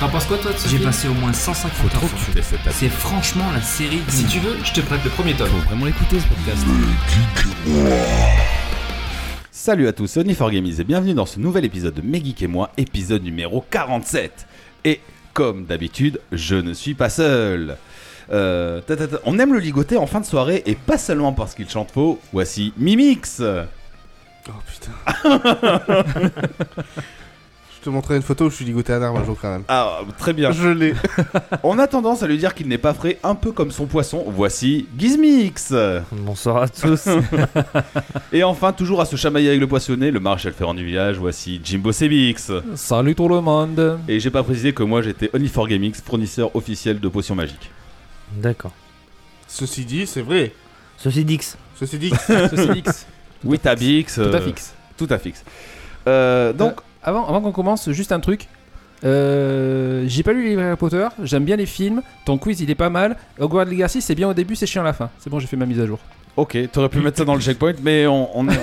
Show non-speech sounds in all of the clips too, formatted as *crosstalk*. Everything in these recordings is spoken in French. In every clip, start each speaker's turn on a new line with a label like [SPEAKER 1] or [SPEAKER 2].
[SPEAKER 1] T'en penses quoi, toi, de ce
[SPEAKER 2] J'ai
[SPEAKER 1] film
[SPEAKER 2] passé au moins 150
[SPEAKER 3] Faut
[SPEAKER 2] heures.
[SPEAKER 3] trop que tu laisses cette table.
[SPEAKER 2] C'est franchement la série. du
[SPEAKER 1] Si
[SPEAKER 2] moment.
[SPEAKER 1] tu veux, je te prête le premier tome.
[SPEAKER 3] Faut vraiment l'écouter ce podcast.
[SPEAKER 4] Salut à tous, c'est Oniforgamies et bienvenue dans ce nouvel épisode de Megeek et moi, épisode numéro 47. Et comme d'habitude, je ne suis pas seul. Euh, ta, ta, ta, on aime le ligoter en fin de soirée et pas seulement parce qu'il chante faux, voici Mimix
[SPEAKER 5] Oh putain. *laughs* je te montrerai une photo où je suis ligoté à un arbre un jour quand même.
[SPEAKER 4] Ah, très bien.
[SPEAKER 5] Je l'ai.
[SPEAKER 4] *laughs* On a tendance à lui dire qu'il n'est pas frais, un peu comme son poisson, voici Gizmix
[SPEAKER 6] Bonsoir à tous.
[SPEAKER 4] Et enfin, toujours à se chamailler avec le poissonné, le maréchal ferrant du village, voici Jimbo Sebix
[SPEAKER 6] Salut tout le monde.
[SPEAKER 4] Et j'ai pas précisé que moi j'étais Oniforgamix, fournisseur officiel de potions magiques.
[SPEAKER 6] D'accord.
[SPEAKER 5] Ceci dit, c'est vrai.
[SPEAKER 6] Ceci Dix.
[SPEAKER 7] *laughs*
[SPEAKER 5] Ceci dit,
[SPEAKER 4] Oui, Tabix.
[SPEAKER 7] Tout à
[SPEAKER 4] euh,
[SPEAKER 7] fixe.
[SPEAKER 4] Tout à fixe. Euh, donc,
[SPEAKER 7] Avant, avant qu'on commence, juste un truc. Euh, j'ai pas lu les livres Harry Potter, j'aime bien les films, ton quiz il est pas mal, Hogwarts Legacy c'est bien au début, c'est chiant à la fin. C'est bon, j'ai fait ma mise à jour.
[SPEAKER 4] ok, t'aurais pu mettre ça dans le checkpoint, mais on, on est,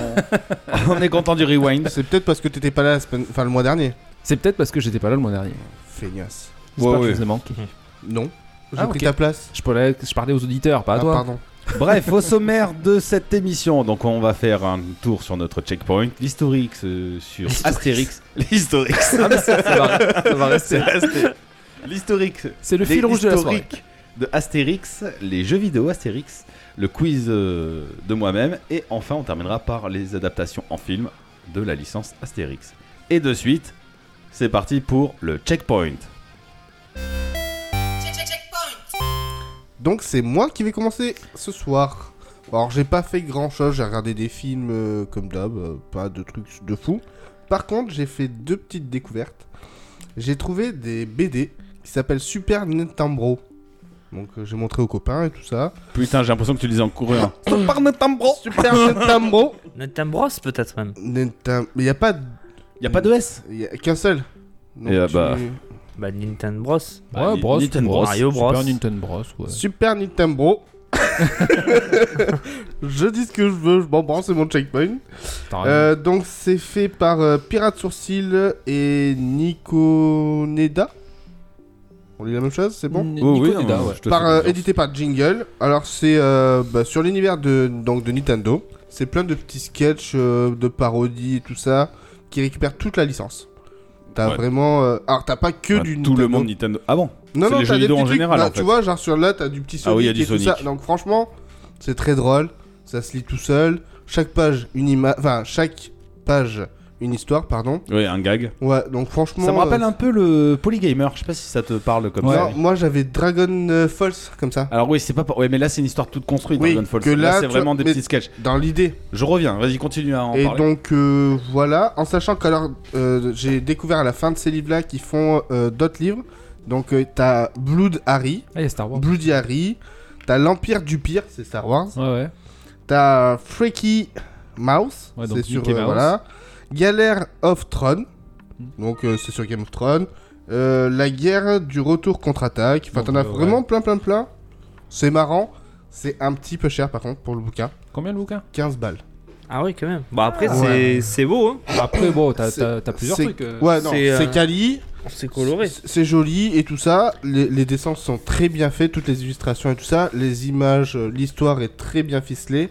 [SPEAKER 4] on est content du *laughs* rewind.
[SPEAKER 5] c'est peut-être parce que t'étais pas là la semaine- enfin, le mois dernier.
[SPEAKER 7] C'est peut-être parce que j'étais pas là le mois dernier.
[SPEAKER 5] Feignasse.
[SPEAKER 7] J'espère
[SPEAKER 4] Ouais,
[SPEAKER 7] que
[SPEAKER 4] ouais.
[SPEAKER 7] je vous ai manqué.
[SPEAKER 5] Non. J'ai
[SPEAKER 7] Ah,
[SPEAKER 5] pris
[SPEAKER 7] ok.
[SPEAKER 5] ta place.
[SPEAKER 7] Je parlais, je parlais aux auditeurs, pas à
[SPEAKER 5] Ah,
[SPEAKER 7] toi.
[SPEAKER 5] pardon.
[SPEAKER 4] Bref, au sommaire de cette émission, donc on va faire un tour sur notre checkpoint, l'historique euh, sur Astérix. *laughs* L'historique.
[SPEAKER 7] Ah,
[SPEAKER 4] C'est
[SPEAKER 5] *laughs*
[SPEAKER 4] resté. L'historique.
[SPEAKER 7] C'est le
[SPEAKER 4] Les
[SPEAKER 7] fil rouge de la soirée.
[SPEAKER 4] historiques de Astérix, les jeux vidéo Astérix, le quiz euh, de moi-même, et enfin on terminera par les adaptations en film de la licence Astérix. Et de suite, c'est parti pour le checkpoint.
[SPEAKER 5] Donc c'est moi qui vais commencer ce soir. Alors j'ai pas fait grand chose, j'ai regardé des films euh, comme d'hab, euh, pas de trucs de fou. Par contre j'ai fait deux petites découvertes. J'ai trouvé des BD qui s'appellent Super Nintendo. Donc euh, j'ai montré aux copains et tout ça.
[SPEAKER 4] Putain, j'ai l'impression que tu le disais en *coughs* courant.
[SPEAKER 5] Super Nintendo Super *laughs* Nintendo
[SPEAKER 2] Nathan Bross peut-être même.
[SPEAKER 5] Nintam- Mais y a pas,
[SPEAKER 4] Y a pas de S
[SPEAKER 5] y a qu'un seul. Donc,
[SPEAKER 4] Et, ah, bah.
[SPEAKER 2] Bah Nathan Bros.
[SPEAKER 4] Bah,
[SPEAKER 7] ouais, Bros,
[SPEAKER 4] Nintendo Bros.
[SPEAKER 2] Mario Bros.
[SPEAKER 7] Super Nintendo Bros. Ouais.
[SPEAKER 5] Super Nintendo. *laughs* je dis ce que je veux, je m'en branle, c'est mon checkpoint.
[SPEAKER 7] T'as raison.
[SPEAKER 5] Euh, donc c'est fait par euh, Pirate Sourcil et Nikoneda. On lit la même chose, c'est bon
[SPEAKER 7] Ni-
[SPEAKER 4] Oh,
[SPEAKER 7] Nico
[SPEAKER 4] oui, non,
[SPEAKER 7] Neda,
[SPEAKER 4] mais
[SPEAKER 7] ouais.
[SPEAKER 4] je te
[SPEAKER 5] par,
[SPEAKER 4] fais
[SPEAKER 5] euh,
[SPEAKER 4] confiance.
[SPEAKER 5] Édité par Jingle. Alors c'est euh, bah, sur l'univers de, donc, de Nintendo. C'est plein de petits sketchs, euh, de parodies et tout ça, qui récupèrent toute la licence. T'as
[SPEAKER 4] Ouais.
[SPEAKER 5] vraiment... euh, Alors t'as pas que
[SPEAKER 4] Enfin,
[SPEAKER 5] du
[SPEAKER 4] Tout
[SPEAKER 5] Nintendo.
[SPEAKER 4] le monde Nintendo. Ah bon
[SPEAKER 5] Non,
[SPEAKER 4] C'est
[SPEAKER 5] non,
[SPEAKER 4] les
[SPEAKER 5] t'as
[SPEAKER 4] jeux
[SPEAKER 5] des
[SPEAKER 4] vidéo en
[SPEAKER 5] petits trucs,
[SPEAKER 4] général,
[SPEAKER 5] bah,
[SPEAKER 4] en fait.
[SPEAKER 5] Tu vois, genre sur là, t'as du petit Sonic
[SPEAKER 4] Ah oui, y a du
[SPEAKER 5] et tout ça.
[SPEAKER 4] Sonic.
[SPEAKER 5] Donc franchement, c'est très drôle. Ça se lit tout seul. Chaque page, une image. Enfin, chaque page, une histoire, pardon.
[SPEAKER 4] Ouais, un gag.
[SPEAKER 5] Ouais, donc franchement.
[SPEAKER 4] ça me rappelle
[SPEAKER 5] euh,
[SPEAKER 4] un peu le Polygamer, je sais pas si ça te parle comme
[SPEAKER 5] non,
[SPEAKER 4] ça.
[SPEAKER 5] moi j'avais Dragon euh, Falls comme ça.
[SPEAKER 4] Alors oui, c'est pas ouais, mais là c'est une histoire toute construite
[SPEAKER 5] Oui,
[SPEAKER 4] Dragon Falls.
[SPEAKER 5] que
[SPEAKER 4] Là,
[SPEAKER 5] là,
[SPEAKER 4] c'est
[SPEAKER 5] tu
[SPEAKER 4] vraiment
[SPEAKER 5] vois,
[SPEAKER 4] des
[SPEAKER 5] mais-
[SPEAKER 4] petits sketchs.
[SPEAKER 5] Dans l'idée.
[SPEAKER 4] Je reviens, vas-y continue à en
[SPEAKER 5] Et
[SPEAKER 4] parler.
[SPEAKER 5] donc euh, voilà, en sachant qu'alors euh, j'ai découvert à la fin de ces livres-là qu'ils font euh, d'autres livres. Donc euh, t'as Blood Harry,
[SPEAKER 7] Ah, il y a Star Wars.
[SPEAKER 5] Bloody Harry, t'as l'Empire du Pire, c'est Star Wars.
[SPEAKER 7] Ouais, ouais.
[SPEAKER 5] T'as Freaky Mouse,
[SPEAKER 7] Ouais, donc
[SPEAKER 5] c'est sur
[SPEAKER 7] Mickey
[SPEAKER 5] euh,
[SPEAKER 7] Mouse.
[SPEAKER 5] voilà. Galère of Throne, donc euh, c'est sur Game of Thrones. Euh, la guerre du retour contre-attaque. Enfin,
[SPEAKER 7] Donc,
[SPEAKER 5] t'en as
[SPEAKER 7] euh, ouais.
[SPEAKER 5] vraiment plein, plein, plein. C'est marrant. C'est un petit peu cher par contre pour le bouquin.
[SPEAKER 7] Combien le bouquin
[SPEAKER 5] 15 balles.
[SPEAKER 2] Ah oui quand même. Bah après
[SPEAKER 5] Ah,
[SPEAKER 2] c'est
[SPEAKER 5] ouais.
[SPEAKER 2] c'est beau hein.
[SPEAKER 7] Après, bon, t'as
[SPEAKER 5] C'est-
[SPEAKER 7] t'as- t'as plusieurs
[SPEAKER 5] c'est-
[SPEAKER 7] trucs. euh.
[SPEAKER 5] Ouais, non,
[SPEAKER 2] c'est, euh,
[SPEAKER 5] c'est quali,
[SPEAKER 2] C'est coloré.
[SPEAKER 5] c- c'est joli et tout ça. Les, les dessins sont très bien faits, toutes les illustrations et tout ça. Les images, euh, l'histoire est très bien ficelée.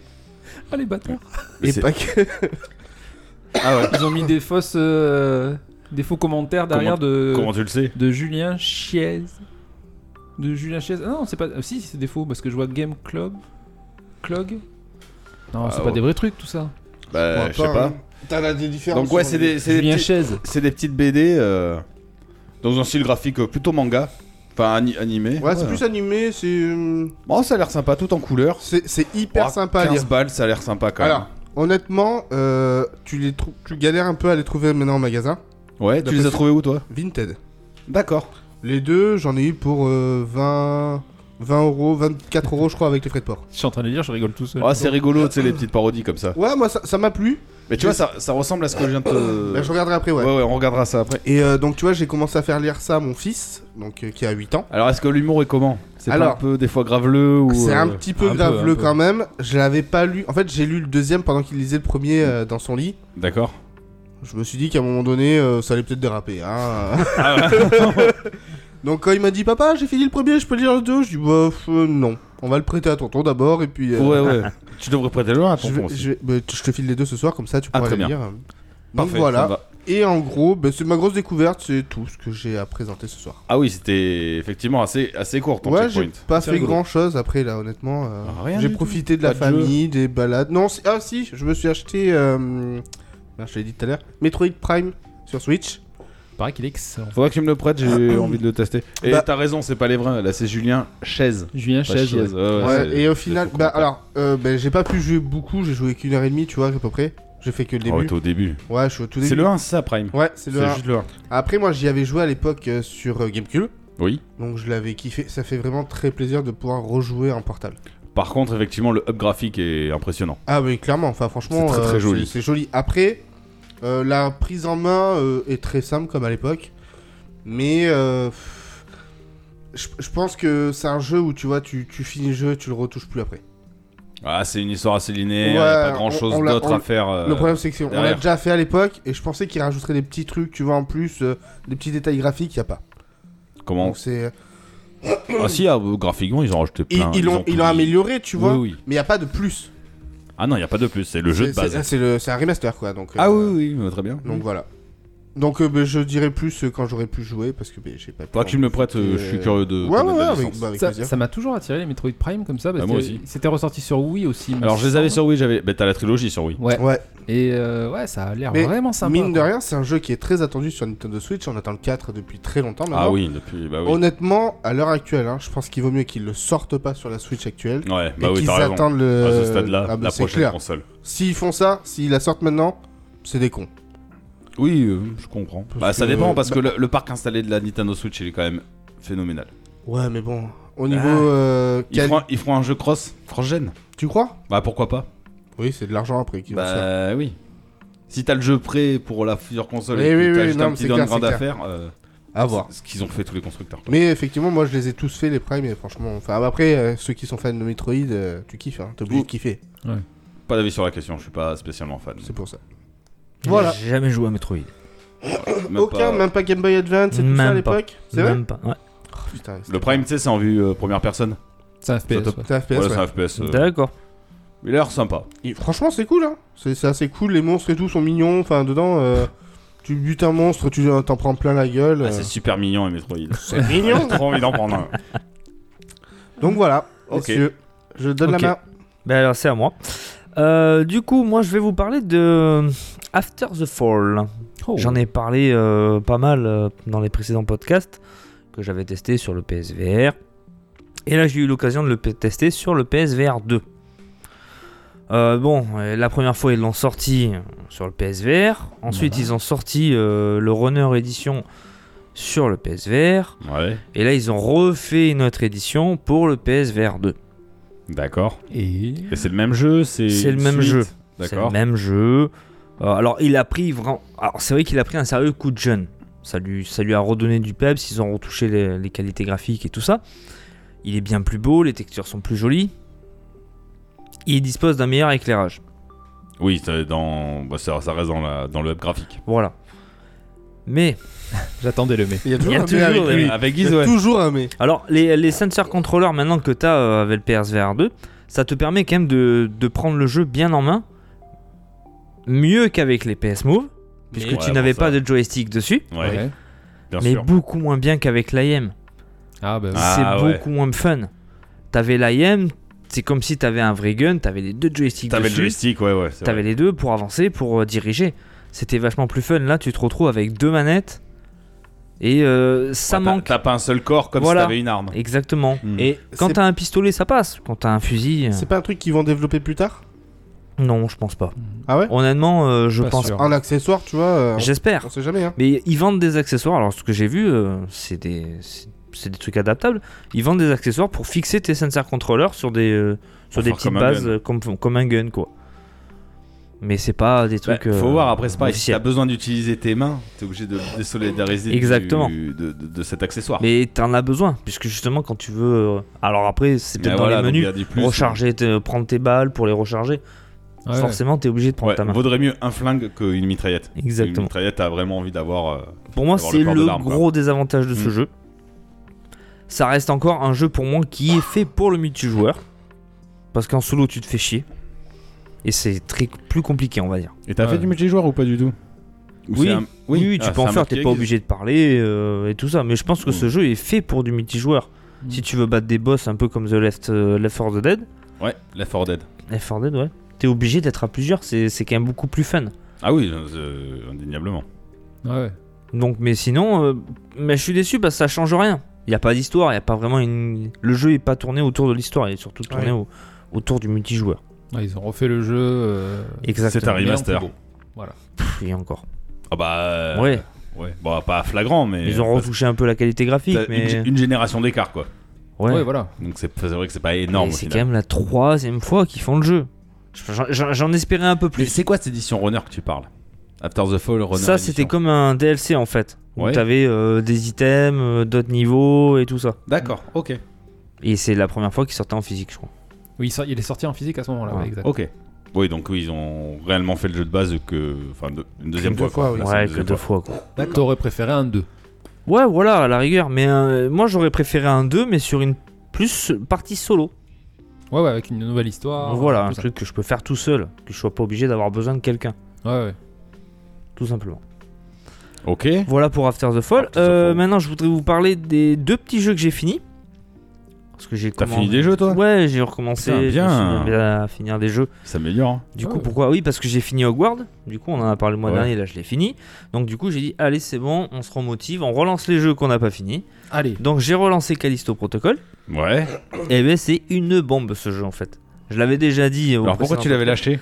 [SPEAKER 7] Ah, les bâtards.
[SPEAKER 4] Mais
[SPEAKER 5] Et
[SPEAKER 4] c'est-
[SPEAKER 5] pas que.
[SPEAKER 4] Ah ouais.
[SPEAKER 7] Ils ont mis des fausses, euh, des faux commentaires derrière de,
[SPEAKER 4] Comment tu le sais
[SPEAKER 7] de Julien Chiez. De Julien Chiez. Ah non, c'est pas. ah, si, c'est des faux parce que je vois Game Club. Clog. Non,
[SPEAKER 4] Ah,
[SPEAKER 7] c'est
[SPEAKER 4] ouais.
[SPEAKER 7] pas des vrais trucs tout ça.
[SPEAKER 4] Bah, je sais pas.
[SPEAKER 5] T'en as des différences.
[SPEAKER 4] Donc ouais,
[SPEAKER 5] hein. sur
[SPEAKER 4] c'est
[SPEAKER 5] les-
[SPEAKER 4] des, c'est des
[SPEAKER 7] Julien
[SPEAKER 4] petits-
[SPEAKER 7] Chiez.
[SPEAKER 4] c'est des petites BD euh, dans un style graphique euh, plutôt manga, enfin ani- animé.
[SPEAKER 5] Ouais, c'est plus animé, c'est euh,
[SPEAKER 4] Oh, ça a l'air sympa, tout en couleur.
[SPEAKER 5] c'est c'est hyper
[SPEAKER 4] Oh,
[SPEAKER 5] sympa à
[SPEAKER 4] 15
[SPEAKER 5] lire.
[SPEAKER 4] balles, ça a l'air sympa quand
[SPEAKER 5] Alors, honnêtement, euh, tu les trou- tu galères un peu à les trouver maintenant en magasin.
[SPEAKER 4] même. Ouais, tu les as
[SPEAKER 5] d'après-
[SPEAKER 4] trouvés où toi
[SPEAKER 5] Vinted.
[SPEAKER 4] D'accord.
[SPEAKER 5] Les deux, j'en ai eu pour euh, 20 20 euros, 24 euros je crois avec les frais de port.
[SPEAKER 7] Je suis en train de dire, je rigole tout seul.
[SPEAKER 4] Ah, c'est rigolo, tu sais les petites parodies comme ça.
[SPEAKER 5] Ouais, moi ça ça m'a plu.
[SPEAKER 4] Mais tu vois, ça, ça ressemble à ce que je viens de te.
[SPEAKER 5] Bah, je regarderai après, ouais.
[SPEAKER 4] ouais, ouais, on regardera ça après.
[SPEAKER 5] Et euh, donc tu vois, j'ai commencé à faire lire ça à mon fils, donc euh, qui a 8 ans.
[SPEAKER 4] Alors, est-ce que l'humour est comment C'est pas
[SPEAKER 5] Alors-
[SPEAKER 4] un peu des fois graveleux ou
[SPEAKER 5] C'est un
[SPEAKER 4] euh,
[SPEAKER 5] petit peu
[SPEAKER 7] un peu,
[SPEAKER 5] graveleux
[SPEAKER 7] un peu.
[SPEAKER 5] quand même. Je l'avais pas lu. En fait, j'ai lu le deuxième pendant qu'il lisait le premier euh, dans son lit.
[SPEAKER 4] D'accord.
[SPEAKER 5] Je me suis dit qu'à un moment donné, euh, ça allait peut-être déraper. hein.
[SPEAKER 4] Ah
[SPEAKER 5] *laughs* Donc quand il m'a dit papa, j'ai fini le premier, je peux lire le deux, je dis bah pff, euh, non, on va le prêter à tonton d'abord et puis. euh,
[SPEAKER 4] Ouais, ouais. tu devrais prêter le 1 à ton
[SPEAKER 5] je, vais-
[SPEAKER 4] con aussi.
[SPEAKER 5] je vais- bah, je te file les deux ce soir comme ça, tu
[SPEAKER 4] Ah,
[SPEAKER 5] pourras
[SPEAKER 4] très
[SPEAKER 5] les
[SPEAKER 4] bien.
[SPEAKER 5] lire. Donc
[SPEAKER 4] Parfait, ça me
[SPEAKER 5] voilà.
[SPEAKER 4] va.
[SPEAKER 5] Et en gros, bah, c'est ma grosse découverte, c'est tout ce que j'ai à présenter ce soir.
[SPEAKER 4] Ah oui, c'était effectivement assez, assez court ton
[SPEAKER 5] ouais, j'ai
[SPEAKER 4] checkpoint.
[SPEAKER 5] pas
[SPEAKER 4] C'est
[SPEAKER 5] fait
[SPEAKER 4] rigolo.
[SPEAKER 5] grand chose après là, honnêtement. euh,
[SPEAKER 4] Ah, rien
[SPEAKER 5] j'ai
[SPEAKER 4] du
[SPEAKER 5] profité de
[SPEAKER 4] Pas
[SPEAKER 5] la
[SPEAKER 4] de
[SPEAKER 5] famille, des balades. Non, c'est- ah si, je me suis acheté. euh, merde, je te l'ai dit tout à l'heure. Metroid Prime sur Switch.
[SPEAKER 7] Il paraît qu'il est excellent.
[SPEAKER 4] Faudrait que tu me le prêtes, j'ai envie de le tester. Et
[SPEAKER 5] Bah-
[SPEAKER 4] t'as raison, c'est pas les vrais. Là, c'est Julien Chaise.
[SPEAKER 7] Julien
[SPEAKER 4] Pas
[SPEAKER 7] Chaise.
[SPEAKER 4] Chiez,
[SPEAKER 7] ouais.
[SPEAKER 4] ouais, ouais,
[SPEAKER 5] Ouais,
[SPEAKER 4] c'est-
[SPEAKER 5] et au
[SPEAKER 4] c'est
[SPEAKER 5] final,
[SPEAKER 4] faux
[SPEAKER 5] bah
[SPEAKER 4] commentaire.
[SPEAKER 5] alors, euh, bah, j'ai pas pu jouer beaucoup, j'ai joué qu'une heure et demie, tu vois, à peu près. J'ai fait que le
[SPEAKER 4] Ah ouais,
[SPEAKER 5] début.
[SPEAKER 4] t'es au début.
[SPEAKER 5] ouais, je suis au tout début.
[SPEAKER 4] C'est le 1, ça, Prime.
[SPEAKER 5] Ouais, c'est le
[SPEAKER 4] C'est
[SPEAKER 5] 1.
[SPEAKER 4] juste le 1.
[SPEAKER 5] Après, moi, j'y avais joué à l'époque euh, sur euh, GameCube.
[SPEAKER 4] Oui.
[SPEAKER 5] Donc je l'avais kiffé. Ça fait vraiment très plaisir de pouvoir rejouer en portable.
[SPEAKER 4] Par contre, effectivement, le up graphique est impressionnant.
[SPEAKER 5] Ah oui, clairement. Enfin, franchement,
[SPEAKER 4] C'est très, très
[SPEAKER 5] euh,
[SPEAKER 4] joli.
[SPEAKER 5] C'est c'est joli. Après, euh, la prise en main euh, est très simple comme à l'époque, mais euh, pff, je, je pense que c'est un jeu où tu vois, tu, tu finis le jeu, tu le retouches plus après.
[SPEAKER 4] Ah, c'est une histoire assez linéaire,
[SPEAKER 5] Ouais,
[SPEAKER 4] y a pas grand chose
[SPEAKER 5] on- on l'a-
[SPEAKER 4] d'autre
[SPEAKER 5] on-
[SPEAKER 4] à faire. euh,
[SPEAKER 5] le problème, c'est que c'est- on l'a
[SPEAKER 4] derrière.
[SPEAKER 5] déjà fait à l'époque, et je pensais qu'il rajouterait des petits trucs, tu vois, en plus, euh, des petits détails graphiques, il y a pas.
[SPEAKER 4] Comment
[SPEAKER 5] Donc c'est
[SPEAKER 4] Ah, si, ah, graphiquement, ils ont rajouté
[SPEAKER 5] ils,
[SPEAKER 4] plein.
[SPEAKER 5] ils l'ont
[SPEAKER 4] tout
[SPEAKER 5] ils l'ont
[SPEAKER 4] mis.
[SPEAKER 5] amélioré, tu
[SPEAKER 4] Oui,
[SPEAKER 5] vois,
[SPEAKER 4] oui.
[SPEAKER 5] mais il y a pas de plus.
[SPEAKER 4] Ah non, il n'y a pas de plus, c'est le jeu de
[SPEAKER 5] C'est-
[SPEAKER 4] base.
[SPEAKER 5] c'est- C'est le- c'est un remaster quoi, donc.
[SPEAKER 4] Ah
[SPEAKER 5] euh,
[SPEAKER 4] oui, oui, oui, très bien.
[SPEAKER 5] Donc voilà. Donc euh, bah, je dirais plus euh, quand j'aurai pu jouer parce que bah, j'ai pas.
[SPEAKER 4] Faudra que tu me le prêtes, euh, je suis curieux de.
[SPEAKER 5] Ouais ouais
[SPEAKER 4] connaître
[SPEAKER 5] ouais
[SPEAKER 4] la
[SPEAKER 5] avec,
[SPEAKER 4] licence.
[SPEAKER 5] bah, avec
[SPEAKER 7] Ça-
[SPEAKER 5] plaisir.
[SPEAKER 7] Ça m'a toujours attiré les Metroid Prime comme ça parce
[SPEAKER 4] Ah, moi
[SPEAKER 7] que
[SPEAKER 4] aussi.
[SPEAKER 7] c'était ressorti sur Wii aussi. il me
[SPEAKER 4] Alors, je les avais
[SPEAKER 7] semble.
[SPEAKER 4] sur Wii, j'avais. Bah, t'as la trilogie sur Wii.
[SPEAKER 7] Ouais.
[SPEAKER 5] Ouais.
[SPEAKER 7] Et euh, ouais, ça a l'air
[SPEAKER 5] Mais
[SPEAKER 7] vraiment sympa.
[SPEAKER 5] Mine de
[SPEAKER 7] quoi.
[SPEAKER 5] rien, c'est un jeu qui est très attendu sur Nintendo Switch. On attend le 4 depuis très longtemps maintenant.
[SPEAKER 4] Ah oui, depuis. Bah oui.
[SPEAKER 5] Honnêtement, à l'heure actuelle, hein, je pense qu'il vaut mieux qu'ils le sortent pas sur la Switch actuelle.
[SPEAKER 4] Ouais, bah
[SPEAKER 5] et
[SPEAKER 4] oui,
[SPEAKER 5] qu'ils
[SPEAKER 4] t'as raison.
[SPEAKER 5] attendent le.
[SPEAKER 4] À ce stade-là,
[SPEAKER 5] Ah bah,
[SPEAKER 4] la
[SPEAKER 5] c'est
[SPEAKER 4] prochaine
[SPEAKER 5] clair.
[SPEAKER 4] console.
[SPEAKER 5] S'ils font ça, s'ils la sortent maintenant, c'est des cons.
[SPEAKER 4] Oui, euh, je comprends.
[SPEAKER 5] Parce
[SPEAKER 4] Bah, ça
[SPEAKER 5] que- euh,
[SPEAKER 4] dépend, parce que le, le parc installé de la Nintendo Switch, il est quand même phénoménal.
[SPEAKER 5] Ouais, mais bon. Au niveau.
[SPEAKER 4] Ah.
[SPEAKER 5] euh,
[SPEAKER 4] Ils,
[SPEAKER 5] quali-
[SPEAKER 4] feront, un- ils feront un jeu cross, cross-gen.
[SPEAKER 5] Tu crois
[SPEAKER 4] Bah, pourquoi pas
[SPEAKER 5] Oui, c'est de l'argent après qui va
[SPEAKER 4] Bah, oui. Si t'as le jeu prêt pour la future console
[SPEAKER 5] Oui,
[SPEAKER 4] et
[SPEAKER 5] oui,
[SPEAKER 4] que t'as
[SPEAKER 5] oui,
[SPEAKER 4] juste
[SPEAKER 5] non,
[SPEAKER 4] un
[SPEAKER 5] mais
[SPEAKER 4] petit
[SPEAKER 5] c'est clair,
[SPEAKER 4] downgrade
[SPEAKER 5] c'est
[SPEAKER 4] à
[SPEAKER 5] clair.
[SPEAKER 4] faire, euh,
[SPEAKER 5] À voir.
[SPEAKER 4] c'est ce qu'ils ont fait tous les constructeurs.
[SPEAKER 5] Mais effectivement, moi je les ai tous fait les primes, et franchement. Enfin, après, euh, ceux qui sont fans de Metroid, euh, tu kiffes, hein, t'es obligé
[SPEAKER 4] Ouh.
[SPEAKER 5] de kiffer,
[SPEAKER 4] Pas d'avis sur la question, je suis pas spécialement fan.
[SPEAKER 5] c'est pour ça. Voilà.
[SPEAKER 6] Voilà. J'ai jamais joué à Metroid.
[SPEAKER 4] Même pas-
[SPEAKER 5] Aucun, même pas Game Boy Advance et tout ça à
[SPEAKER 2] Même pas.
[SPEAKER 5] l'époque C'est vrai
[SPEAKER 6] Même pas. Ouais.
[SPEAKER 5] Oh, putain, c'était-
[SPEAKER 4] Le Prime, tu sais, c'est en vue euh, première personne.
[SPEAKER 7] C'est un FPS.
[SPEAKER 4] Top.
[SPEAKER 7] ouais.
[SPEAKER 5] C'est un FPS,
[SPEAKER 4] Voilà,
[SPEAKER 5] ouais.
[SPEAKER 4] c'est un FPS. euh,
[SPEAKER 2] D'accord.
[SPEAKER 4] Il a l'air sympa.
[SPEAKER 5] Et franchement, c'est cool, hein. C'est c'est assez cool, les monstres et tout sont mignons. Enfin, dedans, euh, tu butes un monstre, tu euh, t'en prends plein la gueule.
[SPEAKER 4] Ah,
[SPEAKER 5] euh,
[SPEAKER 4] c'est super mignon, et Metroid.
[SPEAKER 5] c'est mignon.
[SPEAKER 4] *laughs* J'ai trop envie d'en prendre un.
[SPEAKER 5] Donc voilà,
[SPEAKER 4] Ok.
[SPEAKER 5] messieurs, je donne
[SPEAKER 2] Ok.
[SPEAKER 5] la main.
[SPEAKER 2] Ben alors c'est à moi. Euh, du coup, moi je vais vous parler de After the Fall.
[SPEAKER 7] Oh.
[SPEAKER 2] J'en ai parlé euh, pas mal euh, dans les précédents podcasts que j'avais testé sur le PSVR. Et là, j'ai eu l'occasion de le p- tester sur le PSVR 2. Euh, bon, euh, la première fois, ils l'ont sorti sur le PSVR. Ensuite, ils ont sorti euh, le Runner Edition sur le PSVR.
[SPEAKER 4] Ouais,
[SPEAKER 2] Et là, ils ont refait une autre édition pour le PSVR 2.
[SPEAKER 4] d'accord.
[SPEAKER 7] Et.
[SPEAKER 4] Et c'est le même jeu, c'est.
[SPEAKER 2] C'est le
[SPEAKER 4] une
[SPEAKER 2] même
[SPEAKER 4] suite
[SPEAKER 2] jeu. C'est le
[SPEAKER 4] D'accord.
[SPEAKER 2] même jeu. Euh, alors, il a pris vraiment. Alors, c'est vrai qu'il a pris un sérieux coup de jeune. Ça lui, ça lui a redonné du peps. Ils ont retouché les, les qualités graphiques et tout ça. Il est bien plus beau. Les textures sont plus jolies. Il dispose d'un meilleur éclairage.
[SPEAKER 4] Oui, ça, dans... bah, ça, ça reste dans, la... dans le web graphique.
[SPEAKER 2] Voilà. Mais,
[SPEAKER 7] J'attendais le mais.
[SPEAKER 5] Il y a
[SPEAKER 2] Il y a
[SPEAKER 5] un mais avec
[SPEAKER 2] toujours
[SPEAKER 5] lui.
[SPEAKER 2] Oui.
[SPEAKER 4] Avec
[SPEAKER 5] Il y
[SPEAKER 4] Guise,
[SPEAKER 5] a
[SPEAKER 4] ouais.
[SPEAKER 5] toujours un mais.
[SPEAKER 2] alors, les, les sensor controllers maintenant que tu as avec le PSVR 2, ça te permet quand même de, de prendre le jeu bien en main. Mieux qu'avec les PS Move. Puisque
[SPEAKER 4] Ouais,
[SPEAKER 2] tu
[SPEAKER 4] bon,
[SPEAKER 2] n'avais
[SPEAKER 4] ça-
[SPEAKER 2] pas de joystick dessus.
[SPEAKER 4] Ouais,
[SPEAKER 7] Ouais.
[SPEAKER 4] bien
[SPEAKER 2] mais
[SPEAKER 4] sûr.
[SPEAKER 2] beaucoup moins bien qu'avec l'IM.
[SPEAKER 7] Ah bah.
[SPEAKER 4] Ah,
[SPEAKER 2] c'est
[SPEAKER 4] ouais.
[SPEAKER 2] beaucoup moins fun. T'avais l'IM, c'est comme si t'avais un vrai gun, t'avais les deux joysticks
[SPEAKER 4] T'avais le
[SPEAKER 2] dessus,
[SPEAKER 4] joystick, ouais, ouais. c'est
[SPEAKER 2] t'avais
[SPEAKER 4] vrai.
[SPEAKER 2] les deux pour avancer, pour euh, diriger. C'était vachement plus fun. Là, tu te retrouves avec deux manettes et euh, ça
[SPEAKER 4] Ouais, t'as-
[SPEAKER 2] manque.
[SPEAKER 4] T'as pas un seul corps comme
[SPEAKER 2] Voilà.
[SPEAKER 4] si t'avais une arme.
[SPEAKER 2] Exactement.
[SPEAKER 4] Hmm.
[SPEAKER 2] Et quand
[SPEAKER 5] C'est-
[SPEAKER 2] t'as un pistolet, ça passe. Quand t'as un fusil, euh,
[SPEAKER 5] C'est pas un truc qu'ils vont développer plus tard
[SPEAKER 2] non, je pense pas.
[SPEAKER 5] Ah ouais
[SPEAKER 2] Honnêtement, euh, je
[SPEAKER 7] Pas
[SPEAKER 2] pense.
[SPEAKER 7] sûr.
[SPEAKER 5] Un accessoire, tu vois. euh,
[SPEAKER 2] J'espère.
[SPEAKER 5] on sait jamais, hein.
[SPEAKER 2] Mais ils vendent des accessoires. Alors, ce que j'ai vu, euh, c'est des, c'est- c'est des trucs adaptables. Ils vendent des accessoires pour fixer tes sensor controllers sur des, euh, sur
[SPEAKER 4] Pour
[SPEAKER 2] des
[SPEAKER 4] faire
[SPEAKER 2] petites
[SPEAKER 4] comme un
[SPEAKER 2] bases
[SPEAKER 4] gun.
[SPEAKER 2] euh, comme, comme un gun, quoi. Mais c'est pas des
[SPEAKER 4] Bah,
[SPEAKER 2] trucs.
[SPEAKER 4] faut
[SPEAKER 2] euh,
[SPEAKER 4] voir après, c'est pareil. Si
[SPEAKER 2] officiels.
[SPEAKER 4] t'as besoin d'utiliser tes mains, t'es obligé de désolidariser du-
[SPEAKER 2] Exactement.
[SPEAKER 4] de, de- de cet accessoire.
[SPEAKER 2] Mais t'en as besoin, puisque justement, quand tu veux. euh, Alors, après, c'est
[SPEAKER 4] Mais
[SPEAKER 2] peut-être dans
[SPEAKER 4] voilà,
[SPEAKER 2] les
[SPEAKER 4] donc
[SPEAKER 2] menus. euh,
[SPEAKER 4] il y a du plus.
[SPEAKER 2] recharger, te- prendre tes balles pour les recharger.
[SPEAKER 4] Ah,
[SPEAKER 7] Ouais.
[SPEAKER 2] forcément, t'es obligé de prendre
[SPEAKER 4] Ouais,
[SPEAKER 2] ta main.
[SPEAKER 4] vaudrait mieux un flingue qu'une mitraillette. Une
[SPEAKER 2] Exactement.
[SPEAKER 4] mitraillette, t'as vraiment envie d'avoir. euh,
[SPEAKER 2] Pour moi,
[SPEAKER 4] D'avoir
[SPEAKER 2] c'est
[SPEAKER 4] le
[SPEAKER 2] le,
[SPEAKER 4] corps de l'arme, quoi.
[SPEAKER 2] gros désavantage de ce
[SPEAKER 4] Mm.
[SPEAKER 2] jeu. Ça reste encore un jeu pour moi qui est fait pour le multijoueur. Parce qu'en solo, tu te fais chier. Et c'est très plus compliqué, on va dire.
[SPEAKER 4] Et t'as
[SPEAKER 7] Ouais.
[SPEAKER 4] fait du multijoueur ou pas du tout Ou
[SPEAKER 2] Oui.
[SPEAKER 4] c'est un-
[SPEAKER 2] Oui, oui,
[SPEAKER 4] Ah,
[SPEAKER 2] tu peux
[SPEAKER 4] c'est
[SPEAKER 2] en
[SPEAKER 4] un
[SPEAKER 2] faire,
[SPEAKER 4] mode
[SPEAKER 2] t'es
[SPEAKER 4] qui
[SPEAKER 2] pas
[SPEAKER 4] existe.
[SPEAKER 2] obligé de parler euh, et tout ça. Mais je pense que
[SPEAKER 4] Mm.
[SPEAKER 2] ce jeu est fait pour du multijoueur.
[SPEAKER 7] Mm.
[SPEAKER 4] Hmm.
[SPEAKER 2] Si tu veux battre des boss un peu comme The Left, euh, Left 4 Dead,
[SPEAKER 4] Ouais, Left 4 Dead.
[SPEAKER 2] Left 4 Dead, ouais, t'es obligé d'être à plusieurs, c'est c'est quand même beaucoup plus fun.
[SPEAKER 4] Ah oui, euh, indéniablement.
[SPEAKER 7] Ouais.
[SPEAKER 2] Donc, mais sinon, euh, mais je suis déçu parce que ça change rien. Il n'y a pas d'histoire, il a pas vraiment une. Le jeu est pas tourné autour de l'histoire, il est surtout tourné au- autour du multijoueur.
[SPEAKER 7] Ouais, ils ont refait le jeu. euh,
[SPEAKER 4] C'est un
[SPEAKER 2] Exactement.
[SPEAKER 7] arrivé. mais en
[SPEAKER 4] remaster.
[SPEAKER 7] plus beau. Voilà.
[SPEAKER 2] Pff, et encore.
[SPEAKER 4] Ah bah. euh,
[SPEAKER 2] ouais,
[SPEAKER 4] ouais. Bon, pas flagrant, mais.
[SPEAKER 2] ils ont
[SPEAKER 4] parce
[SPEAKER 2] retouché un peu la qualité
[SPEAKER 4] que
[SPEAKER 2] graphique,
[SPEAKER 4] t'as une,
[SPEAKER 2] mais.
[SPEAKER 4] gé- une génération d'écart, quoi.
[SPEAKER 7] Ouais,
[SPEAKER 2] Ouais,
[SPEAKER 7] voilà.
[SPEAKER 4] Donc c'est c'est vrai que c'est pas
[SPEAKER 2] Mais
[SPEAKER 4] énorme. au
[SPEAKER 2] C'est
[SPEAKER 4] final.
[SPEAKER 2] quand même la troisième fois qu'ils font le jeu. J'en- J'en j'en espérais un peu
[SPEAKER 4] Mais
[SPEAKER 2] plus.
[SPEAKER 4] c'est quoi cette édition Runner que tu parles After the Fall, Runner.
[SPEAKER 2] Ça, c'était
[SPEAKER 4] édition.
[SPEAKER 2] comme un DLC en fait. Où
[SPEAKER 4] Ouais.
[SPEAKER 2] t'avais euh, des items, euh, d'autres niveaux et tout ça.
[SPEAKER 4] D'accord, ok.
[SPEAKER 2] Et c'est la première fois qu'ils sortaient en physique, je crois.
[SPEAKER 7] Oui, il sort- il est sorti en physique à ce moment-là.
[SPEAKER 2] Ouais.
[SPEAKER 7] ouais, exact.
[SPEAKER 4] Ok. Oui, donc oui, ils ont réellement fait le jeu de base que. Enfin, de- une deuxième
[SPEAKER 5] Deux
[SPEAKER 4] fois.
[SPEAKER 5] fois,
[SPEAKER 4] quoi.
[SPEAKER 5] oui.
[SPEAKER 4] Là, c'est
[SPEAKER 2] Ouais,
[SPEAKER 4] une
[SPEAKER 2] que
[SPEAKER 4] deuxième
[SPEAKER 2] deux
[SPEAKER 4] fois.
[SPEAKER 2] fois quoi.
[SPEAKER 7] T'aurais préféré un 2.
[SPEAKER 2] Ouais, voilà, à la rigueur. Mais euh, moi, j'aurais préféré un 2, mais sur une plus partie solo.
[SPEAKER 7] Ouais, ouais, avec une nouvelle histoire.
[SPEAKER 4] Ah,
[SPEAKER 2] Donc voilà, un
[SPEAKER 7] tout ça.
[SPEAKER 2] truc que je peux faire tout seul, que je sois pas obligé d'avoir besoin de quelqu'un,
[SPEAKER 7] Ouais, ouais.
[SPEAKER 2] tout simplement.
[SPEAKER 4] Ok.
[SPEAKER 2] Voilà pour After the Fall.
[SPEAKER 4] After the
[SPEAKER 2] Euh,
[SPEAKER 4] Fall.
[SPEAKER 2] maintenant, je voudrais vous parler des deux petits jeux que j'ai finis. Parce que j'ai
[SPEAKER 4] T'as
[SPEAKER 2] commencé-
[SPEAKER 4] fini des jeux, toi
[SPEAKER 2] Ouais, j'ai recommencé.
[SPEAKER 4] Putain,
[SPEAKER 2] je me suis
[SPEAKER 4] bien.
[SPEAKER 2] mis à finir des jeux.
[SPEAKER 4] Ça améliore. hein.
[SPEAKER 2] Du
[SPEAKER 7] Ah
[SPEAKER 2] coup,
[SPEAKER 7] ouais.
[SPEAKER 2] pourquoi Oui, parce que j'ai fini Hogwarts. Du coup, on en a parlé le mois
[SPEAKER 4] Ouais.
[SPEAKER 2] dernier, là, je l'ai fini. Donc, du coup, j'ai dit, allez, c'est bon, on se remotive, on relance les jeux qu'on n'a pas fini.
[SPEAKER 7] Allez.
[SPEAKER 2] Donc, j'ai relancé Callisto Protocol.
[SPEAKER 4] Ouais.
[SPEAKER 2] Eh ben c'est une bombe ce jeu en fait. Je l'avais déjà dit. au
[SPEAKER 4] Alors pourquoi
[SPEAKER 2] précédent
[SPEAKER 4] tu l'avais
[SPEAKER 2] podcast.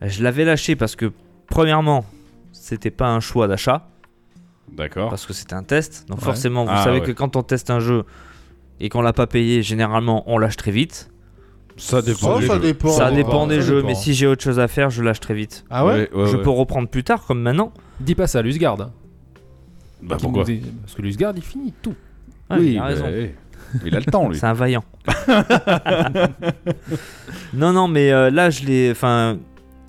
[SPEAKER 4] lâché
[SPEAKER 2] Je l'avais lâché parce que premièrement, c'était pas un choix d'achat
[SPEAKER 4] D'accord.
[SPEAKER 2] parce que c'était un test. Donc
[SPEAKER 7] Ouais.
[SPEAKER 2] forcément, vous
[SPEAKER 4] Ah,
[SPEAKER 2] savez
[SPEAKER 4] ouais.
[SPEAKER 2] que quand on teste un jeu et qu'on l'a pas payé, généralement on lâche très vite.
[SPEAKER 4] Ça
[SPEAKER 5] Ça, ça dépend.
[SPEAKER 2] ça
[SPEAKER 7] ouais,
[SPEAKER 2] dépend
[SPEAKER 7] ouais,
[SPEAKER 2] des
[SPEAKER 7] ça
[SPEAKER 2] jeux,
[SPEAKER 7] dépend.
[SPEAKER 2] mais si j'ai autre chose à faire, je lâche très vite.
[SPEAKER 5] Ah ouais,
[SPEAKER 2] je peux reprendre plus tard comme maintenant.
[SPEAKER 7] Dis pas ça à Lusgard. hein,
[SPEAKER 4] Bah
[SPEAKER 7] qui
[SPEAKER 4] pourquoi
[SPEAKER 7] nous dit- Parce que Lusgard, il finit tout.
[SPEAKER 2] Ouais,
[SPEAKER 4] Oui,
[SPEAKER 2] il a raison.
[SPEAKER 4] bah, oui. Il a le temps, lui.
[SPEAKER 2] C'est un vaillant. *laughs* non, non, mais euh, là, je l'ai. Enfin.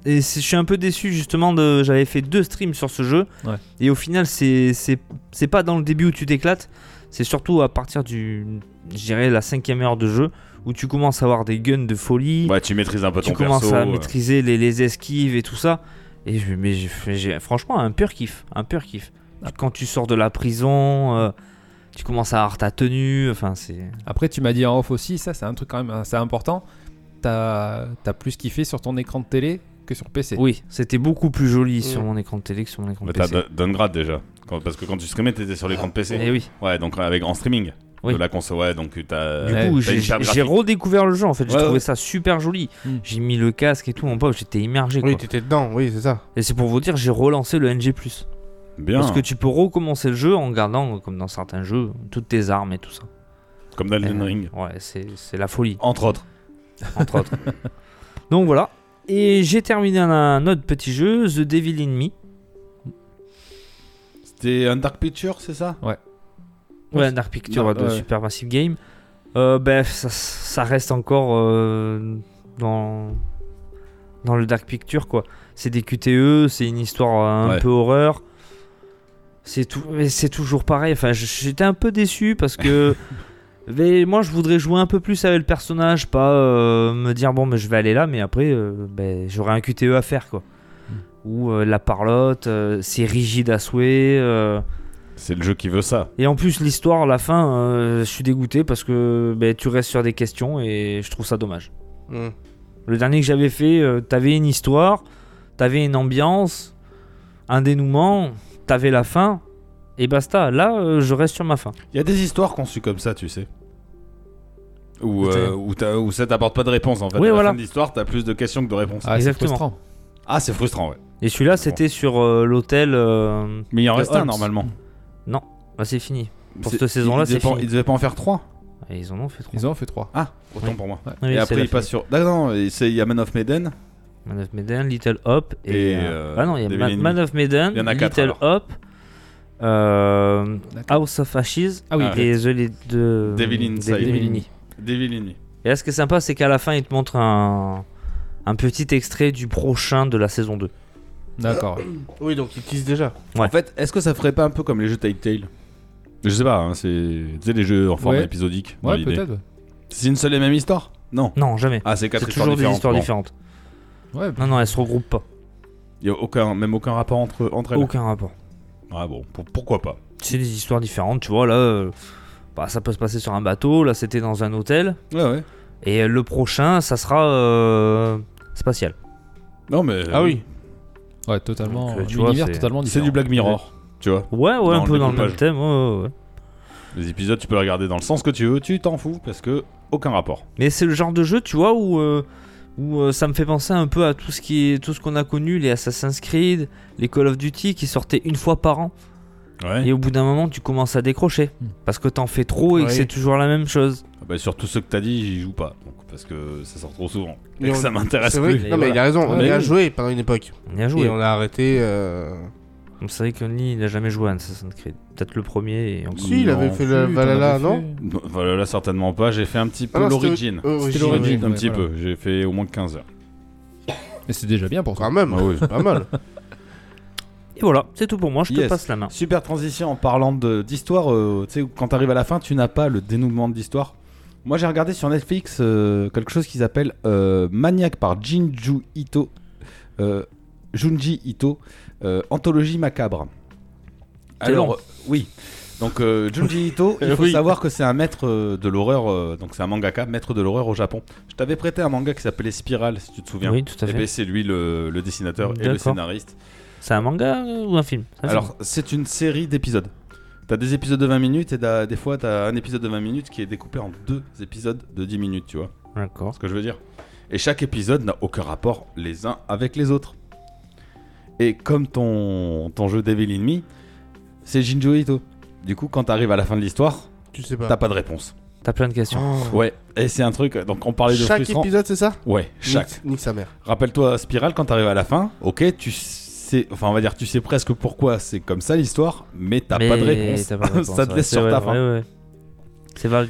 [SPEAKER 2] Et c'est- je suis un peu déçu, justement. de J'avais fait deux streams sur ce jeu.
[SPEAKER 7] Ouais.
[SPEAKER 2] Et au final, c'est c'est- c'est pas dans le début où tu t'éclates. C'est surtout à partir du. Je dirais la cinquième heure de jeu. Où tu commences à avoir des guns de folie.
[SPEAKER 4] Ouais, Bah, tu maîtrises un peu
[SPEAKER 2] tu
[SPEAKER 4] ton
[SPEAKER 2] commences
[SPEAKER 4] perso.
[SPEAKER 2] à
[SPEAKER 4] euh.
[SPEAKER 2] maîtriser les, les esquives et tout ça. Et je- mais j'ai- j'ai franchement un pur kiff. Un pur kiff.
[SPEAKER 4] Ah.
[SPEAKER 2] Quand tu sors de la prison. euh, tu commences à avoir ta tenue, enfin c'est...
[SPEAKER 7] Après, tu m'as dit en off aussi, ça, c'est un truc quand même assez important. T'as as plus kiffé sur ton écran de télé que sur PC.
[SPEAKER 2] Oui, c'était beaucoup plus joli sur
[SPEAKER 5] Mm.
[SPEAKER 2] mon écran de télé que sur mon écran de
[SPEAKER 4] Bah, t'as
[SPEAKER 2] PC.
[SPEAKER 4] dun- Downgrade déjà. Quand- parce que quand tu streamais, t'étais sur l'écran de PC.
[SPEAKER 2] Et Eh oui.
[SPEAKER 4] Ouais, donc euh, avec en streaming.
[SPEAKER 2] Oui.
[SPEAKER 4] De la console, ouais, donc t'as.
[SPEAKER 2] Du
[SPEAKER 7] Ouais,
[SPEAKER 4] t'as
[SPEAKER 2] coup, Eh j'ai
[SPEAKER 4] une table
[SPEAKER 2] j'ai
[SPEAKER 4] graphique.
[SPEAKER 2] redécouvert le jeu en fait. J'ai
[SPEAKER 4] Ouais,
[SPEAKER 2] trouvé
[SPEAKER 4] ouais.
[SPEAKER 2] ça super joli.
[SPEAKER 7] Mm.
[SPEAKER 2] J'ai mis le casque et tout, mon pauvre, j'étais immergé.
[SPEAKER 5] Oui,
[SPEAKER 2] quoi.
[SPEAKER 5] t'étais dedans, oui, c'est ça.
[SPEAKER 2] Et c'est pour vous dire, j'ai relancé le NG.
[SPEAKER 4] Bien.
[SPEAKER 2] Parce que tu peux recommencer le jeu en gardant, comme dans certains jeux, toutes tes armes et tout ça.
[SPEAKER 4] Comme dans Elden
[SPEAKER 2] Euh,
[SPEAKER 4] Ring.
[SPEAKER 2] Ouais, c'est c'est la folie,
[SPEAKER 4] Entre autres.
[SPEAKER 2] entre autres. *laughs* Donc voilà. Et j'ai terminé un, un autre petit jeu, The Devil in Me.
[SPEAKER 4] C'était un Dark Picture, c'est ça
[SPEAKER 2] Ouais, un Dark Picture
[SPEAKER 4] Non,
[SPEAKER 2] de
[SPEAKER 4] ouais.
[SPEAKER 2] Supermassive Game. Euh, ben, ça, ça reste encore euh, dans, dans le Dark Picture, quoi. C'est des QTE, c'est une histoire euh, un
[SPEAKER 4] Ouais.
[SPEAKER 2] peu horreur. C'est tout, mais c'est toujours pareil. Enfin, je- j'étais un peu déçu
[SPEAKER 4] *laughs*
[SPEAKER 2] parce que. mais moi, je voudrais jouer un peu plus avec le personnage, pas euh, me dire bon, mais je vais aller là, mais après, euh, ben, j'aurai un QTE à faire, quoi.
[SPEAKER 4] Hmm.
[SPEAKER 2] Ou euh, la parlotte, euh, c'est rigide à souhait. euh,
[SPEAKER 4] C'est le jeu qui veut ça.
[SPEAKER 2] et en plus, l'histoire, la fin, euh, je suis dégoûté parce que ben, tu restes sur des questions et je trouve ça dommage.
[SPEAKER 5] Mm.
[SPEAKER 2] Le dernier que j'avais fait, euh, t'avais une histoire, t'avais une ambiance, un dénouement, t'avais la fin, et basta. Là, euh, je reste sur ma fin.
[SPEAKER 4] Il y a des histoires conçues comme ça, tu sais. Où, euh,
[SPEAKER 7] C'est-à-dire
[SPEAKER 4] où, t'as- où ça t'apporte pas de réponse en fait.
[SPEAKER 2] Oui,
[SPEAKER 4] à la
[SPEAKER 2] voilà.
[SPEAKER 4] fin de l'histoire, t'as plus de questions que de réponses. Ah,
[SPEAKER 7] Ah, c'est
[SPEAKER 2] Exactement.
[SPEAKER 7] frustrant.
[SPEAKER 4] c'est frustrant, ouais.
[SPEAKER 2] Et celui-là, c'était sur euh, l'hôtel. euh,
[SPEAKER 4] Mais il en
[SPEAKER 2] De
[SPEAKER 4] reste un
[SPEAKER 2] Holmes.
[SPEAKER 4] normalement.
[SPEAKER 2] bah, c'est fini. Pour
[SPEAKER 4] C'est-
[SPEAKER 2] cette saison-là,
[SPEAKER 4] il devait
[SPEAKER 2] c'est
[SPEAKER 4] pas-
[SPEAKER 2] fini.
[SPEAKER 4] Il devait pas en faire 3.
[SPEAKER 2] Et ils en ont fait trois.
[SPEAKER 7] Ils en ont fait 3.
[SPEAKER 4] Ah, autant
[SPEAKER 2] Oui.
[SPEAKER 4] pour moi.
[SPEAKER 2] Oui,
[SPEAKER 4] et
[SPEAKER 2] c'est
[SPEAKER 4] après,
[SPEAKER 2] la
[SPEAKER 4] il passe sur. Non, non, et c'est- il y a Man of Maiden.
[SPEAKER 2] fin. Man of Medan, Little Hop et.
[SPEAKER 4] Et,
[SPEAKER 2] euh,
[SPEAKER 4] euh,
[SPEAKER 2] ah non, il y a
[SPEAKER 4] Devil
[SPEAKER 2] Man,
[SPEAKER 4] in Me.
[SPEAKER 2] Man of Medan,
[SPEAKER 4] Il y en a quatre,
[SPEAKER 2] Little Hop, euh,
[SPEAKER 7] D'accord.
[SPEAKER 2] House of Ashes
[SPEAKER 7] Ah oui,
[SPEAKER 4] Ah,
[SPEAKER 2] et The Lid- de
[SPEAKER 4] Devil Inside.
[SPEAKER 2] Devil in Me.
[SPEAKER 4] Devilini.
[SPEAKER 2] Et là, ce qui est sympa, c'est qu'à la fin, il te montre un, un petit extrait du prochain de la saison 2.
[SPEAKER 7] D'accord.
[SPEAKER 5] Oui, donc ils teasent déjà.
[SPEAKER 2] Ouais.
[SPEAKER 4] En fait, est-ce que ça ferait pas un peu comme les jeux Telltale Je sais pas, hein, c'est tu sais, les jeux en forme
[SPEAKER 7] Ouais.
[SPEAKER 4] épisodique. dans
[SPEAKER 7] Ouais,
[SPEAKER 4] l'idée.
[SPEAKER 7] peut-être.
[SPEAKER 4] C'est une seule et même histoire Non.
[SPEAKER 2] Non, jamais.
[SPEAKER 4] Ah, c'est quatre
[SPEAKER 2] C'est
[SPEAKER 4] histoires
[SPEAKER 2] toujours des
[SPEAKER 4] différentes.
[SPEAKER 2] histoires
[SPEAKER 4] Bon.
[SPEAKER 2] différentes.
[SPEAKER 7] Ouais,
[SPEAKER 2] Non, non, elles se regroupent pas.
[SPEAKER 4] Il y a aucun, même aucun rapport entre, entre elles.
[SPEAKER 2] Aucun rapport.
[SPEAKER 4] Ah bon, pour- pourquoi pas
[SPEAKER 2] C'est des histoires différentes, tu vois. Là, euh, bah, ça peut se passer sur un bateau. Là, c'était dans un hôtel.
[SPEAKER 4] Ouais, ouais.
[SPEAKER 2] Et euh, le prochain, ça sera euh, spatial.
[SPEAKER 4] Non, mais.
[SPEAKER 5] Ah oui.
[SPEAKER 7] ouais totalement.
[SPEAKER 2] Donc, euh,
[SPEAKER 7] un
[SPEAKER 2] tu vois,
[SPEAKER 7] univers
[SPEAKER 2] c'est-
[SPEAKER 7] totalement
[SPEAKER 4] C'est
[SPEAKER 7] différent.
[SPEAKER 4] du Black Mirror. Tu vois,
[SPEAKER 2] Ouais, ouais,
[SPEAKER 4] Dans
[SPEAKER 2] un
[SPEAKER 4] le
[SPEAKER 2] peu dans le
[SPEAKER 4] découpage.
[SPEAKER 2] même thème. ouais, ouais, ouais.
[SPEAKER 4] les épisodes, tu peux les regarder dans le sens que tu veux, tu t'en fous parce que aucun rapport.
[SPEAKER 2] Mais c'est le genre de jeu, tu vois, où, euh, où euh, ça me fait penser un peu à tout ce qui est, tout ce qu'on a connu, les Assassin's Creed, les Call of Duty qui sortaient une fois par an.
[SPEAKER 4] Ouais. Hmm.
[SPEAKER 2] Et au bout d'un moment, tu commences à décrocher parce que t'en fais trop et que
[SPEAKER 5] Oui.
[SPEAKER 2] c'est toujours la même chose.
[SPEAKER 4] Ah bah, sur tout ce que t'as dit, j'y joue pas. donc, parce que ça sort trop souvent. Et
[SPEAKER 5] Mais
[SPEAKER 4] que
[SPEAKER 5] on-
[SPEAKER 4] ça m'intéresse
[SPEAKER 5] C'est vrai.
[SPEAKER 4] plus.
[SPEAKER 5] que- Non, mais il a raison. On
[SPEAKER 4] Ouais.
[SPEAKER 5] y a joué pendant une époque.
[SPEAKER 2] On y a joué.
[SPEAKER 5] Et on a arrêté. euh,
[SPEAKER 2] Vous savez qu'Only, il n'a jamais joué à Assassin's Creed. Peut-être le premier et encore.
[SPEAKER 5] Si, il
[SPEAKER 4] Non.
[SPEAKER 5] avait fait le Valhalla, non
[SPEAKER 4] Bon, Voilà, là, certainement pas. J'ai fait un petit peu
[SPEAKER 5] Ah non, c'était-
[SPEAKER 4] l'origine.
[SPEAKER 5] euh,
[SPEAKER 7] C'était
[SPEAKER 5] Origin,
[SPEAKER 7] l'origine.
[SPEAKER 5] oui.
[SPEAKER 4] Un
[SPEAKER 7] ouais,
[SPEAKER 4] petit
[SPEAKER 7] voilà.
[SPEAKER 4] peu. J'ai fait au moins 15 heures.
[SPEAKER 7] Mais c'est déjà bien pour toi.
[SPEAKER 5] Quand même,
[SPEAKER 4] Ah oui.
[SPEAKER 5] c'est pas mal.
[SPEAKER 2] Et voilà, c'est tout pour moi. Je te
[SPEAKER 4] Yes.
[SPEAKER 2] passe la main.
[SPEAKER 4] Super transition en parlant de- d'histoire. euh, tu sais, quand t'arrives à la fin, tu n'as pas le dénouement de l'histoire. Moi, j'ai regardé sur Netflix euh, quelque chose qu'ils appellent euh, Maniac par Jinju Ito, euh, Junji Ito, euh, Anthologie macabre.
[SPEAKER 2] C'est long.
[SPEAKER 4] Alors, euh, oui. Donc, euh, Junji Ito,
[SPEAKER 2] *laughs*
[SPEAKER 4] il faut
[SPEAKER 5] Oui.
[SPEAKER 4] savoir que c'est un maître euh, de l'horreur, euh, donc c'est un mangaka, maître de l'horreur au Japon. Je t'avais prêté un manga qui s'appelait Spiral, si tu te souviens.
[SPEAKER 2] Oui, tout à
[SPEAKER 4] Eh
[SPEAKER 2] fait.
[SPEAKER 4] ben, c'est lui le- le dessinateur et le
[SPEAKER 2] D'accord.
[SPEAKER 4] scénariste.
[SPEAKER 2] C'est un manga euh, ou un film Un film.
[SPEAKER 4] Alors, c'est une série d'épisodes. T'as des épisodes de 20 minutes et t'as- des fois t'as un épisode de 20 minutes qui est découpé en deux épisodes de 10 minutes, tu vois
[SPEAKER 2] D'accord.
[SPEAKER 4] ce que je veux dire. Et chaque épisode n'a aucun rapport les uns avec les autres. Et comme ton, ton jeu Devil in Me, c'est Jinjo Ito. Du coup, quand t'arrives à la fin de l'histoire,
[SPEAKER 5] Tu sais pas.
[SPEAKER 4] t'as pas de réponse.
[SPEAKER 2] T'as plein de questions.
[SPEAKER 5] Oh.
[SPEAKER 4] Ouais, et c'est un truc, donc on parlait de
[SPEAKER 5] Chaque
[SPEAKER 4] frustrant.
[SPEAKER 5] épisode, c'est ça
[SPEAKER 4] Ouais, chaque.
[SPEAKER 5] Nique- Nique sa mère.
[SPEAKER 4] Rappelle-toi Spiral quand t'arrives à la fin, ok, tu sais, enfin on va dire tu sais presque pourquoi c'est comme ça l'histoire, mais *laughs* t'as
[SPEAKER 2] Mais
[SPEAKER 4] pas de réponse.
[SPEAKER 2] t'as pas
[SPEAKER 4] *laughs*
[SPEAKER 2] de réponse,
[SPEAKER 4] ça te
[SPEAKER 2] ouais,
[SPEAKER 4] laisse
[SPEAKER 2] c'est
[SPEAKER 4] sur
[SPEAKER 2] vrai,
[SPEAKER 4] ta fin.
[SPEAKER 2] ouais, ouais. C'est vague.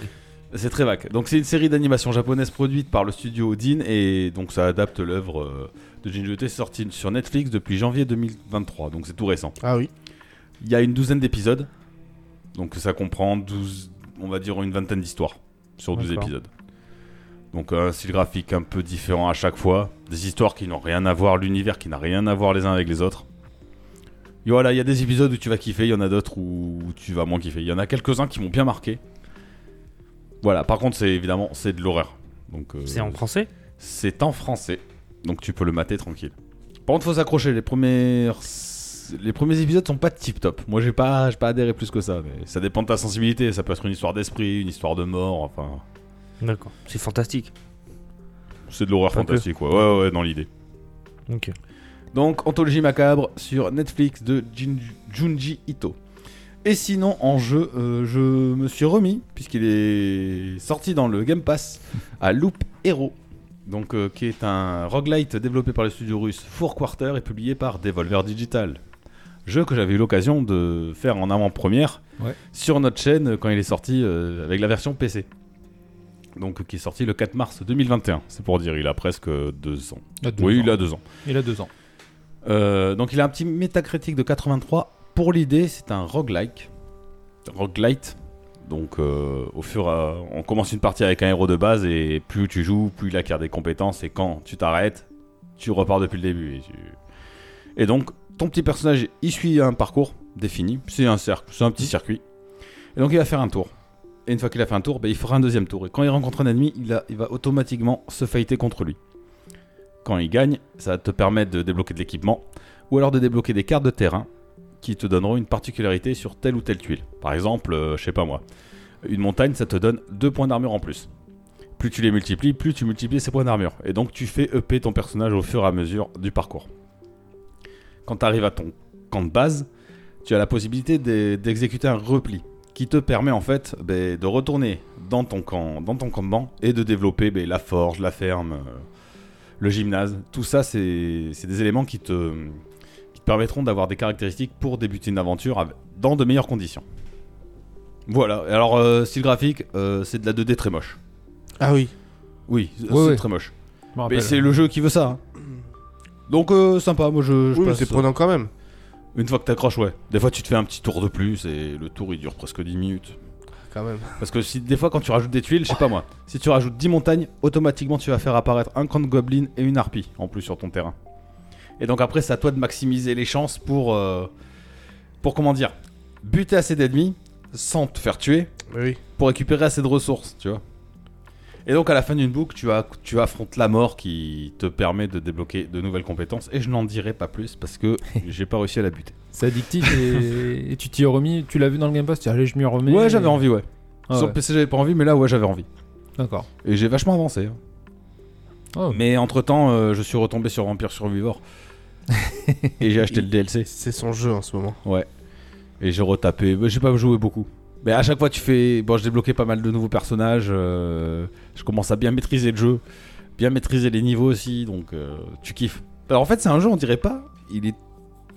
[SPEAKER 4] C'est très vague. Donc c'est une série d'animation japonaise produite par le studio Odin et donc ça adapte l'œuvre euh, de Jinjo Ito sortie sur Netflix depuis janvier 2023, donc c'est tout récent.
[SPEAKER 5] Ah oui.
[SPEAKER 4] Il y a une douzaine d'épisodes, donc ça comprend 12, on va dire une vingtaine d'histoires sur 12
[SPEAKER 2] D'accord.
[SPEAKER 4] épisodes. Donc un style graphique un peu différent à chaque fois, des histoires qui n'ont rien à voir, l'univers qui n'a rien à voir les uns avec les autres. Et voilà, il y a des épisodes où tu vas kiffer, il y en a d'autres où tu vas moins kiffer. Il y en a quelques-uns qui m'ont bien marqué. Voilà, par contre, c'est évidemment, c'est de l'horreur. Donc euh,
[SPEAKER 2] C'est en français
[SPEAKER 4] c'est en français, donc tu peux le mater tranquille. Par contre, faut s'accrocher. Les premières, les premiers épisodes sont pas tip top. Moi, j'ai pas, j'ai pas adhéré plus que ça. Mais ça dépend de ta sensibilité. Ça peut être une histoire d'esprit, une histoire de mort. Enfin, Euh,
[SPEAKER 2] D'accord. C'est fantastique.
[SPEAKER 4] c'est de l'horreur
[SPEAKER 2] Pas que.
[SPEAKER 4] fantastique, quoi. Ouais, ouais, dans l'idée.
[SPEAKER 2] Ok.
[SPEAKER 4] Donc, Anthologie macabre sur Netflix de Jin- Junji Ito. Et sinon, en jeu, euh, je me suis remis, puisqu'il est sorti dans le Game Pass, à Loop Hero. Donc, euh, qui est un roguelite développé par le studio russe Four Quarter et publié par Devolver Digital. Jeu que j'avais eu l'occasion de faire en avant-première
[SPEAKER 7] Ouais.
[SPEAKER 4] sur notre chaîne euh, quand il est sorti euh, avec la version PC. Donc, euh, qui est sorti le 4 mars 2021. C'est pour dire, il a presque euh, deux ans. oui, il a deux ans.
[SPEAKER 7] Ah, Il a deux ans.
[SPEAKER 4] Euh, donc il a un petit métacritique de 83. Pour l'idée, c'est un roguelike. Roguelite. Donc euh, au fur et à... on commence une partie avec un héros de base et plus tu joues, plus il acquiert des compétences et quand tu t'arrêtes, tu repars depuis le début. Et, tu- et donc ton petit personnage, il suit un parcours défini. C'est un cercle, c'est un petit circuit. Et donc il va faire un tour. Et une fois qu'il a fait un tour, ben, il fera un deuxième tour. Et quand il rencontre un ennemi, il, a- il va automatiquement se fighter contre lui. Quand il gagne, ça va te permettre de débloquer de l'équipement ou alors de débloquer des cartes de terrain qui te donneront une particularité sur telle ou telle tuile. Par exemple, euh, je sais pas moi, une montagne, ça te donne deux points d'armure en plus. Plus tu les multiplies, plus tu multiplies ces points d'armure. Et donc tu fais EP ton personnage au fur et à mesure du parcours. Quand tu arrives à ton camp de base, tu as la possibilité d'e- d'exécuter un repli qui te permet en fait ben, de retourner dans ton, camp, dans ton campement et de développer ben, la forge, la ferme, euh, le gymnase. Tout ça, c'est c'est des éléments qui te, qui te permettront d'avoir des caractéristiques pour débuter une aventure av- dans de meilleures conditions. Voilà, Et alors euh, style graphique, euh, c'est de la 2D très moche.
[SPEAKER 5] Ah oui.
[SPEAKER 4] Oui, euh,
[SPEAKER 7] Ouais,
[SPEAKER 4] c'est
[SPEAKER 7] ouais.
[SPEAKER 4] très moche.
[SPEAKER 7] Je me
[SPEAKER 4] Mais
[SPEAKER 7] rappelle.
[SPEAKER 4] c'est le jeu qui veut ça. hein. Donc euh, sympa, moi je, je
[SPEAKER 5] Oui, mais
[SPEAKER 4] passe.
[SPEAKER 5] c'est prenant quand même.
[SPEAKER 4] Une fois que t'accroches, ouais. Des fois tu te fais un petit tour de plus et le tour il dure presque 10 minutes.
[SPEAKER 5] Quand même.
[SPEAKER 4] Parce que si des fois quand tu rajoutes des tuiles, je sais pas moi, si tu rajoutes 10 montagnes, automatiquement tu vas faire apparaître un camp de gobelins et une harpie en plus sur ton terrain. Et donc après c'est à toi de maximiser les chances pour euh, pour comment dire, buter assez d'ennemis sans te faire tuer
[SPEAKER 5] Oui.
[SPEAKER 4] pour récupérer assez de ressources, tu vois. Et donc à la fin d'une boucle, tu, as, tu affrontes la mort qui te permet de débloquer de nouvelles compétences. Et je n'en dirai pas plus
[SPEAKER 7] *laughs*
[SPEAKER 4] parce que j'ai pas réussi à la buter.
[SPEAKER 7] C'est addictif et, et tu t'y es remis. Tu l'as vu dans le Game Pass, tu dis allez, je m'y remets.
[SPEAKER 4] Ouais, j'avais envie, ouais.
[SPEAKER 7] Ah
[SPEAKER 4] Sur
[SPEAKER 7] ouais,
[SPEAKER 4] le PC, j'avais pas envie, mais là, ouais, j'avais envie.
[SPEAKER 7] D'accord.
[SPEAKER 4] Et j'ai vachement avancé. hein.
[SPEAKER 7] Oh.
[SPEAKER 4] Mais entre temps, je suis retombé sur Vampire Survivor. et j'ai acheté le DLC.
[SPEAKER 5] C'est son jeu en ce moment.
[SPEAKER 4] Et j'ai retapé. Mais J'ai pas joué beaucoup. Mais à chaque fois, tu fais. Bon, j'ai débloqué pas mal de nouveaux personnages. euh, Je commence à bien maîtriser le jeu. Bien maîtriser les niveaux aussi. Donc, euh, tu kiffes. Alors, en fait, c'est un jeu, on dirait pas. Il est.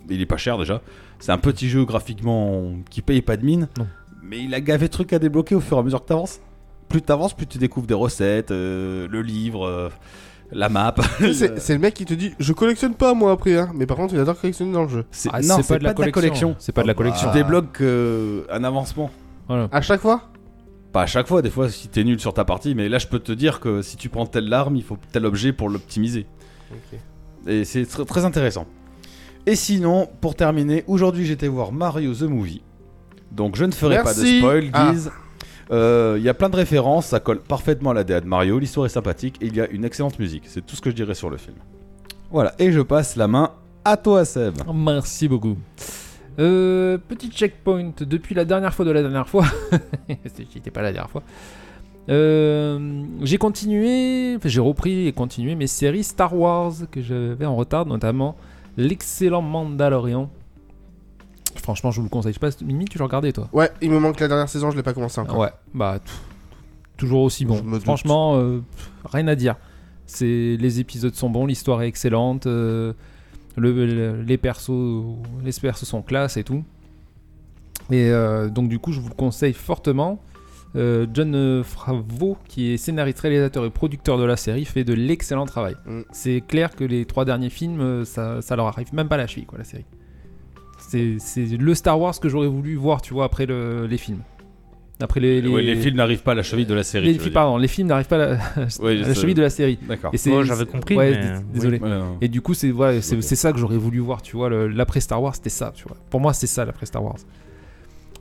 [SPEAKER 4] Il est pas cher déjà. C'est un petit jeu graphiquement qui paye pas de mine.
[SPEAKER 6] Non.
[SPEAKER 4] Mais il a gavé de trucs à débloquer au fur et à mesure que t'avances. Plus t'avances, plus tu découvres des recettes, euh, le livre, euh, la map. *laughs*
[SPEAKER 5] C'est c'est le mec qui te dit Je collectionne pas moi après, hein. mais par contre il adore collectionner dans le jeu.
[SPEAKER 4] C'est
[SPEAKER 7] Ah,
[SPEAKER 4] non, c'est pas, de la collection.
[SPEAKER 7] C'est pas de la
[SPEAKER 4] Ah,
[SPEAKER 7] collection.
[SPEAKER 4] Tu débloques euh, un avancement.
[SPEAKER 7] Voilà.
[SPEAKER 5] À chaque fois
[SPEAKER 4] Pas à chaque fois, des fois, si t'es nul sur ta partie, mais là, je peux te dire que si tu prends telle arme, il faut tel objet pour l'optimiser. Et c'est tr- très intéressant. Et sinon, pour terminer, aujourd'hui, j'étais voir Mario the Movie. Donc, je ne ferai pas de
[SPEAKER 5] Merci.
[SPEAKER 4] spoil,
[SPEAKER 5] Ah.
[SPEAKER 4] Guise. Euh, Il y a plein de références, ça colle parfaitement à la DA de Mario, l'histoire est sympathique et il y a une excellente musique. C'est tout ce que je dirais sur le film. Voilà, et je passe la main à toi, Seb.
[SPEAKER 7] Merci beaucoup. Euh, petit checkpoint depuis la dernière fois de la dernière fois. *laughs* C'était- J'étais pas la dernière fois. Euh, j'ai continué, enfin, j'ai repris et continué mes séries Star Wars que j'avais en retard, notamment l'excellent Mandalorian. Franchement, je vous le conseille. Je sais pas, Mimi, tu l'as regardé toi
[SPEAKER 5] Ouais, il me manque la dernière saison, je l'ai pas commencé encore.
[SPEAKER 7] Ouais, bah t- t- toujours aussi bon.
[SPEAKER 5] Je me doute.
[SPEAKER 7] Franchement, euh, pff, rien à dire. C'est les épisodes sont bons, l'histoire est excellente, euh, le- le- les persos, les persos sont classe et tout. Et euh, donc du coup, je vous le conseille fortement. Euh, John euh, Favreau, qui est scénariste, réalisateur et producteur de la série, fait de l'excellent travail.
[SPEAKER 5] Mm.
[SPEAKER 7] C'est clair que les trois derniers films, euh, ça, ça leur arrive même pas à la cheville, quoi, la série. C'est c'est le Star Wars que j'aurais voulu voir, tu vois, après le- les films. Après les, les-
[SPEAKER 4] Ouais, les films n'arrivent pas à la cheville de la
[SPEAKER 7] les
[SPEAKER 4] série. tu
[SPEAKER 7] films,
[SPEAKER 4] veux dire.
[SPEAKER 7] pardon, les films n'arrivent pas à la,
[SPEAKER 4] Oui,
[SPEAKER 7] à la
[SPEAKER 4] c'est-
[SPEAKER 7] cheville de la série.
[SPEAKER 4] D'accord.
[SPEAKER 7] Et c'est-
[SPEAKER 2] Moi, j'avais compris,
[SPEAKER 7] ouais,
[SPEAKER 2] mais-
[SPEAKER 7] d-
[SPEAKER 2] oui.
[SPEAKER 7] désolé.
[SPEAKER 4] Ouais, non.
[SPEAKER 7] Et du coup, c'est voilà, c'est
[SPEAKER 4] Ok.
[SPEAKER 7] c'est ça que j'aurais voulu voir, tu vois. le- L'après Star Wars, c'était ça, tu vois. Pour moi, c'est ça l'après Star Wars.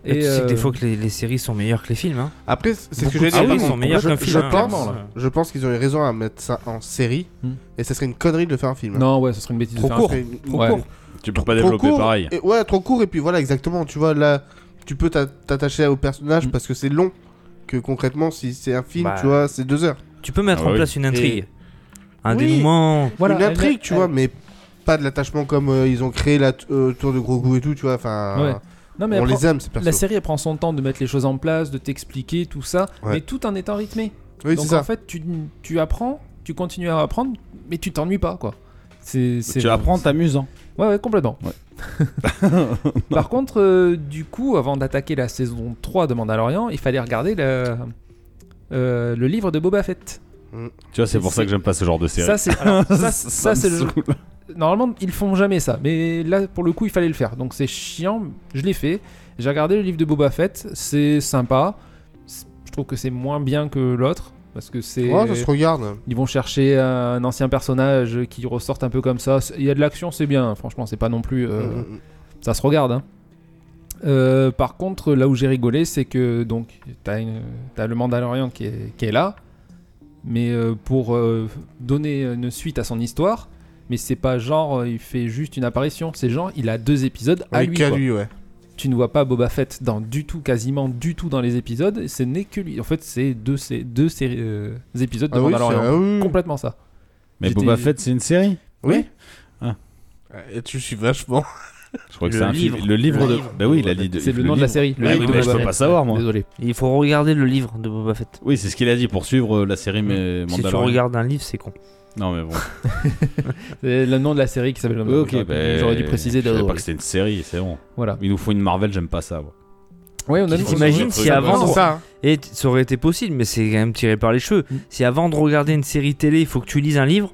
[SPEAKER 2] Et tu sais que
[SPEAKER 7] euh,
[SPEAKER 2] des fois que les, les séries sont meilleures que les films. Hein.
[SPEAKER 5] Après, c'est ce
[SPEAKER 2] Beaucoup
[SPEAKER 5] que j'ai
[SPEAKER 2] de
[SPEAKER 5] dit.
[SPEAKER 2] séries
[SPEAKER 5] par
[SPEAKER 2] sont
[SPEAKER 5] contre.
[SPEAKER 2] meilleures
[SPEAKER 5] je,
[SPEAKER 2] qu'un
[SPEAKER 5] je
[SPEAKER 2] film, hein,
[SPEAKER 5] pense,
[SPEAKER 2] clairement, là.
[SPEAKER 5] je pense qu'ils ont eu raison à mettre ça en série
[SPEAKER 7] Hmm.
[SPEAKER 5] et ça serait une connerie de le faire en film.
[SPEAKER 7] Non, ouais, ce serait une bêtise. de
[SPEAKER 5] Trop
[SPEAKER 7] faire un
[SPEAKER 5] court.
[SPEAKER 7] film.
[SPEAKER 5] Trop
[SPEAKER 7] Ouais.
[SPEAKER 5] court.
[SPEAKER 4] Tu peux pas
[SPEAKER 5] Trop
[SPEAKER 4] développer
[SPEAKER 5] court,
[SPEAKER 4] pareil.
[SPEAKER 5] et- ouais, trop court. Et puis voilà, exactement. Tu vois, là, tu peux t'a- t'attacher au personnage
[SPEAKER 7] Mm.
[SPEAKER 5] parce que c'est long. Que concrètement, si c'est un film,
[SPEAKER 2] Bah,
[SPEAKER 5] tu vois, c'est deux heures.
[SPEAKER 2] Tu peux mettre
[SPEAKER 4] Ah
[SPEAKER 2] en
[SPEAKER 4] oui.
[SPEAKER 2] place une intrigue. Un
[SPEAKER 5] Oui.
[SPEAKER 2] dénouement.
[SPEAKER 7] Voilà,
[SPEAKER 5] Une
[SPEAKER 7] elle-
[SPEAKER 5] intrigue, tu
[SPEAKER 7] elle-
[SPEAKER 5] vois, mais pas de l'attachement comme euh, ils ont créé la t- euh, tour de gros goût et tout, tu vois.
[SPEAKER 7] Ouais.
[SPEAKER 5] Enfin,
[SPEAKER 7] Non, mais
[SPEAKER 5] Ah. on
[SPEAKER 7] après-
[SPEAKER 5] les aime, ces
[SPEAKER 7] la
[SPEAKER 5] personnages.
[SPEAKER 7] série elle prend son temps de mettre les choses en place, de t'expliquer tout ça,
[SPEAKER 5] Ouais.
[SPEAKER 7] mais tout en étant rythmé.
[SPEAKER 5] Oui, c'est
[SPEAKER 7] Donc
[SPEAKER 5] ça.
[SPEAKER 7] en fait, tu, tu apprends, tu continues à apprendre, mais tu t'ennuies pas quoi. C'est c'est-
[SPEAKER 4] Tu apprends, t'amuses. hein.
[SPEAKER 7] Ouais, ouais, complètement.
[SPEAKER 5] *laughs*
[SPEAKER 7] Par contre, euh, du coup, avant d'attaquer la saison 3 de Mandalorian, il fallait regarder le, euh, le livre de Boba Fett.
[SPEAKER 4] Tu vois, c'est pour
[SPEAKER 7] C'est-
[SPEAKER 4] ça que j'aime pas ce genre de série.
[SPEAKER 7] Ça, c'est alors, ça,
[SPEAKER 4] *laughs* Ça
[SPEAKER 7] ça,
[SPEAKER 4] me
[SPEAKER 7] c'est le
[SPEAKER 4] saoule.
[SPEAKER 7] *laughs* normalement ils font jamais ça, mais là pour le coup il fallait le faire, donc c'est chiant, je l'ai fait, j'ai regardé le livre de Boba Fett, c'est sympa, C'est- je trouve que c'est moins bien que l'autre, parce que c'est...
[SPEAKER 5] Ouais, ça se regarde.
[SPEAKER 7] Ils vont chercher un ancien personnage qui ressorte un peu comme ça, C'est- il y a de l'action c'est bien, franchement c'est pas non plus... euh,
[SPEAKER 5] Mm, mm,
[SPEAKER 7] ça se regarde. hein. Euh, par contre, là où j'ai rigolé, c'est que donc t'as, une- t'as le Mandalorian qui est, qui est là, mais euh, pour euh, donner une suite à son histoire, mais c'est pas genre euh, il fait juste une apparition, c'est genre il a deux épisodes à Ah,
[SPEAKER 5] oui,
[SPEAKER 7] lui.
[SPEAKER 5] qu'à
[SPEAKER 7] quoi.
[SPEAKER 5] lui, ouais.
[SPEAKER 7] Tu ne vois pas Boba Fett dans du tout, quasiment du tout dans les épisodes, et ce n'est que lui. En fait, c'est deux, sé- deux séries- euh, épisodes de
[SPEAKER 5] Ah oui, c'est-
[SPEAKER 7] Mandalorian.
[SPEAKER 5] ah oui.
[SPEAKER 7] Complètement ça.
[SPEAKER 4] Mais
[SPEAKER 7] J'étais-
[SPEAKER 4] Boba Fett, c'est une série
[SPEAKER 5] Oui.
[SPEAKER 4] Ah.
[SPEAKER 5] Et tu
[SPEAKER 7] *laughs*
[SPEAKER 5] suis vachement.
[SPEAKER 4] Je crois que
[SPEAKER 2] Le
[SPEAKER 4] c'est un
[SPEAKER 2] livre.
[SPEAKER 4] film. Le livre
[SPEAKER 2] Le
[SPEAKER 4] de.
[SPEAKER 2] livre.
[SPEAKER 4] Bah oui, il a dit. de-
[SPEAKER 7] C'est le,
[SPEAKER 4] le
[SPEAKER 7] nom de la
[SPEAKER 4] livre.
[SPEAKER 7] série. le
[SPEAKER 4] Ah
[SPEAKER 7] livre
[SPEAKER 4] oui,
[SPEAKER 7] de
[SPEAKER 4] mais je
[SPEAKER 7] Boba
[SPEAKER 4] peux
[SPEAKER 7] Fett.
[SPEAKER 4] pas savoir, moi.
[SPEAKER 7] Désolé.
[SPEAKER 2] Il faut regarder le livre de Boba Fett.
[SPEAKER 4] Oui, c'est ce qu'il a dit pour suivre euh, la série mais
[SPEAKER 2] Si tu
[SPEAKER 4] Mandalorian.
[SPEAKER 2] regardes un livre, c'est con.
[SPEAKER 4] Non, mais bon.
[SPEAKER 7] C'est le nom de la série qui s'appelle comme ça.
[SPEAKER 4] ok,
[SPEAKER 7] J'aurais-
[SPEAKER 4] bah,
[SPEAKER 7] J'aurais dû préciser
[SPEAKER 4] Je savais
[SPEAKER 7] d'abord.
[SPEAKER 4] pas que c'était une série, c'est bon.
[SPEAKER 7] Voilà.
[SPEAKER 4] Ils nous font une Marvel, j'aime pas ça. moi.
[SPEAKER 7] Ouais, on a Ah,
[SPEAKER 2] Qui
[SPEAKER 7] mis-
[SPEAKER 2] t'imagines si avant
[SPEAKER 5] C'est
[SPEAKER 2] de-
[SPEAKER 5] ça. hein.
[SPEAKER 2] Et t- ça aurait été possible, mais c'est quand même tiré par les cheveux.
[SPEAKER 7] Mm.
[SPEAKER 2] Si avant de regarder une série télé, il faut que tu lises un livre,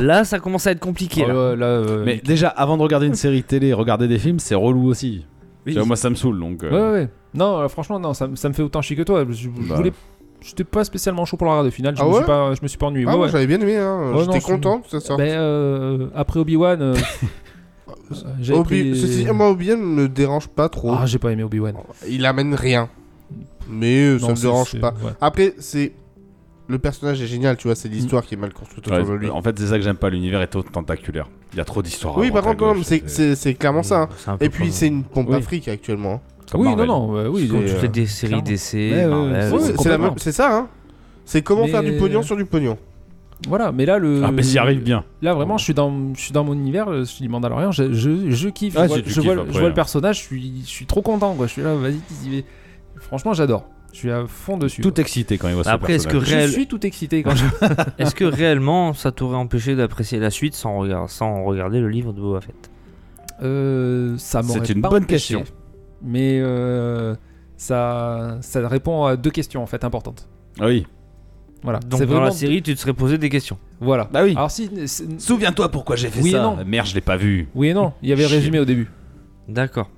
[SPEAKER 2] là, ça commence à être compliqué.
[SPEAKER 7] Oh,
[SPEAKER 2] là.
[SPEAKER 7] ouais, là, euh,
[SPEAKER 4] Mais déjà, avant de regarder une série télé, regarder des films, c'est relou aussi. Tu vois, moi, ça me saoule, donc.
[SPEAKER 7] Ouais,
[SPEAKER 4] euh,
[SPEAKER 7] ouais, ouais. Non, euh, franchement, non, ça, me- ça me fait autant chier que toi. Je, je
[SPEAKER 4] Bah.
[SPEAKER 7] voulais. J'étais pas spécialement chaud pour le regarder au final. Je,
[SPEAKER 5] Ah
[SPEAKER 7] me,
[SPEAKER 5] ouais
[SPEAKER 7] suis pas, je me suis pas ennuyé.
[SPEAKER 5] Ah,
[SPEAKER 7] Ouais,
[SPEAKER 5] moi,
[SPEAKER 7] ouais.
[SPEAKER 5] j'avais bien aimé. hein.
[SPEAKER 7] Oh, non,
[SPEAKER 5] J'étais
[SPEAKER 7] c'est-
[SPEAKER 5] content que ça sorte.
[SPEAKER 7] Ben, euh, après Obi-Wan,
[SPEAKER 4] *laughs*
[SPEAKER 7] euh, euh, j'avais
[SPEAKER 5] Obi-
[SPEAKER 7] pris-
[SPEAKER 5] Ceci
[SPEAKER 4] ah,
[SPEAKER 5] dit, moi, Obi-Wan me dérange pas trop.
[SPEAKER 7] Ah, j'ai pas aimé Obi-Wan.
[SPEAKER 5] Il amène rien. Mais euh,
[SPEAKER 7] Non,
[SPEAKER 5] ça me
[SPEAKER 7] c'est-
[SPEAKER 5] dérange
[SPEAKER 7] c'est-
[SPEAKER 5] pas.
[SPEAKER 7] ouais.
[SPEAKER 5] Après, c'est. Le personnage est génial, tu vois, c'est l'histoire qui est mal construite
[SPEAKER 4] ouais,
[SPEAKER 5] autour de lui.
[SPEAKER 4] en fait, c'est ça que j'aime pas, l'univers est trop tentaculaire. Il y a trop d'histoires.
[SPEAKER 5] Oui,
[SPEAKER 4] à
[SPEAKER 5] par
[SPEAKER 4] droite,
[SPEAKER 5] contre,
[SPEAKER 4] à
[SPEAKER 5] non, mais
[SPEAKER 4] gauche, euh,
[SPEAKER 5] c'est- c'est c'est clairement ça. hein.
[SPEAKER 2] C'est un peu
[SPEAKER 5] Et puis,
[SPEAKER 2] comme-
[SPEAKER 5] c'est une pompe
[SPEAKER 7] Oui.
[SPEAKER 5] à fric actuellement. hein.
[SPEAKER 4] comme
[SPEAKER 7] Oui, non,
[SPEAKER 4] Marvel.
[SPEAKER 7] non, ouais, oui.
[SPEAKER 2] comme
[SPEAKER 5] c'est,
[SPEAKER 2] toutes
[SPEAKER 5] euh,
[SPEAKER 2] les des séries
[SPEAKER 7] clairement.
[SPEAKER 2] d'essai.
[SPEAKER 4] Ouais, ouais,
[SPEAKER 2] Marvel,
[SPEAKER 4] ouais,
[SPEAKER 5] Ouais,
[SPEAKER 2] c'est-
[SPEAKER 5] c'est la
[SPEAKER 7] complètement.
[SPEAKER 5] même- c'est ça, hein. C'est comment faire du
[SPEAKER 7] Mais-
[SPEAKER 5] pognon sur du pognon.
[SPEAKER 7] Voilà, mais là, le.
[SPEAKER 4] Ah, mais j'y arrive bien.
[SPEAKER 7] Là, vraiment, je suis dans, je suis dans mon univers. euh, Je suis Mandalorian. Je, je, je kiffe.
[SPEAKER 4] Ah,
[SPEAKER 7] je vois,
[SPEAKER 4] si, tu
[SPEAKER 7] je
[SPEAKER 4] kiffes
[SPEAKER 7] vois le-
[SPEAKER 4] après,
[SPEAKER 7] je vois
[SPEAKER 4] hein.
[SPEAKER 7] le personnage. Je suis, je suis trop content, quoi. Je suis là, vas-y, y vais. Franchement, j'adore. Je suis à fond dessus.
[SPEAKER 4] Tout
[SPEAKER 7] quoi.
[SPEAKER 4] excité quand il voit ce
[SPEAKER 2] Après, est-ce que,
[SPEAKER 4] personnage.
[SPEAKER 7] Je
[SPEAKER 2] réel-
[SPEAKER 7] suis tout excité
[SPEAKER 4] *laughs*
[SPEAKER 7] quand je.
[SPEAKER 2] *laughs* est-ce que réellement ça t'aurait empêché d'apprécier la suite sans, regard- sans regarder le livre de Boba Fett
[SPEAKER 7] Euh, ça m'aurait
[SPEAKER 4] C'est une
[SPEAKER 7] pas
[SPEAKER 4] bonne
[SPEAKER 7] empêché.
[SPEAKER 4] question.
[SPEAKER 7] Mais euh, ça, ça répond à deux questions en fait importantes.
[SPEAKER 4] Ah oui.
[SPEAKER 7] Voilà.
[SPEAKER 2] Donc
[SPEAKER 7] Ah, C'est
[SPEAKER 2] dans
[SPEAKER 7] vraiment...
[SPEAKER 2] la série, tu te serais posé des questions.
[SPEAKER 7] Voilà.
[SPEAKER 4] Bah oui.
[SPEAKER 7] Alors si, c'est-
[SPEAKER 4] Souviens-toi pourquoi j'ai fait
[SPEAKER 7] Oui et
[SPEAKER 4] ça.
[SPEAKER 7] non.
[SPEAKER 4] Merde, je l'ai pas vu.
[SPEAKER 7] oui et non, il y avait
[SPEAKER 4] Chier.
[SPEAKER 7] résumé au début.
[SPEAKER 2] D'accord.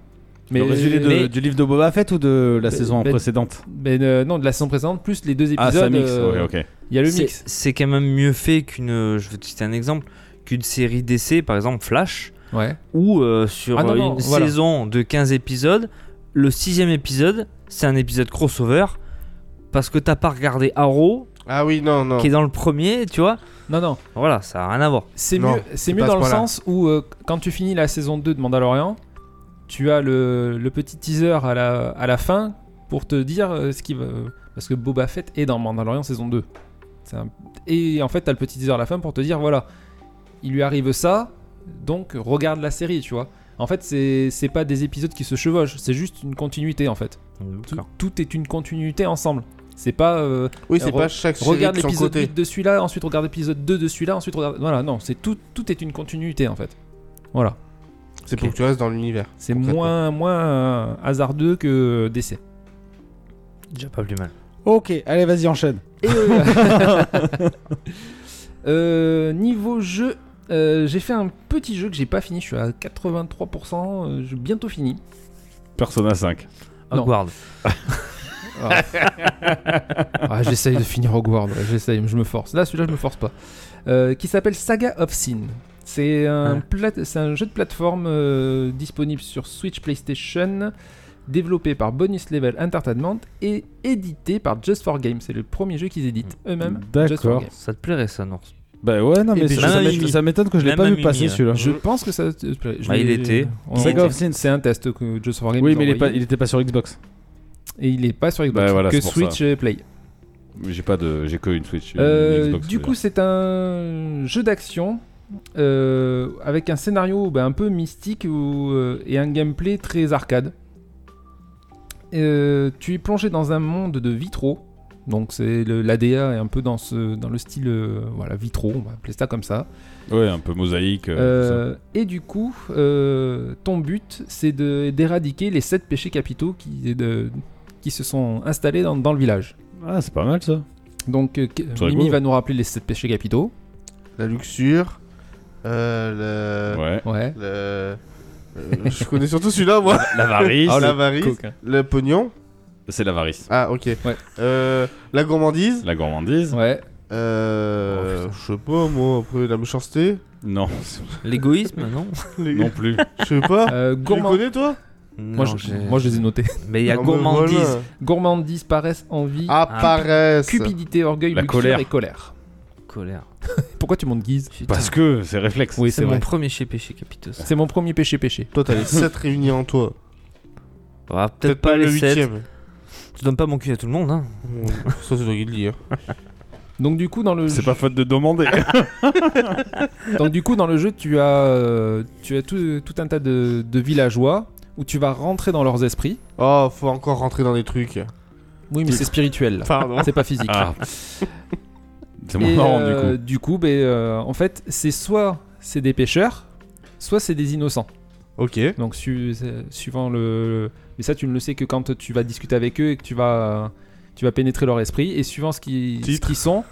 [SPEAKER 7] Mais,
[SPEAKER 4] le résumé de-
[SPEAKER 7] mais-
[SPEAKER 4] du livre de Boba Fett ou de la
[SPEAKER 7] Ben-
[SPEAKER 4] saison
[SPEAKER 7] ben-
[SPEAKER 4] précédente
[SPEAKER 7] mais, euh, non de la saison précédente plus les deux épisodes.
[SPEAKER 4] Ah, ça mixe.
[SPEAKER 7] euh,
[SPEAKER 4] ouais, ok.
[SPEAKER 7] Il y a le
[SPEAKER 2] C'est-
[SPEAKER 7] mix.
[SPEAKER 2] C'est quand même mieux fait qu'une, euh, je vais te citer un exemple, qu'une série d'essai, par exemple Flash,
[SPEAKER 7] Ouais.
[SPEAKER 2] où euh, sur
[SPEAKER 7] Ah non,
[SPEAKER 2] euh,
[SPEAKER 7] non,
[SPEAKER 2] une
[SPEAKER 7] voilà.
[SPEAKER 2] saison de 15 épisodes, le sixième épisode, c'est un épisode crossover, parce que t'as pas regardé Arrow,
[SPEAKER 5] Ah oui, non, non.
[SPEAKER 2] qui est dans le premier, tu vois.
[SPEAKER 7] Non non,
[SPEAKER 2] Voilà, ça a rien à voir.
[SPEAKER 7] c'est
[SPEAKER 5] Non,
[SPEAKER 7] mieux, c'est
[SPEAKER 5] pas
[SPEAKER 7] mieux
[SPEAKER 5] à
[SPEAKER 7] dans
[SPEAKER 5] ce
[SPEAKER 7] le
[SPEAKER 5] point-là.
[SPEAKER 7] sens où euh, quand tu finis la saison 2 de Mandalorian, tu as le, le petit teaser à la, à la fin pour te dire euh, ce qui va parce que Boba Fett est dans Mandalorian saison 2. C'est un- Et en fait, t'as le petit teaser à la fin pour te dire voilà, il lui arrive ça, donc regarde la série, tu vois. En fait, c'est c'est pas des épisodes qui se chevauchent, c'est juste une continuité en fait. Tout,
[SPEAKER 2] D'accord.
[SPEAKER 7] tout est une continuité ensemble. C'est pas euh,
[SPEAKER 5] Oui, c'est
[SPEAKER 7] Re-
[SPEAKER 5] pas chaque série
[SPEAKER 7] regarde
[SPEAKER 5] de son
[SPEAKER 7] l'épisode
[SPEAKER 5] côté.
[SPEAKER 7] 8 de celui-là, ensuite regarde l'épisode 2 de celui-là, ensuite regarde. Voilà, non, c'est tout, tout est une continuité en fait. Voilà,
[SPEAKER 5] C'est pour que tu restes dans l'univers.
[SPEAKER 7] c'est
[SPEAKER 5] Concrètement.
[SPEAKER 7] moins, moins euh, hasardeux que DC.
[SPEAKER 2] Déjà pas plus mal.
[SPEAKER 4] Ok, allez, vas-y, enchaîne.
[SPEAKER 7] Euh, niveau jeu, euh, j'ai fait un petit jeu que j'ai pas fini, je suis à 83%, euh, j'ai bientôt fini.
[SPEAKER 4] Persona 5.
[SPEAKER 7] Non.
[SPEAKER 2] Hogwarts.
[SPEAKER 7] Ah, j'essaye de finir Hogwarts, ouais, j'essaye, mais je me force. Là, celui-là, je me force pas. Euh, qui s'appelle Saga of Sin. C'est un,
[SPEAKER 2] Ouais.
[SPEAKER 4] Hein.
[SPEAKER 7] plate- c'est un jeu de plateforme euh, disponible sur Switch, PlayStation, développé par Bonus Level Entertainment et édité par Just for Game. C'est le premier jeu qu'ils éditent eux-mêmes. Just for
[SPEAKER 4] Mm. D'accord.
[SPEAKER 7] Game.
[SPEAKER 2] Ça te plairait ça, non
[SPEAKER 4] Bah ouais, non,
[SPEAKER 7] Et
[SPEAKER 4] mais
[SPEAKER 7] puis
[SPEAKER 4] ça,
[SPEAKER 2] je-
[SPEAKER 4] ça
[SPEAKER 2] Mamma
[SPEAKER 4] m'étonne-
[SPEAKER 2] Mia.
[SPEAKER 4] ça m'étonne que je l'ai pas
[SPEAKER 2] Mamma
[SPEAKER 4] vu passer
[SPEAKER 2] Mia.
[SPEAKER 4] celui-là.
[SPEAKER 7] Je pense que ça. te plaît. Je
[SPEAKER 2] Bah, il
[SPEAKER 7] l'ai-
[SPEAKER 2] était.
[SPEAKER 7] on-
[SPEAKER 4] Saga
[SPEAKER 7] on-
[SPEAKER 4] of Sin.
[SPEAKER 7] C'est un test que Just for Game.
[SPEAKER 4] Oui,
[SPEAKER 7] nous
[SPEAKER 4] mais il,
[SPEAKER 7] a
[SPEAKER 4] est pas,
[SPEAKER 7] envoyé.
[SPEAKER 4] il était pas sur Xbox.
[SPEAKER 7] Et il est pas sur Xbox.
[SPEAKER 4] Bah, voilà,
[SPEAKER 7] que
[SPEAKER 4] c'est pour ça.
[SPEAKER 7] Switch et Play.
[SPEAKER 4] J'ai pas de, j'ai que une Switch. une
[SPEAKER 7] Euh,
[SPEAKER 4] Xbox,
[SPEAKER 7] du
[SPEAKER 4] je veux
[SPEAKER 7] coup, c'est un jeu d'action euh, avec un scénario bah, un peu mystique où, euh, et un gameplay très arcade. Euh, tu es plongé dans un monde de vitraux. Donc c'est le- l'ADA est un peu dans, ce, dans le style euh, voilà vitraux, on va appeler ça comme ça.
[SPEAKER 4] dire. Ouais, un peu mosaïque. euh, tout ça.
[SPEAKER 7] Euh, et du coup, euh, ton but c'est de- d'éradiquer les sept péchés capitaux qui, de- qui se sont installés dans- dans le village.
[SPEAKER 4] Ah, c'est pas mal ça.
[SPEAKER 7] Donc euh, que-
[SPEAKER 4] C'est
[SPEAKER 7] Mimi
[SPEAKER 4] rigolo.
[SPEAKER 7] va nous rappeler les sept péchés capitaux.
[SPEAKER 5] La luxure, euh, le...
[SPEAKER 4] Ouais. *laughs*
[SPEAKER 7] Ouais.
[SPEAKER 5] le- euh, je connais surtout celui-là, moi.
[SPEAKER 4] L'avarice.
[SPEAKER 5] *laughs* Oh, l'avarice,
[SPEAKER 7] hein.
[SPEAKER 5] le pognon.
[SPEAKER 4] C'est l'avarice.
[SPEAKER 5] Ah, ok.
[SPEAKER 7] Ouais.
[SPEAKER 5] Euh, la gourmandise.
[SPEAKER 4] La
[SPEAKER 5] hein.
[SPEAKER 4] gourmandise.
[SPEAKER 7] Ouais. Oh,
[SPEAKER 5] Euh, je sais pas, moi, après, la méchanceté.
[SPEAKER 4] Non,
[SPEAKER 2] L'égoïsme, non
[SPEAKER 5] Les-
[SPEAKER 4] non plus.
[SPEAKER 5] Je
[SPEAKER 7] *laughs*
[SPEAKER 5] sais pas.
[SPEAKER 7] Euh,
[SPEAKER 5] Ah, Tu les
[SPEAKER 7] gourmand-
[SPEAKER 5] connais, toi
[SPEAKER 7] *laughs* Moi, je,
[SPEAKER 2] Non, j'ai-
[SPEAKER 7] moi, je les ai notés. *laughs*
[SPEAKER 2] Mais il y a
[SPEAKER 5] Ah, bah,
[SPEAKER 2] gourmandise.
[SPEAKER 5] voilà.
[SPEAKER 7] Gourmandise, paresse, envie,
[SPEAKER 5] Ah,
[SPEAKER 2] Ah,
[SPEAKER 5] paresse.
[SPEAKER 7] cupidité, orgueil,
[SPEAKER 4] La
[SPEAKER 7] luxure
[SPEAKER 4] colère.
[SPEAKER 7] et colère.
[SPEAKER 2] Colère.
[SPEAKER 7] Pourquoi tu montes guise
[SPEAKER 2] Putain,
[SPEAKER 4] Parce que c'est réflexe.
[SPEAKER 7] Oui,
[SPEAKER 2] c'est
[SPEAKER 7] c'est
[SPEAKER 2] mon
[SPEAKER 7] vrai.
[SPEAKER 2] premier chez péché capiteux. ça.
[SPEAKER 7] C'est mon premier péché péché.
[SPEAKER 5] Toi, t'as les 7 réunis en toi.
[SPEAKER 2] Ah, Peut-être pas,
[SPEAKER 5] le
[SPEAKER 2] les 7.
[SPEAKER 5] huitième.
[SPEAKER 2] Tu donnes pas mon cul à tout le monde, hein
[SPEAKER 5] Ça, c'est toi qui le dis. hein.
[SPEAKER 7] Donc du coup dans le
[SPEAKER 4] C'est pas faute de demander.
[SPEAKER 7] *laughs* donc du coup dans le jeu tu as euh, tu as tout, tout un tas de, de villageois où tu vas rentrer dans leurs esprits.
[SPEAKER 5] Oh, faut encore rentrer dans des trucs.
[SPEAKER 7] Oui mais c'est spirituel. là.
[SPEAKER 5] *laughs* Pardon.
[SPEAKER 7] C'est pas physique.
[SPEAKER 4] Ah.
[SPEAKER 7] Et,
[SPEAKER 4] C'est mon marrant du
[SPEAKER 7] euh,
[SPEAKER 4] coup.
[SPEAKER 7] du coup ben, euh, en fait c'est soit c'est des pêcheurs soit c'est des innocents.
[SPEAKER 4] Ok.
[SPEAKER 7] Donc su- euh, suivant le, mais ça tu ne le sais que quand tu vas discuter avec eux et que tu vas tu vas pénétrer leur esprit et suivant ce qu'ils ce
[SPEAKER 4] Titre.
[SPEAKER 7] qu'ils sont.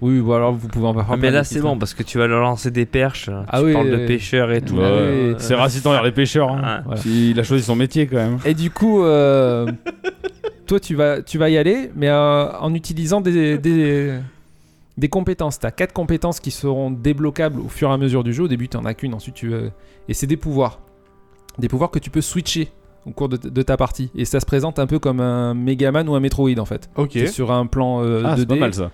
[SPEAKER 7] Oui, ou alors vous pouvez en voir.
[SPEAKER 2] Ah, mais là c'est bon parce que tu vas leur lancer des perches.
[SPEAKER 7] Ah
[SPEAKER 2] tu
[SPEAKER 7] oui,
[SPEAKER 2] parles
[SPEAKER 7] oui,
[SPEAKER 2] de
[SPEAKER 7] oui.
[SPEAKER 2] pêcheurs et tout.
[SPEAKER 7] Ouais,
[SPEAKER 2] Euh,
[SPEAKER 7] oui.
[SPEAKER 4] C'est racitant les pêcheurs. hein.
[SPEAKER 2] ah,
[SPEAKER 7] Voilà.
[SPEAKER 4] Il a choisi son métier quand même.
[SPEAKER 7] Et du coup, euh, *laughs* toi, tu vas, tu vas y aller, mais euh, en utilisant des, des, des compétences. Tu as quatre compétences qui seront débloquables au fur et à mesure du jeu. Au début, tu en as qu'une, ensuite, tu. euh, Et c'est des pouvoirs. Des pouvoirs que tu peux switcher au cours de, de ta partie. Et ça se présente un peu comme un Megaman ou un Metroid, en fait.
[SPEAKER 4] Ok.
[SPEAKER 7] T'es sur un plan euh,
[SPEAKER 4] Ah,
[SPEAKER 7] 2D.
[SPEAKER 4] c'est pas mal ça.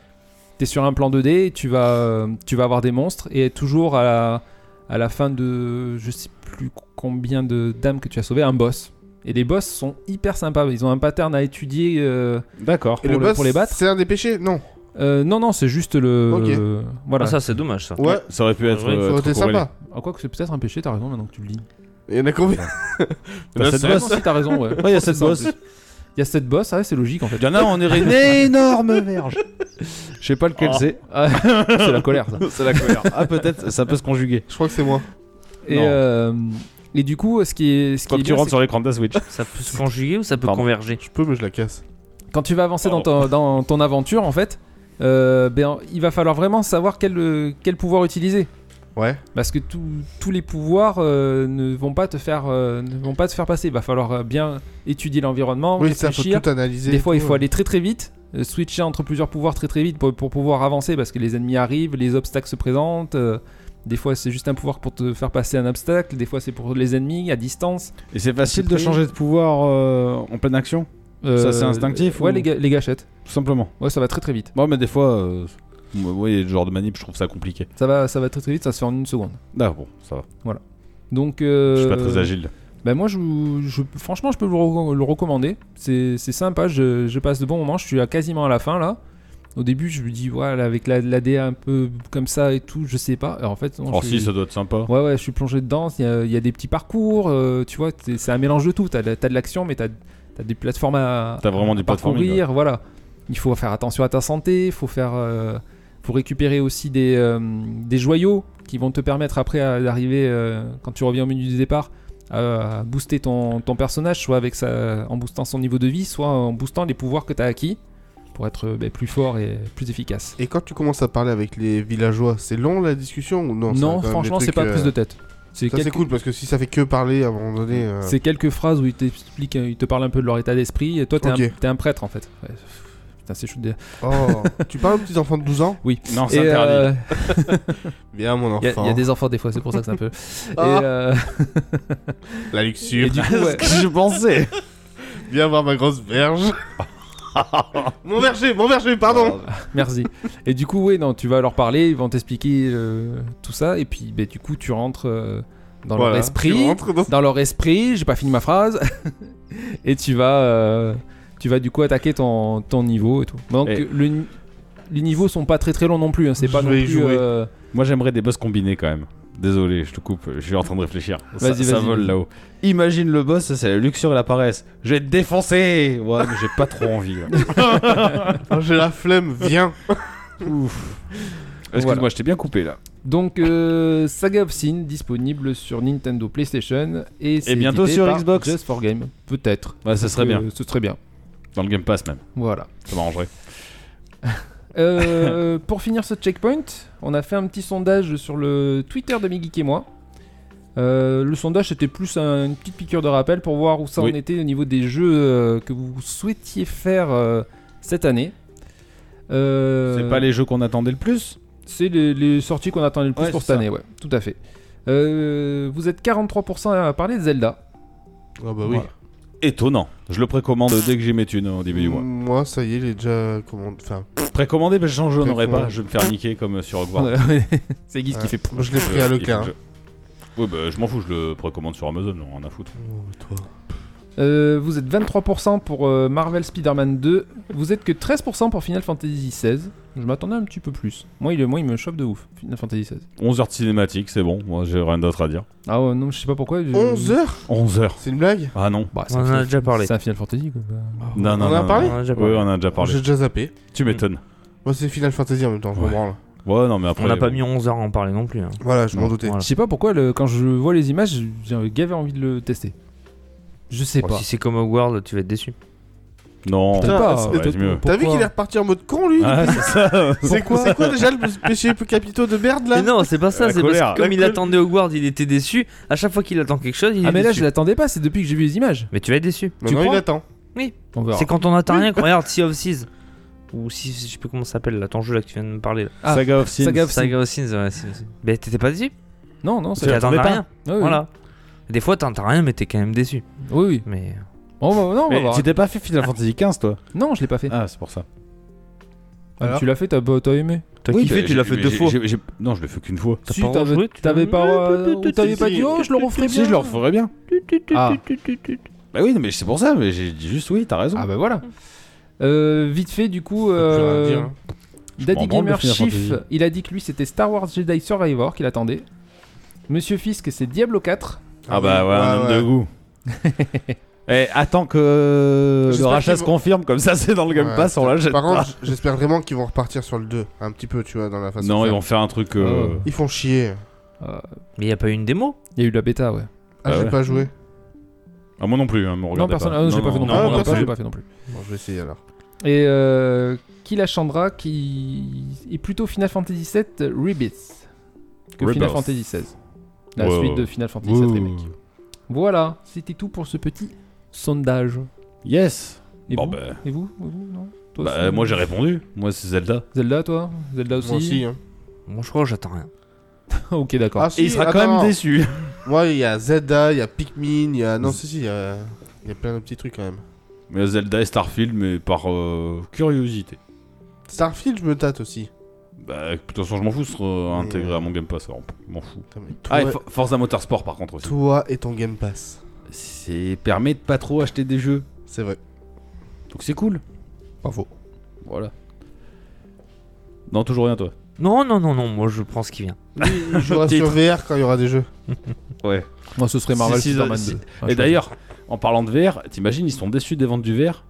[SPEAKER 7] T'es sur un plan 2D, et tu vas, euh, tu vas avoir des monstres et toujours à la, à la fin de je sais plus combien de dames que tu as sauvé, un boss. Et les boss sont hyper sympas, ils ont un pattern à étudier. euh,
[SPEAKER 4] D'accord.
[SPEAKER 7] pour le- pour les battre
[SPEAKER 5] c'est un des péchés Non.
[SPEAKER 7] euh, non, non, c'est juste le. voilà.
[SPEAKER 2] ah, ça c'est dommage ça.
[SPEAKER 5] Ouais,
[SPEAKER 4] Ça aurait pu être.
[SPEAKER 2] Ouais,
[SPEAKER 4] euh,
[SPEAKER 5] ça aurait
[SPEAKER 4] être
[SPEAKER 5] été
[SPEAKER 4] corrélé.
[SPEAKER 5] sympa.
[SPEAKER 7] Ah, quoi que c'est peut-être un péché, t'as raison maintenant que tu le dis.
[SPEAKER 5] Il y en a combien
[SPEAKER 4] Il y en a
[SPEAKER 7] Ah,
[SPEAKER 4] sept
[SPEAKER 7] non,
[SPEAKER 4] boss.
[SPEAKER 7] si, t'as raison, ouais.
[SPEAKER 4] ben, *laughs* Ouais, il y a cette boss.
[SPEAKER 7] Il y a 7 boss, ah ouais, c'est logique en fait.
[SPEAKER 4] Il y en a, on aurait une *laughs* énorme verge. Je sais pas lequel
[SPEAKER 7] *laughs*
[SPEAKER 4] c'est.
[SPEAKER 7] Ah, c'est la colère ça.
[SPEAKER 4] *laughs* C'est la colère. Ah, peut-être, ça peut se conjuguer.
[SPEAKER 5] Je crois que c'est moi.
[SPEAKER 7] Et,
[SPEAKER 4] Non.
[SPEAKER 7] euh, et du coup, ce qui est. Ce qui
[SPEAKER 4] Quand
[SPEAKER 7] est
[SPEAKER 4] tu
[SPEAKER 7] bien,
[SPEAKER 4] rentres
[SPEAKER 7] c'est
[SPEAKER 4] sur l'écran de ta Switch.
[SPEAKER 2] Ça peut se conjuguer ou ça peut
[SPEAKER 4] Pardon.
[SPEAKER 2] converger
[SPEAKER 5] Je peux, mais je la casse.
[SPEAKER 7] quand tu vas avancer dans, ton, dans ton aventure, en fait, euh, ben, il va falloir vraiment savoir quel, euh, quel pouvoir utiliser.
[SPEAKER 5] Ouais.
[SPEAKER 7] Parce que tout- tous les pouvoirs euh, ne, vont pas te faire, euh, ne vont pas te faire passer. Il va falloir euh, bien étudier l'environnement,
[SPEAKER 5] Oui, ça faut
[SPEAKER 7] réfléchir.
[SPEAKER 5] tout analyser.
[SPEAKER 7] Des
[SPEAKER 5] et
[SPEAKER 7] fois,
[SPEAKER 5] tout,
[SPEAKER 7] il faut
[SPEAKER 5] ouais.
[SPEAKER 7] aller très très vite, euh, switcher entre plusieurs pouvoirs très très vite pour, pour pouvoir avancer parce que les ennemis arrivent, les obstacles se présentent. euh, des fois, c'est juste un pouvoir pour te faire passer un obstacle. Des fois, c'est pour les ennemis à distance.
[SPEAKER 4] Et c'est facile de changer de pouvoir euh, en pleine action, Ça, c'est instinctif
[SPEAKER 7] Euh, Ouais,
[SPEAKER 4] ou-
[SPEAKER 7] les, ga- les gâchettes.
[SPEAKER 4] tout simplement.
[SPEAKER 7] Ouais, ça va très très vite.
[SPEAKER 4] Moi, mais des fois, euh, vous voyez, le genre de manip, je trouve ça compliqué.
[SPEAKER 7] Ça va, ça va très très vite, ça se fait en une seconde.
[SPEAKER 4] Ah bon, ça va.
[SPEAKER 7] Donc, euh,
[SPEAKER 4] Je suis pas très agile.
[SPEAKER 7] Bah moi, je, vous- je- franchement, je peux vous reco- le recommander. C'est c'est sympa, je, je passe de bons moments. Je suis à quasiment à la fin là. Au début, je me dis, voilà, avec la, la DA un peu comme ça et tout, je sais pas. Et en fait, non,
[SPEAKER 4] Oh
[SPEAKER 7] je
[SPEAKER 4] si,
[SPEAKER 7] suis-
[SPEAKER 4] ça doit être sympa.
[SPEAKER 7] Ouais, ouais, je suis plongé dedans. Il y a, il y a des petits parcours, euh, tu vois, t'es- c'est un mélange de tout. T'as de, t'as de l'action, mais t'as as des plateformes à,
[SPEAKER 4] T'as vraiment du
[SPEAKER 7] à parcourir.
[SPEAKER 4] platforming,
[SPEAKER 7] Voilà. Il faut faire attention à ta santé, il faut faire. euh, faut récupérer aussi des, euh, des joyaux qui vont te permettre après à- d'arriver, euh, quand tu reviens au menu du départ, à, à booster ton, ton personnage, soit avec sa, en boostant son niveau de vie, soit en boostant les pouvoirs que t'as acquis pour être euh, ben, plus fort et plus efficace.
[SPEAKER 5] Et quand tu commences à parler avec les villageois, c'est long la discussion ou non ça va
[SPEAKER 7] non,
[SPEAKER 5] quand même
[SPEAKER 7] franchement,
[SPEAKER 5] des
[SPEAKER 7] c'est pas
[SPEAKER 5] trucs,
[SPEAKER 7] prise
[SPEAKER 5] euh,
[SPEAKER 7] de tête. C'est
[SPEAKER 5] Ça c'est
[SPEAKER 7] quelques-
[SPEAKER 5] cool parce que si ça fait que parler à un moment donné. euh,
[SPEAKER 7] C'est quelques phrases où ils t'expliquent, ils te parlent un peu de leur état d'esprit. Et toi, t'es
[SPEAKER 5] Ok.
[SPEAKER 7] un, t'es un prêtre en fait. Ouais, pff, Putain, c'est chou de dire.
[SPEAKER 5] Oh, tu parles aux petits enfants de 12 ans
[SPEAKER 4] Non,
[SPEAKER 7] Et,
[SPEAKER 4] c'est interdit.
[SPEAKER 7] euh,
[SPEAKER 5] Bien mon
[SPEAKER 7] Il y, a-
[SPEAKER 5] enfant.
[SPEAKER 7] il y a des enfants des fois, c'est pour ça que c'est un peu.
[SPEAKER 5] Ah.
[SPEAKER 7] Et, euh,
[SPEAKER 5] *laughs* La
[SPEAKER 7] et
[SPEAKER 5] luxure.
[SPEAKER 7] du coup,
[SPEAKER 5] *laughs*
[SPEAKER 7] ouais.
[SPEAKER 4] Je pensais.
[SPEAKER 5] Viens voir ma grosse verge. mon verger, mon verger, pardon.
[SPEAKER 7] merci. Et du coup, oui, non, tu vas leur parler, ils vont t'expliquer euh, tout ça, et puis, ben, du coup, tu rentres euh, dans
[SPEAKER 5] Voilà,
[SPEAKER 7] leur
[SPEAKER 5] tu
[SPEAKER 7] esprit.
[SPEAKER 5] rentres dans-
[SPEAKER 7] Dans leur esprit, j'ai pas fini ma phrase. *laughs* et tu vas, euh, tu vas du coup attaquer ton, ton niveau et tout. Donc,
[SPEAKER 4] Et-
[SPEAKER 7] le ni- les niveaux sont pas très très longs non plus. hein, C'est
[SPEAKER 5] Je
[SPEAKER 7] pas non
[SPEAKER 5] vais y
[SPEAKER 7] plus.
[SPEAKER 5] jouer.
[SPEAKER 7] euh,
[SPEAKER 4] Moi, j'aimerais des boss combinés quand même. Désolé, je te coupe, je suis en train de réfléchir. Ça,
[SPEAKER 7] Vas-y,
[SPEAKER 4] ça
[SPEAKER 7] vas-y.
[SPEAKER 4] vole là-haut. Imagine le boss, ça, c'est la luxure et la paresse. Je vais te défoncer Ouais, mais j'ai pas trop envie. là.
[SPEAKER 5] Oh, J'ai la flemme, viens.
[SPEAKER 4] Ouf. *laughs* Excuse-moi,
[SPEAKER 7] Voilà.
[SPEAKER 4] je t'ai bien coupé là.
[SPEAKER 7] Donc, euh, Saga of Sin disponible sur Nintendo, PlayStation et, c'est
[SPEAKER 4] bientôt
[SPEAKER 7] édité
[SPEAKER 4] sur
[SPEAKER 7] par
[SPEAKER 4] Xbox.
[SPEAKER 7] Just for Game, peut-être.
[SPEAKER 4] Ouais, Bah, ça serait
[SPEAKER 7] Euh,
[SPEAKER 4] bien.
[SPEAKER 7] Ce serait bien.
[SPEAKER 4] Dans le Game Pass même,
[SPEAKER 7] Voilà.
[SPEAKER 4] ça m'arrangerait.
[SPEAKER 7] Euh, pour finir ce checkpoint, on a fait un petit sondage sur le Twitter de Miguel et moi. Euh, le sondage c'était plus un- une petite piqûre de rappel pour voir où ça
[SPEAKER 4] Oui.
[SPEAKER 7] en était au niveau des jeux euh, que vous souhaitiez faire euh, cette année. Euh,
[SPEAKER 4] C'est pas les jeux qu'on attendait le plus
[SPEAKER 7] c'est les, les sorties qu'on attendait le plus
[SPEAKER 4] Ouais,
[SPEAKER 7] pour
[SPEAKER 4] c'est
[SPEAKER 7] cette
[SPEAKER 4] ça.
[SPEAKER 7] année, ouais, tout à fait. Euh, vous êtes 43% à parler de Zelda.
[SPEAKER 5] Ah bah oui.
[SPEAKER 7] Voilà.
[SPEAKER 4] Étonnant. Je le précommande dès que j'ai mes thunes au début du mois.
[SPEAKER 5] Moi ça y est, il est déjà comment enfin
[SPEAKER 4] Mm. Précommandé, parce que j'en- je n'en aurais
[SPEAKER 5] Précommandé.
[SPEAKER 4] pas. Ah. Je vais me faire niquer comme euh, sur Hogwarts.
[SPEAKER 7] *laughs* c'est Guise
[SPEAKER 5] ouais.
[SPEAKER 7] qui fait.
[SPEAKER 5] Moi, je l'ai pris à Leclerc.
[SPEAKER 4] Ouais, bah je m'en fous, je le précommande sur Amazon, on en a foutre.
[SPEAKER 7] Euh, vous êtes 23% pour euh, Marvel Spider-Man 2. Vous êtes que 13% pour Final Fantasy XVI. Je m'attendais un petit peu plus. Moi, il, moi, il me chauffe de ouf, Final Fantasy XVI.
[SPEAKER 4] 11 heures de cinématique, c'est bon, moi j'ai rien d'autre à dire.
[SPEAKER 7] Ah ouais, non, je sais pas pourquoi. je-
[SPEAKER 5] 11 heures
[SPEAKER 4] 11 heures
[SPEAKER 5] C'est une blague
[SPEAKER 4] Ah non.
[SPEAKER 7] Bah, c'est
[SPEAKER 2] On
[SPEAKER 7] un
[SPEAKER 2] en
[SPEAKER 7] Final-
[SPEAKER 2] a déjà parlé.
[SPEAKER 7] C'est un Final Fantasy, quoi. Bah,
[SPEAKER 4] Non, non,
[SPEAKER 5] en a
[SPEAKER 4] non,
[SPEAKER 5] parlé
[SPEAKER 4] non.
[SPEAKER 2] On en a déjà
[SPEAKER 4] Oui,
[SPEAKER 2] parlé.
[SPEAKER 4] on en a déjà parlé.
[SPEAKER 5] J'ai déjà zappé.
[SPEAKER 4] Tu m'étonnes.
[SPEAKER 5] Moi c'est Final Fantasy en même temps, je me
[SPEAKER 4] Ouais.
[SPEAKER 5] branle.
[SPEAKER 4] Ouais, non, mais après.
[SPEAKER 2] On n'a pas
[SPEAKER 4] bon.
[SPEAKER 2] mis 11 heures à en parler non plus. hein.
[SPEAKER 5] Voilà, je m'en doutais.
[SPEAKER 2] Voilà.
[SPEAKER 7] Je sais pas pourquoi, le- quand je vois les images, j'ai gavé envie de le tester. Je sais
[SPEAKER 2] Bon,
[SPEAKER 7] pas.
[SPEAKER 2] Oh, si c'est comme Hogwarts, tu vas être déçu.
[SPEAKER 4] Non,
[SPEAKER 7] Putain,
[SPEAKER 4] Ah, ça
[SPEAKER 7] c'est-
[SPEAKER 4] va être mieux.
[SPEAKER 5] T'as vu
[SPEAKER 7] Pourquoi
[SPEAKER 5] qu'il est reparti en mode con, lui
[SPEAKER 4] Ah, *laughs* c'est ça.
[SPEAKER 5] C'est quoi, c'est quoi déjà le péché capitaux de merde là
[SPEAKER 2] Mais non, c'est pas ça,
[SPEAKER 4] La
[SPEAKER 2] c'est parce
[SPEAKER 4] colère.
[SPEAKER 2] que comme
[SPEAKER 4] La
[SPEAKER 2] il
[SPEAKER 4] colère.
[SPEAKER 2] attendait Hogwarts, il était déçu. À chaque fois qu'il attend quelque chose, il est
[SPEAKER 7] Ah, mais là,
[SPEAKER 2] déçu.
[SPEAKER 7] je l'attendais pas, c'est depuis que j'ai vu les images.
[SPEAKER 2] Mais tu vas être déçu.
[SPEAKER 5] Non,
[SPEAKER 7] Tu
[SPEAKER 5] non, il
[SPEAKER 7] crois
[SPEAKER 5] attend.
[SPEAKER 7] On verra.
[SPEAKER 2] C'est quand on attend rien qu'on regarde Sea of Seas. Ou si, je sais plus comment ça s'appelle là, ton jeu là que tu viens de me parler. Là.
[SPEAKER 7] Ah,
[SPEAKER 4] Saga of Sin.
[SPEAKER 7] Saga of Sin.
[SPEAKER 2] Saga of Seas, ouais. c'est- c'est- Mais t'étais pas déçu
[SPEAKER 7] Non, non,
[SPEAKER 2] Tu
[SPEAKER 7] ça
[SPEAKER 2] attendais rien.
[SPEAKER 7] Ouais, ouais.
[SPEAKER 2] Voilà. Des fois, t'entends rien, mais t'es quand même déçu.
[SPEAKER 7] Oui, oui.
[SPEAKER 2] Mais
[SPEAKER 7] On va- non, on va
[SPEAKER 4] Mais
[SPEAKER 7] voir.
[SPEAKER 4] tu t'es pas fait Final Fantasy XV, *laughs* toi
[SPEAKER 7] Non, je l'ai pas fait.
[SPEAKER 4] Ah, c'est pour ça.
[SPEAKER 5] Alors
[SPEAKER 7] tu l'as fait, t'as pas- t'as aimé
[SPEAKER 2] t'as kiffé, tu l'as fait deux fois.
[SPEAKER 4] Non, je l'ai fait qu'une fois.
[SPEAKER 2] T'as
[SPEAKER 7] Si,
[SPEAKER 2] pas
[SPEAKER 7] t'avais-
[SPEAKER 2] rejoué, tu-
[SPEAKER 7] T'avais pas, euh, ou t'avais
[SPEAKER 5] si,
[SPEAKER 7] pas
[SPEAKER 5] si.
[SPEAKER 7] dit, oh, je le referais bien.
[SPEAKER 4] Si, je le referais bien.
[SPEAKER 7] Ah.
[SPEAKER 4] Bah oui, non, mais c'est pour ça, mais j'ai dit juste oui, t'as raison.
[SPEAKER 7] Ah bah voilà. *laughs* Euh, vite fait, du coup,
[SPEAKER 5] Plus rien à dire,
[SPEAKER 7] euh,
[SPEAKER 5] hein.
[SPEAKER 7] Daddy
[SPEAKER 4] m'en branle de
[SPEAKER 7] Gamer
[SPEAKER 4] Final
[SPEAKER 7] Chief,
[SPEAKER 4] Fantasy.
[SPEAKER 7] il a dit que lui c'était Star Wars Jedi Survivor qu'il attendait. Monsieur Fisk, c'est Diablo 4.
[SPEAKER 4] Ah bah ouais, un homme
[SPEAKER 5] ouais.
[SPEAKER 4] de goût. *laughs* Eh, attends que le
[SPEAKER 5] J'espère
[SPEAKER 4] rachat
[SPEAKER 5] qu'ils
[SPEAKER 4] se
[SPEAKER 5] vont-
[SPEAKER 4] confirme, comme ça c'est dans le Game
[SPEAKER 5] Ouais,
[SPEAKER 4] Pass, on la jette
[SPEAKER 5] Par
[SPEAKER 4] pas.
[SPEAKER 5] contre, j- j'espère vraiment qu'ils vont repartir sur le 2. Un petit peu, tu vois, dans la façon.
[SPEAKER 4] Non, ils
[SPEAKER 5] de faire.
[SPEAKER 4] vont faire un truc. euh,
[SPEAKER 5] Ils font chier.
[SPEAKER 7] Euh,
[SPEAKER 2] Mais y a pas eu une démo
[SPEAKER 7] Il y a eu la bêta, ouais.
[SPEAKER 5] Ah,
[SPEAKER 4] Ah
[SPEAKER 5] j'ai
[SPEAKER 4] ouais.
[SPEAKER 5] pas joué.
[SPEAKER 4] ah, moi non plus, hein, me
[SPEAKER 7] Non,
[SPEAKER 4] regarde
[SPEAKER 7] personne. ah, non, j'ai pas fait non plus. Moi,
[SPEAKER 5] non, non,
[SPEAKER 7] j'ai pas-
[SPEAKER 5] non.
[SPEAKER 7] j'ai pas fait non plus.
[SPEAKER 5] Bon, je vais essayer alors.
[SPEAKER 7] Et euh, Kila Chandra qui est plutôt Final Fantasy VII Rebirth que Final
[SPEAKER 4] Rebirth.
[SPEAKER 7] Fantasy XVI. La
[SPEAKER 4] Wow.
[SPEAKER 7] suite de Final Fantasy VII Remake. Voilà, c'était tout pour ce petit sondage.
[SPEAKER 4] Yes.
[SPEAKER 7] Et
[SPEAKER 4] Bon
[SPEAKER 7] vous
[SPEAKER 4] bah,
[SPEAKER 7] Et vous, Et vous Non Toi
[SPEAKER 4] bah,
[SPEAKER 7] aussi euh,
[SPEAKER 4] moi j'ai répondu. Moi c'est Zelda.
[SPEAKER 7] Zelda, toi Zelda aussi,
[SPEAKER 5] Moi aussi. hein.
[SPEAKER 2] Bon, je crois que j'attends rien.
[SPEAKER 7] *laughs* Ok, d'accord.
[SPEAKER 5] Ah, si,
[SPEAKER 4] Et il sera quand
[SPEAKER 5] attends.
[SPEAKER 4] même déçu.
[SPEAKER 5] Ouais, il y a Zelda, il y a Pikmin, il y a. Non, si, si, il y a. Il y a plein de petits trucs quand même.
[SPEAKER 4] Mais Zelda et Starfield, mais par euh, curiosité.
[SPEAKER 5] Starfield, je me tâte aussi.
[SPEAKER 4] Bah, de toute façon, je m'en fous, ce sera
[SPEAKER 5] Mais,
[SPEAKER 4] intégré
[SPEAKER 5] euh,
[SPEAKER 4] à mon Game Pass, alors je m'en fous.
[SPEAKER 5] Putain, mais
[SPEAKER 4] Ah, et
[SPEAKER 5] toi,
[SPEAKER 4] Fo- Forza Motorsport par contre aussi.
[SPEAKER 5] toi et ton Game Pass.
[SPEAKER 4] C'est permet de pas trop acheter des jeux. *laughs*
[SPEAKER 5] C'est vrai.
[SPEAKER 4] Donc c'est cool.
[SPEAKER 5] Bravo.
[SPEAKER 4] Voilà. Non, toujours rien, toi.
[SPEAKER 2] Non, non, non, non, moi je prends ce qui vient.
[SPEAKER 5] Il jouera sur VR quand il y aura des
[SPEAKER 4] Bah,
[SPEAKER 5] jeux.
[SPEAKER 4] Ouais.
[SPEAKER 7] Moi, ce serait Marvel
[SPEAKER 4] Si, si,
[SPEAKER 7] Superman
[SPEAKER 4] si.
[SPEAKER 7] 2. Ah, je
[SPEAKER 4] Et
[SPEAKER 7] sais pas.
[SPEAKER 4] d'ailleurs, en parlant de VR, t'imagines, ils sont déçus des ventes du VR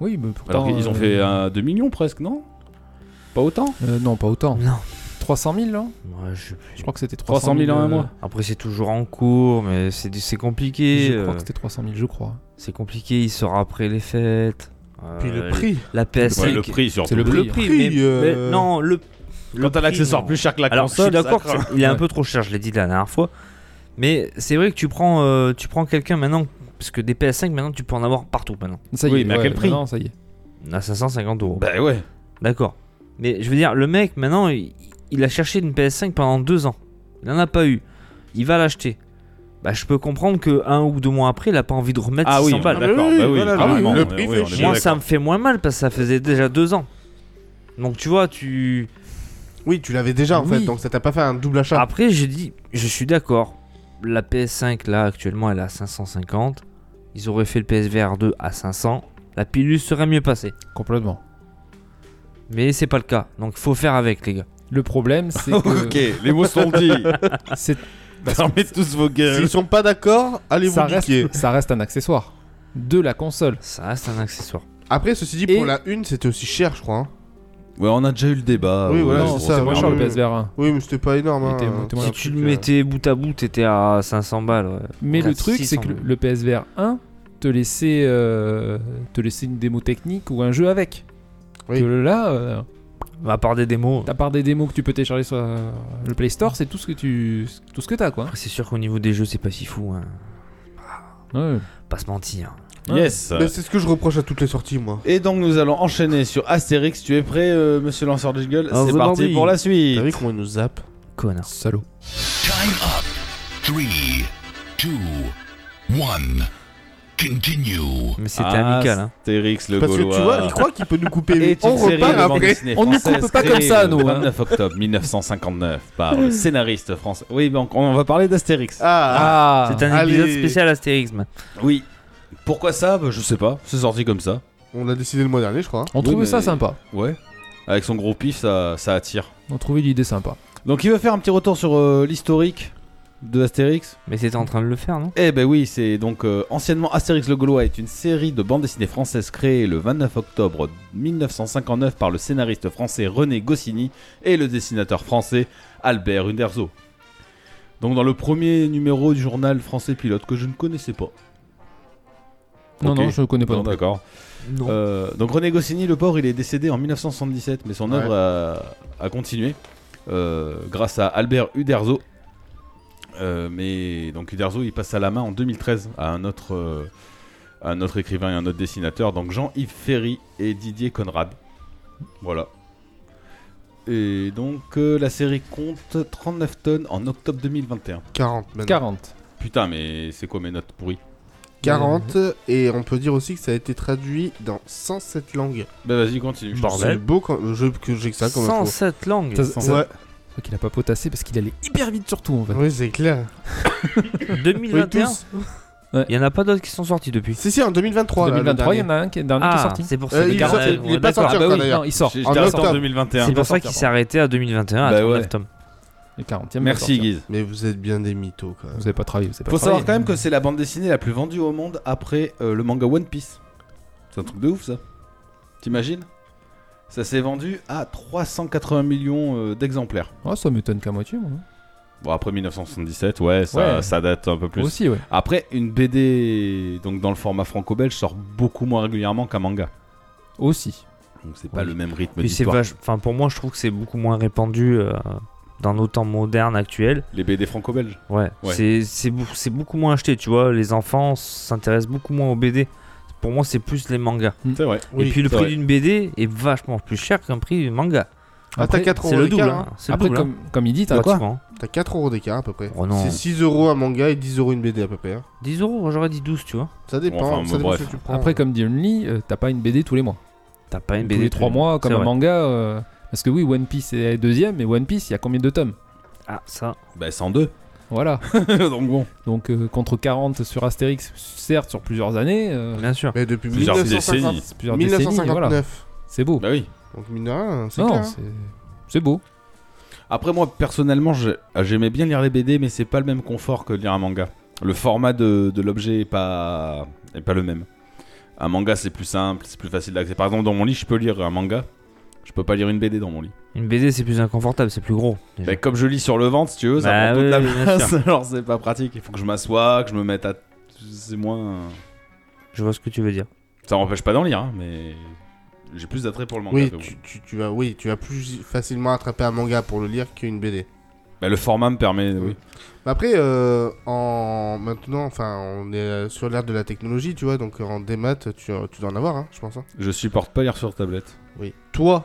[SPEAKER 7] Oui, mais pourtant.
[SPEAKER 4] Alors qu'ils ont
[SPEAKER 7] euh,
[SPEAKER 4] fait euh, 2 millions presque, non Pas autant
[SPEAKER 7] euh, non, pas *laughs* autant.
[SPEAKER 2] Non.
[SPEAKER 7] 300 000, non
[SPEAKER 2] Moi, je-
[SPEAKER 7] hein Je crois que c'était 300
[SPEAKER 4] 300 000 en un
[SPEAKER 7] euh,
[SPEAKER 4] mois.
[SPEAKER 2] Après, c'est toujours en cours, mais c'est du- c'est compliqué.
[SPEAKER 7] Je crois
[SPEAKER 2] euh,
[SPEAKER 7] que c'était 300 000, je crois.
[SPEAKER 2] C'est compliqué, il sera après les fêtes. Euh,
[SPEAKER 5] Puis le
[SPEAKER 2] les-
[SPEAKER 5] prix.
[SPEAKER 2] La PS5.
[SPEAKER 4] Ouais, le prix surtout.
[SPEAKER 7] C'est le prix.
[SPEAKER 2] Le prix,
[SPEAKER 5] prix,
[SPEAKER 2] mais,
[SPEAKER 5] euh,
[SPEAKER 2] mais non, le.
[SPEAKER 4] Quand t'as
[SPEAKER 2] prix,
[SPEAKER 4] l'accessoire
[SPEAKER 2] non.
[SPEAKER 4] plus cher que la
[SPEAKER 2] Alors, je suis
[SPEAKER 4] console,
[SPEAKER 2] d'accord,
[SPEAKER 4] ça craint.
[SPEAKER 2] il est un
[SPEAKER 7] Ouais.
[SPEAKER 2] peu trop cher, je l'ai dit la dernière fois. Mais c'est vrai que tu prends, euh, tu prends quelqu'un maintenant, parce que des PS5 maintenant tu peux en avoir partout maintenant.
[SPEAKER 7] Ça y
[SPEAKER 4] Oui,
[SPEAKER 7] est,
[SPEAKER 4] mais à
[SPEAKER 7] ouais,
[SPEAKER 4] quel prix
[SPEAKER 7] Non, ça y est.
[SPEAKER 2] À 550 euros.
[SPEAKER 4] Bah ouais.
[SPEAKER 2] D'accord. Mais je veux dire, le mec maintenant, il, il a cherché une PS5 pendant deux ans. Il n'en a pas eu. Il va l'acheter. Bah, je peux comprendre que un ou deux mois après, il a pas envie de remettre
[SPEAKER 4] Ah oui,
[SPEAKER 2] 600 balles.
[SPEAKER 4] d'accord. Bah
[SPEAKER 5] oui,
[SPEAKER 4] oui,
[SPEAKER 5] voilà, le-
[SPEAKER 4] carrément,
[SPEAKER 5] le
[SPEAKER 4] on est-
[SPEAKER 5] prix
[SPEAKER 4] oui,
[SPEAKER 5] fait
[SPEAKER 4] on est
[SPEAKER 5] chier.
[SPEAKER 4] bien
[SPEAKER 2] Moi, ça
[SPEAKER 4] d'accord.
[SPEAKER 2] me fait moins mal parce que ça faisait déjà deux ans. Donc, tu vois, tu.
[SPEAKER 5] Oui, tu l'avais déjà en
[SPEAKER 7] Oui.
[SPEAKER 5] fait, donc ça t'a pas fait un double achat.
[SPEAKER 2] Après, je dis, je suis d'accord. La PS5, là, actuellement, elle est à 550. Ils auraient fait le PSVR 2 à 500. La pilule serait mieux passée.
[SPEAKER 7] Complètement.
[SPEAKER 2] Mais c'est pas le cas. Donc, faut faire avec, les gars.
[SPEAKER 7] Le
[SPEAKER 4] *laughs*
[SPEAKER 7] problème, c'est que.
[SPEAKER 4] Ok, les mots sont *laughs* dits. Bah,
[SPEAKER 7] c'est-
[SPEAKER 4] Euh, Fermez tous vos gueules.
[SPEAKER 5] S'ils sont pas d'accord, allez vous
[SPEAKER 7] ça,
[SPEAKER 5] niquer.
[SPEAKER 7] reste, ça reste un accessoire de la console.
[SPEAKER 2] Ça reste un accessoire.
[SPEAKER 5] Après, ceci dit,
[SPEAKER 7] Et-
[SPEAKER 5] pour la une, c'était aussi cher, je crois. hein.
[SPEAKER 4] Ouais, on a déjà eu le débat.
[SPEAKER 5] Oui,
[SPEAKER 4] ouais,
[SPEAKER 5] voilà,
[SPEAKER 4] bon,
[SPEAKER 5] c'est ça,
[SPEAKER 7] Moins
[SPEAKER 5] oui,
[SPEAKER 7] cher le
[SPEAKER 5] oui.
[SPEAKER 7] PSVR 1.
[SPEAKER 5] Oui, mais c'était pas énorme.
[SPEAKER 7] Il
[SPEAKER 5] hein.
[SPEAKER 7] était- il était moins
[SPEAKER 5] C'est
[SPEAKER 2] Si
[SPEAKER 5] un
[SPEAKER 2] tu
[SPEAKER 5] truc,
[SPEAKER 2] le
[SPEAKER 5] euh,
[SPEAKER 2] mettais bout à bout, t'étais à 500 balles. ouais.
[SPEAKER 7] Mais
[SPEAKER 2] Ouais,
[SPEAKER 7] le truc, c'est
[SPEAKER 2] 600.
[SPEAKER 7] que le, le PSVR 1 te laissait, euh, te laissait une démo technique ou un jeu avec.
[SPEAKER 5] Oui.
[SPEAKER 7] Que là, euh,
[SPEAKER 2] À part des démos.
[SPEAKER 7] à part des démos que tu peux télécharger sur euh, le Play Store, c'est tout ce que tu, tout ce que t'as, quoi.
[SPEAKER 2] Après, c'est sûr qu'au niveau des jeux, c'est pas si fou. hein.
[SPEAKER 7] Ouais.
[SPEAKER 2] Pas se mentir.
[SPEAKER 4] Yes.
[SPEAKER 5] Mais Bah, c'est ce que je reproche à toutes les sorties, moi.
[SPEAKER 4] Et donc nous allons enchaîner sur Astérix. Tu es prêt, euh, monsieur lanceur de gueule
[SPEAKER 2] Ah,
[SPEAKER 4] C'est
[SPEAKER 2] vous
[SPEAKER 4] parti
[SPEAKER 2] l'avez.
[SPEAKER 4] pour la suite.
[SPEAKER 5] T'as vu comment ils nous zappent
[SPEAKER 2] Connard.
[SPEAKER 7] Salaud.
[SPEAKER 3] Time up. 3, 2, 1. Continue.
[SPEAKER 2] Mais c'était
[SPEAKER 5] Ah,
[SPEAKER 2] amical. Hein.
[SPEAKER 4] Astérix le
[SPEAKER 5] Parce que
[SPEAKER 4] Gaulois.
[SPEAKER 5] tu vois, il croit qu'il peut nous
[SPEAKER 4] *laughs*
[SPEAKER 5] couper.
[SPEAKER 4] est
[SPEAKER 5] On
[SPEAKER 4] une série
[SPEAKER 5] repart
[SPEAKER 4] de bande
[SPEAKER 5] après.
[SPEAKER 4] dessinée
[SPEAKER 7] On nous coupe
[SPEAKER 4] française
[SPEAKER 7] pas comme
[SPEAKER 4] créée
[SPEAKER 7] ça,
[SPEAKER 4] le
[SPEAKER 7] nous, hein.
[SPEAKER 4] 29 octobre 1959 par le scénariste français. Oui, donc on va parler d'Astérix.
[SPEAKER 5] Ah,
[SPEAKER 7] Ah.
[SPEAKER 2] C'est un
[SPEAKER 5] allez.
[SPEAKER 2] épisode spécial Astérix. mais-
[SPEAKER 4] Oui. Pourquoi ça Bah, Je sais pas. C'est sorti comme ça.
[SPEAKER 5] on l'a décidé le mois dernier, je crois. hein.
[SPEAKER 7] On
[SPEAKER 4] Oui,
[SPEAKER 7] trouvait
[SPEAKER 4] mais-
[SPEAKER 7] ça sympa.
[SPEAKER 4] Ouais. Avec son gros pif, ça, ça attire.
[SPEAKER 7] On trouvait l'idée sympa.
[SPEAKER 4] Donc il veut faire un petit retour sur euh, l'historique de Astérix
[SPEAKER 2] Mais c'était en train de le faire, non
[SPEAKER 4] Eh ben oui, c'est donc euh, anciennement Astérix le Gaulois est une série de bandes dessinées françaises créée le 29 octobre 1959 par le scénariste français René Goscinny et le dessinateur français Albert Uderzo. Donc dans le premier numéro du journal français pilote que je ne connaissais pas.
[SPEAKER 7] Non,
[SPEAKER 4] Ok.
[SPEAKER 7] non, je le connais pas.
[SPEAKER 4] Non,
[SPEAKER 7] non plus.
[SPEAKER 4] d'accord.
[SPEAKER 2] Non.
[SPEAKER 4] Euh, donc René Goscinny, le pauvre, il est décédé en 1977, mais son
[SPEAKER 5] Ouais.
[SPEAKER 4] œuvre a, a continué euh, grâce à Albert Uderzo. Euh, mais donc Uderzo, il passe à la main en 2013 à un autre, euh, à un autre écrivain et un autre dessinateur, donc Jean-Yves Ferry et Didier Conrad. Voilà. Et donc euh, la série compte 39 tonnes en octobre 2021.
[SPEAKER 5] 40 maintenant.
[SPEAKER 7] 40.
[SPEAKER 4] Putain, mais c'est quoi mes notes pourries
[SPEAKER 5] 40, et on peut dire aussi que ça a été traduit dans 107 langues.
[SPEAKER 4] Bah vas-y, continue.
[SPEAKER 5] C'est beau quand je, que j'ai que ça comme info.
[SPEAKER 2] 107 langues.
[SPEAKER 7] Ça- ça-
[SPEAKER 5] Ouais,
[SPEAKER 7] C'est qu'il a pas potassé parce qu'il allait hyper vite surtout en fait.
[SPEAKER 5] oui, c'est clair.
[SPEAKER 2] 2021
[SPEAKER 5] Oui, tous.
[SPEAKER 2] Il y en a pas d'autres qui sont sortis depuis.
[SPEAKER 5] Si, si, en 2023. là, le
[SPEAKER 7] 2023, il y en
[SPEAKER 5] dernier.
[SPEAKER 7] a un qui est, dernier qui est
[SPEAKER 2] Ah,
[SPEAKER 7] sorti.
[SPEAKER 2] c'est pour
[SPEAKER 5] Euh,
[SPEAKER 2] ça.
[SPEAKER 5] il
[SPEAKER 2] les
[SPEAKER 5] est
[SPEAKER 2] gars,
[SPEAKER 5] sorti-
[SPEAKER 2] on
[SPEAKER 5] il est pas
[SPEAKER 2] d'accord.
[SPEAKER 5] sorti
[SPEAKER 7] Ah bah oui,
[SPEAKER 5] d'ailleurs.
[SPEAKER 7] non, il sort.
[SPEAKER 4] J'ai-
[SPEAKER 5] En
[SPEAKER 4] j'étais resté en
[SPEAKER 5] octobre.
[SPEAKER 4] 2021.
[SPEAKER 2] C'est pour ça qu'il s'est arrêté à 2021 à
[SPEAKER 4] Bah ouais.
[SPEAKER 2] 39 tomes.
[SPEAKER 7] Le 40e. il
[SPEAKER 4] Merci
[SPEAKER 7] va sortir.
[SPEAKER 4] Guise.
[SPEAKER 5] Mais vous êtes bien des mythos quand même.
[SPEAKER 7] Vous avez pas travaillé, vous avez pas
[SPEAKER 4] Faut savoir
[SPEAKER 7] travaillé.
[SPEAKER 4] quand même que c'est la bande dessinée la plus vendue au monde après euh, le manga One Piece. C'est un truc de ouf ça. T'imagines Ça s'est vendu à 380 millions euh, d'exemplaires.
[SPEAKER 7] Ah, ça m'étonne qu'à moitié, moi. hein.
[SPEAKER 4] Bon après 1977, ouais, ça,
[SPEAKER 7] Ouais.
[SPEAKER 4] ça date un peu plus.
[SPEAKER 7] Moi aussi, ouais.
[SPEAKER 4] Après une BD donc dans le format franco-belge sort beaucoup moins régulièrement qu'un manga.
[SPEAKER 7] Aussi.
[SPEAKER 4] Donc c'est pas
[SPEAKER 2] Oui.
[SPEAKER 4] le même rythme
[SPEAKER 2] Puis c'est
[SPEAKER 4] d'histoire.
[SPEAKER 2] vache. Enfin, pour moi, je trouve que c'est beaucoup moins répandu euh, dans nos temps modernes actuels.
[SPEAKER 4] Les BD franco-belges.
[SPEAKER 2] Ouais.
[SPEAKER 4] Ouais.
[SPEAKER 2] C'est- C'est bou- c'est beaucoup moins acheté, tu vois. Les enfants s'intéressent beaucoup moins aux BD. Pour moi, c'est plus les mangas.
[SPEAKER 4] C'est vrai.
[SPEAKER 2] Et puis le
[SPEAKER 4] c'est
[SPEAKER 2] prix
[SPEAKER 4] vrai.
[SPEAKER 2] d'une BD est vachement plus cher qu'un prix du manga.
[SPEAKER 5] Ah, t'as
[SPEAKER 7] Après,
[SPEAKER 5] 4
[SPEAKER 2] C'est
[SPEAKER 5] euros
[SPEAKER 2] le double.
[SPEAKER 5] d'écart.
[SPEAKER 2] hein.
[SPEAKER 5] hein.
[SPEAKER 2] C'est le
[SPEAKER 7] Après,
[SPEAKER 2] double. hein.
[SPEAKER 7] comme, comme il dit, t'as quoi
[SPEAKER 2] Pratiquement.
[SPEAKER 5] T'as 4 euros d'écart à peu près.
[SPEAKER 2] Oh non.
[SPEAKER 5] C'est 6 euros un manga et 10 euros une BD à peu près. hein.
[SPEAKER 2] 10 euros, j'aurais dit 12, tu vois.
[SPEAKER 5] Ça dépend,
[SPEAKER 4] Enfin,
[SPEAKER 5] ça
[SPEAKER 4] bon,
[SPEAKER 5] dépend
[SPEAKER 4] bref.
[SPEAKER 5] ce que tu prends.
[SPEAKER 7] Après, comme dit Only, euh, t'as pas une BD tous les mois.
[SPEAKER 2] T'as pas une
[SPEAKER 7] tous
[SPEAKER 2] BD.
[SPEAKER 7] les 3 mois, comme
[SPEAKER 2] C'est
[SPEAKER 7] un
[SPEAKER 2] vrai.
[SPEAKER 7] manga. euh, Parce que oui, One Piece est la deuxième, mais One Piece, il y a combien de tomes
[SPEAKER 2] Ah, ça.
[SPEAKER 4] Bah 102.
[SPEAKER 7] Voilà.
[SPEAKER 4] *laughs* donc bon.
[SPEAKER 7] Donc, euh, contre 40 sur Astérix, certes, sur plusieurs années, euh,
[SPEAKER 2] Bien sûr.
[SPEAKER 5] Mais depuis
[SPEAKER 4] Plusieurs
[SPEAKER 5] 1950
[SPEAKER 4] décennies.
[SPEAKER 7] plusieurs décennies, voilà.
[SPEAKER 5] 1959.
[SPEAKER 7] C'est
[SPEAKER 2] Oh.
[SPEAKER 7] beau.
[SPEAKER 4] Bah oui.
[SPEAKER 5] Donc mine de rien, c'est
[SPEAKER 7] Non,
[SPEAKER 5] clair. hein.
[SPEAKER 7] c'est- c'est beau.
[SPEAKER 4] Après moi personnellement je- j'aimais bien lire les BD mais c'est pas le même confort que de lire un manga. Le format de, de l'objet est pas, est pas le même. Un manga c'est plus simple, c'est plus facile d'accès. Par exemple dans mon lit je peux lire un manga, je peux pas lire une BD dans mon lit.
[SPEAKER 2] Une BD, c'est plus inconfortable, c'est plus gros. déjà.
[SPEAKER 4] Mais comme je lis sur le ventre si tu veux, ça
[SPEAKER 2] Bah
[SPEAKER 4] prend toute
[SPEAKER 2] oui,
[SPEAKER 4] la
[SPEAKER 2] bien
[SPEAKER 4] place, *laughs* alors c'est pas pratique. Il faut que je m'assoie, que je me mette à... C'est moins...
[SPEAKER 2] Je vois ce que tu veux dire.
[SPEAKER 4] Ça m'empêche pas d'en lire hein, mais j'ai plus d'attrait pour le manga.
[SPEAKER 5] Oui
[SPEAKER 4] que-
[SPEAKER 5] tu, tu- tu vas, oui, tu vas plus facilement attraper un manga pour le lire qu'une BD.
[SPEAKER 4] Bah, le format me permet... oui.
[SPEAKER 5] Mais Après, euh, en maintenant, enfin, on est euh, sur l'ère de la technologie, tu vois, donc euh, en démat, tu, tu dois en avoir, hein, je pense. hein.
[SPEAKER 4] Je supporte pas lire sur tablette.
[SPEAKER 5] Oui. Toi,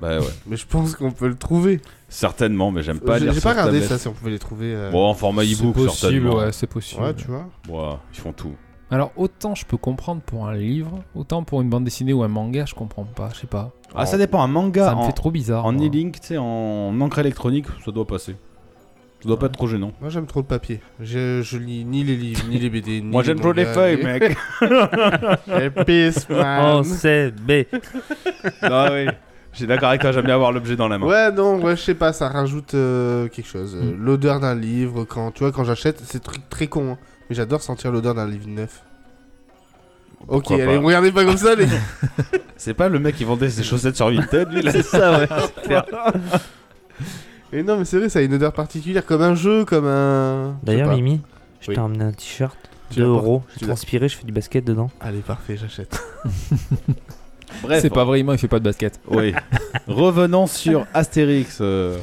[SPEAKER 4] Bah
[SPEAKER 5] *laughs*
[SPEAKER 4] ouais.
[SPEAKER 5] mais je pense qu'on peut le trouver.
[SPEAKER 4] Certainement mais j'aime pas
[SPEAKER 5] J'ai
[SPEAKER 4] lire
[SPEAKER 5] j'ai
[SPEAKER 4] sur
[SPEAKER 5] pas regardé
[SPEAKER 4] tablette.
[SPEAKER 5] ça si on pouvait les trouver. euh,
[SPEAKER 4] Bon, en format
[SPEAKER 7] C'est
[SPEAKER 4] e-book,
[SPEAKER 7] possible,
[SPEAKER 4] certainement.
[SPEAKER 7] ouais, c'est possible.
[SPEAKER 5] ouais, tu vois.
[SPEAKER 4] Ouais, ils font tout.
[SPEAKER 7] Alors autant je peux comprendre pour un livre, autant pour une bande dessinée ou un manga, je comprends pas, je sais pas.
[SPEAKER 4] Ah, ça dépend. Un manga
[SPEAKER 7] ça me
[SPEAKER 4] en,
[SPEAKER 7] fait trop bizarre.
[SPEAKER 4] en
[SPEAKER 7] moi.
[SPEAKER 4] e-link, tu sais, en encre électronique, ça doit passer. Ça doit pas être trop gênant.
[SPEAKER 5] Moi, j'aime trop le papier. Je, je lis ni les livres, ni les BD, ni
[SPEAKER 4] Moi, j'aime trop les feuilles, *laughs* mec.
[SPEAKER 5] mec. Peace,
[SPEAKER 2] Oh,
[SPEAKER 5] man.
[SPEAKER 2] c'est B.
[SPEAKER 4] non, Ah oui. J'ai d'accord avec toi, j'aime bien avoir l'objet dans la main.
[SPEAKER 5] Ouais, non, ouais, je sais pas, ça rajoute euh, quelque chose. Euh, L'odeur d'un livre, quand tu vois, quand j'achète, c'est tr- très con, hein, mais j'adore sentir l'odeur d'un livre neuf.
[SPEAKER 4] Pourquoi
[SPEAKER 5] ok,
[SPEAKER 4] pas.
[SPEAKER 5] allez, me regardez pas comme ça, les gars.
[SPEAKER 4] C'est pas le mec qui vendait ses chaussettes sur Vinted, lui, là.
[SPEAKER 5] Mais non, mais c'est vrai, ça a une odeur particulière, comme un jeu, comme un. je sais
[SPEAKER 2] D'ailleurs,
[SPEAKER 5] pas.
[SPEAKER 2] Mimi, je
[SPEAKER 5] Oui.
[SPEAKER 2] t'ai emmené un t-shirt.
[SPEAKER 5] Tu
[SPEAKER 2] 2
[SPEAKER 5] l'as
[SPEAKER 2] euros.
[SPEAKER 5] tu
[SPEAKER 2] J'ai
[SPEAKER 5] l'as-
[SPEAKER 2] transpiré, je fais du basket dedans.
[SPEAKER 5] Allez, parfait, j'achète.
[SPEAKER 4] Bref. hein.
[SPEAKER 7] C'est pas vraiment, il fait pas de basket.
[SPEAKER 4] Oui. *laughs* Revenons sur Astérix. euh.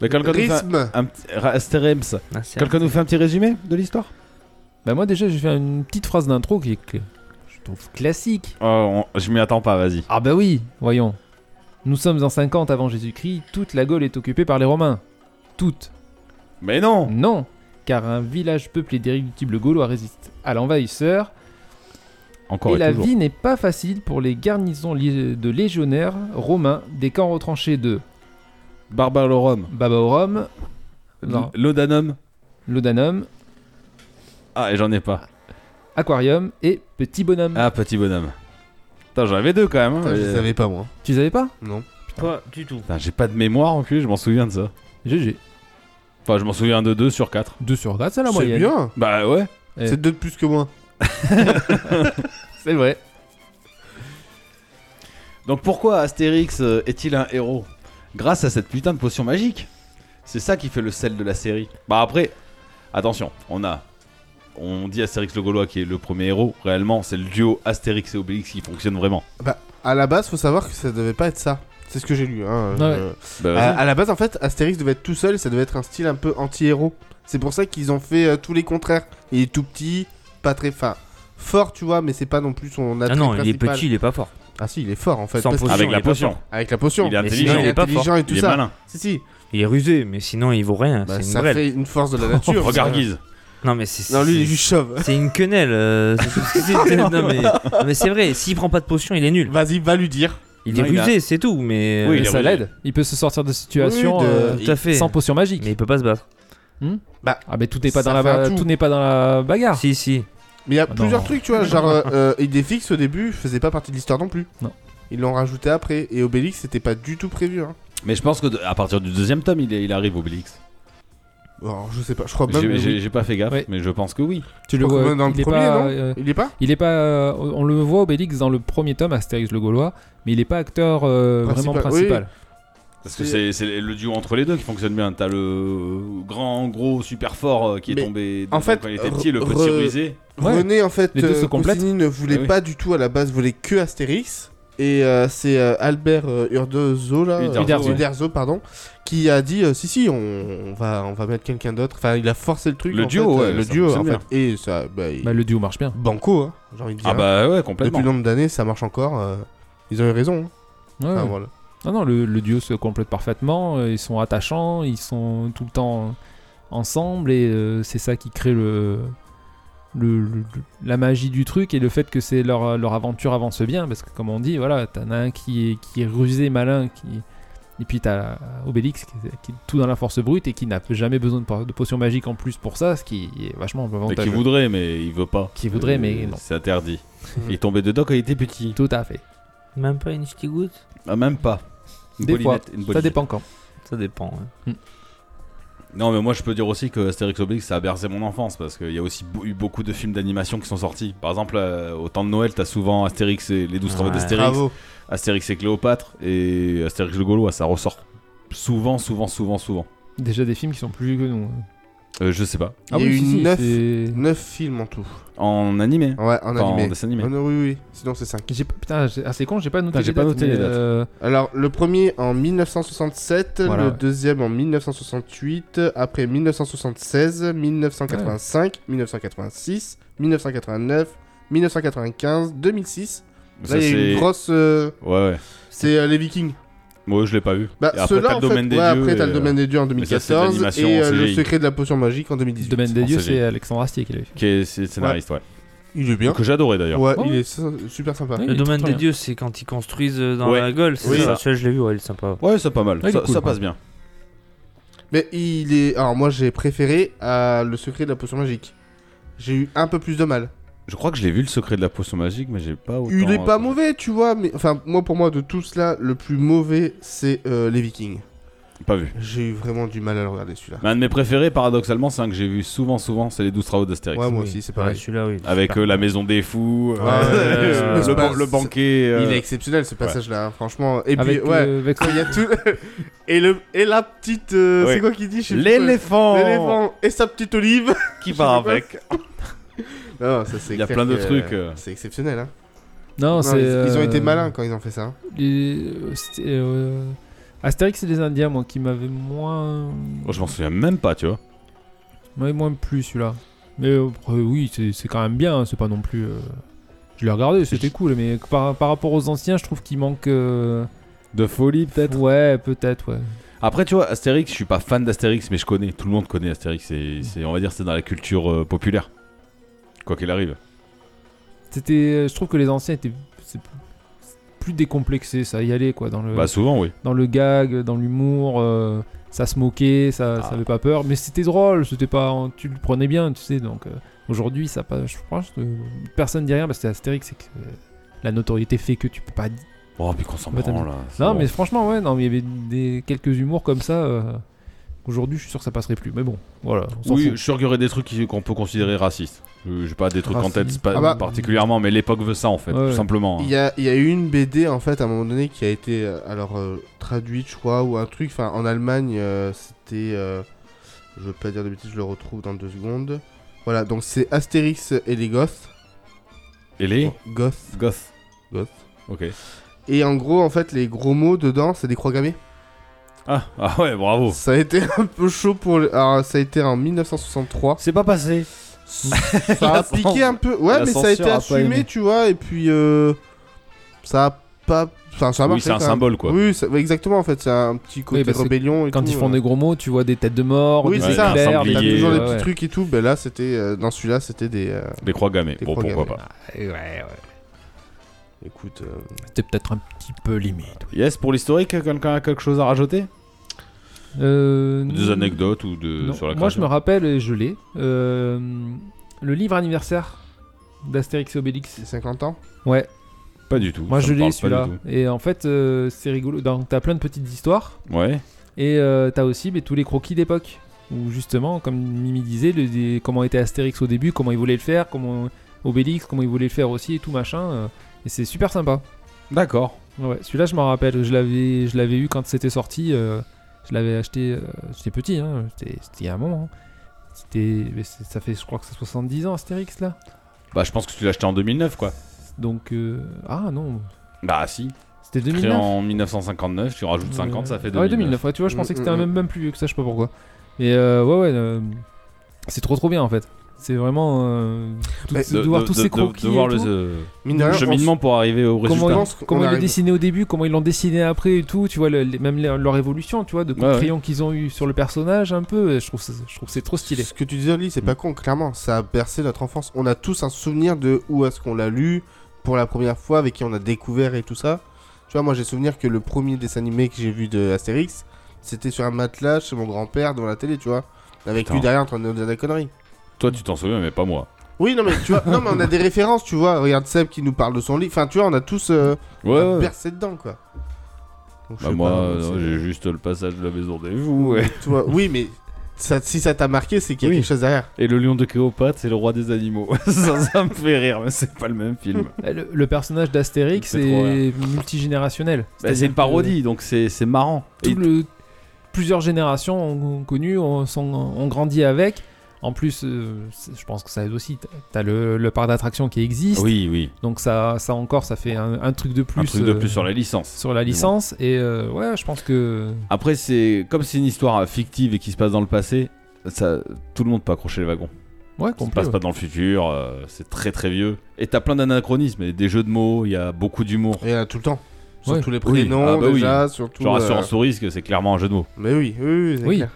[SPEAKER 4] Mais quelqu'un nous fait un-
[SPEAKER 5] Prisme.
[SPEAKER 4] un petit- Ra- Astérix.
[SPEAKER 2] Ah, c'est-
[SPEAKER 4] Quelqu'un nous fait un petit résumé de l'histoire
[SPEAKER 7] Bah moi déjà j'ai fait une petite phrase d'intro qui est cl- je trouve classique.
[SPEAKER 4] Oh, on- Je m'y attends pas, vas-y.
[SPEAKER 7] Ah bah oui, voyons. Nous sommes en 50 avant Jésus-Christ, toute la Gaule est occupée par les Romains. Toute.
[SPEAKER 4] Mais
[SPEAKER 5] Oh.
[SPEAKER 4] non
[SPEAKER 7] Non, car un village peuplé d'irréductibles gaulois résiste à l'envahisseur
[SPEAKER 4] Encore
[SPEAKER 7] et
[SPEAKER 4] et
[SPEAKER 7] la
[SPEAKER 4] toujours.
[SPEAKER 7] vie n'est pas facile pour les garnisons li- de légionnaires romains des camps retranchés de
[SPEAKER 4] Barbarorum.
[SPEAKER 7] Babaorum, non,
[SPEAKER 4] L'Odanum.
[SPEAKER 7] Laudanum,
[SPEAKER 4] Ah, et j'en ai pas.
[SPEAKER 7] Aquarium et Petit
[SPEAKER 2] Mm.
[SPEAKER 7] Bonhomme.
[SPEAKER 4] Ah, petit bonhomme. Putain, j'en avais deux quand même. hein,
[SPEAKER 5] Putain, je
[SPEAKER 4] mais-
[SPEAKER 5] les savais pas, moi.
[SPEAKER 7] Tu savais pas
[SPEAKER 5] Non.
[SPEAKER 2] Pas du tout.
[SPEAKER 4] Putain, j'ai pas de mémoire en cul, je m'en souviens de ça.
[SPEAKER 7] GG.
[SPEAKER 4] Enfin, je m'en souviens de 2 sur 4.
[SPEAKER 7] 2 sur 4, c'est Ah, la
[SPEAKER 5] C'est
[SPEAKER 7] moyenne.
[SPEAKER 5] bien.
[SPEAKER 4] Bah ouais.
[SPEAKER 7] Eh.
[SPEAKER 5] C'est deux de plus que moi.
[SPEAKER 7] C'est vrai.
[SPEAKER 4] Donc pourquoi Astérix euh, est-il un héros Grâce à cette putain de potion magique. C'est ça qui fait le sel de la série. Bah après, attention, on a. On dit Astérix le Gaulois qui est le premier héros. Réellement, c'est le duo Astérix et Obélix qui fonctionne vraiment.
[SPEAKER 5] À la base, faut savoir que ça devait pas être ça. C'est ce que j'ai lu. hein,
[SPEAKER 7] Ouais.
[SPEAKER 5] euh,
[SPEAKER 4] Bah,
[SPEAKER 5] À, à la base, en fait, Astérix devait être tout seul et ça devait être un style un peu anti-héros. C'est pour ça qu'ils ont fait euh, tous les contraires. Il est tout petit, pas très fin. Fort, tu vois, mais c'est pas non plus son attrait
[SPEAKER 2] Ah non, il est
[SPEAKER 5] principal.
[SPEAKER 2] petit, il est pas fort.
[SPEAKER 5] Ah si, ah, il est fort en fait.
[SPEAKER 2] Sans
[SPEAKER 5] parce que-
[SPEAKER 2] potion,
[SPEAKER 4] avec
[SPEAKER 2] il
[SPEAKER 4] la
[SPEAKER 2] est pas
[SPEAKER 4] potion.
[SPEAKER 2] fort.
[SPEAKER 5] Avec la potion.
[SPEAKER 4] Il est
[SPEAKER 2] Mais
[SPEAKER 4] intelligent.
[SPEAKER 2] sinon, il est pas
[SPEAKER 5] intelligent
[SPEAKER 2] fort.
[SPEAKER 5] et tout
[SPEAKER 4] Il est
[SPEAKER 5] ça.
[SPEAKER 4] malin.
[SPEAKER 5] Si, si.
[SPEAKER 2] Il est rusé, mais sinon il vaut rien.
[SPEAKER 5] Bah,
[SPEAKER 2] c'est une
[SPEAKER 5] ça
[SPEAKER 2] brêle.
[SPEAKER 5] fait une force de la
[SPEAKER 2] *laughs*
[SPEAKER 5] nature.
[SPEAKER 4] Regarde
[SPEAKER 5] ça.
[SPEAKER 4] Guise.
[SPEAKER 2] Non mais c'est.
[SPEAKER 5] Non, lui, il est
[SPEAKER 2] c'est-
[SPEAKER 5] juste chauve.
[SPEAKER 2] C'est une quenelle. euh, c'est tout ce que c'est. non mais, non, mais c'est vrai. S'il prend pas de potion, il est nul.
[SPEAKER 5] Vas-y, va lui dire.
[SPEAKER 2] Il
[SPEAKER 4] Non,
[SPEAKER 2] est
[SPEAKER 4] il a-
[SPEAKER 2] rusé, c'est tout. Mais euh,
[SPEAKER 4] Oui,
[SPEAKER 7] Mais
[SPEAKER 4] il est
[SPEAKER 7] ça
[SPEAKER 4] rusé.
[SPEAKER 7] l'aide. Il peut se sortir de situation
[SPEAKER 5] Oui, de-
[SPEAKER 7] euh,
[SPEAKER 2] tout à fait.
[SPEAKER 7] sans potion magique.
[SPEAKER 2] Mais il peut pas se battre.
[SPEAKER 7] Ah mais tout n'est pas
[SPEAKER 5] Ça
[SPEAKER 7] dans la
[SPEAKER 5] fait un
[SPEAKER 7] ba-
[SPEAKER 5] tout.
[SPEAKER 7] tout n'est pas dans la bagarre.
[SPEAKER 2] Si si.
[SPEAKER 5] Mais il y a
[SPEAKER 7] Ah,
[SPEAKER 5] plusieurs
[SPEAKER 7] non.
[SPEAKER 5] trucs, tu vois. Genre,
[SPEAKER 2] *laughs*
[SPEAKER 5] euh, euh, Idéfix au début faisait pas partie de l'histoire non plus.
[SPEAKER 7] Non.
[SPEAKER 5] Ils l'ont rajouté après. Et Obélix, c'était pas du tout prévu. Hein.
[SPEAKER 4] Mais je pense que de- à partir du deuxième tome, il, est- il arrive Obélix.
[SPEAKER 5] Alors, je sais pas. Je crois même. que
[SPEAKER 4] J'ai
[SPEAKER 5] oui.
[SPEAKER 4] j'ai- j'ai pas fait gaffe,
[SPEAKER 7] Ouais.
[SPEAKER 4] mais je pense que oui.
[SPEAKER 7] Tu
[SPEAKER 5] Je crois que dans le
[SPEAKER 7] il est
[SPEAKER 5] premier,
[SPEAKER 7] pas,
[SPEAKER 5] non
[SPEAKER 7] euh,
[SPEAKER 5] Il est pas
[SPEAKER 7] Il est pas, euh, on le voit Obélix dans le premier tome, Astérix le Gaulois, mais il est pas acteur euh,
[SPEAKER 5] Principal,
[SPEAKER 7] vraiment principal.
[SPEAKER 4] Parce que
[SPEAKER 5] C'est-
[SPEAKER 4] c'est c'est le duo entre les deux qui fonctionne bien. T'as le grand, gros, super fort euh, qui est
[SPEAKER 5] Mais
[SPEAKER 4] tombé
[SPEAKER 5] en
[SPEAKER 4] dedans
[SPEAKER 5] fait,
[SPEAKER 4] quand il était petit, le
[SPEAKER 5] re-
[SPEAKER 4] petit
[SPEAKER 5] re-
[SPEAKER 4] rusé.
[SPEAKER 7] Ouais.
[SPEAKER 5] René, en fait,
[SPEAKER 7] Les deux se
[SPEAKER 5] euh,
[SPEAKER 7] complètent.
[SPEAKER 5] Goscinny ne voulait
[SPEAKER 4] Ah oui.
[SPEAKER 5] pas du tout à la base, voulait que Astérix. Et euh, c'est euh, Albert euh, Uderzo, là, euh,
[SPEAKER 4] Uderzo, ouais.
[SPEAKER 5] Uderzo, pardon, qui a dit euh, si si, on, on va on va mettre quelqu'un d'autre. Enfin, il a forcé le truc.
[SPEAKER 4] Le
[SPEAKER 5] en
[SPEAKER 4] duo,
[SPEAKER 5] fait,
[SPEAKER 4] ouais,
[SPEAKER 5] euh, le
[SPEAKER 4] ça
[SPEAKER 5] duo, en
[SPEAKER 4] fonctionne
[SPEAKER 5] fait. Et ça, bah, il-
[SPEAKER 7] Bah, le duo marche bien.
[SPEAKER 5] banco, hein, j'ai envie de dire.
[SPEAKER 4] Ah bah ouais,
[SPEAKER 5] Depuis
[SPEAKER 4] complètement.
[SPEAKER 5] le nombre d'années, ça marche encore. euh, ils ont eu raison.
[SPEAKER 7] Ouais,
[SPEAKER 4] Ah
[SPEAKER 5] hein. Enfin,
[SPEAKER 7] ouais.
[SPEAKER 5] voilà.
[SPEAKER 7] Non, non, le, le duo se complète parfaitement. euh, Ils sont attachants, ils sont tout le temps euh, ensemble et euh, c'est ça qui crée le, le- le- la magie du truc et le fait que c'est leur, leur aventure avance bien parce que comme on dit, voilà, t'en as un qui est, qui est rusé, malin, qui et puis t'as Obélix qui, est- qui est tout dans la force brute et qui n'a jamais besoin de, po- de potions magiques en plus pour ça, ce qui est vachement
[SPEAKER 4] Et
[SPEAKER 7] avantageux.
[SPEAKER 4] qui voudrait, mais il veut pas.
[SPEAKER 7] Qui voudrait,
[SPEAKER 4] Euh,
[SPEAKER 7] mais non.
[SPEAKER 4] C'est interdit. Il est tombé dedans quand il était petit.
[SPEAKER 7] Tout à fait.
[SPEAKER 2] Même pas une petite goutte.
[SPEAKER 4] Ah, même pas. Une
[SPEAKER 7] Des fois,
[SPEAKER 4] bolinette, une
[SPEAKER 7] ça
[SPEAKER 4] bolinette.
[SPEAKER 7] dépend quand.
[SPEAKER 2] Ça dépend. hein. ouais.
[SPEAKER 4] Non, mais moi je peux dire aussi que Astérix Obélix ça a bercé mon enfance parce qu'il y a aussi beau- eu beaucoup de films d'animation qui sont sortis. Par exemple, euh, au temps de Noël, t'as souvent Astérix et les 12 travaux
[SPEAKER 2] Ouais.
[SPEAKER 4] d'Astérix,
[SPEAKER 5] Bravo.
[SPEAKER 4] Astérix et Cléopâtre et Astérix le Gaulois. Ça ressort souvent, souvent, souvent, souvent.
[SPEAKER 7] Déjà des films qui sont plus Ah vieux que nous. hein.
[SPEAKER 4] Euh, je sais pas.
[SPEAKER 5] Il y a eu neuf-
[SPEAKER 7] c'est-
[SPEAKER 5] 9 films en tout.
[SPEAKER 4] En animé.
[SPEAKER 5] Ouais, en
[SPEAKER 4] Enfin,
[SPEAKER 5] animé.
[SPEAKER 4] en dessin animé.
[SPEAKER 5] En- oui, oui, sinon c'est 5.
[SPEAKER 7] J'ai pas- putain, j'ai- ah, c'est con, j'ai pas noté.
[SPEAKER 4] Putain, j'ai pas
[SPEAKER 7] dates,
[SPEAKER 4] noté
[SPEAKER 7] mais,
[SPEAKER 4] les dates.
[SPEAKER 7] euh,
[SPEAKER 5] Alors, le premier en 1967,
[SPEAKER 7] Voilà,
[SPEAKER 5] le
[SPEAKER 7] ouais.
[SPEAKER 5] deuxième en 1968, après 1976, 1985, 1986, 1989, 1995, 2006.
[SPEAKER 4] Ça,
[SPEAKER 5] Là, il y a
[SPEAKER 4] c'est-
[SPEAKER 5] une grosse. euh,
[SPEAKER 4] Ouais, ouais.
[SPEAKER 5] c'est euh, les Vikings.
[SPEAKER 4] Moi je l'ai pas vu.
[SPEAKER 5] Bah,
[SPEAKER 4] Et après,
[SPEAKER 5] ceux-là,
[SPEAKER 4] t'as
[SPEAKER 5] en
[SPEAKER 4] le
[SPEAKER 5] fait,
[SPEAKER 4] domaine des
[SPEAKER 5] ouais,
[SPEAKER 4] dieux.
[SPEAKER 5] après, t'as
[SPEAKER 4] et,
[SPEAKER 5] le
[SPEAKER 4] euh,
[SPEAKER 5] domaine des dieux en
[SPEAKER 4] mais ça, c'est
[SPEAKER 5] 2014
[SPEAKER 4] d'animation
[SPEAKER 5] et
[SPEAKER 4] en
[SPEAKER 5] euh, le
[SPEAKER 4] CGI.
[SPEAKER 5] secret de la potion magique en 2018.
[SPEAKER 7] Domaine des
[SPEAKER 4] en
[SPEAKER 7] dieux,
[SPEAKER 4] série.
[SPEAKER 7] c'est Alexandre Astier qui l'a vu.
[SPEAKER 4] Qui est c'est scénariste, ouais.
[SPEAKER 5] Il est bien. Oh.
[SPEAKER 4] Que j'adorais d'ailleurs.
[SPEAKER 5] Ouais,
[SPEAKER 7] Bon.
[SPEAKER 5] il est su- super sympa.
[SPEAKER 7] Oui, il
[SPEAKER 2] Le
[SPEAKER 7] est
[SPEAKER 2] domaine
[SPEAKER 7] très
[SPEAKER 2] des
[SPEAKER 7] bien.
[SPEAKER 2] dieux, c'est quand ils construisent euh, dans
[SPEAKER 4] Ouais.
[SPEAKER 2] la gueule. C'est
[SPEAKER 4] Oui.
[SPEAKER 2] ça. Celui-là, je l'ai vu. Ouais, il est sympa.
[SPEAKER 4] Ouais, c'est pas mal.
[SPEAKER 7] Ah, il est
[SPEAKER 4] ça,
[SPEAKER 7] cool,
[SPEAKER 4] ça
[SPEAKER 7] quoi.
[SPEAKER 4] passe bien.
[SPEAKER 5] Mais il est. Alors, moi, j'ai préféré à le secret de la potion magique. J'ai eu un peu plus de mal.
[SPEAKER 4] Je crois que je l'ai vu le secret de la potion magique, mais j'ai pas autant.
[SPEAKER 5] Il est pas
[SPEAKER 4] euh,
[SPEAKER 5] mauvais, tu vois, mais enfin, moi pour moi, de tout cela, le plus mauvais, c'est euh, les Vikings.
[SPEAKER 4] Pas vu.
[SPEAKER 5] J'ai eu vraiment du mal à le regarder celui-là.
[SPEAKER 4] Mais un de mes préférés, paradoxalement, c'est un que j'ai vu souvent, souvent, c'est les 12 travaux d'Astérix.
[SPEAKER 5] Ouais, moi
[SPEAKER 2] Oui.
[SPEAKER 5] aussi, c'est
[SPEAKER 2] Ouais,
[SPEAKER 5] pareil.
[SPEAKER 2] celui-là, oui.
[SPEAKER 4] Avec
[SPEAKER 2] Super.
[SPEAKER 4] euh, la maison des fous, euh,
[SPEAKER 5] Ouais,
[SPEAKER 4] le-
[SPEAKER 2] ouais,
[SPEAKER 4] le,
[SPEAKER 5] ouais.
[SPEAKER 4] ban- le banquet. euh,
[SPEAKER 5] Il est exceptionnel ce passage-là, hein, franchement. Et puis,
[SPEAKER 7] Avec,
[SPEAKER 5] ouais,
[SPEAKER 7] euh, avec-
[SPEAKER 5] quand *laughs* il y a tout. et, le... et la petite. euh,
[SPEAKER 4] Ouais.
[SPEAKER 5] C'est quoi qu'il dit je sais plus quoi.
[SPEAKER 4] L'éléphant
[SPEAKER 5] L'éléphant et sa petite olive. *laughs*
[SPEAKER 4] qui part avec.
[SPEAKER 5] Non, ça, c'est
[SPEAKER 4] Il y a
[SPEAKER 5] clair
[SPEAKER 4] plein de
[SPEAKER 5] que,
[SPEAKER 4] trucs,
[SPEAKER 5] euh,
[SPEAKER 4] euh.
[SPEAKER 5] C'est exceptionnel. Hein.
[SPEAKER 7] Non,
[SPEAKER 5] Non,
[SPEAKER 7] c'est,
[SPEAKER 5] ils, ils ont
[SPEAKER 7] euh,
[SPEAKER 5] été malins quand ils ont fait ça. hein.
[SPEAKER 7] les- euh, c'était, euh, Astérix et les Indiens, moi, qui m'avait moins,
[SPEAKER 4] Oh, je m'en souviens même pas, tu vois.
[SPEAKER 7] m'avait moins plu celui-là. Mais euh, après, oui, c'est c'est quand même bien. hein, c'est pas non plus. euh, Je l'ai regardé, c'était cool, mais par, par rapport aux anciens, je trouve qu'il manque. euh,
[SPEAKER 4] De folie, peut-être.
[SPEAKER 7] Ouais, peut-être, ouais.
[SPEAKER 4] Après, tu vois, Astérix, je suis pas fan d'Astérix, mais je connais. Tout le monde connaît Astérix. C'est, c'est- on va dire, c'est dans la culture euh, populaire. Quoi qu'il arrive.
[SPEAKER 7] C'était, euh, je trouve que les anciens étaient c'est plus décomplexés, ça y allait quoi dans
[SPEAKER 5] Euh.
[SPEAKER 7] le
[SPEAKER 4] Bah, souvent, oui.
[SPEAKER 7] dans le gag, dans l'humour, euh, ça se moquait, ça,
[SPEAKER 4] Ah.
[SPEAKER 7] ça avait pas peur, mais c'était drôle, c'était pas, tu le prenais bien, tu sais. Donc euh, aujourd'hui, ça pas, je pense, que personne dit rien parce que Astérix, c'est que euh, la notoriété fait que tu peux pas. di-
[SPEAKER 4] Oh, puis qu'on s'en
[SPEAKER 7] Bah, t'as
[SPEAKER 4] branle, là. c'est
[SPEAKER 7] Non,
[SPEAKER 4] bon.
[SPEAKER 7] mais franchement, ouais, non, mais il y avait des quelques humours comme ça. euh, Aujourd'hui, je suis sûr que ça passerait plus. Mais bon, voilà, on s'en
[SPEAKER 4] Oui,
[SPEAKER 7] fout.
[SPEAKER 4] je suis regardé des trucs qui- qu'on peut considérer racistes. Je- J'ai pas des trucs en tête
[SPEAKER 7] Racistes.
[SPEAKER 4] pas-
[SPEAKER 5] Ah bah.
[SPEAKER 4] particulièrement, mais l'époque veut ça en fait,
[SPEAKER 7] Ouais,
[SPEAKER 4] tout
[SPEAKER 7] ouais.
[SPEAKER 4] simplement. hein.
[SPEAKER 5] Il y a, il y a eu une BD en fait à un moment donné qui a été euh, alors euh, traduite je crois ou un truc enfin en Allemagne euh, c'était euh, je veux pas dire de bêtises je le retrouve dans deux secondes voilà donc c'est Astérix et les Goths
[SPEAKER 4] Et les
[SPEAKER 5] Goths
[SPEAKER 4] Goth.
[SPEAKER 5] Goth.
[SPEAKER 4] Ok.
[SPEAKER 5] et en gros en fait les gros mots dedans c'est des croix gammées
[SPEAKER 4] Ah, ah ouais, bravo.
[SPEAKER 5] ça a été un peu chaud pour le- alors ça a été en
[SPEAKER 4] *laughs*
[SPEAKER 5] 1963
[SPEAKER 8] C'est pas passé.
[SPEAKER 5] ça
[SPEAKER 8] *laughs*
[SPEAKER 5] a piqué un peu ouais
[SPEAKER 8] la
[SPEAKER 5] mais ça a été
[SPEAKER 8] censure a pas
[SPEAKER 5] assumé
[SPEAKER 8] aimé.
[SPEAKER 5] tu vois et puis euh, ça a pas enfin ça a
[SPEAKER 4] Oui,
[SPEAKER 5] marché
[SPEAKER 4] c'est un
[SPEAKER 5] quand même.
[SPEAKER 4] symbole quoi.
[SPEAKER 5] Oui, ça- ouais, exactement, en fait, c'est un petit côté
[SPEAKER 7] Oui, bah, c'est
[SPEAKER 5] rébellion et
[SPEAKER 7] Quand
[SPEAKER 5] tout,
[SPEAKER 7] ils font
[SPEAKER 5] euh.
[SPEAKER 7] des gros mots, tu vois des têtes de mort,
[SPEAKER 5] Oui,
[SPEAKER 7] des
[SPEAKER 5] c'est ça,
[SPEAKER 7] éclairs,
[SPEAKER 5] t'as
[SPEAKER 4] T'as
[SPEAKER 7] des-
[SPEAKER 4] liés,
[SPEAKER 5] toujours
[SPEAKER 4] euh,
[SPEAKER 5] des
[SPEAKER 7] ouais,
[SPEAKER 5] petits
[SPEAKER 7] ouais.
[SPEAKER 5] trucs et tout, ben là, c'était... euh, dans celui-là, c'était des... euh,
[SPEAKER 4] Des croix gammées.
[SPEAKER 5] Des
[SPEAKER 4] Bon,
[SPEAKER 5] croix
[SPEAKER 4] pourquoi
[SPEAKER 5] gammées.
[SPEAKER 4] pas.
[SPEAKER 7] Ouais, ouais, ouais.
[SPEAKER 5] Écoute... euh,
[SPEAKER 7] C'était peut-être un petit peu limite. oui.
[SPEAKER 4] Yes, pour l'historique, quelqu'un a quelque chose à rajouter
[SPEAKER 7] Euh,
[SPEAKER 4] Des anecdotes ou de
[SPEAKER 7] non.
[SPEAKER 4] euh, sur la
[SPEAKER 7] Moi, je
[SPEAKER 4] création
[SPEAKER 7] me rappelle, et je l'ai, euh, le livre anniversaire d'Astérix et Obélix.
[SPEAKER 5] c'est 50 ans
[SPEAKER 7] Ouais,
[SPEAKER 4] Pas du tout.
[SPEAKER 7] moi
[SPEAKER 4] ça
[SPEAKER 7] je
[SPEAKER 4] me parle
[SPEAKER 7] l'ai
[SPEAKER 4] pas
[SPEAKER 7] celui-là.
[SPEAKER 4] du tout.
[SPEAKER 7] Et en fait, euh, c'est rigolo. Donc, t'as plein de petites histoires.
[SPEAKER 4] Ouais.
[SPEAKER 7] Et euh, t'as aussi mais, tous les croquis d'époque. Où justement, comme Mimi disait, le- des- comment était Astérix au début, comment il voulait le faire, comment Obélix, comment il voulait le faire aussi et tout machin. euh, et c'est super sympa.
[SPEAKER 8] D'accord.
[SPEAKER 7] Ouais, celui-là je m'en rappelle, je l'avais, je l'avais eu quand c'était sorti. euh, je l'avais acheté, euh, j'étais petit, hein, c'était, c'était il y a un moment. hein. C'était, mais c'est- ça fait, je crois que c'est 70 ans Astérix là.
[SPEAKER 4] Bah, je pense que tu l'as acheté en 2009 quoi.
[SPEAKER 7] Donc, euh, ah non,
[SPEAKER 4] Bah, si.
[SPEAKER 7] c'était
[SPEAKER 4] Créé
[SPEAKER 7] 2009.
[SPEAKER 4] en 1959, tu rajoutes 50, ça fait
[SPEAKER 7] Ah ouais,
[SPEAKER 4] 2009.
[SPEAKER 7] 2009, ouais, tu vois, je
[SPEAKER 5] Mm,
[SPEAKER 7] pensais que
[SPEAKER 5] mm,
[SPEAKER 7] c'était
[SPEAKER 5] mm.
[SPEAKER 7] même, même plus vieux que ça, je sais pas pourquoi. Mais euh, ouais, ouais, euh, c'est trop trop bien en fait. C'est vraiment. euh, tout-
[SPEAKER 5] Mais
[SPEAKER 7] de, voir tous ces croquis.
[SPEAKER 4] de voir
[SPEAKER 7] et
[SPEAKER 4] le
[SPEAKER 7] tout.
[SPEAKER 4] euh,
[SPEAKER 5] Mine de rien, on
[SPEAKER 4] cheminement pour arriver au résultat.
[SPEAKER 7] Comment,
[SPEAKER 5] Je
[SPEAKER 7] ils-
[SPEAKER 5] pense qu'on
[SPEAKER 7] comment ils l'ont
[SPEAKER 5] arrive.
[SPEAKER 7] dessiné au début, comment ils l'ont dessiné après et tout, tu vois, le- les- même les- leur évolution, tu vois, de coups
[SPEAKER 4] Ouais,
[SPEAKER 7] de
[SPEAKER 4] ouais.
[SPEAKER 7] crayon qu'ils ont eu sur le personnage un peu, je trouve, ça- je trouve que c'est trop
[SPEAKER 4] *laughs*
[SPEAKER 7] stylé.
[SPEAKER 5] Ce que tu disais, Oli, c'est
[SPEAKER 7] Mm.
[SPEAKER 5] pas con, clairement. Ça a bercé notre enfance. On a tous un souvenir de où est-ce qu'on l'a lu pour la première fois, avec qui on a découvert et tout ça. Tu vois, moi j'ai souvenir que le premier dessin animé que j'ai vu de Astérix, c'était sur un matelas chez mon grand-père devant la télé, tu vois. Avec
[SPEAKER 4] Putain.
[SPEAKER 5] lui derrière en train de nous dire des conneries.
[SPEAKER 4] Toi, tu t'en souviens, mais pas moi.
[SPEAKER 5] Oui, non, mais tu vois, non, mais
[SPEAKER 7] *laughs*
[SPEAKER 5] on a des références, tu vois. Regarde Seb qui nous parle de son lit. Enfin, tu vois, on a tous euh,
[SPEAKER 4] Ouais, ouais.
[SPEAKER 5] bercé dedans, quoi. Donc, je
[SPEAKER 4] Bah,
[SPEAKER 5] sais
[SPEAKER 4] moi,
[SPEAKER 5] pas,
[SPEAKER 4] euh,
[SPEAKER 5] c'est-
[SPEAKER 4] j'ai juste le passage de la maison des vous.
[SPEAKER 5] Tu vois, oui, mais ça- si ça t'a marqué, c'est qu'il y a
[SPEAKER 4] Oui.
[SPEAKER 5] quelque chose derrière.
[SPEAKER 4] Et le lion de Cléopâtre, c'est le roi des animaux. *laughs* ça, ça me fait rire, mais c'est pas le même film.
[SPEAKER 7] Eh, Le, le personnage d'Astérix
[SPEAKER 4] C'est trop
[SPEAKER 7] est multigénérationnel.
[SPEAKER 4] Bah, c'est
[SPEAKER 7] C'est-à-dire
[SPEAKER 4] une parodie, donc c'est c'est marrant.
[SPEAKER 7] que
[SPEAKER 4] Et
[SPEAKER 7] tout le- plusieurs générations ont, ont connu, ont, sont- ont grandi avec. En plus, euh, c'est- je pense que ça aide aussi. T'as- T'as le, le parc d'attraction qui existe,
[SPEAKER 4] Oui, oui.
[SPEAKER 7] donc ça, ça encore, ça fait un, un truc de plus,
[SPEAKER 4] Un truc de
[SPEAKER 7] euh,
[SPEAKER 4] plus sur la licence.
[SPEAKER 7] sur la
[SPEAKER 4] Mais bon.
[SPEAKER 7] licence. Et euh, ouais, je pense que
[SPEAKER 4] Après, c'est comme c'est une histoire euh, fictive et qui se passe dans le passé, ça, tout le monde peut accrocher les wagons.
[SPEAKER 7] ouais,
[SPEAKER 4] Ça se
[SPEAKER 7] complet,
[SPEAKER 4] passe
[SPEAKER 7] ouais.
[SPEAKER 4] pas dans le futur, euh, c'est très très vieux. Et t'as plein d'anachronismes, et des jeux de mots, il y a beaucoup d'humour.
[SPEAKER 5] Et euh, tout le temps. Sur
[SPEAKER 7] Ouais.
[SPEAKER 5] tous les
[SPEAKER 4] Oui.
[SPEAKER 5] prénoms,
[SPEAKER 4] Ah bah oui.
[SPEAKER 5] déjà, surtout.
[SPEAKER 4] Genre
[SPEAKER 5] euh,
[SPEAKER 4] Assurance au risque, c'est clairement un jeu de mots.
[SPEAKER 5] Mais oui, oui, oui. c'est
[SPEAKER 7] Oui.
[SPEAKER 5] clair.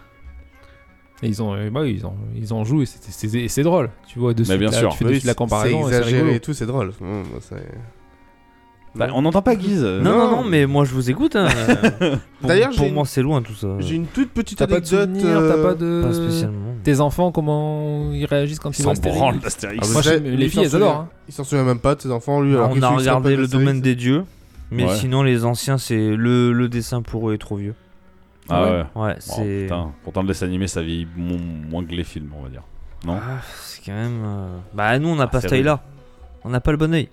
[SPEAKER 7] Et ils ont, euh, bah, ils ont, ils ont joué, c'est- c'est c'est- c'est drôle. Tu vois, de
[SPEAKER 4] Mais
[SPEAKER 7] suite,
[SPEAKER 4] bien
[SPEAKER 7] là,
[SPEAKER 4] sûr.
[SPEAKER 7] tu fais de
[SPEAKER 5] Bah Oui,
[SPEAKER 7] suite la comparaison. et
[SPEAKER 5] C'est
[SPEAKER 7] c'est rigolo.
[SPEAKER 5] exagéré et tout, c'est drôle. Mmh, bah, c'est-
[SPEAKER 4] Bah, on n'entend pas Guise. euh,
[SPEAKER 2] Non, non, non,
[SPEAKER 5] Non.
[SPEAKER 2] mais moi je vous écoute. hein. Pour-
[SPEAKER 5] D'ailleurs, j'ai
[SPEAKER 2] pour
[SPEAKER 5] une-
[SPEAKER 2] moi c'est euh, loin tout ça.
[SPEAKER 5] J'ai une toute petite
[SPEAKER 7] T'as pas de
[SPEAKER 5] anecdote.
[SPEAKER 7] souvenirs,
[SPEAKER 5] euh,
[SPEAKER 7] t'as pas de.
[SPEAKER 2] Pas spécialement.
[SPEAKER 7] Tes enfants, comment ils réagissent quand
[SPEAKER 4] Ils
[SPEAKER 7] ils voient
[SPEAKER 4] s'en
[SPEAKER 7] Astérix
[SPEAKER 4] branlent d'Astérix.
[SPEAKER 5] Ah bah,
[SPEAKER 7] Moi,
[SPEAKER 5] c'est-
[SPEAKER 7] j'aime-
[SPEAKER 5] lui,
[SPEAKER 7] les
[SPEAKER 5] il
[SPEAKER 7] filles,
[SPEAKER 5] s'en
[SPEAKER 7] elles adorent.
[SPEAKER 5] souvient.
[SPEAKER 7] hein.
[SPEAKER 5] Il s'en souvient même pas de ses enfants, lui. alors
[SPEAKER 2] Bah, on
[SPEAKER 5] qu'il
[SPEAKER 2] a
[SPEAKER 5] s'en souvient
[SPEAKER 2] regardé
[SPEAKER 5] pas
[SPEAKER 2] le
[SPEAKER 5] de série,
[SPEAKER 2] domaine
[SPEAKER 5] c'est-
[SPEAKER 2] des dieux, mais
[SPEAKER 4] Ouais.
[SPEAKER 2] sinon les anciens, c'est le, le dessin pour eux est trop vieux.
[SPEAKER 4] Ah ouais.
[SPEAKER 2] Ouais,
[SPEAKER 4] Oh,
[SPEAKER 2] c'est.
[SPEAKER 4] putain. Pourtant, le dessin animé, ça vieillit mon- moins que les films, on va dire. non.
[SPEAKER 2] Ah, c'est quand même. euh, Bah nous on n'a pas
[SPEAKER 4] Ah, c'est
[SPEAKER 2] ce taille-là, on n'a pas le bon œil.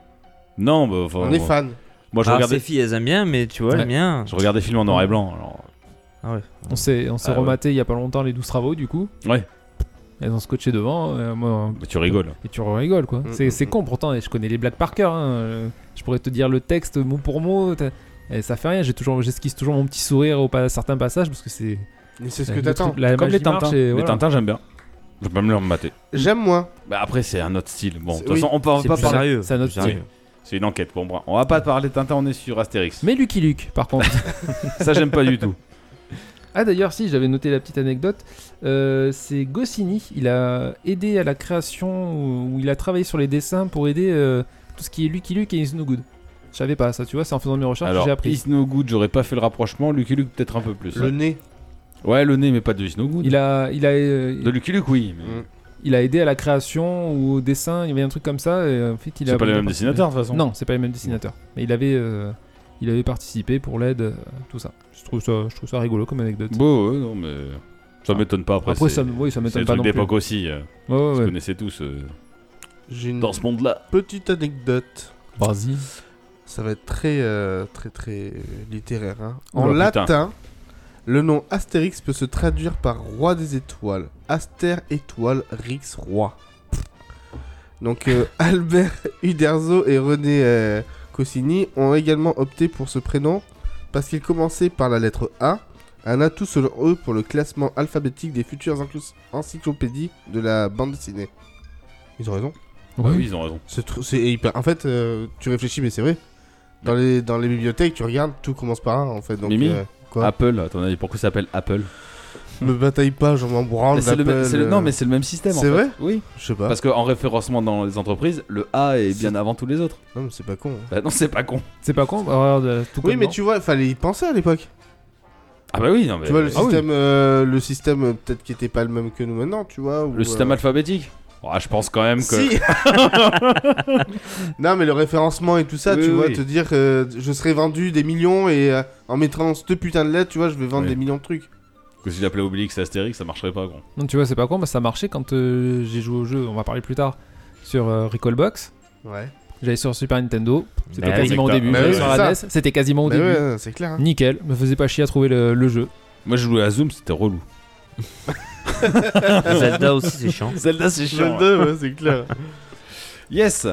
[SPEAKER 4] Non, bah, enfin,
[SPEAKER 5] On est
[SPEAKER 4] moi-
[SPEAKER 5] fan.
[SPEAKER 4] moi je
[SPEAKER 2] Alors,
[SPEAKER 4] regardais
[SPEAKER 2] ces filles elles aiment bien, mais tu vois
[SPEAKER 7] Ouais.
[SPEAKER 2] les miens.
[SPEAKER 4] je regardais des films en noir et blanc. Alors,
[SPEAKER 2] Ah ouais.
[SPEAKER 7] On s'est, on s'est
[SPEAKER 4] Ah ouais.
[SPEAKER 7] rematé il y a pas longtemps les 12 travaux, du coup.
[SPEAKER 4] Ouais.
[SPEAKER 7] Elles ont scotché devant, euh, moi,
[SPEAKER 4] bah, tu rigoles.
[SPEAKER 7] et tu rigoles quoi.
[SPEAKER 5] Mm,
[SPEAKER 7] c'est,
[SPEAKER 5] mm,
[SPEAKER 7] c'est
[SPEAKER 5] mm.
[SPEAKER 7] con pourtant, et je connais les blagues par cœur. hein, euh, Je pourrais te dire le texte mot pour mot. t'as- Et ça fait rien, j'ai toujours, j'esquisse toujours mon petit sourire au pas, certains passages parce que c'est.
[SPEAKER 5] Mais c'est ce
[SPEAKER 7] le
[SPEAKER 5] que
[SPEAKER 7] truc-
[SPEAKER 5] t'attends.
[SPEAKER 7] la
[SPEAKER 4] Comme
[SPEAKER 7] magie
[SPEAKER 4] les Tintins.
[SPEAKER 7] marche et
[SPEAKER 4] Les
[SPEAKER 7] voilà.
[SPEAKER 4] Tintins, j'aime bien. Je vais pas me les remater.
[SPEAKER 5] J'aime moins.
[SPEAKER 4] Bah, après, c'est un autre style. Bon, de
[SPEAKER 5] C'est-
[SPEAKER 4] toute façon, on peut on
[SPEAKER 2] C'est
[SPEAKER 4] peut pas
[SPEAKER 2] plus
[SPEAKER 4] parler.
[SPEAKER 2] sérieux.
[SPEAKER 7] c'est un autre
[SPEAKER 2] plus sérieux.
[SPEAKER 4] C'est une enquête. Bon, bref, on va pas parler de Tintin, on est sur Astérix.
[SPEAKER 7] Mais Lucky Luke, par
[SPEAKER 4] *laughs*
[SPEAKER 7] contre.
[SPEAKER 4] ça, j'aime pas
[SPEAKER 7] *laughs*
[SPEAKER 4] du tout.
[SPEAKER 7] ah d'ailleurs, si, j'avais noté la petite anecdote. Euh, c'est Goscinny, il a aidé à la création, où, où il a travaillé sur les dessins pour aider euh, tout ce qui est Lucky Luke et Is No Good. Je savais pas ça, tu vois, c'est en faisant mes recherches que
[SPEAKER 4] Alors,
[SPEAKER 7] j'ai appris.
[SPEAKER 4] Is No Good, j'aurais pas fait le rapprochement. Lucky Luke, peut-être un peu plus.
[SPEAKER 5] Le nez.
[SPEAKER 4] Ouais, le nez, mais pas de Is No Good.
[SPEAKER 7] Il a, il a, euh,
[SPEAKER 4] De Lucky Luke, oui. mais
[SPEAKER 5] Mm.
[SPEAKER 7] il a aidé à la création ou au dessin. Il y avait un truc comme ça. Et en fait, il a
[SPEAKER 4] C'est pas les
[SPEAKER 7] il a
[SPEAKER 4] mêmes
[SPEAKER 7] participé.
[SPEAKER 4] dessinateurs, de toute façon.
[SPEAKER 7] Non, c'est pas les mêmes dessinateurs. Mais il avait, euh, il avait participé pour l'aide, euh, tout ça. Je trouve ça, je trouve ça rigolo comme anecdote.
[SPEAKER 4] Bon, ouais, non, mais. Ça m'étonne pas après.
[SPEAKER 7] Ah. Après,
[SPEAKER 4] c'est-
[SPEAKER 7] ça, me- oui, ça
[SPEAKER 4] c'est
[SPEAKER 7] m'étonne
[SPEAKER 4] des
[SPEAKER 7] pas
[SPEAKER 4] trucs
[SPEAKER 7] non plus.
[SPEAKER 4] d'époque aussi. euh,
[SPEAKER 7] Ouais, ouais,
[SPEAKER 4] Vous
[SPEAKER 7] ouais.
[SPEAKER 4] connaissez tous euh,
[SPEAKER 5] J'ai une
[SPEAKER 4] dans ce monde-là.
[SPEAKER 5] petite anecdote.
[SPEAKER 7] Vas-y.
[SPEAKER 5] Ça va être très, euh, très, très littéraire. hein.
[SPEAKER 4] Oh
[SPEAKER 5] En
[SPEAKER 4] là, putain.
[SPEAKER 5] latin, le nom Astérix peut se traduire par roi des étoiles. Aster étoile Rix roi. Donc euh, *laughs* Albert Uderzo et René euh, Cossini ont également opté pour ce prénom parce qu'il commençait par la lettre A, un atout selon eux pour le classement alphabétique des futures enclus- encyclopédies de la bande dessinée. Ils ont raison.
[SPEAKER 4] Ah
[SPEAKER 5] Bah
[SPEAKER 7] Ouais.
[SPEAKER 4] oui, ils ont raison.
[SPEAKER 5] C'est tr- c'est hyper. En fait, euh, tu réfléchis, mais c'est vrai. Dans les, dans les bibliothèques, tu regardes, tout commence par un en fait. Donc,
[SPEAKER 4] Mimi
[SPEAKER 5] euh, quoi
[SPEAKER 4] Apple, à ton avis, pourquoi ça s'appelle Apple
[SPEAKER 5] Me bataille pas, j'en m'en
[SPEAKER 7] Oh,
[SPEAKER 5] branle.
[SPEAKER 4] Mais c'est le même-
[SPEAKER 5] d'Apple,
[SPEAKER 4] c'est le- Non,
[SPEAKER 5] euh,
[SPEAKER 4] mais c'est le même système. en
[SPEAKER 5] C'est
[SPEAKER 4] fait.
[SPEAKER 5] vrai
[SPEAKER 4] Oui.
[SPEAKER 5] Je
[SPEAKER 7] Ah.
[SPEAKER 5] sais pas.
[SPEAKER 4] Parce qu'en référencement dans les entreprises, le A est bien avant tous les autres.
[SPEAKER 5] Non, mais c'est pas con. hein.
[SPEAKER 4] Bah non, c'est pas con.
[SPEAKER 7] C'est pas con, bah, regarde, euh, tout
[SPEAKER 5] Oui,
[SPEAKER 7] comme
[SPEAKER 5] mais
[SPEAKER 7] non.
[SPEAKER 5] tu vois, il fallait y penser à l'époque.
[SPEAKER 4] Ah bah oui, non, mais.
[SPEAKER 5] tu vois, le
[SPEAKER 4] Ah oui.
[SPEAKER 5] système, euh, le système euh, peut-être qui était pas le même que nous maintenant, tu vois. ou,
[SPEAKER 4] Le système
[SPEAKER 5] euh,
[SPEAKER 4] alphabétique Ah, Je pense quand même que.
[SPEAKER 5] *laughs*
[SPEAKER 4] *laughs*
[SPEAKER 5] Si Non, mais le référencement et tout ça,
[SPEAKER 4] Oui,
[SPEAKER 5] tu vois,
[SPEAKER 4] oui.
[SPEAKER 5] te dire, euh, je serais vendu des millions et euh, en mettant cette putain de lettre, tu vois, je vais vendre
[SPEAKER 4] Oui.
[SPEAKER 5] des millions de trucs.
[SPEAKER 4] que si j'appelais Obélix et Astérix, ça marcherait pas, gros.
[SPEAKER 7] Non, tu vois, c'est pas con, mais ça marchait quand euh, j'ai joué au jeu, on va parler plus tard, sur euh, Recallbox.
[SPEAKER 5] Ouais.
[SPEAKER 7] J'allais sur Super Nintendo, c'était
[SPEAKER 2] Bah oui.
[SPEAKER 7] quasiment au
[SPEAKER 4] Bah
[SPEAKER 7] début.
[SPEAKER 5] oui,
[SPEAKER 7] J'allais
[SPEAKER 5] c'est
[SPEAKER 7] sur la
[SPEAKER 5] ça.
[SPEAKER 7] NES, c'était quasiment au
[SPEAKER 5] Bah
[SPEAKER 7] début.
[SPEAKER 5] ouais, c'est clair. hein.
[SPEAKER 7] Nickel, me faisait pas chier à trouver le, le jeu.
[SPEAKER 4] Moi, je jouais à Zoom, c'était relou.
[SPEAKER 2] Zelda aussi, c'est chiant.
[SPEAKER 4] Zelda, c'est
[SPEAKER 5] Zelda, ouais, c'est clair.
[SPEAKER 4] Yes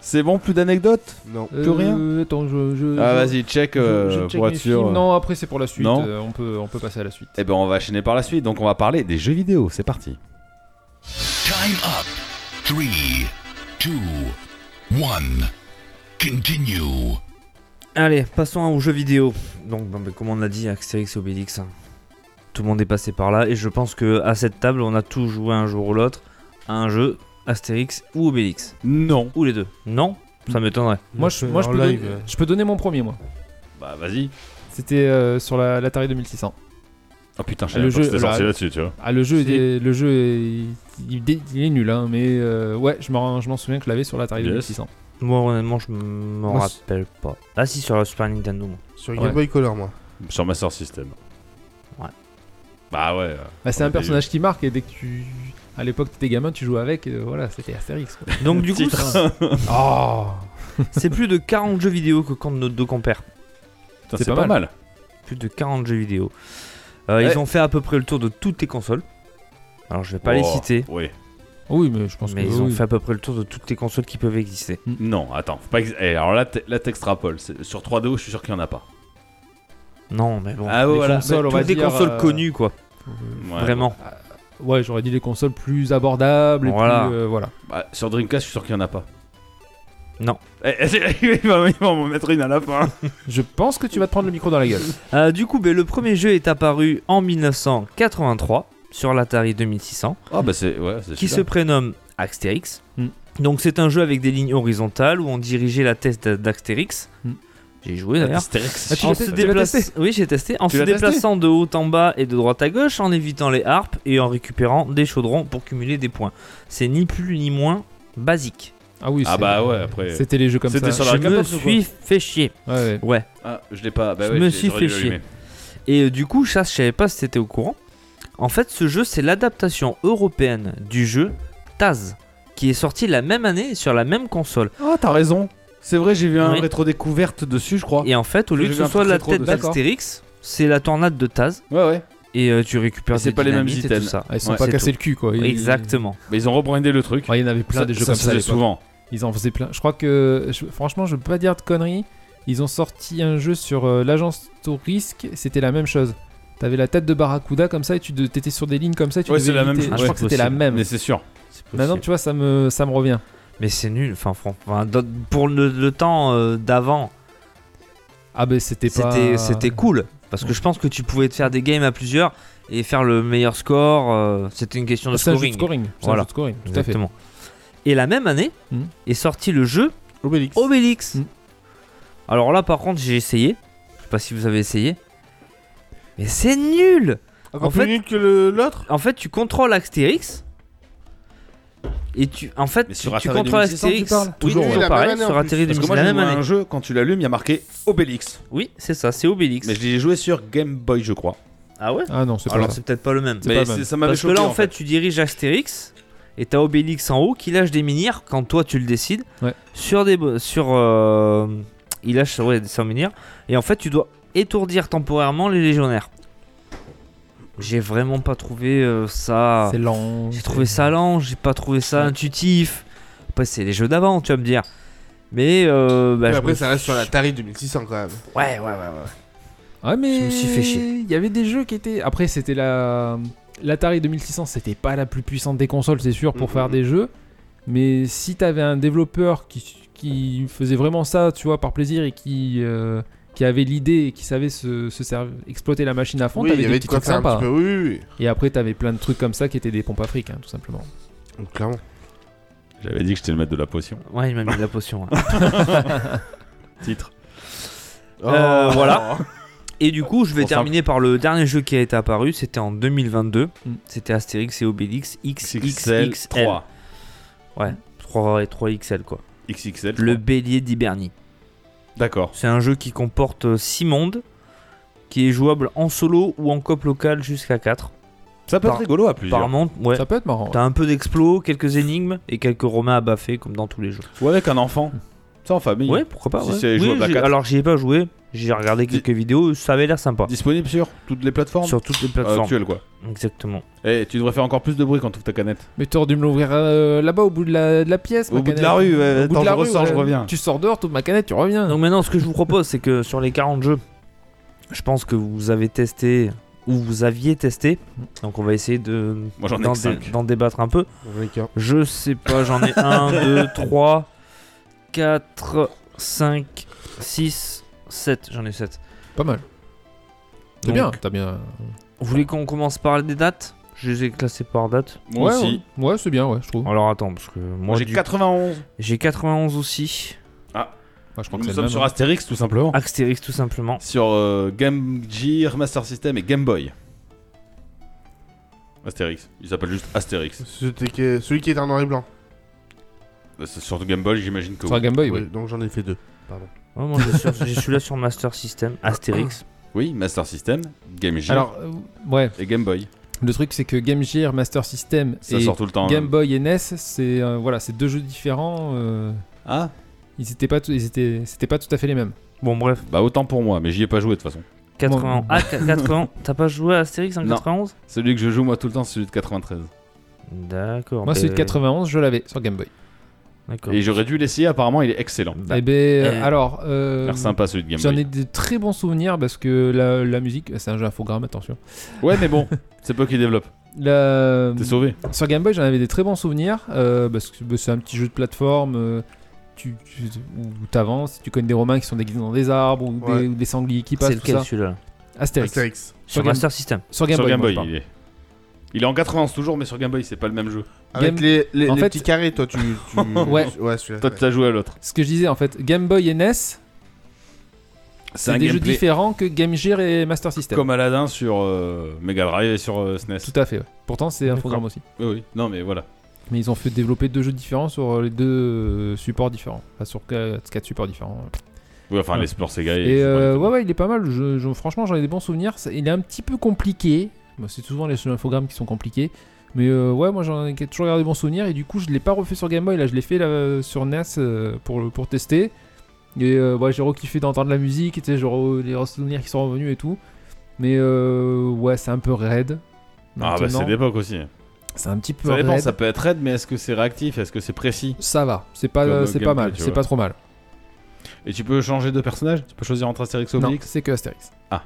[SPEAKER 4] C'est bon, plus d'anecdotes
[SPEAKER 5] *laughs* Non.
[SPEAKER 7] Plus
[SPEAKER 4] rien
[SPEAKER 7] Euh, Attends, je. je-
[SPEAKER 4] Ah,
[SPEAKER 7] je-
[SPEAKER 4] vas-y, check,
[SPEAKER 7] je-
[SPEAKER 4] euh,
[SPEAKER 7] je check
[SPEAKER 4] pour
[SPEAKER 7] mes
[SPEAKER 4] être sûr.
[SPEAKER 7] films. Non, après c'est pour la suite.
[SPEAKER 4] Non.
[SPEAKER 7] euh, on, peut, on peut passer à la suite.
[SPEAKER 4] Eh ben, on va enchaîner par la suite, donc on va parler des jeux vidéo, c'est parti.
[SPEAKER 3] Time up. Three, two, one. Continue.
[SPEAKER 2] Allez, passons aux jeux vidéo. Donc, bon, ben, comme on l'a dit, Astérix et Obélix, hein. tout le monde est passé par là. Et je pense que à cette table, on a tous joué un jour ou l'autre à un jeu Astérix ou Obélix.
[SPEAKER 4] Non.
[SPEAKER 2] Ou les deux. Non Ça
[SPEAKER 7] Mm.
[SPEAKER 2] m'étonnerait.
[SPEAKER 7] Moi, je, moi je,
[SPEAKER 5] en
[SPEAKER 7] peux
[SPEAKER 5] live,
[SPEAKER 7] donner,
[SPEAKER 5] euh.
[SPEAKER 7] je peux donner mon premier, moi.
[SPEAKER 4] Bah, vas-y.
[SPEAKER 7] C'était euh, sur la- l'Atari 2600.
[SPEAKER 4] Ah putain, je
[SPEAKER 7] Le
[SPEAKER 4] savais pas
[SPEAKER 7] jeu-
[SPEAKER 4] que c'était sorti
[SPEAKER 7] la-
[SPEAKER 4] là-dessus, tu vois.
[SPEAKER 7] Ah, le jeu,
[SPEAKER 2] Si.
[SPEAKER 7] était- le jeu est- il, il- il est nul, hein, mais euh, ouais, je m'en je m'en souviens que je l'avais sur l'Atari
[SPEAKER 4] Yes.
[SPEAKER 7] 2600.
[SPEAKER 2] Moi, honnêtement, je m'en
[SPEAKER 7] Moi, c'est-
[SPEAKER 2] rappelle pas. Ah, si, sur la Super Nintendo.
[SPEAKER 7] *laughs*
[SPEAKER 2] moi.
[SPEAKER 5] Sur
[SPEAKER 7] Ouais.
[SPEAKER 5] Game Boy Color, moi.
[SPEAKER 4] Sur Master System.
[SPEAKER 2] Ouais.
[SPEAKER 4] Bah ouais. euh,
[SPEAKER 7] Bah, c'est
[SPEAKER 4] on
[SPEAKER 7] un
[SPEAKER 4] était-
[SPEAKER 7] personnage qui marque et dès que tu. À l'époque, t'étais gamin, tu jouais avec, et euh, voilà, c'était Astérix.
[SPEAKER 4] *laughs*
[SPEAKER 7] Quoi.
[SPEAKER 2] Donc, du coup,
[SPEAKER 4] Titre.
[SPEAKER 7] oh
[SPEAKER 2] c'est plus de 40 jeux vidéo que comptent nos deux compères.
[SPEAKER 4] Putain, C'est pas, mal.
[SPEAKER 2] Plus de 40 jeux vidéo. Euh,
[SPEAKER 4] Ouais.
[SPEAKER 2] Ils ont fait à peu près le tour de toutes les consoles. Alors, je vais pas les
[SPEAKER 4] Oh,
[SPEAKER 2] citer.
[SPEAKER 4] Oui.
[SPEAKER 7] Oui, mais je pense
[SPEAKER 2] Mais
[SPEAKER 7] que.
[SPEAKER 2] ils ont
[SPEAKER 7] oui.
[SPEAKER 2] fait à peu près le tour de toutes les consoles qui peuvent exister.
[SPEAKER 4] Non, attends. Faut pas ex- eh, alors là, t'e- là, t'extrapoles. C'est- Sur 3DO, je suis sûr qu'il y en a pas.
[SPEAKER 2] Non, mais bon.
[SPEAKER 4] ah
[SPEAKER 7] les
[SPEAKER 4] ouais, voilà. Bah,
[SPEAKER 7] consoles, on
[SPEAKER 2] toutes
[SPEAKER 7] va
[SPEAKER 2] les
[SPEAKER 7] dire,
[SPEAKER 2] Bah, consoles
[SPEAKER 7] euh,
[SPEAKER 2] connues, quoi.
[SPEAKER 4] Ouais.
[SPEAKER 2] Vraiment.
[SPEAKER 7] Ouais, j'aurais dit les consoles plus abordables et
[SPEAKER 2] Voilà.
[SPEAKER 7] plus. euh, voilà.
[SPEAKER 4] Bah, sur Dreamcast, je suis sûr qu'il y en a pas.
[SPEAKER 2] Non.
[SPEAKER 4] Eh, eh, *laughs* il va il va m'en mettre une à la fin.
[SPEAKER 7] Je pense que tu vas te prendre le micro dans la gueule.
[SPEAKER 2] Euh, du coup, ben, le premier jeu est apparu en 1983 sur l'Atari 2600,
[SPEAKER 4] Ah bah c'est ouais, c'est
[SPEAKER 2] qui se
[SPEAKER 4] celui-là.
[SPEAKER 2] prénomme Axtérix.
[SPEAKER 7] Mm.
[SPEAKER 2] Donc, c'est un jeu avec des lignes horizontales où on dirigeait la tête d'a- d'Axtérix.
[SPEAKER 7] Mm.
[SPEAKER 2] J'ai joué d'ailleurs.
[SPEAKER 4] Astérix.
[SPEAKER 7] Ah, tu
[SPEAKER 2] En
[SPEAKER 7] l'as
[SPEAKER 2] se
[SPEAKER 7] te- tu l'as
[SPEAKER 2] déplace-
[SPEAKER 7] testé
[SPEAKER 2] Oui, j'ai testé. En
[SPEAKER 4] Tu
[SPEAKER 2] se
[SPEAKER 4] l'as testé
[SPEAKER 2] déplaçant de haut en bas et de droite à gauche, en évitant les harpes et en récupérant des chaudrons pour cumuler des points. C'est ni plus ni moins basique.
[SPEAKER 7] Ah oui,
[SPEAKER 4] Ah
[SPEAKER 7] c'est-
[SPEAKER 4] bah ouais, après.
[SPEAKER 7] C'était les jeux comme
[SPEAKER 4] C'était
[SPEAKER 7] ça.
[SPEAKER 4] sur
[SPEAKER 2] Je
[SPEAKER 4] la
[SPEAKER 2] me
[SPEAKER 4] 14 ou quoi
[SPEAKER 2] suis fait chier.
[SPEAKER 7] Ouais, ouais.
[SPEAKER 2] Ouais.
[SPEAKER 4] Ah, je l'ai pas. Bah
[SPEAKER 2] Je
[SPEAKER 4] ouais,
[SPEAKER 2] me
[SPEAKER 4] l'ai-
[SPEAKER 2] suis
[SPEAKER 4] j'aurais
[SPEAKER 2] fait
[SPEAKER 4] dû
[SPEAKER 2] chier.
[SPEAKER 4] l'allumer.
[SPEAKER 2] Et euh, du coup, ça, je savais pas si t'étais au courant. En fait, ce jeu, c'est l'adaptation européenne du jeu Taz, qui est sorti la même année sur la même console.
[SPEAKER 8] Ah, t'as raison. C'est vrai, j'ai vu un
[SPEAKER 2] Oui.
[SPEAKER 8] rétro découverte dessus, je
[SPEAKER 4] Oh.
[SPEAKER 8] crois.
[SPEAKER 2] Et en fait, au lieu
[SPEAKER 8] J'ai
[SPEAKER 2] que
[SPEAKER 8] vu
[SPEAKER 2] ce
[SPEAKER 8] un
[SPEAKER 2] soit
[SPEAKER 8] truc
[SPEAKER 2] la
[SPEAKER 8] rétro
[SPEAKER 2] tête
[SPEAKER 8] de-
[SPEAKER 2] d'Astérix, c'est la tornade de Taz.
[SPEAKER 4] Ouais ouais.
[SPEAKER 2] Et euh, tu récupères
[SPEAKER 4] Et
[SPEAKER 2] des
[SPEAKER 4] c'est pas les mêmes
[SPEAKER 2] dynamites et tout
[SPEAKER 4] items.
[SPEAKER 2] ça.
[SPEAKER 7] Ah, ils sont
[SPEAKER 4] Ouais,
[SPEAKER 7] pas
[SPEAKER 2] c'est
[SPEAKER 7] cassés le cul, quoi. Ils-
[SPEAKER 2] Exactement.
[SPEAKER 4] Mais Bah, ils ont rebrandé le truc.
[SPEAKER 7] Ouais, il y en avait plein des jeux comme
[SPEAKER 4] se
[SPEAKER 7] ça. à
[SPEAKER 4] faisait
[SPEAKER 7] l'époque.
[SPEAKER 4] souvent.
[SPEAKER 7] Ils en faisaient plein. Je crois que, je- franchement, je veux pas dire de conneries. Ils ont sorti un jeu sur euh, l'agence Touriste, c'était la même chose. T'avais la tête de Barracuda comme ça et tu de- t'étais sur des lignes comme ça. Et tu
[SPEAKER 4] Ouais,
[SPEAKER 7] devais
[SPEAKER 4] c'est la même
[SPEAKER 7] éviter.
[SPEAKER 4] chose,
[SPEAKER 7] Je
[SPEAKER 4] ouais.
[SPEAKER 7] crois que c'était la
[SPEAKER 2] Possible.
[SPEAKER 7] même.
[SPEAKER 4] Mais c'est sûr.
[SPEAKER 2] C'est
[SPEAKER 7] Maintenant,
[SPEAKER 2] possible.
[SPEAKER 7] tu vois, ça me, ça me revient.
[SPEAKER 2] Mais c'est nul. Enfin, fran- enfin, dans- pour le, le temps euh, d'avant,
[SPEAKER 7] Ah, ben c'était pas.
[SPEAKER 2] c'était c'était cool. Parce que je pense que tu pouvais te faire des games à plusieurs et faire le meilleur score. euh, c'était une question de
[SPEAKER 7] Ah, C'est un jeu de
[SPEAKER 2] scoring.
[SPEAKER 7] scoring. C'est un
[SPEAKER 2] Voilà.
[SPEAKER 7] jeu de scoring, Tout à fait.
[SPEAKER 2] Exactement. Et la même année
[SPEAKER 7] Mhm.
[SPEAKER 2] est sorti le jeu
[SPEAKER 5] Obélix.
[SPEAKER 2] Obélix.
[SPEAKER 7] Mm.
[SPEAKER 2] Alors là, par contre, j'ai essayé. Je sais pas si vous avez essayé. Mais c'est nul
[SPEAKER 5] Encore
[SPEAKER 2] en
[SPEAKER 5] plus
[SPEAKER 2] fait-
[SPEAKER 5] nul que le- l'autre
[SPEAKER 2] En fait, tu contrôles Astérix. Et tu, en fait,
[SPEAKER 4] Mais
[SPEAKER 2] tu,
[SPEAKER 4] sur
[SPEAKER 2] tu
[SPEAKER 4] Atari
[SPEAKER 2] contrôles
[SPEAKER 4] 2600, tu
[SPEAKER 2] Astérix.
[SPEAKER 4] parles
[SPEAKER 2] Oui,
[SPEAKER 5] Toujours,
[SPEAKER 2] toujours
[SPEAKER 5] ouais.
[SPEAKER 2] pareil,
[SPEAKER 5] La même année,
[SPEAKER 2] sur
[SPEAKER 5] en
[SPEAKER 2] Atari
[SPEAKER 4] Parce que
[SPEAKER 2] 2000,
[SPEAKER 4] moi
[SPEAKER 2] la
[SPEAKER 4] j'ai
[SPEAKER 2] même
[SPEAKER 4] joué à
[SPEAKER 2] année.
[SPEAKER 4] un jeu quand tu l'allumes, il y a marqué Obélix.
[SPEAKER 2] Oui, c'est ça, c'est Obélix.
[SPEAKER 4] Mais je l'ai joué sur Game Boy, je crois.
[SPEAKER 2] Ah ouais
[SPEAKER 7] Ah non, c'est pas
[SPEAKER 2] Alors
[SPEAKER 7] ça.
[SPEAKER 2] c'est peut-être pas le même.
[SPEAKER 7] C'est pas
[SPEAKER 4] Mais
[SPEAKER 7] mal.
[SPEAKER 4] c'est- ça m'avait
[SPEAKER 2] Parce que
[SPEAKER 4] choqué.
[SPEAKER 2] là en fait tu diriges Astérix et t'as Obélix en haut qui lâche des menhirs quand toi tu le décides
[SPEAKER 7] Ouais.
[SPEAKER 2] sur des bo- sur euh, il lâche ouais, des menhirs et en fait tu dois étourdir temporairement les légionnaires. J'ai vraiment pas trouvé euh, ça.
[SPEAKER 7] C'est lent.
[SPEAKER 2] J'ai trouvé ça lent, j'ai pas trouvé ça intuitif. Après, c'est les jeux d'avant, tu vas me dire. Mais euh, bah,
[SPEAKER 5] Mais
[SPEAKER 2] je
[SPEAKER 5] après,
[SPEAKER 2] me
[SPEAKER 5] ça reste sur la Tari 2600 quand même.
[SPEAKER 2] Ouais, ouais, ouais, ouais.
[SPEAKER 7] Ouais, Ah, mais.
[SPEAKER 2] Je me suis fait chier.
[SPEAKER 7] Il y avait des jeux qui étaient. Après, c'était la. L'Atari 2600, c'était pas la plus puissante des consoles, c'est sûr, pour
[SPEAKER 5] Mhm.
[SPEAKER 7] faire des jeux. Mais si t'avais un développeur qui, qui faisait vraiment ça, tu vois, par plaisir et qui. euh, qui avait l'idée et qui savait se, se serv- exploiter la machine à fond,
[SPEAKER 5] Oui,
[SPEAKER 7] t'avais
[SPEAKER 5] il y
[SPEAKER 7] des
[SPEAKER 5] avait de
[SPEAKER 7] petits
[SPEAKER 5] quoi
[SPEAKER 7] trucs
[SPEAKER 5] faire un
[SPEAKER 7] sympas. hein.
[SPEAKER 5] petit peu. Oui, oui,
[SPEAKER 7] Et après, t'avais plein de trucs comme ça qui étaient des pompes à fric, hein, tout simplement.
[SPEAKER 5] oui. Donc, clairement.
[SPEAKER 4] J'avais dit que j'étais le maître de la potion.
[SPEAKER 2] Ouais, il m'a mis de la potion. hein.
[SPEAKER 4] Titre. Oh.
[SPEAKER 2] Euh, *laughs* voilà. Et du coup, je vais
[SPEAKER 4] Trop
[SPEAKER 2] terminer par le dernier jeu qui a été apparu. C'était en 2022.
[SPEAKER 7] Mm.
[SPEAKER 2] C'était Astérix et Obélix XXXL.
[SPEAKER 4] XXL 3.
[SPEAKER 2] 3 et 3 XL quoi.
[SPEAKER 4] XXL 3.
[SPEAKER 2] Le bélier d'Hibernie.
[SPEAKER 4] D'accord.
[SPEAKER 2] C'est un jeu qui comporte 6 mondes, qui est jouable en solo ou en cop local jusqu'à 4.
[SPEAKER 4] Ça peut
[SPEAKER 2] Par-
[SPEAKER 4] être rigolo à plusieurs.
[SPEAKER 2] Par monde, ouais.
[SPEAKER 7] Ça peut être marrant. hein. ouais.
[SPEAKER 2] T'as un peu d'explos, quelques énigmes et quelques romains à baffer comme dans tous les jeux.
[SPEAKER 4] Ou avec un enfant. Ça en famille.
[SPEAKER 2] Ouais, pourquoi pas.
[SPEAKER 4] Si
[SPEAKER 2] ouais.
[SPEAKER 4] c'est jouable à
[SPEAKER 2] j'ai-
[SPEAKER 4] quatre.
[SPEAKER 2] alors j'y ai pas joué, j'ai regardé
[SPEAKER 4] Dis-
[SPEAKER 2] quelques vidéos, ça avait l'air sympa.
[SPEAKER 4] Disponible sur toutes les plateformes
[SPEAKER 2] Sur toutes les
[SPEAKER 4] euh,
[SPEAKER 2] plateformes.
[SPEAKER 4] actuelles quoi.
[SPEAKER 2] Exactement.
[SPEAKER 4] Eh, tu devrais faire encore plus de bruit quand tu ouvres ta canette.
[SPEAKER 7] Mais t'aurais dû me l'ouvrir euh, là-bas, au bout de la, de la pièce.
[SPEAKER 4] Au
[SPEAKER 7] ma
[SPEAKER 4] bout de
[SPEAKER 7] canette.
[SPEAKER 4] la rue, ouais,
[SPEAKER 7] Au bout de
[SPEAKER 4] attends,
[SPEAKER 7] la
[SPEAKER 4] je
[SPEAKER 7] rue,
[SPEAKER 4] ressors, je
[SPEAKER 7] ouais.
[SPEAKER 4] reviens.
[SPEAKER 7] Tu sors dehors, toute ma canette, tu reviens.
[SPEAKER 2] Donc maintenant, ce que je vous propose, c'est que sur les 40 jeux, je pense que vous avez testé ou vous aviez testé. Donc on va essayer de
[SPEAKER 4] Moi j'en ai
[SPEAKER 2] d'en
[SPEAKER 4] que cinq.
[SPEAKER 2] dé- d'en débattre un peu.
[SPEAKER 5] J'en ai qu'un.
[SPEAKER 2] Je sais pas, j'en ai
[SPEAKER 4] *laughs*
[SPEAKER 2] 1, 2, 3, 4, 5, 6, 7. J'en ai 7.
[SPEAKER 7] Pas mal. C'est
[SPEAKER 2] Donc,
[SPEAKER 7] bien, t'as bien.
[SPEAKER 2] Vous voulez qu'on commence par les dates Je les ai classées par date.
[SPEAKER 4] Moi
[SPEAKER 7] ouais,
[SPEAKER 4] aussi.
[SPEAKER 7] ouais, ouais, c'est bien, ouais, je trouve.
[SPEAKER 2] Alors attends, parce que moi
[SPEAKER 4] Moi j'ai
[SPEAKER 2] du-
[SPEAKER 4] 91.
[SPEAKER 2] j'ai 91 aussi.
[SPEAKER 7] Ouais, je crois que c'est
[SPEAKER 4] Nous
[SPEAKER 7] le
[SPEAKER 4] sommes
[SPEAKER 7] même,
[SPEAKER 4] sur
[SPEAKER 7] hein.
[SPEAKER 4] Astérix tout
[SPEAKER 2] Ah.
[SPEAKER 4] simplement.
[SPEAKER 2] Astérix tout simplement.
[SPEAKER 4] Sur euh, Game Gear, Master System et Game Boy. Astérix. Il s'appelle juste Astérix.
[SPEAKER 5] C'était que- celui qui était en noir et blanc.
[SPEAKER 4] Euh, c'est Sur Game Boy, j'imagine que
[SPEAKER 7] Sur la
[SPEAKER 4] oui.
[SPEAKER 7] Game Boy,
[SPEAKER 5] Oui,
[SPEAKER 7] oui.
[SPEAKER 5] donc j'en ai fait deux. Pardon.
[SPEAKER 2] Ouais, Oh, moi, je suis- je suis là sur Master System, Astérix.
[SPEAKER 4] Oui, Master System, Game Gear
[SPEAKER 7] Alors, euh, ouais,
[SPEAKER 4] et Game Boy.
[SPEAKER 7] le truc c'est que Game Gear, Master System
[SPEAKER 4] Ça
[SPEAKER 7] et
[SPEAKER 4] sort hein. tout le temps.
[SPEAKER 7] Game Boy et NES, c'est euh, voilà, c'est deux jeux différents. euh,
[SPEAKER 4] Ah,
[SPEAKER 7] ils étaient pas, tout- ils étaient, c'était pas tout à fait les mêmes.
[SPEAKER 2] Bon bref,
[SPEAKER 4] bah autant pour moi, mais j'y ai pas joué de toute façon.
[SPEAKER 2] 91. Ah, qu- 91. T'as pas joué à Astérix en
[SPEAKER 4] Non.
[SPEAKER 2] 91
[SPEAKER 4] Celui que je joue moi tout le temps, c'est celui de 93.
[SPEAKER 2] D'accord.
[SPEAKER 7] Moi,
[SPEAKER 2] bah,
[SPEAKER 7] celui de 91, je l'avais sur Game Boy.
[SPEAKER 2] D'accord.
[SPEAKER 4] Et j'aurais dû l'essayer, apparemment il est excellent.
[SPEAKER 2] Bah,
[SPEAKER 7] Eh ben, euh,
[SPEAKER 2] eh.
[SPEAKER 7] alors, euh,
[SPEAKER 4] L'air sympa celui de Game
[SPEAKER 7] j'en
[SPEAKER 4] Boy.
[SPEAKER 7] ai des très bons souvenirs parce que la, la musique, c'est un jeu infogramme, attention.
[SPEAKER 4] Ouais,
[SPEAKER 7] *laughs*
[SPEAKER 4] mais bon, c'est pas qui développe.
[SPEAKER 7] La,
[SPEAKER 4] T'es sauvé.
[SPEAKER 7] Sur Game Boy, j'en avais des très bons souvenirs euh, parce que bah, c'est un petit jeu de plateforme. euh, tu, tu- où t'avances, tu connais des Romains qui sont déguisés dans des arbres ou,
[SPEAKER 5] Ouais.
[SPEAKER 7] des, ou des sangliers qui passent.
[SPEAKER 2] c'est
[SPEAKER 7] tout
[SPEAKER 2] lequel
[SPEAKER 7] ça.
[SPEAKER 2] celui-là
[SPEAKER 7] Astérix.
[SPEAKER 5] Astérix.
[SPEAKER 2] Sur
[SPEAKER 7] Game-
[SPEAKER 2] Master System.
[SPEAKER 7] Sur Game
[SPEAKER 4] sur
[SPEAKER 7] Boy.
[SPEAKER 4] Game
[SPEAKER 7] moi, je
[SPEAKER 4] Boy,
[SPEAKER 7] parle.
[SPEAKER 4] il est. Il est en 91 toujours, mais sur Game Boy, c'est pas le même jeu.
[SPEAKER 5] Avec
[SPEAKER 7] Game-
[SPEAKER 5] les, les,
[SPEAKER 7] En
[SPEAKER 5] les
[SPEAKER 7] fait-
[SPEAKER 5] petits carrés, toi, tu. tu-
[SPEAKER 7] *laughs* Ouais.
[SPEAKER 5] Ouais, celui-là.
[SPEAKER 4] Toi, tu as joué à l'autre.
[SPEAKER 7] Ce que je disais en fait, Game Boy et NES, c'est
[SPEAKER 4] un
[SPEAKER 7] des jeux
[SPEAKER 4] gameplay
[SPEAKER 7] différents que Game Gear et Master System.
[SPEAKER 4] Comme Aladdin sur euh, Mega Drive et sur euh, SNES.
[SPEAKER 7] Tout à fait. ouais. Pourtant, c'est un
[SPEAKER 4] D'accord.
[SPEAKER 7] programme aussi.
[SPEAKER 4] Oui, oui. Non, mais voilà.
[SPEAKER 7] Mais ils ont fait développer deux jeux différents sur euh, les deux euh, supports différents. Enfin, sur euh, quatre supports différents.
[SPEAKER 4] Oui, enfin,
[SPEAKER 7] Ouais.
[SPEAKER 4] les sports Sega. et-
[SPEAKER 7] Et euh,
[SPEAKER 4] c'est pas
[SPEAKER 7] ouais, ouais, il est pas mal. Je, je- franchement, j'en ai des bons souvenirs. C'est- Il est un petit peu compliqué. Moi, C'est souvent les jeux infogrammes qui sont compliqués. Mais euh, ouais, moi j'en ai toujours gardé des bons souvenirs. Et du coup, je l'ai pas refait sur Game Boy. Là, je l'ai fait là, sur NES euh, pour, le- pour tester. Et euh, ouais, j'ai re-kiffé d'entendre la musique. et Tu sais, j'ai re- les souvenirs qui sont revenus et tout. Mais euh, ouais, c'est un peu raide.
[SPEAKER 4] Ah, bah, c'est
[SPEAKER 7] maintenant.
[SPEAKER 4] d'époque aussi.
[SPEAKER 7] C'est un petit peu
[SPEAKER 4] Ça dépend,
[SPEAKER 7] raide.
[SPEAKER 4] ça peut être raide, mais est-ce que c'est réactif Est-ce que c'est précis
[SPEAKER 7] Ça va, c'est pas, euh,
[SPEAKER 4] Comme
[SPEAKER 7] c'est
[SPEAKER 4] Game
[SPEAKER 7] pas
[SPEAKER 4] Boy,
[SPEAKER 7] mal,
[SPEAKER 4] tu
[SPEAKER 7] c'est
[SPEAKER 4] vois.
[SPEAKER 7] pas trop mal.
[SPEAKER 4] Et tu peux changer de personnage Tu peux choisir entre Astérix et
[SPEAKER 7] Non,
[SPEAKER 4] Obélix
[SPEAKER 7] c'est que Astérix.
[SPEAKER 4] Ah,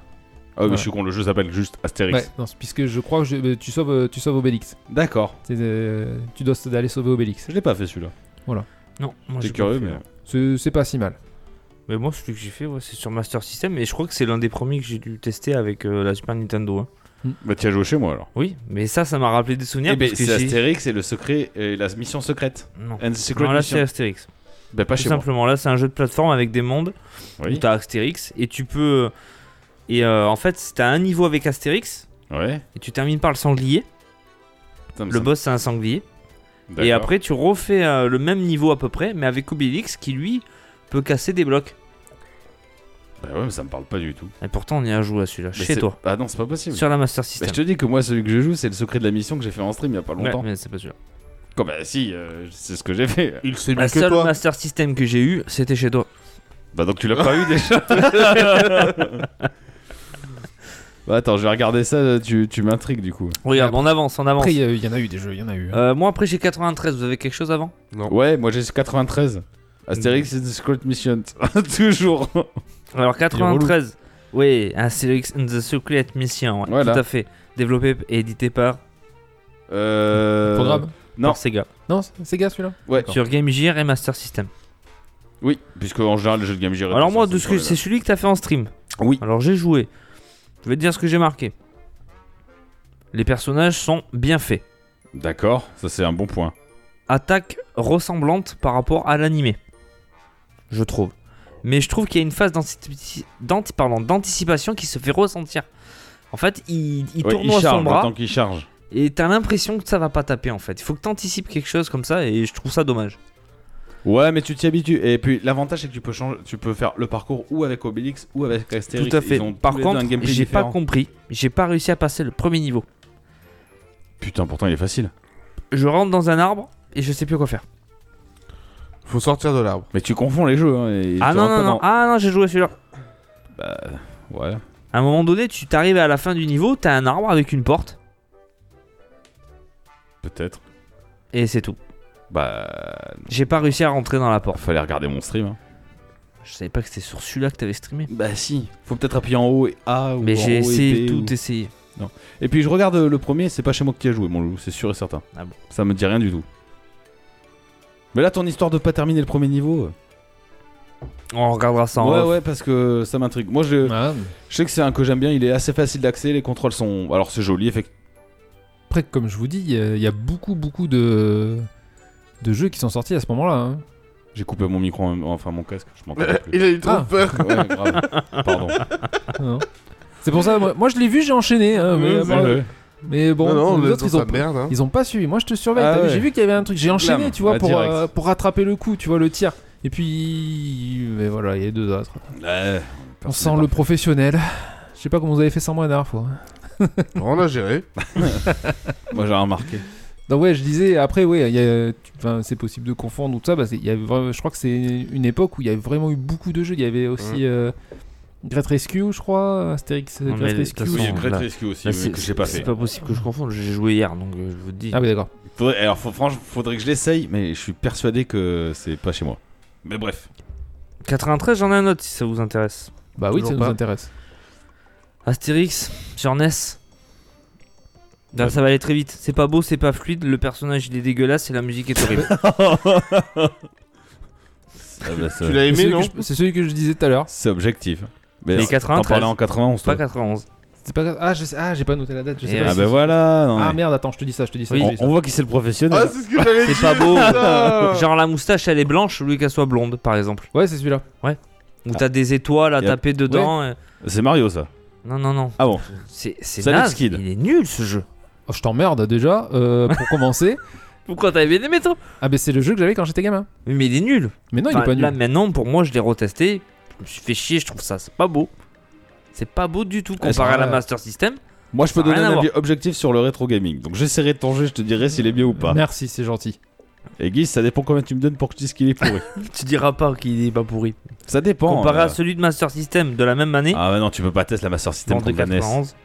[SPEAKER 4] oui,
[SPEAKER 7] Ouais.
[SPEAKER 4] je suis con, le jeu s'appelle juste Astérix.
[SPEAKER 7] Ouais, non, c'est- puisque je crois que je- euh, tu, sauves, euh, tu sauves Obélix.
[SPEAKER 4] D'accord.
[SPEAKER 7] C'est, euh, tu dois aller sauver Obélix.
[SPEAKER 4] Je l'ai pas fait celui-là.
[SPEAKER 2] Non, moi
[SPEAKER 4] T'es
[SPEAKER 2] j'ai pas
[SPEAKER 4] curieux,
[SPEAKER 2] fait,
[SPEAKER 4] mais.
[SPEAKER 2] ouais.
[SPEAKER 7] C'est c'est pas si mal.
[SPEAKER 2] Mais moi, celui que j'ai fait, ouais, c'est sur Master System. Et je crois que c'est l'un des premiers que j'ai dû tester avec euh, la Super Nintendo. hein.
[SPEAKER 4] Bah, tu as joué chez moi alors.
[SPEAKER 2] Oui, mais ça, ça m'a rappelé des souvenirs.
[SPEAKER 4] Eh ben,
[SPEAKER 2] parce que
[SPEAKER 4] c'est
[SPEAKER 2] j'ai-
[SPEAKER 4] Astérix et le secret et la mission secrète.
[SPEAKER 2] Non.
[SPEAKER 4] And the secret
[SPEAKER 2] Non, là, c'est
[SPEAKER 4] mission.
[SPEAKER 2] Astérix.
[SPEAKER 4] Bah, pas
[SPEAKER 2] Tout
[SPEAKER 4] chez moi.
[SPEAKER 2] simplement, là, c'est un jeu de plateforme avec des mondes.
[SPEAKER 4] Oui.
[SPEAKER 2] où t'as Astérix et tu peux. Et euh, en fait, t'as un niveau avec Astérix
[SPEAKER 4] Ouais.
[SPEAKER 2] et tu termines par le sanglier.
[SPEAKER 4] Putain, mais
[SPEAKER 2] Le
[SPEAKER 4] ça-
[SPEAKER 2] boss, c'est un sanglier. Et
[SPEAKER 4] D'accord.
[SPEAKER 2] après, tu refais euh, le même niveau à peu près, mais avec Obélix qui lui peut casser des blocs.
[SPEAKER 4] Bah ouais, mais ça me parle pas du tout.
[SPEAKER 2] Et pourtant, on y a joué à celui-là,
[SPEAKER 4] Mais
[SPEAKER 2] chez
[SPEAKER 4] c'est-
[SPEAKER 2] toi,
[SPEAKER 4] Ah non, c'est pas possible.
[SPEAKER 2] sur la Master
[SPEAKER 4] Bah,
[SPEAKER 2] System.
[SPEAKER 4] je te dis que moi, celui que je joue, c'est le secret de la mission que j'ai fait en stream il y a pas
[SPEAKER 2] Ouais,
[SPEAKER 4] longtemps.
[SPEAKER 2] mais c'est pas celui-là.
[SPEAKER 4] Quoi, bah si, euh, c'est ce que j'ai fait.
[SPEAKER 5] Il sait mieux
[SPEAKER 2] La
[SPEAKER 5] que
[SPEAKER 2] seule
[SPEAKER 5] toi.
[SPEAKER 2] Master System que j'ai eu, c'était chez toi.
[SPEAKER 4] Bah donc tu l'as pas eu
[SPEAKER 2] *laughs*
[SPEAKER 4] déjà Bah attends, je vais regarder ça, tu, tu m'intrigues du coup.
[SPEAKER 2] Regarde, on avance, on avance.
[SPEAKER 7] Après, euh, il y a eu- il y en a eu des jeux, il y en a eu. hein.
[SPEAKER 2] Euh, moi, après, j'ai 93, vous avez quelque chose avant
[SPEAKER 4] Ouais, moi j'ai 93. Astérix
[SPEAKER 2] Mm.
[SPEAKER 4] et the Secret Mission. *laughs* Toujours.
[SPEAKER 2] Alors 93, oui, un Asterix and the Secret Mission, ouais,
[SPEAKER 4] Voilà.
[SPEAKER 2] tout à fait. Développé et édité par,
[SPEAKER 4] Euh...
[SPEAKER 7] Programme
[SPEAKER 4] Non.
[SPEAKER 2] par Sega
[SPEAKER 7] Non, c'est Sega celui-là
[SPEAKER 4] Ouais.
[SPEAKER 2] sur Game Gear et Master System.
[SPEAKER 4] Oui, puisque en général le jeu de Game Gear. est
[SPEAKER 2] Alors moi,
[SPEAKER 4] sur
[SPEAKER 2] de ce
[SPEAKER 4] ces
[SPEAKER 2] que-
[SPEAKER 4] consoles-là.
[SPEAKER 2] c'est celui que t'as fait en stream.
[SPEAKER 4] Oui.
[SPEAKER 2] Alors j'ai joué. Je vais te dire ce que j'ai marqué. Les personnages sont bien faits.
[SPEAKER 4] D'accord, ça c'est un bon point.
[SPEAKER 2] Attaque ressemblante par rapport à l'animé, je trouve. Mais je trouve qu'il y a une phase d'antici- d'anti- pardon, d'anticipation qui se fait ressentir. En fait, il, il
[SPEAKER 4] Ouais,
[SPEAKER 2] tournoie
[SPEAKER 4] charge,
[SPEAKER 2] son bras.
[SPEAKER 4] le temps qu'il charge.
[SPEAKER 2] Et t'as l'impression que ça va pas taper en fait. Il faut que t'anticipes quelque chose comme ça et je trouve ça dommage.
[SPEAKER 4] Ouais, mais tu t'y habitues. Et puis l'avantage c'est que tu peux changer, tu peux faire le parcours ou avec Obélix ou avec Astérix.
[SPEAKER 2] Tout à fait.
[SPEAKER 4] Ils ont tous
[SPEAKER 2] Par
[SPEAKER 4] les deux un
[SPEAKER 2] contre,
[SPEAKER 4] gameplay
[SPEAKER 2] j'ai pas
[SPEAKER 4] différent.
[SPEAKER 2] compris. J'ai pas réussi à passer le premier niveau.
[SPEAKER 4] Putain, pourtant il est facile.
[SPEAKER 2] Je rentre dans un arbre et je sais plus quoi faire.
[SPEAKER 5] Faut sortir
[SPEAKER 7] *laughs*
[SPEAKER 5] de l'arbre.
[SPEAKER 4] Mais tu confonds les jeux. Hein, et
[SPEAKER 2] ah
[SPEAKER 4] tu
[SPEAKER 2] non,
[SPEAKER 4] rentres
[SPEAKER 2] non,
[SPEAKER 4] pas
[SPEAKER 2] non. Ah non, j'ai joué à celui-là.
[SPEAKER 4] dans- Ouais.
[SPEAKER 2] À un moment donné, tu t'arrives à la fin du niveau, t'as un arbre avec une porte
[SPEAKER 4] Peut-être.
[SPEAKER 2] et c'est tout.
[SPEAKER 4] Bah,
[SPEAKER 2] J'ai pas réussi à rentrer dans la porte.
[SPEAKER 4] fallait regarder mon stream. hein.
[SPEAKER 2] Je savais pas que c'était sur celui-là que t'avais streamé.
[SPEAKER 4] Bah si, faut peut-être appuyer en haut et A ou
[SPEAKER 2] Mais
[SPEAKER 4] en
[SPEAKER 2] j'ai
[SPEAKER 4] haut et
[SPEAKER 2] essayé,
[SPEAKER 4] B
[SPEAKER 2] tout
[SPEAKER 4] ou-
[SPEAKER 2] essayé.
[SPEAKER 4] Et puis je regarde euh, le premier, c'est pas chez moi que tu as joué, mon loup, c'est sûr et certain.
[SPEAKER 2] Ah bon.
[SPEAKER 4] Ça me dit rien du tout. Mais là, ton histoire de pas terminer le premier niveau. euh,
[SPEAKER 2] On regardera ça en
[SPEAKER 4] ouais,
[SPEAKER 2] off.
[SPEAKER 4] ouais, parce que ça m'intrigue. Moi, je,
[SPEAKER 7] Ah,
[SPEAKER 4] je sais que c'est un que j'aime bien, il est assez facile d'accès, les contrôles sont. Alors, c'est joli, effectivement.
[SPEAKER 7] Après, comme je vous dis, il y a- il y a beaucoup, beaucoup de, de jeux qui sont sortis à ce moment-là. hein.
[SPEAKER 4] J'ai coupé mon micro, en- enfin mon casque, je m'en rappelle plus.
[SPEAKER 5] Euh, Il a eu trop
[SPEAKER 7] Ah.
[SPEAKER 5] peur.
[SPEAKER 4] Ouais, grave.
[SPEAKER 2] *laughs*
[SPEAKER 4] Pardon. Ah.
[SPEAKER 7] Non. Hein. C'est pour ça, moi, moi, je l'ai vu, j'ai enchaîné.
[SPEAKER 2] Ah,
[SPEAKER 7] hein, mais,
[SPEAKER 5] Ouais,
[SPEAKER 2] euh,
[SPEAKER 7] bon, mais bon,
[SPEAKER 5] non, non,
[SPEAKER 7] les
[SPEAKER 5] le-
[SPEAKER 7] autres, ils
[SPEAKER 5] dans
[SPEAKER 7] ont,
[SPEAKER 5] sa merde. hein.
[SPEAKER 7] ils ont pas suivi. Moi, je te surveille. t'as
[SPEAKER 4] Ah
[SPEAKER 7] vu,
[SPEAKER 4] ouais.
[SPEAKER 7] J'ai vu qu'il y avait un truc. J'ai enchaîné,
[SPEAKER 4] Blam.
[SPEAKER 7] tu vois,
[SPEAKER 4] Ah,
[SPEAKER 7] pour,
[SPEAKER 4] direct.
[SPEAKER 7] euh, pour rattraper le coup, tu vois, le tir. Et puis, mais voilà, il y a deux autres.
[SPEAKER 4] Ouais,
[SPEAKER 7] On sent le professionnel. Je sais pas comment vous avez fait sans moi la dernière fois. hein.
[SPEAKER 5] On a géré.
[SPEAKER 4] moi j'ai remarqué.
[SPEAKER 7] Donc ouais, je disais, après, ouais, il y a- tu- enfin, c'est possible de confondre ou tout ça, parce qu'il y a vra- je crois que c'est une époque où il y avait vraiment eu beaucoup de jeux. Il y avait
[SPEAKER 5] Mm.
[SPEAKER 7] aussi euh, Great Rescue, je crois, Astérix
[SPEAKER 2] Non, mais
[SPEAKER 7] Great
[SPEAKER 2] de toute
[SPEAKER 7] Rescue.
[SPEAKER 2] façon,
[SPEAKER 4] Oui, Great
[SPEAKER 2] là-
[SPEAKER 4] Rescue aussi,
[SPEAKER 2] Là,
[SPEAKER 4] mais que j'ai pas
[SPEAKER 2] c'est
[SPEAKER 4] fait.
[SPEAKER 2] pas possible que je confonde. J'ai joué hier, donc euh, je vous le dis.
[SPEAKER 7] Ah oui, d'accord.
[SPEAKER 4] Faudrait, alors, faut, franchement, faudrait que je l'essaye, mais je suis persuadé que c'est pas chez moi. Mais bref.
[SPEAKER 2] 93, j'en ai un autre si ça vous intéresse.
[SPEAKER 7] Bah oui,
[SPEAKER 5] Toujours
[SPEAKER 7] ça nous
[SPEAKER 5] pas.
[SPEAKER 7] intéresse.
[SPEAKER 2] Astérix sur NES. Là, ça va aller très vite. C'est pas beau, c'est pas fluide. Le personnage il est dégueulasse et la musique est
[SPEAKER 4] *laughs*
[SPEAKER 2] horrible. Ah, bah,
[SPEAKER 5] Tu l'as
[SPEAKER 7] C'est
[SPEAKER 5] aimé,
[SPEAKER 7] celui
[SPEAKER 5] non
[SPEAKER 7] que je- C'est celui que je disais tout à l'heure.
[SPEAKER 4] C'est objectif.
[SPEAKER 2] Mais
[SPEAKER 4] t'en
[SPEAKER 2] 93.
[SPEAKER 4] parlais en 91,
[SPEAKER 2] pas
[SPEAKER 4] toi.
[SPEAKER 2] 91.
[SPEAKER 7] C'est pas... Ah, je sais- ah, j'ai pas noté la date. Je sais
[SPEAKER 2] Et
[SPEAKER 7] pas
[SPEAKER 4] Ah
[SPEAKER 7] si-
[SPEAKER 4] bah voilà. non,
[SPEAKER 7] Ah
[SPEAKER 4] mais-
[SPEAKER 7] merde, attends, je te dis ça, je te dis ça.
[SPEAKER 2] Oui.
[SPEAKER 7] je te
[SPEAKER 4] on,
[SPEAKER 7] dis ça.
[SPEAKER 4] on voit qui c'est le
[SPEAKER 5] Ah,
[SPEAKER 4] professionnel.
[SPEAKER 5] c'est ce que
[SPEAKER 7] *laughs*
[SPEAKER 5] j'avais dit.
[SPEAKER 2] C'est pas *laughs* beau.
[SPEAKER 5] putain.
[SPEAKER 2] Genre la moustache elle est blanche, au lieu qu'elle soit blonde par exemple.
[SPEAKER 7] Ouais, c'est celui-là.
[SPEAKER 2] Ou
[SPEAKER 7] Ah.
[SPEAKER 2] t'as des étoiles à
[SPEAKER 4] Yep.
[SPEAKER 2] taper dedans. et-
[SPEAKER 4] c'est Mario ça.
[SPEAKER 2] Non, non, non.
[SPEAKER 4] Ah bon.
[SPEAKER 2] C'est c'est
[SPEAKER 4] C'est Alex
[SPEAKER 2] naze.
[SPEAKER 4] Kidd.
[SPEAKER 2] Il est nul ce jeu.
[SPEAKER 7] Oh, je t'emmerde déjà, euh,
[SPEAKER 2] *laughs*
[SPEAKER 7] pour commencer.
[SPEAKER 2] Pourquoi t'avais bien aimé toi
[SPEAKER 7] Ah bah c'est le jeu que j'avais quand j'étais gamin.
[SPEAKER 2] Oui, Mais il est nul.
[SPEAKER 7] Mais non, il est
[SPEAKER 2] Enfin,
[SPEAKER 7] pas nul.
[SPEAKER 2] Là maintenant, pour moi, je l'ai retesté. Je me suis fait chier, je trouve ça. C'est pas beau. C'est pas beau du tout comparé à la
[SPEAKER 4] vrai.
[SPEAKER 2] Master System.
[SPEAKER 4] Moi je peux
[SPEAKER 2] Ça a
[SPEAKER 4] donner
[SPEAKER 2] rien
[SPEAKER 4] un
[SPEAKER 2] à
[SPEAKER 4] avis objectif sur le rétro gaming. Donc j'essaierai de ton jeu, je te dirai s'il est bien ou pas.
[SPEAKER 7] Merci, c'est gentil.
[SPEAKER 4] Et Guy, ça dépend combien tu me donnes pour que je dise qu'il est pourri.
[SPEAKER 2] Tu diras pas qu'il est pas pourri.
[SPEAKER 4] ça dépend.
[SPEAKER 2] comparé
[SPEAKER 4] euh.
[SPEAKER 2] à celui de Master System de la même année,
[SPEAKER 4] Ah bah non, tu peux pas tester la Master System
[SPEAKER 2] vente de
[SPEAKER 4] contre la NES.
[SPEAKER 2] 91.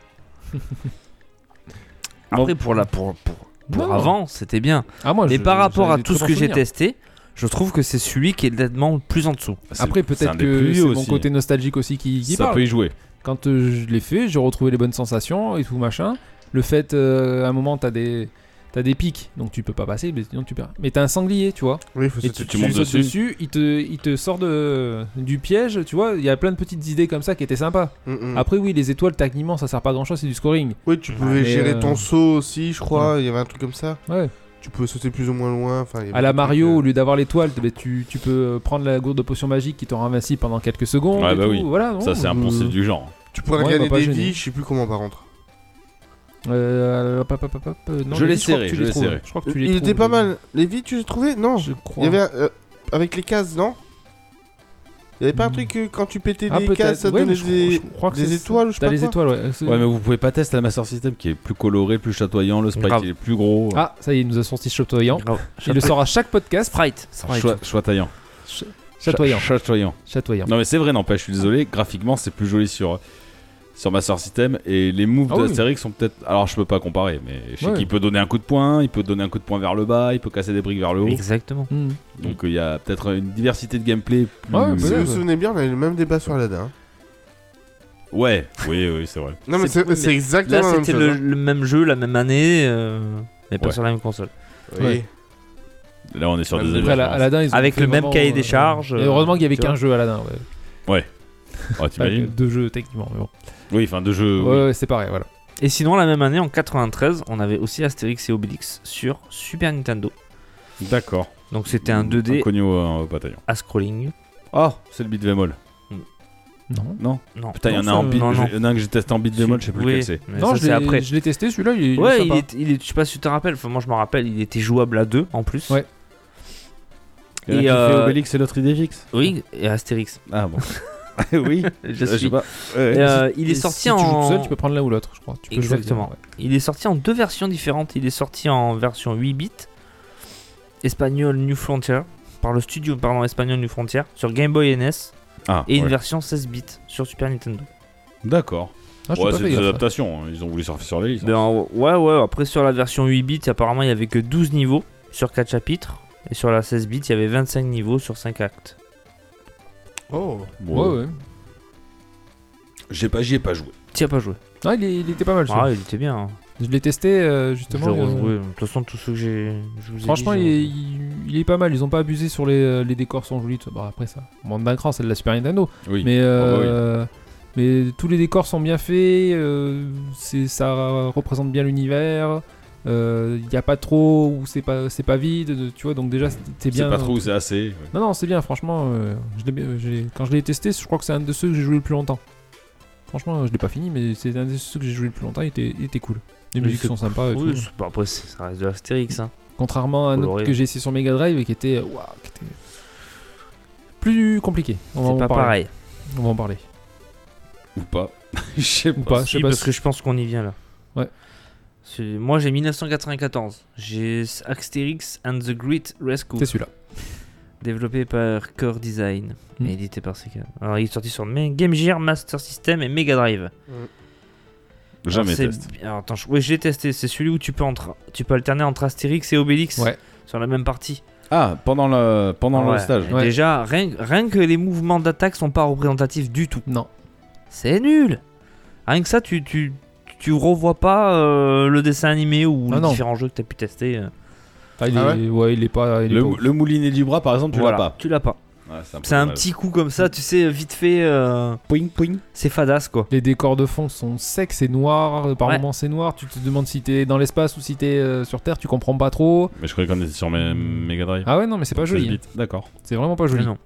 [SPEAKER 2] *laughs* Après,
[SPEAKER 4] Bon.
[SPEAKER 2] pour, la, pour, pour, pour
[SPEAKER 7] Non.
[SPEAKER 2] avant, c'était bien.
[SPEAKER 7] Ah, moi,
[SPEAKER 2] Mais
[SPEAKER 7] je-
[SPEAKER 2] par rapport
[SPEAKER 7] j'avais
[SPEAKER 2] à
[SPEAKER 7] des
[SPEAKER 2] tout
[SPEAKER 7] très
[SPEAKER 2] ce
[SPEAKER 7] bons
[SPEAKER 2] que j'ai
[SPEAKER 7] souvenirs.
[SPEAKER 2] testé, je trouve que c'est celui qui est nettement le plus en dessous.
[SPEAKER 4] C'est-
[SPEAKER 7] Après,
[SPEAKER 4] c'est un
[SPEAKER 7] peut-être
[SPEAKER 4] des
[SPEAKER 7] que
[SPEAKER 4] plus
[SPEAKER 7] c'est
[SPEAKER 4] vieux
[SPEAKER 7] mon
[SPEAKER 4] aussi.
[SPEAKER 7] côté nostalgique aussi qui, qui
[SPEAKER 4] Ça
[SPEAKER 7] parle.
[SPEAKER 4] peut y jouer.
[SPEAKER 7] Quand euh, je l'ai fait, j'ai retrouvé les bonnes sensations et tout machin. Le fait, euh, à un moment, t'as des, t'as des pics, donc tu peux pas passer, mais sinon tu perds. Mais t'as un sanglier, tu vois.
[SPEAKER 5] Oui, faut
[SPEAKER 4] Et
[SPEAKER 5] se
[SPEAKER 4] tu-
[SPEAKER 5] tuer.
[SPEAKER 4] tu montes
[SPEAKER 7] sautes
[SPEAKER 4] dessus.
[SPEAKER 7] dessus, il, te, il te sort de, du piège, tu vois. Il y a plein de petites idées comme ça qui étaient sympas.
[SPEAKER 4] Hmm.
[SPEAKER 5] Mm, mm.
[SPEAKER 7] Après, oui, les étoiles, techniquement, ça sert pas à grand chose, c'est du scoring.
[SPEAKER 5] Oui, tu pouvais
[SPEAKER 7] mais,
[SPEAKER 5] gérer
[SPEAKER 7] euh,
[SPEAKER 5] ton saut aussi, je crois. Il y avait un truc comme ça.
[SPEAKER 7] Ouais.
[SPEAKER 5] Tu pouvais sauter plus ou moins loin. Enfin, il y avait
[SPEAKER 7] À la
[SPEAKER 5] des trucs,
[SPEAKER 7] Mario,
[SPEAKER 5] euh,
[SPEAKER 7] au lieu d'avoir l'étoile, ben, tu, tu peux prendre la gourde de potion magique qui te rend invincible pendant quelques secondes.
[SPEAKER 4] Ouais,
[SPEAKER 7] et
[SPEAKER 4] bah
[SPEAKER 7] tout.
[SPEAKER 4] oui.
[SPEAKER 7] Voilà, non,
[SPEAKER 4] Ça c'est un
[SPEAKER 7] euh,
[SPEAKER 4] principe du genre.
[SPEAKER 5] Tu pourrais
[SPEAKER 7] Ouais,
[SPEAKER 5] gagner
[SPEAKER 7] bah, pas
[SPEAKER 5] des
[SPEAKER 7] gêné.
[SPEAKER 5] vies, je sais plus comment par contre.
[SPEAKER 7] Euh, hop, hop, hop, hop, hop, euh, non,
[SPEAKER 4] Je
[SPEAKER 7] les
[SPEAKER 4] l'ai
[SPEAKER 7] vies, crois
[SPEAKER 4] serré,
[SPEAKER 7] que tu
[SPEAKER 4] je
[SPEAKER 7] les
[SPEAKER 4] l'ai
[SPEAKER 7] trouves.
[SPEAKER 4] serré.
[SPEAKER 7] Je crois que tu les
[SPEAKER 5] Il était
[SPEAKER 7] trouves,
[SPEAKER 5] pas
[SPEAKER 7] les-
[SPEAKER 5] mal. Les vies, tu les trouvais Non.
[SPEAKER 7] Je crois.
[SPEAKER 5] Il y avait un- euh, avec les cases, non Il y avait pas un truc, euh, quand tu pétais
[SPEAKER 7] Hmm. Ah,
[SPEAKER 5] des
[SPEAKER 7] peut-être.
[SPEAKER 5] cases, ça
[SPEAKER 7] Ouais, mais
[SPEAKER 5] donnait
[SPEAKER 7] je crois-
[SPEAKER 5] des...
[SPEAKER 7] je crois que
[SPEAKER 5] des
[SPEAKER 7] c'est-
[SPEAKER 5] étoiles, je sais
[SPEAKER 7] T'as
[SPEAKER 5] pas
[SPEAKER 7] les
[SPEAKER 5] quoi.
[SPEAKER 7] étoiles, ouais. C'est-
[SPEAKER 4] Ouais, mais vous pouvez pas tester la Master System qui est plus coloré, plus chatoyant, le sprite
[SPEAKER 2] Grave.
[SPEAKER 4] il est plus gros.
[SPEAKER 7] Ah, ça y est, il nous a sorti chatoyant.
[SPEAKER 2] Grave.
[SPEAKER 7] Il le sort à chaque podcast.
[SPEAKER 2] Sprite.
[SPEAKER 4] Choi- Chatoyant.
[SPEAKER 7] Ch- Chatoyant.
[SPEAKER 4] Cha- Chatoyant.
[SPEAKER 7] Chatoyant.
[SPEAKER 4] Non mais c'est vrai, n'empêche, je suis désolé, graphiquement c'est plus joli sur, sur Master System et les moves
[SPEAKER 7] Ah oui.
[SPEAKER 4] d'Astérix sont peut-être... Alors je peux pas comparer, mais je sais
[SPEAKER 7] Ouais.
[SPEAKER 4] qu'il peut donner un coup de poing, il peut donner un coup de poing vers le bas, il peut casser des briques vers le haut.
[SPEAKER 2] Exactement.
[SPEAKER 7] Hmm.
[SPEAKER 4] Donc euh, il y a peut-être une diversité de gameplay. plus-
[SPEAKER 7] Ouais,
[SPEAKER 5] Si vous
[SPEAKER 7] peut-être.
[SPEAKER 5] vous souvenez bien, on a eu le même débat sur Aladdin. hein.
[SPEAKER 4] Ouais, oui, oui, c'est vrai.
[SPEAKER 5] Non, mais
[SPEAKER 2] C'est-
[SPEAKER 5] c'est
[SPEAKER 2] oui,
[SPEAKER 5] c'est
[SPEAKER 2] mais
[SPEAKER 5] exactement
[SPEAKER 2] Là,
[SPEAKER 5] la même
[SPEAKER 2] c'était
[SPEAKER 5] chose. hein.
[SPEAKER 7] hein.
[SPEAKER 2] le, le même jeu, la même année, euh, mais pas
[SPEAKER 4] Ouais.
[SPEAKER 2] sur la même console.
[SPEAKER 5] hein. Oui.
[SPEAKER 7] Ouais.
[SPEAKER 4] Là on est sur
[SPEAKER 5] Ouais,
[SPEAKER 4] des
[SPEAKER 5] mais
[SPEAKER 7] Après,
[SPEAKER 4] événements.
[SPEAKER 7] Ala- Aladdin, ils ont
[SPEAKER 2] Avec
[SPEAKER 7] fait
[SPEAKER 2] le même
[SPEAKER 7] vraiment,
[SPEAKER 2] cahier
[SPEAKER 7] euh,
[SPEAKER 2] des charges,
[SPEAKER 7] et heureusement qu'il y avait
[SPEAKER 2] tu vois.
[SPEAKER 7] qu'un jeu Aladdin. Ouais.
[SPEAKER 4] Oh,
[SPEAKER 7] Pas que
[SPEAKER 4] t'imagines
[SPEAKER 7] deux jeux techniquement, mais bon.
[SPEAKER 4] Oui, enfin deux jeux... oui.
[SPEAKER 7] Ouais, ouais, c'est pareil, voilà.
[SPEAKER 2] Et sinon, la même année, en 93, on avait aussi Astérix et Obélix sur Super Nintendo.
[SPEAKER 4] D'accord.
[SPEAKER 2] Donc c'était
[SPEAKER 4] Mmh,
[SPEAKER 2] un 2D
[SPEAKER 4] Inconnu au, au bataillon.
[SPEAKER 2] à scrolling.
[SPEAKER 4] Ah, c'est le beat bémol.
[SPEAKER 7] Non.
[SPEAKER 2] Non.
[SPEAKER 4] Putain, il y en a
[SPEAKER 2] Non,
[SPEAKER 4] un en beat,
[SPEAKER 2] non, non.
[SPEAKER 4] il y en a un que j'ai testé en beat bémol, je sais plus
[SPEAKER 2] Oui,
[SPEAKER 4] lequel c'est.
[SPEAKER 2] mais
[SPEAKER 7] non,
[SPEAKER 2] ça,
[SPEAKER 7] je
[SPEAKER 2] c'est
[SPEAKER 7] l'ai-
[SPEAKER 2] après.
[SPEAKER 7] je l'ai testé celui-là. Il, il
[SPEAKER 2] Ouais,
[SPEAKER 7] est
[SPEAKER 2] il
[SPEAKER 7] sympa.
[SPEAKER 2] est, il est- je sais pas si tu te rappelles, enfin moi je me rappelle, il était jouable à deux en plus.
[SPEAKER 7] Ouais.
[SPEAKER 4] Il y en a
[SPEAKER 2] Et,
[SPEAKER 4] qui fait
[SPEAKER 2] euh,
[SPEAKER 4] Obélix et l'autre idée fixe.
[SPEAKER 2] Oui, et Astérix.
[SPEAKER 4] Ah bon. *laughs* oui,
[SPEAKER 2] Je
[SPEAKER 4] je
[SPEAKER 2] suis-
[SPEAKER 4] sais pas. Ouais,
[SPEAKER 2] Et,
[SPEAKER 4] ouais.
[SPEAKER 2] euh, il est
[SPEAKER 7] Et
[SPEAKER 2] sorti
[SPEAKER 7] si
[SPEAKER 2] en.
[SPEAKER 7] tu joues tout seul, tu peux prendre l'un ou l'autre, je crois. Tu peux jouer avec les deux,
[SPEAKER 2] Exactement.
[SPEAKER 7] ouais.
[SPEAKER 2] Il est sorti en deux versions différentes. Il est sorti en version 8 bits, espagnol New Frontier, par le studio pardon, espagnol New Frontier, sur Game Boy NS,
[SPEAKER 4] Ah,
[SPEAKER 2] et une
[SPEAKER 4] ouais.
[SPEAKER 2] version 16 bits sur Super Nintendo.
[SPEAKER 4] D'accord.
[SPEAKER 7] Ah, je t'ai
[SPEAKER 4] Ouais,
[SPEAKER 7] pas
[SPEAKER 4] c'est
[SPEAKER 7] fait
[SPEAKER 4] des
[SPEAKER 7] gaffe,
[SPEAKER 4] adaptations. hein. Ils ont voulu surfer sur hein. les licences.
[SPEAKER 2] Ben, ouais, ouais, après sur la version 8 bits, apparemment il y avait que 12 niveaux sur 4 chapitres, et sur la 16 bits, il y avait 25 niveaux sur 5 actes.
[SPEAKER 5] Oh.
[SPEAKER 7] ouais. Ouais, ouais.
[SPEAKER 4] euh, J'ai pas, j'y ai pas joué.
[SPEAKER 2] T'y as pas joué
[SPEAKER 7] Ah, il, est- il était pas mal. celui-là.
[SPEAKER 2] Ah, il était bien. hein.
[SPEAKER 7] Je l'ai testé euh,
[SPEAKER 2] Je l'ai
[SPEAKER 7] justement. euh,
[SPEAKER 2] rejoué. De toute façon, tout ce que j'ai. je vous ai
[SPEAKER 7] Franchement,
[SPEAKER 2] dit,
[SPEAKER 7] il
[SPEAKER 2] j'ai
[SPEAKER 7] est,
[SPEAKER 2] rejoué.
[SPEAKER 7] il- il est pas mal. Ils ont pas abusé sur les, les décors sont jolis. tout ça. Bon, après ça, on monte d'un cran, c'est de la Super Nintendo.
[SPEAKER 4] Oui.
[SPEAKER 7] Mais,
[SPEAKER 2] Oh,
[SPEAKER 7] euh,
[SPEAKER 2] bah
[SPEAKER 7] mais tous les décors sont bien faits. euh, c'est, ça représente bien l'univers. Il n'y a pas trop où c'est pas, c'est pas vide. de- Tu vois, donc déjà, c'est- c'est
[SPEAKER 4] C'est
[SPEAKER 7] bien. euh,
[SPEAKER 4] pas trop où c'est assez. euh, ouais.
[SPEAKER 7] Non, non, c'est bien. Franchement, euh, je l'ai bien- euh, j'ai- quand je l'ai testé, je crois que c'est un de ceux que j'ai joué le plus longtemps. Franchement, euh, je l'ai pas fini, mais c'est un de ceux que j'ai joué le plus longtemps. Il était, il était cool. Les
[SPEAKER 2] Oui,
[SPEAKER 7] musiques
[SPEAKER 2] c'est
[SPEAKER 7] sont sympas. et
[SPEAKER 2] Oui,
[SPEAKER 7] tout.
[SPEAKER 2] c'est- bon, après, c'est- ça reste de l'Astérix. Hein.
[SPEAKER 7] Contrairement à un autre
[SPEAKER 2] Coloré.
[SPEAKER 7] que j'ai essayé sur Mega Drive et qui était, euh, waouh, qui était plus compliqué. On va en
[SPEAKER 2] C'est pas
[SPEAKER 7] parler.
[SPEAKER 2] pareil.
[SPEAKER 7] On va en
[SPEAKER 2] *laughs*
[SPEAKER 7] parler.
[SPEAKER 4] Ou pas. Je sais
[SPEAKER 7] Ou
[SPEAKER 4] pas.
[SPEAKER 7] pas, je sais
[SPEAKER 2] Si,
[SPEAKER 7] pas.
[SPEAKER 2] parce
[SPEAKER 7] si-
[SPEAKER 2] que je pense qu'on y vient là.
[SPEAKER 7] Ouais.
[SPEAKER 2] C'est- Moi j'ai 1994. J'ai Astérix and the Great Rescue,
[SPEAKER 7] C'est celui-là.
[SPEAKER 2] développé par Core Design
[SPEAKER 7] Mm.
[SPEAKER 2] et édité par Sega. Alors il est sorti sur Ma- Game Gear, Master System et Mega Drive.
[SPEAKER 4] Jamais
[SPEAKER 2] Alors, c'est-
[SPEAKER 4] test.
[SPEAKER 2] Alors, attends, je... ouais, j'ai testé. C'est celui où tu peux, entre... tu peux alterner entre Astérix et Obélix
[SPEAKER 7] Ouais.
[SPEAKER 2] sur la même partie.
[SPEAKER 4] Ah, pendant le, pendant
[SPEAKER 2] Ah
[SPEAKER 4] le
[SPEAKER 2] ouais.
[SPEAKER 4] stage.
[SPEAKER 2] Et
[SPEAKER 7] Ouais.
[SPEAKER 2] Déjà, rien... rien que les mouvements d'attaque sont pas représentatifs du tout.
[SPEAKER 7] Non.
[SPEAKER 2] C'est nul. Rien que ça, tu, tu, tu revois pas euh, le dessin animé ou
[SPEAKER 7] Ah
[SPEAKER 2] les
[SPEAKER 7] non.
[SPEAKER 2] différents jeux que tu as pu tester. euh.
[SPEAKER 7] Ah, il,
[SPEAKER 5] Ah
[SPEAKER 7] est, ouais, il est pas. Il est
[SPEAKER 4] Le,
[SPEAKER 7] pas ouf.
[SPEAKER 4] le moulinet du bras, par exemple, tu
[SPEAKER 2] Voilà,
[SPEAKER 4] l'as pas.
[SPEAKER 2] Tu l'as pas.
[SPEAKER 4] Ouais, peu
[SPEAKER 2] C'est un
[SPEAKER 4] dommage.
[SPEAKER 2] petit coup comme ça, tu sais, vite fait, euh,
[SPEAKER 4] poing poing.
[SPEAKER 2] c'est fadasse quoi.
[SPEAKER 7] Les décors de fond sont secs, c'est noir. Par
[SPEAKER 2] Ouais.
[SPEAKER 7] moments, c'est noir. Tu te demandes si t'es dans l'espace ou si t'es euh, sur Terre. Tu comprends pas trop.
[SPEAKER 4] Mais je croyais qu'on était sur mes Mega Drive.
[SPEAKER 7] Ah ouais, non, mais c'est pas
[SPEAKER 4] Seize
[SPEAKER 7] joli. hein.
[SPEAKER 4] bits. D'accord.
[SPEAKER 7] C'est vraiment pas joli.
[SPEAKER 2] Mais non.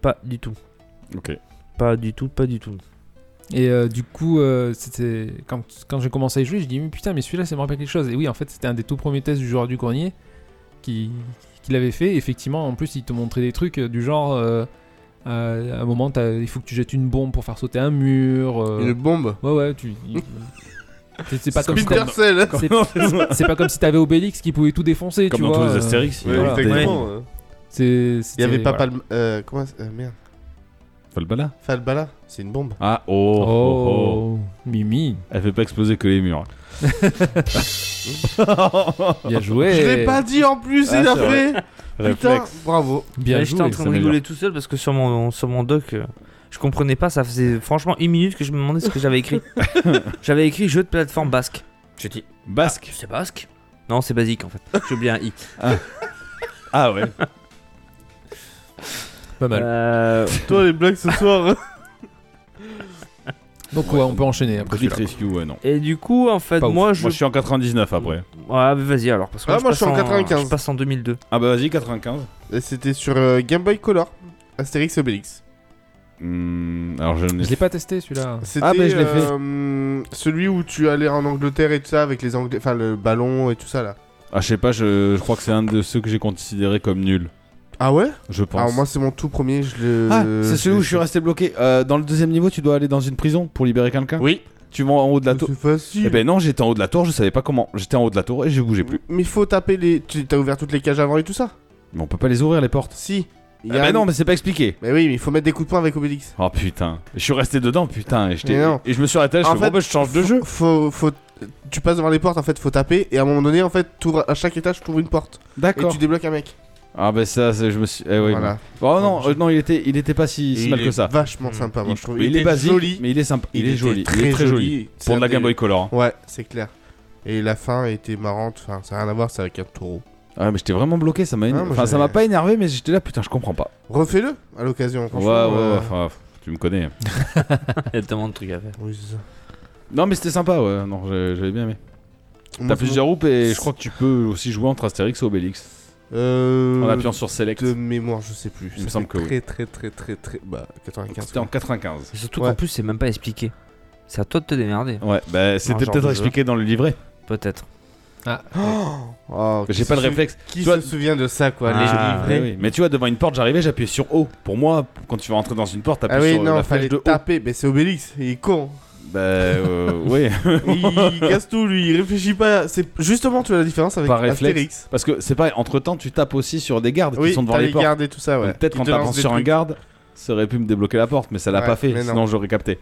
[SPEAKER 2] Pas du tout.
[SPEAKER 4] Ok.
[SPEAKER 2] Pas du tout, pas du tout.
[SPEAKER 7] Et euh, du coup, euh, c'était quand, quand j'ai commencé à y jouer, je dis mais putain, mais celui-là, ça me rappelle quelque chose. Et oui, en fait, c'était un des tout premiers tests du joueur du grenier qui, qui l'avait fait. Effectivement, en plus, il te montrait des trucs euh, du genre, euh, euh, à un moment, t'as- il faut que tu jettes une bombe pour faire sauter un mur. euh,
[SPEAKER 5] Une bombe.
[SPEAKER 7] Ouais, ouais, tu. il- c'est- C'est pas, comme si
[SPEAKER 5] Splinter
[SPEAKER 7] t'as-
[SPEAKER 5] Cell.
[SPEAKER 7] c'est- c'est pas comme si t'avais Obélix qui pouvait tout défoncer,
[SPEAKER 4] Comme
[SPEAKER 7] tu
[SPEAKER 4] dans
[SPEAKER 7] vois.
[SPEAKER 4] tous les
[SPEAKER 7] euh,
[SPEAKER 4] Astérix.
[SPEAKER 5] *laughs* Ouais,
[SPEAKER 7] voilà.
[SPEAKER 5] exactement. ouais.
[SPEAKER 7] c'est-
[SPEAKER 5] Il y avait
[SPEAKER 7] c'était-
[SPEAKER 5] pas
[SPEAKER 7] voilà.
[SPEAKER 5] Palm... euh, comment... euh, merde.
[SPEAKER 4] Falbala.
[SPEAKER 5] Falbala. C'est une bombe.
[SPEAKER 4] Ah, oh, oh,
[SPEAKER 7] Oh,
[SPEAKER 4] oh.
[SPEAKER 7] Mimi,
[SPEAKER 4] Elle fait pas exploser que les murs. *laughs*
[SPEAKER 7] bien joué.
[SPEAKER 5] *laughs* Je l'ai pas dit en plus,
[SPEAKER 4] Eh. Ah,
[SPEAKER 5] il a
[SPEAKER 4] c'est vrai.
[SPEAKER 5] fait. Putain, bravo.
[SPEAKER 7] Bien
[SPEAKER 2] Là,
[SPEAKER 7] joué.
[SPEAKER 2] J'étais en train de
[SPEAKER 4] ça
[SPEAKER 2] rigoler tout seul parce que sur mon, sur mon doc, euh, je comprenais pas. Ça faisait franchement une minute que je me demandais ce que
[SPEAKER 4] *laughs*
[SPEAKER 2] j'avais écrit. j'avais écrit jeu de plateforme basque. J'ai dit,
[SPEAKER 4] Basque.
[SPEAKER 2] c'est basque Non, c'est basique en fait. J'ai oublié un i.
[SPEAKER 4] Ah ouais.
[SPEAKER 7] Pas mal.
[SPEAKER 2] Euh,
[SPEAKER 5] Toi, les blagues ce soir.
[SPEAKER 7] Donc ouais, on peut enchaîner après
[SPEAKER 4] Brick
[SPEAKER 7] celui-là.
[SPEAKER 4] Rescue, ouais, non.
[SPEAKER 2] *laughs* et du coup, en fait,
[SPEAKER 7] Pas ouf.
[SPEAKER 2] moi je
[SPEAKER 4] Moi, je suis en 99 après.
[SPEAKER 2] Ouais, mais vas-y alors, parce que
[SPEAKER 5] Ah,
[SPEAKER 2] là,
[SPEAKER 5] moi, je suis en
[SPEAKER 2] passe
[SPEAKER 5] 95.
[SPEAKER 2] Je passe en 2002.
[SPEAKER 4] Ah bah vas-y, 95.
[SPEAKER 5] Et C'était sur euh, Game Boy Color. Astérix Obélix.
[SPEAKER 4] Hmm, alors je n'ai
[SPEAKER 7] Je l'ai pas testé celui-là.
[SPEAKER 5] C'était
[SPEAKER 4] Ah, bah, je l'ai fait.
[SPEAKER 5] euh, celui où tu allais en Angleterre et tout ça avec les Anglais, enfin le ballon et tout ça là.
[SPEAKER 4] Ah, je sais pas, je, je crois que c'est un de ceux que j'ai considéré comme nul.
[SPEAKER 5] Ah ouais
[SPEAKER 4] je pense.
[SPEAKER 5] Alors moi c'est mon tout premier, je le...
[SPEAKER 4] Ah, c'est celui où je suis
[SPEAKER 5] l'ai-
[SPEAKER 4] resté bloqué. Euh, dans le deuxième niveau, tu dois aller dans une prison pour libérer quelqu'un
[SPEAKER 5] Oui.
[SPEAKER 4] Tu vas en haut de la tour.
[SPEAKER 5] C'est facile.
[SPEAKER 4] Eh ben non, j'étais en haut de la tour, je savais pas comment. J'étais en haut de la tour et je bougeais plus.
[SPEAKER 5] Mais faut taper les... Tu t'as ouvert toutes les cages avant et tout ça
[SPEAKER 4] Mais on peut pas les ouvrir les portes.
[SPEAKER 5] Si. Il
[SPEAKER 4] Eh
[SPEAKER 5] y a
[SPEAKER 4] ben
[SPEAKER 5] un-
[SPEAKER 4] non, mais c'est pas expliqué.
[SPEAKER 5] Mais oui, mais il faut mettre des coups de poing avec Obélix.
[SPEAKER 4] Oh putain, je suis resté dedans, putain, et, j'étais-
[SPEAKER 5] Mais non.
[SPEAKER 4] et je me suis arrêté, je
[SPEAKER 5] En
[SPEAKER 4] fais,
[SPEAKER 5] fait,
[SPEAKER 4] bon, bah, je change de jeu.
[SPEAKER 5] Faut... faut... Tu passes devant les portes en fait, faut taper et à un moment donné en fait, t'ouvres- à chaque étage, tu ouvres une
[SPEAKER 4] bah,
[SPEAKER 5] porte et
[SPEAKER 4] D'accord.
[SPEAKER 5] tu débloques un mec.
[SPEAKER 4] Ah bah ça, c'est- je me suis. eh oui,
[SPEAKER 5] voilà.
[SPEAKER 4] bon. Oh non, euh, non, il était, il était pas si, si
[SPEAKER 1] Il
[SPEAKER 4] mal
[SPEAKER 1] est
[SPEAKER 4] que ça. Mm.
[SPEAKER 5] Vachement sympa, moi
[SPEAKER 4] il,
[SPEAKER 5] je trouve.
[SPEAKER 4] il est basique,
[SPEAKER 5] joli.
[SPEAKER 4] mais il est sympa. Il, est
[SPEAKER 5] était
[SPEAKER 4] joli, il est très joli.
[SPEAKER 5] C'est
[SPEAKER 4] Pour
[SPEAKER 5] un
[SPEAKER 4] de la
[SPEAKER 5] des-
[SPEAKER 4] Game Boy Color. hein.
[SPEAKER 5] Ouais, c'est clair. Et la fin était marrante, enfin ça n'a rien à voir, c'est avec un taureau.
[SPEAKER 4] Ouais, Ah, mais j'étais vraiment bloqué, ça m'a. éner-
[SPEAKER 5] Ah, moi,
[SPEAKER 4] enfin, ça
[SPEAKER 5] j'ai-
[SPEAKER 4] m'a pas énervé, mais j'étais là, putain, je comprends pas.
[SPEAKER 5] Refais-le à l'occasion,
[SPEAKER 4] Ouais, ouais,
[SPEAKER 5] franchement. euh,
[SPEAKER 4] ouais, enfin, tu me connais.
[SPEAKER 2] *laughs* Il y a tellement de trucs à faire.
[SPEAKER 5] oui, c'est ça.
[SPEAKER 4] Non, mais c'était sympa, ouais. Non, j'ai- j'avais bien aimé.
[SPEAKER 5] Moi,
[SPEAKER 4] T'as
[SPEAKER 5] c'est
[SPEAKER 4] plusieurs groupes et je crois que tu peux aussi jouer entre Astérix et Obélix
[SPEAKER 5] mon- Euh...
[SPEAKER 4] en appuyant sur Select.
[SPEAKER 5] De mémoire, je sais plus.
[SPEAKER 4] Il me
[SPEAKER 5] Ça
[SPEAKER 4] semble que
[SPEAKER 5] fait
[SPEAKER 4] oui.
[SPEAKER 5] très, très, très, très, très. Bah, 95.
[SPEAKER 4] C'était en 95.
[SPEAKER 2] Et Surtout
[SPEAKER 5] Ouais.
[SPEAKER 2] qu'en plus, c'est même pas expliqué. C'est à toi de te démerder,
[SPEAKER 4] Ouais, bah
[SPEAKER 5] Un
[SPEAKER 4] c'était
[SPEAKER 5] Ah, genre
[SPEAKER 4] peut-être
[SPEAKER 5] de jeu.
[SPEAKER 4] expliqué dans le livret.
[SPEAKER 2] peut-être.
[SPEAKER 7] Ah.
[SPEAKER 5] Oh,
[SPEAKER 4] J'ai
[SPEAKER 5] qui
[SPEAKER 4] pas le
[SPEAKER 5] se-
[SPEAKER 4] réflexe.
[SPEAKER 5] Qui
[SPEAKER 4] Tu vois-
[SPEAKER 5] se souvient de ça, quoi
[SPEAKER 2] Ah,
[SPEAKER 5] Les
[SPEAKER 4] Ouais,
[SPEAKER 5] livrets.
[SPEAKER 4] oui. Mais tu vois, devant une porte, j'arrivais, j'appuyais sur O. Pour moi, quand tu vas rentrer dans une porte, t'appuies
[SPEAKER 5] Ah oui,
[SPEAKER 4] sur
[SPEAKER 5] non,
[SPEAKER 4] la flèche
[SPEAKER 5] fallait
[SPEAKER 4] de O.
[SPEAKER 5] taper. Mais c'est Obélix, il
[SPEAKER 4] *laughs*
[SPEAKER 5] est con.
[SPEAKER 4] Bah, euh, oui.
[SPEAKER 5] il casse tout, lui, il réfléchit pas. C'est justement, tu vois la différence avec
[SPEAKER 4] Par réflexe.
[SPEAKER 5] Astérix.
[SPEAKER 4] Parce que c'est pareil, entre temps, tu tapes aussi sur des gardes
[SPEAKER 5] Oui,
[SPEAKER 4] qui sont devant
[SPEAKER 5] t'as
[SPEAKER 4] les
[SPEAKER 5] les
[SPEAKER 4] portes.
[SPEAKER 5] gardes et tout ça, ouais.
[SPEAKER 4] Donc, Peut-être
[SPEAKER 5] Il
[SPEAKER 4] en
[SPEAKER 5] te lance
[SPEAKER 4] tapant
[SPEAKER 5] des
[SPEAKER 4] sur un
[SPEAKER 5] trucs.
[SPEAKER 4] garde, ça aurait pu me débloquer la porte, mais ça l'a
[SPEAKER 5] Ouais,
[SPEAKER 4] pas fait,
[SPEAKER 5] mais non.
[SPEAKER 4] sinon j'aurais capté.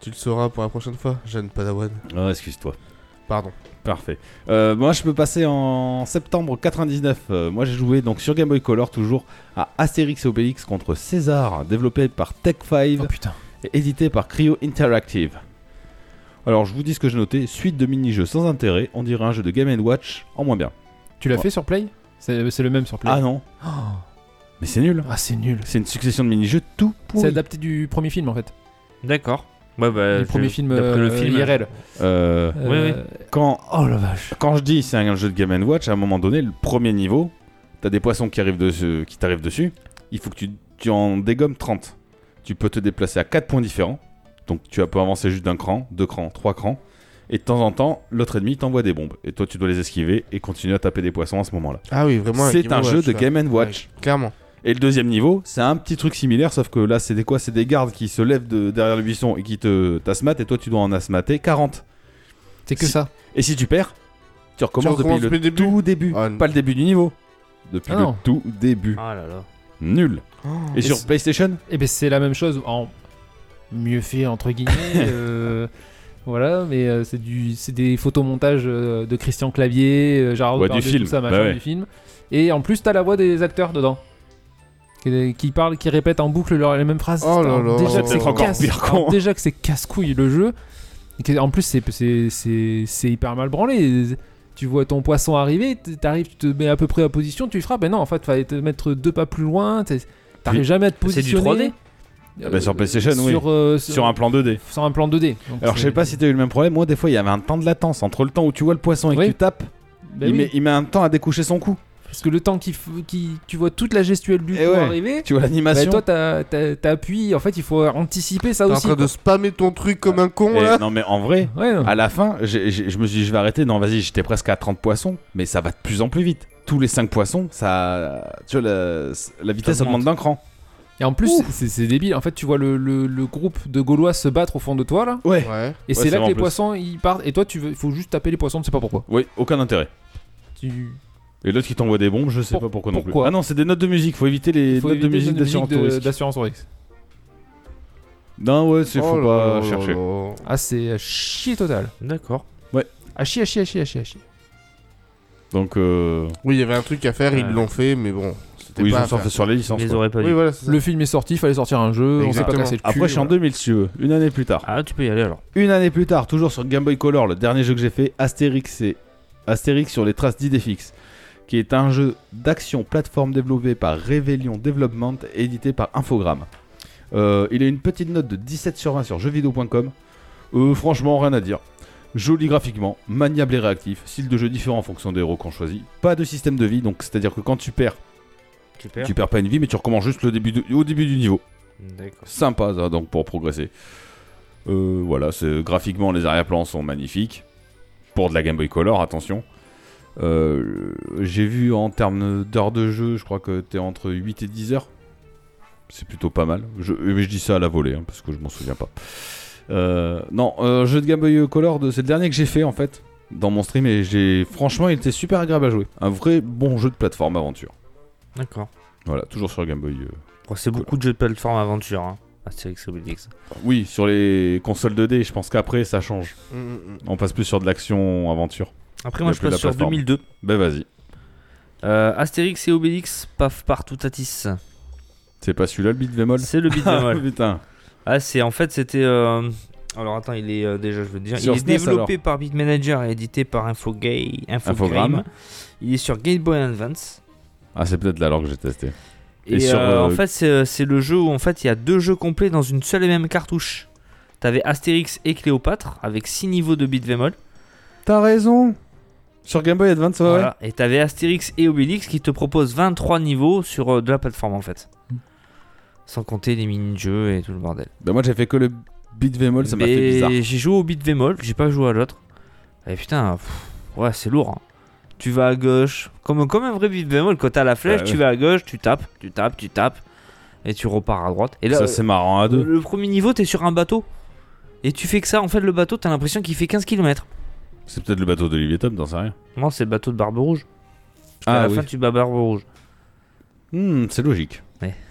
[SPEAKER 5] Tu le sauras pour la prochaine fois, jeune Padawan.
[SPEAKER 4] Oh, excuse-toi.
[SPEAKER 5] Pardon.
[SPEAKER 4] Parfait. Euh, moi, je peux passer en septembre 99. Euh, moi, j'ai joué donc sur Game Boy Color toujours à Astérix et Obélix contre César, développé par Tech5
[SPEAKER 7] Oh putain.
[SPEAKER 4] et édité par Cryo Interactive. Alors, je vous dis ce que j'ai noté suite de mini-jeux sans intérêt, on dirait un jeu de Game Watch en moins bien.
[SPEAKER 7] Tu l'as
[SPEAKER 4] Ouais.
[SPEAKER 7] fait sur Play C'est c'est le même sur Play.
[SPEAKER 4] Ah non,
[SPEAKER 7] Oh.
[SPEAKER 4] mais c'est nul.
[SPEAKER 7] Ah, c'est nul.
[SPEAKER 4] C'est une succession de mini-jeux tout
[SPEAKER 7] C'est
[SPEAKER 4] pourri.
[SPEAKER 7] adapté du premier film en fait.
[SPEAKER 2] D'accord. Ouais, bah,
[SPEAKER 7] du
[SPEAKER 2] je-
[SPEAKER 7] premier film,
[SPEAKER 2] d'après
[SPEAKER 7] euh,
[SPEAKER 2] le film,
[SPEAKER 7] IRL.
[SPEAKER 4] Euh,
[SPEAKER 7] Euh,
[SPEAKER 4] quand,
[SPEAKER 7] Oh la vache.
[SPEAKER 4] quand je dis c'est un jeu de Game Watch, à un moment donné, le premier niveau, t'as des poissons qui arrivent dessus- qui t'arrivent dessus, il faut que tu, tu en dégommes 30. Tu peux te déplacer à 4 points différents, donc tu peux avancer juste d'un cran, deux crans, trois crans, et de temps en temps, l'autre ennemi t'envoie des bombes, et toi tu dois les esquiver et continuer à taper des poissons à ce moment-là.
[SPEAKER 5] Ah oui, vraiment. avec
[SPEAKER 4] C'est
[SPEAKER 5] Game
[SPEAKER 4] un jeu
[SPEAKER 5] Watch,
[SPEAKER 4] de
[SPEAKER 5] là.
[SPEAKER 4] Game Watch.
[SPEAKER 5] Ouais, clairement.
[SPEAKER 4] Et le deuxième niveau, c'est un petit truc similaire, sauf que là, c'est des quoi C'est des gardes qui se lèvent de- derrière le buisson et qui te t'asmatent, et toi, tu dois en asmater 40.
[SPEAKER 7] C'est que
[SPEAKER 4] Si-
[SPEAKER 7] ça.
[SPEAKER 4] Et si tu perds, tu recommences,
[SPEAKER 5] Tu recommences
[SPEAKER 4] depuis le,
[SPEAKER 5] depuis le début.
[SPEAKER 4] tout début.
[SPEAKER 5] Ah, n-
[SPEAKER 4] Mmh. Pas le début du niveau. Depuis
[SPEAKER 7] Ah
[SPEAKER 4] le
[SPEAKER 7] non. Oh.
[SPEAKER 4] tout début.
[SPEAKER 2] Ah là là.
[SPEAKER 4] Nul. et
[SPEAKER 7] Et
[SPEAKER 4] sur
[SPEAKER 7] c'est-
[SPEAKER 4] PlayStation
[SPEAKER 7] Et ben c'est la même chose en mieux fait entre guillemets.
[SPEAKER 4] *laughs*
[SPEAKER 7] euh, Voilà, mais euh, c'est du, c'est des photomontages euh, de Christian Clavier, euh, Gérard
[SPEAKER 4] Ouais, du
[SPEAKER 7] Depardieu,
[SPEAKER 4] film,
[SPEAKER 7] tout ça, machin,
[SPEAKER 4] bah ouais.
[SPEAKER 7] du film. Et en plus, t'as la voix des acteurs dedans, qui, qui parlent, qui répètent en boucle leur- les mêmes phrases.
[SPEAKER 5] Oh là
[SPEAKER 7] Alors,
[SPEAKER 5] là.
[SPEAKER 7] déjà, que
[SPEAKER 5] C'est
[SPEAKER 7] c'est
[SPEAKER 4] encore
[SPEAKER 7] casse-
[SPEAKER 4] pire, con.
[SPEAKER 7] alors, déjà que c'est casse-couille le jeu. Et que- En plus, c'est, c'est, c'est, c'est hyper mal branlé. Tu vois ton poisson arriver, t- t'arrives, tu te mets à peu près à position, tu frappes. Mais non, en fait, fallait te mettre deux pas plus loin. t'es- T'arrives
[SPEAKER 4] Puis,
[SPEAKER 7] jamais à te
[SPEAKER 2] c'est du
[SPEAKER 7] positionner. Euh,
[SPEAKER 2] 3D?
[SPEAKER 4] Bah, sur PlayStation, oui.
[SPEAKER 7] Sur, euh, sur-
[SPEAKER 4] Sur un plan 2D.
[SPEAKER 7] sur un plan 2D. Donc,
[SPEAKER 4] Alors, je
[SPEAKER 7] c'est-
[SPEAKER 4] sais pas si t'as eu le même problème. Moi, des fois, il y avait un temps de latence entre le temps où tu vois le poisson et
[SPEAKER 7] Oui.
[SPEAKER 4] que tu tapes.
[SPEAKER 7] Bah
[SPEAKER 4] il,
[SPEAKER 7] oui,
[SPEAKER 4] met, il met un temps à découcher son cou.
[SPEAKER 7] Parce que le temps qui, f- qui tu vois toute la gestuelle du coup
[SPEAKER 4] Eh ouais.
[SPEAKER 7] arriver,
[SPEAKER 4] Tu vois
[SPEAKER 7] bah,
[SPEAKER 4] l'animation.
[SPEAKER 7] toi t'as- t'as t'appuies. En fait, il faut anticiper ça
[SPEAKER 5] T'es en
[SPEAKER 7] aussi.
[SPEAKER 5] train de spammer ton truc comme un con
[SPEAKER 4] Et
[SPEAKER 7] hein.
[SPEAKER 5] là
[SPEAKER 4] non, mais en
[SPEAKER 7] *laughs*
[SPEAKER 4] vrai,
[SPEAKER 7] Ouais, non.
[SPEAKER 4] À la fin, j'ai- j'ai- je me suis dit, je vais arrêter. Non, vas-y, j'étais presque à 30 poissons, mais ça va de plus en plus vite. Tous les 5 poissons, ça. Tu vois, la, la vitesse
[SPEAKER 2] Ça augmente.
[SPEAKER 4] augmente d'un cran.
[SPEAKER 7] Et en plus, c'est c'est débile. En fait, tu vois le, le- le groupe de Gaulois se battre au fond de toi là.
[SPEAKER 4] Ouais.
[SPEAKER 5] Ouais.
[SPEAKER 7] Et c'est
[SPEAKER 4] c'est
[SPEAKER 7] là
[SPEAKER 4] vrai,
[SPEAKER 7] que les
[SPEAKER 4] en plus.
[SPEAKER 7] poissons ils partent. Et toi, tu veux, il faut juste taper les poissons. Tu sais pas pourquoi.
[SPEAKER 4] Oui, aucun intérêt.
[SPEAKER 7] Tu
[SPEAKER 4] Et l'autre qui t'envoie des bombes, je sais
[SPEAKER 7] Pour-
[SPEAKER 4] pas pourquoi non plus.
[SPEAKER 7] pourquoi
[SPEAKER 4] Ah non, c'est des notes de musique, faut éviter les
[SPEAKER 7] faut
[SPEAKER 4] notes
[SPEAKER 7] éviter
[SPEAKER 4] de
[SPEAKER 7] les
[SPEAKER 4] musique
[SPEAKER 7] notes de
[SPEAKER 4] d'assurance touriste.
[SPEAKER 7] d'assurance Oryx.
[SPEAKER 4] Non, ouais, c'est faut
[SPEAKER 5] Oh
[SPEAKER 4] pas
[SPEAKER 5] là là
[SPEAKER 4] chercher.
[SPEAKER 5] là.
[SPEAKER 7] Ah, c'est à chier total.
[SPEAKER 2] D'accord.
[SPEAKER 7] À chier, à chier, à chier, à chier, à chier.
[SPEAKER 4] Donc, euh,
[SPEAKER 5] Oui, il y avait un truc à faire, ils
[SPEAKER 2] Ouais.
[SPEAKER 5] l'ont fait, mais bon. C'était
[SPEAKER 4] oui, ils
[SPEAKER 5] pas
[SPEAKER 4] ont
[SPEAKER 5] à
[SPEAKER 4] sorti
[SPEAKER 5] faire.
[SPEAKER 4] sur les licences.
[SPEAKER 2] Ils
[SPEAKER 4] quoi.
[SPEAKER 2] auraient pas
[SPEAKER 5] Oui,
[SPEAKER 2] dû.
[SPEAKER 5] voilà, c'est ça.
[SPEAKER 7] Le film est sorti, il fallait sortir un jeu. On s'est pas
[SPEAKER 5] Exactement.
[SPEAKER 7] cassé le cul.
[SPEAKER 4] Après, je suis en
[SPEAKER 7] voilà.
[SPEAKER 4] 2000, si tu veux, une année plus tard.
[SPEAKER 2] Ah, tu peux y aller alors.
[SPEAKER 4] Une année plus tard, toujours sur Game Boy Color, le dernier jeu que j'ai fait, Astérix et Astérix sur les traces d'Idéfix, qui est un jeu d'action plateforme développé par Révélion Development et édité par Infogrames. Euh, il a une petite note de 17 sur 20 sur jeuxvideo.com. Euh, franchement, rien à dire. Joli graphiquement, maniable et réactif, style de jeu différent en fonction des héros qu'on choisit. Pas de système de vie, donc c'est-à-dire que quand tu perds,
[SPEAKER 2] Super.
[SPEAKER 4] tu perds pas une vie, mais tu recommences juste le début de- au début du niveau
[SPEAKER 2] D'accord.
[SPEAKER 4] sympa ça, donc pour progresser. Euh, voilà, c'est- graphiquement les arrière-plans sont magnifiques. Pour de la Game Boy Color, attention. Euh, j'ai vu en termes d'heures de jeu, je crois que t'es entre 8 et 10 heures. C'est plutôt pas mal. Je, euh, mais je dis ça à la volée, hein, parce que je m'en souviens pas. Euh, non, euh, jeu de Game Boy Color, de- c'est le dernier que j'ai fait en fait, dans mon stream, et j'ai franchement, il était super agréable à jouer. Un vrai bon jeu de plateforme aventure.
[SPEAKER 2] D'accord.
[SPEAKER 4] Voilà, toujours sur Game Boy. euh.
[SPEAKER 2] Bon, c'est beaucoup de jeux de plateforme aventure. Hein. Astérix Obélix.
[SPEAKER 4] Oui, sur les consoles 2D, je pense qu'après ça change.
[SPEAKER 5] Mm, mm, mm.
[SPEAKER 4] On passe plus sur de l'action aventure.
[SPEAKER 2] Après,
[SPEAKER 4] Il y
[SPEAKER 2] moi,
[SPEAKER 4] a
[SPEAKER 2] je
[SPEAKER 4] plus de la
[SPEAKER 2] passe sur
[SPEAKER 4] plateforme.
[SPEAKER 2] 2002.
[SPEAKER 4] Ben vas-y.
[SPEAKER 2] Euh, Astérix et Obélix, paf partout tatis.
[SPEAKER 4] C'est pas celui-là le beat bémol Oh,
[SPEAKER 2] C'est le
[SPEAKER 4] *laughs*
[SPEAKER 2] beat'em
[SPEAKER 4] Putain.
[SPEAKER 2] Ah, c'est en fait, c'était. euh, Alors attends, il est euh, déjà, je veux te dire,
[SPEAKER 4] Sur
[SPEAKER 2] il est
[SPEAKER 4] SNES,
[SPEAKER 2] développé par Beat Manager et édité par Infogay, Infogrames.
[SPEAKER 4] Infogrames.
[SPEAKER 2] Il est sur Game Boy Advance.
[SPEAKER 4] Ah, c'est peut-être là alors que j'ai testé.
[SPEAKER 2] Et,
[SPEAKER 4] Et sur,
[SPEAKER 2] euh,
[SPEAKER 4] euh,
[SPEAKER 2] en fait, c'est c'est le jeu où en fait il y a deux jeux complets dans une seule et même cartouche. T'avais Astérix et Cléopâtre avec six niveaux de beat'em all.
[SPEAKER 4] T'as raison. Sur Game Boy Advance, ouais.
[SPEAKER 2] Voilà. Et t'avais Astérix et Obélix qui te proposent 23 niveaux sur euh, de la plateforme en fait.
[SPEAKER 4] Mm.
[SPEAKER 2] Sans compter les mini-jeux et tout le bordel.
[SPEAKER 4] Ben moi j'ai fait que le beat bémol, ça m'a
[SPEAKER 2] Mais
[SPEAKER 4] fait bizarre.
[SPEAKER 2] J'ai joué au beat bémol, j'ai pas joué à l'autre. Et putain, pff, ouais, c'est lourd. hein. Tu vas à gauche, comme, comme un vrai beat bémol, quand t'as la flèche,
[SPEAKER 4] Ah ouais.
[SPEAKER 2] tu vas à gauche, tu tapes, tu tapes, tu tapes, et tu repars à droite. Et là,
[SPEAKER 4] ça c'est marrant à
[SPEAKER 2] le,
[SPEAKER 4] deux.
[SPEAKER 2] le premier niveau, t'es sur un bateau. Et tu fais que ça, en fait, le bateau, t'as l'impression qu'il fait 15 km.
[SPEAKER 4] C'est peut-être le bateau d'Olivier Tom, t'en sais rien.
[SPEAKER 2] Non, c'est le bateau de Barbe Rouge. à
[SPEAKER 4] Ah
[SPEAKER 2] la
[SPEAKER 4] oui.
[SPEAKER 2] fin, tu bats Barbe Rouge.
[SPEAKER 4] Hmm, c'est logique.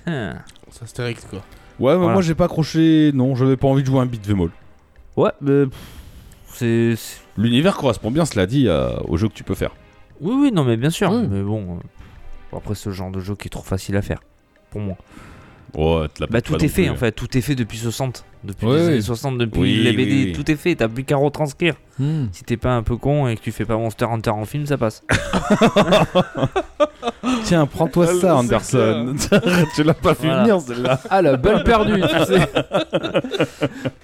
[SPEAKER 2] Hein.
[SPEAKER 5] C'est Astérix quoi.
[SPEAKER 4] Ouais, mais
[SPEAKER 2] Voilà.
[SPEAKER 4] moi j'ai pas accroché. Non, j'avais pas envie de jouer un beat bémol.
[SPEAKER 2] Ouais, mais. pff, C'est. c'est-
[SPEAKER 4] L'univers correspond bien, cela dit, à- au jeu que tu peux faire.
[SPEAKER 2] Oui, oui, non, mais bien sûr.
[SPEAKER 4] Mmh.
[SPEAKER 5] Oui.
[SPEAKER 2] Mais bon. euh, bon, Après, ce genre de jeu qui est trop facile à faire. Pour moi.
[SPEAKER 4] Ouais, Oh, te la
[SPEAKER 2] Bah
[SPEAKER 4] pète
[SPEAKER 2] tout
[SPEAKER 4] Ah, pas
[SPEAKER 2] est
[SPEAKER 4] non
[SPEAKER 2] fait
[SPEAKER 4] plus. hein.
[SPEAKER 2] en fait, tout est fait depuis 60, depuis
[SPEAKER 7] Ouais,
[SPEAKER 2] les
[SPEAKER 7] ouais.
[SPEAKER 2] années 60, depuis
[SPEAKER 4] Oui,
[SPEAKER 2] les BD,
[SPEAKER 4] oui, oui.
[SPEAKER 2] tout est fait, t'as plus qu'à retranscrire.
[SPEAKER 7] Hmm.
[SPEAKER 2] Si t'es pas un peu con et que tu fais pas Monster Hunter en film,
[SPEAKER 4] *laughs*
[SPEAKER 2] ça passe.
[SPEAKER 4] Tiens,
[SPEAKER 2] *laughs*
[SPEAKER 4] prends-toi ça, Anderson. *laughs* tu l'as pas fait
[SPEAKER 2] Voilà.
[SPEAKER 4] venir celle-là.
[SPEAKER 7] Ah la *laughs* balle perdue, tu sais.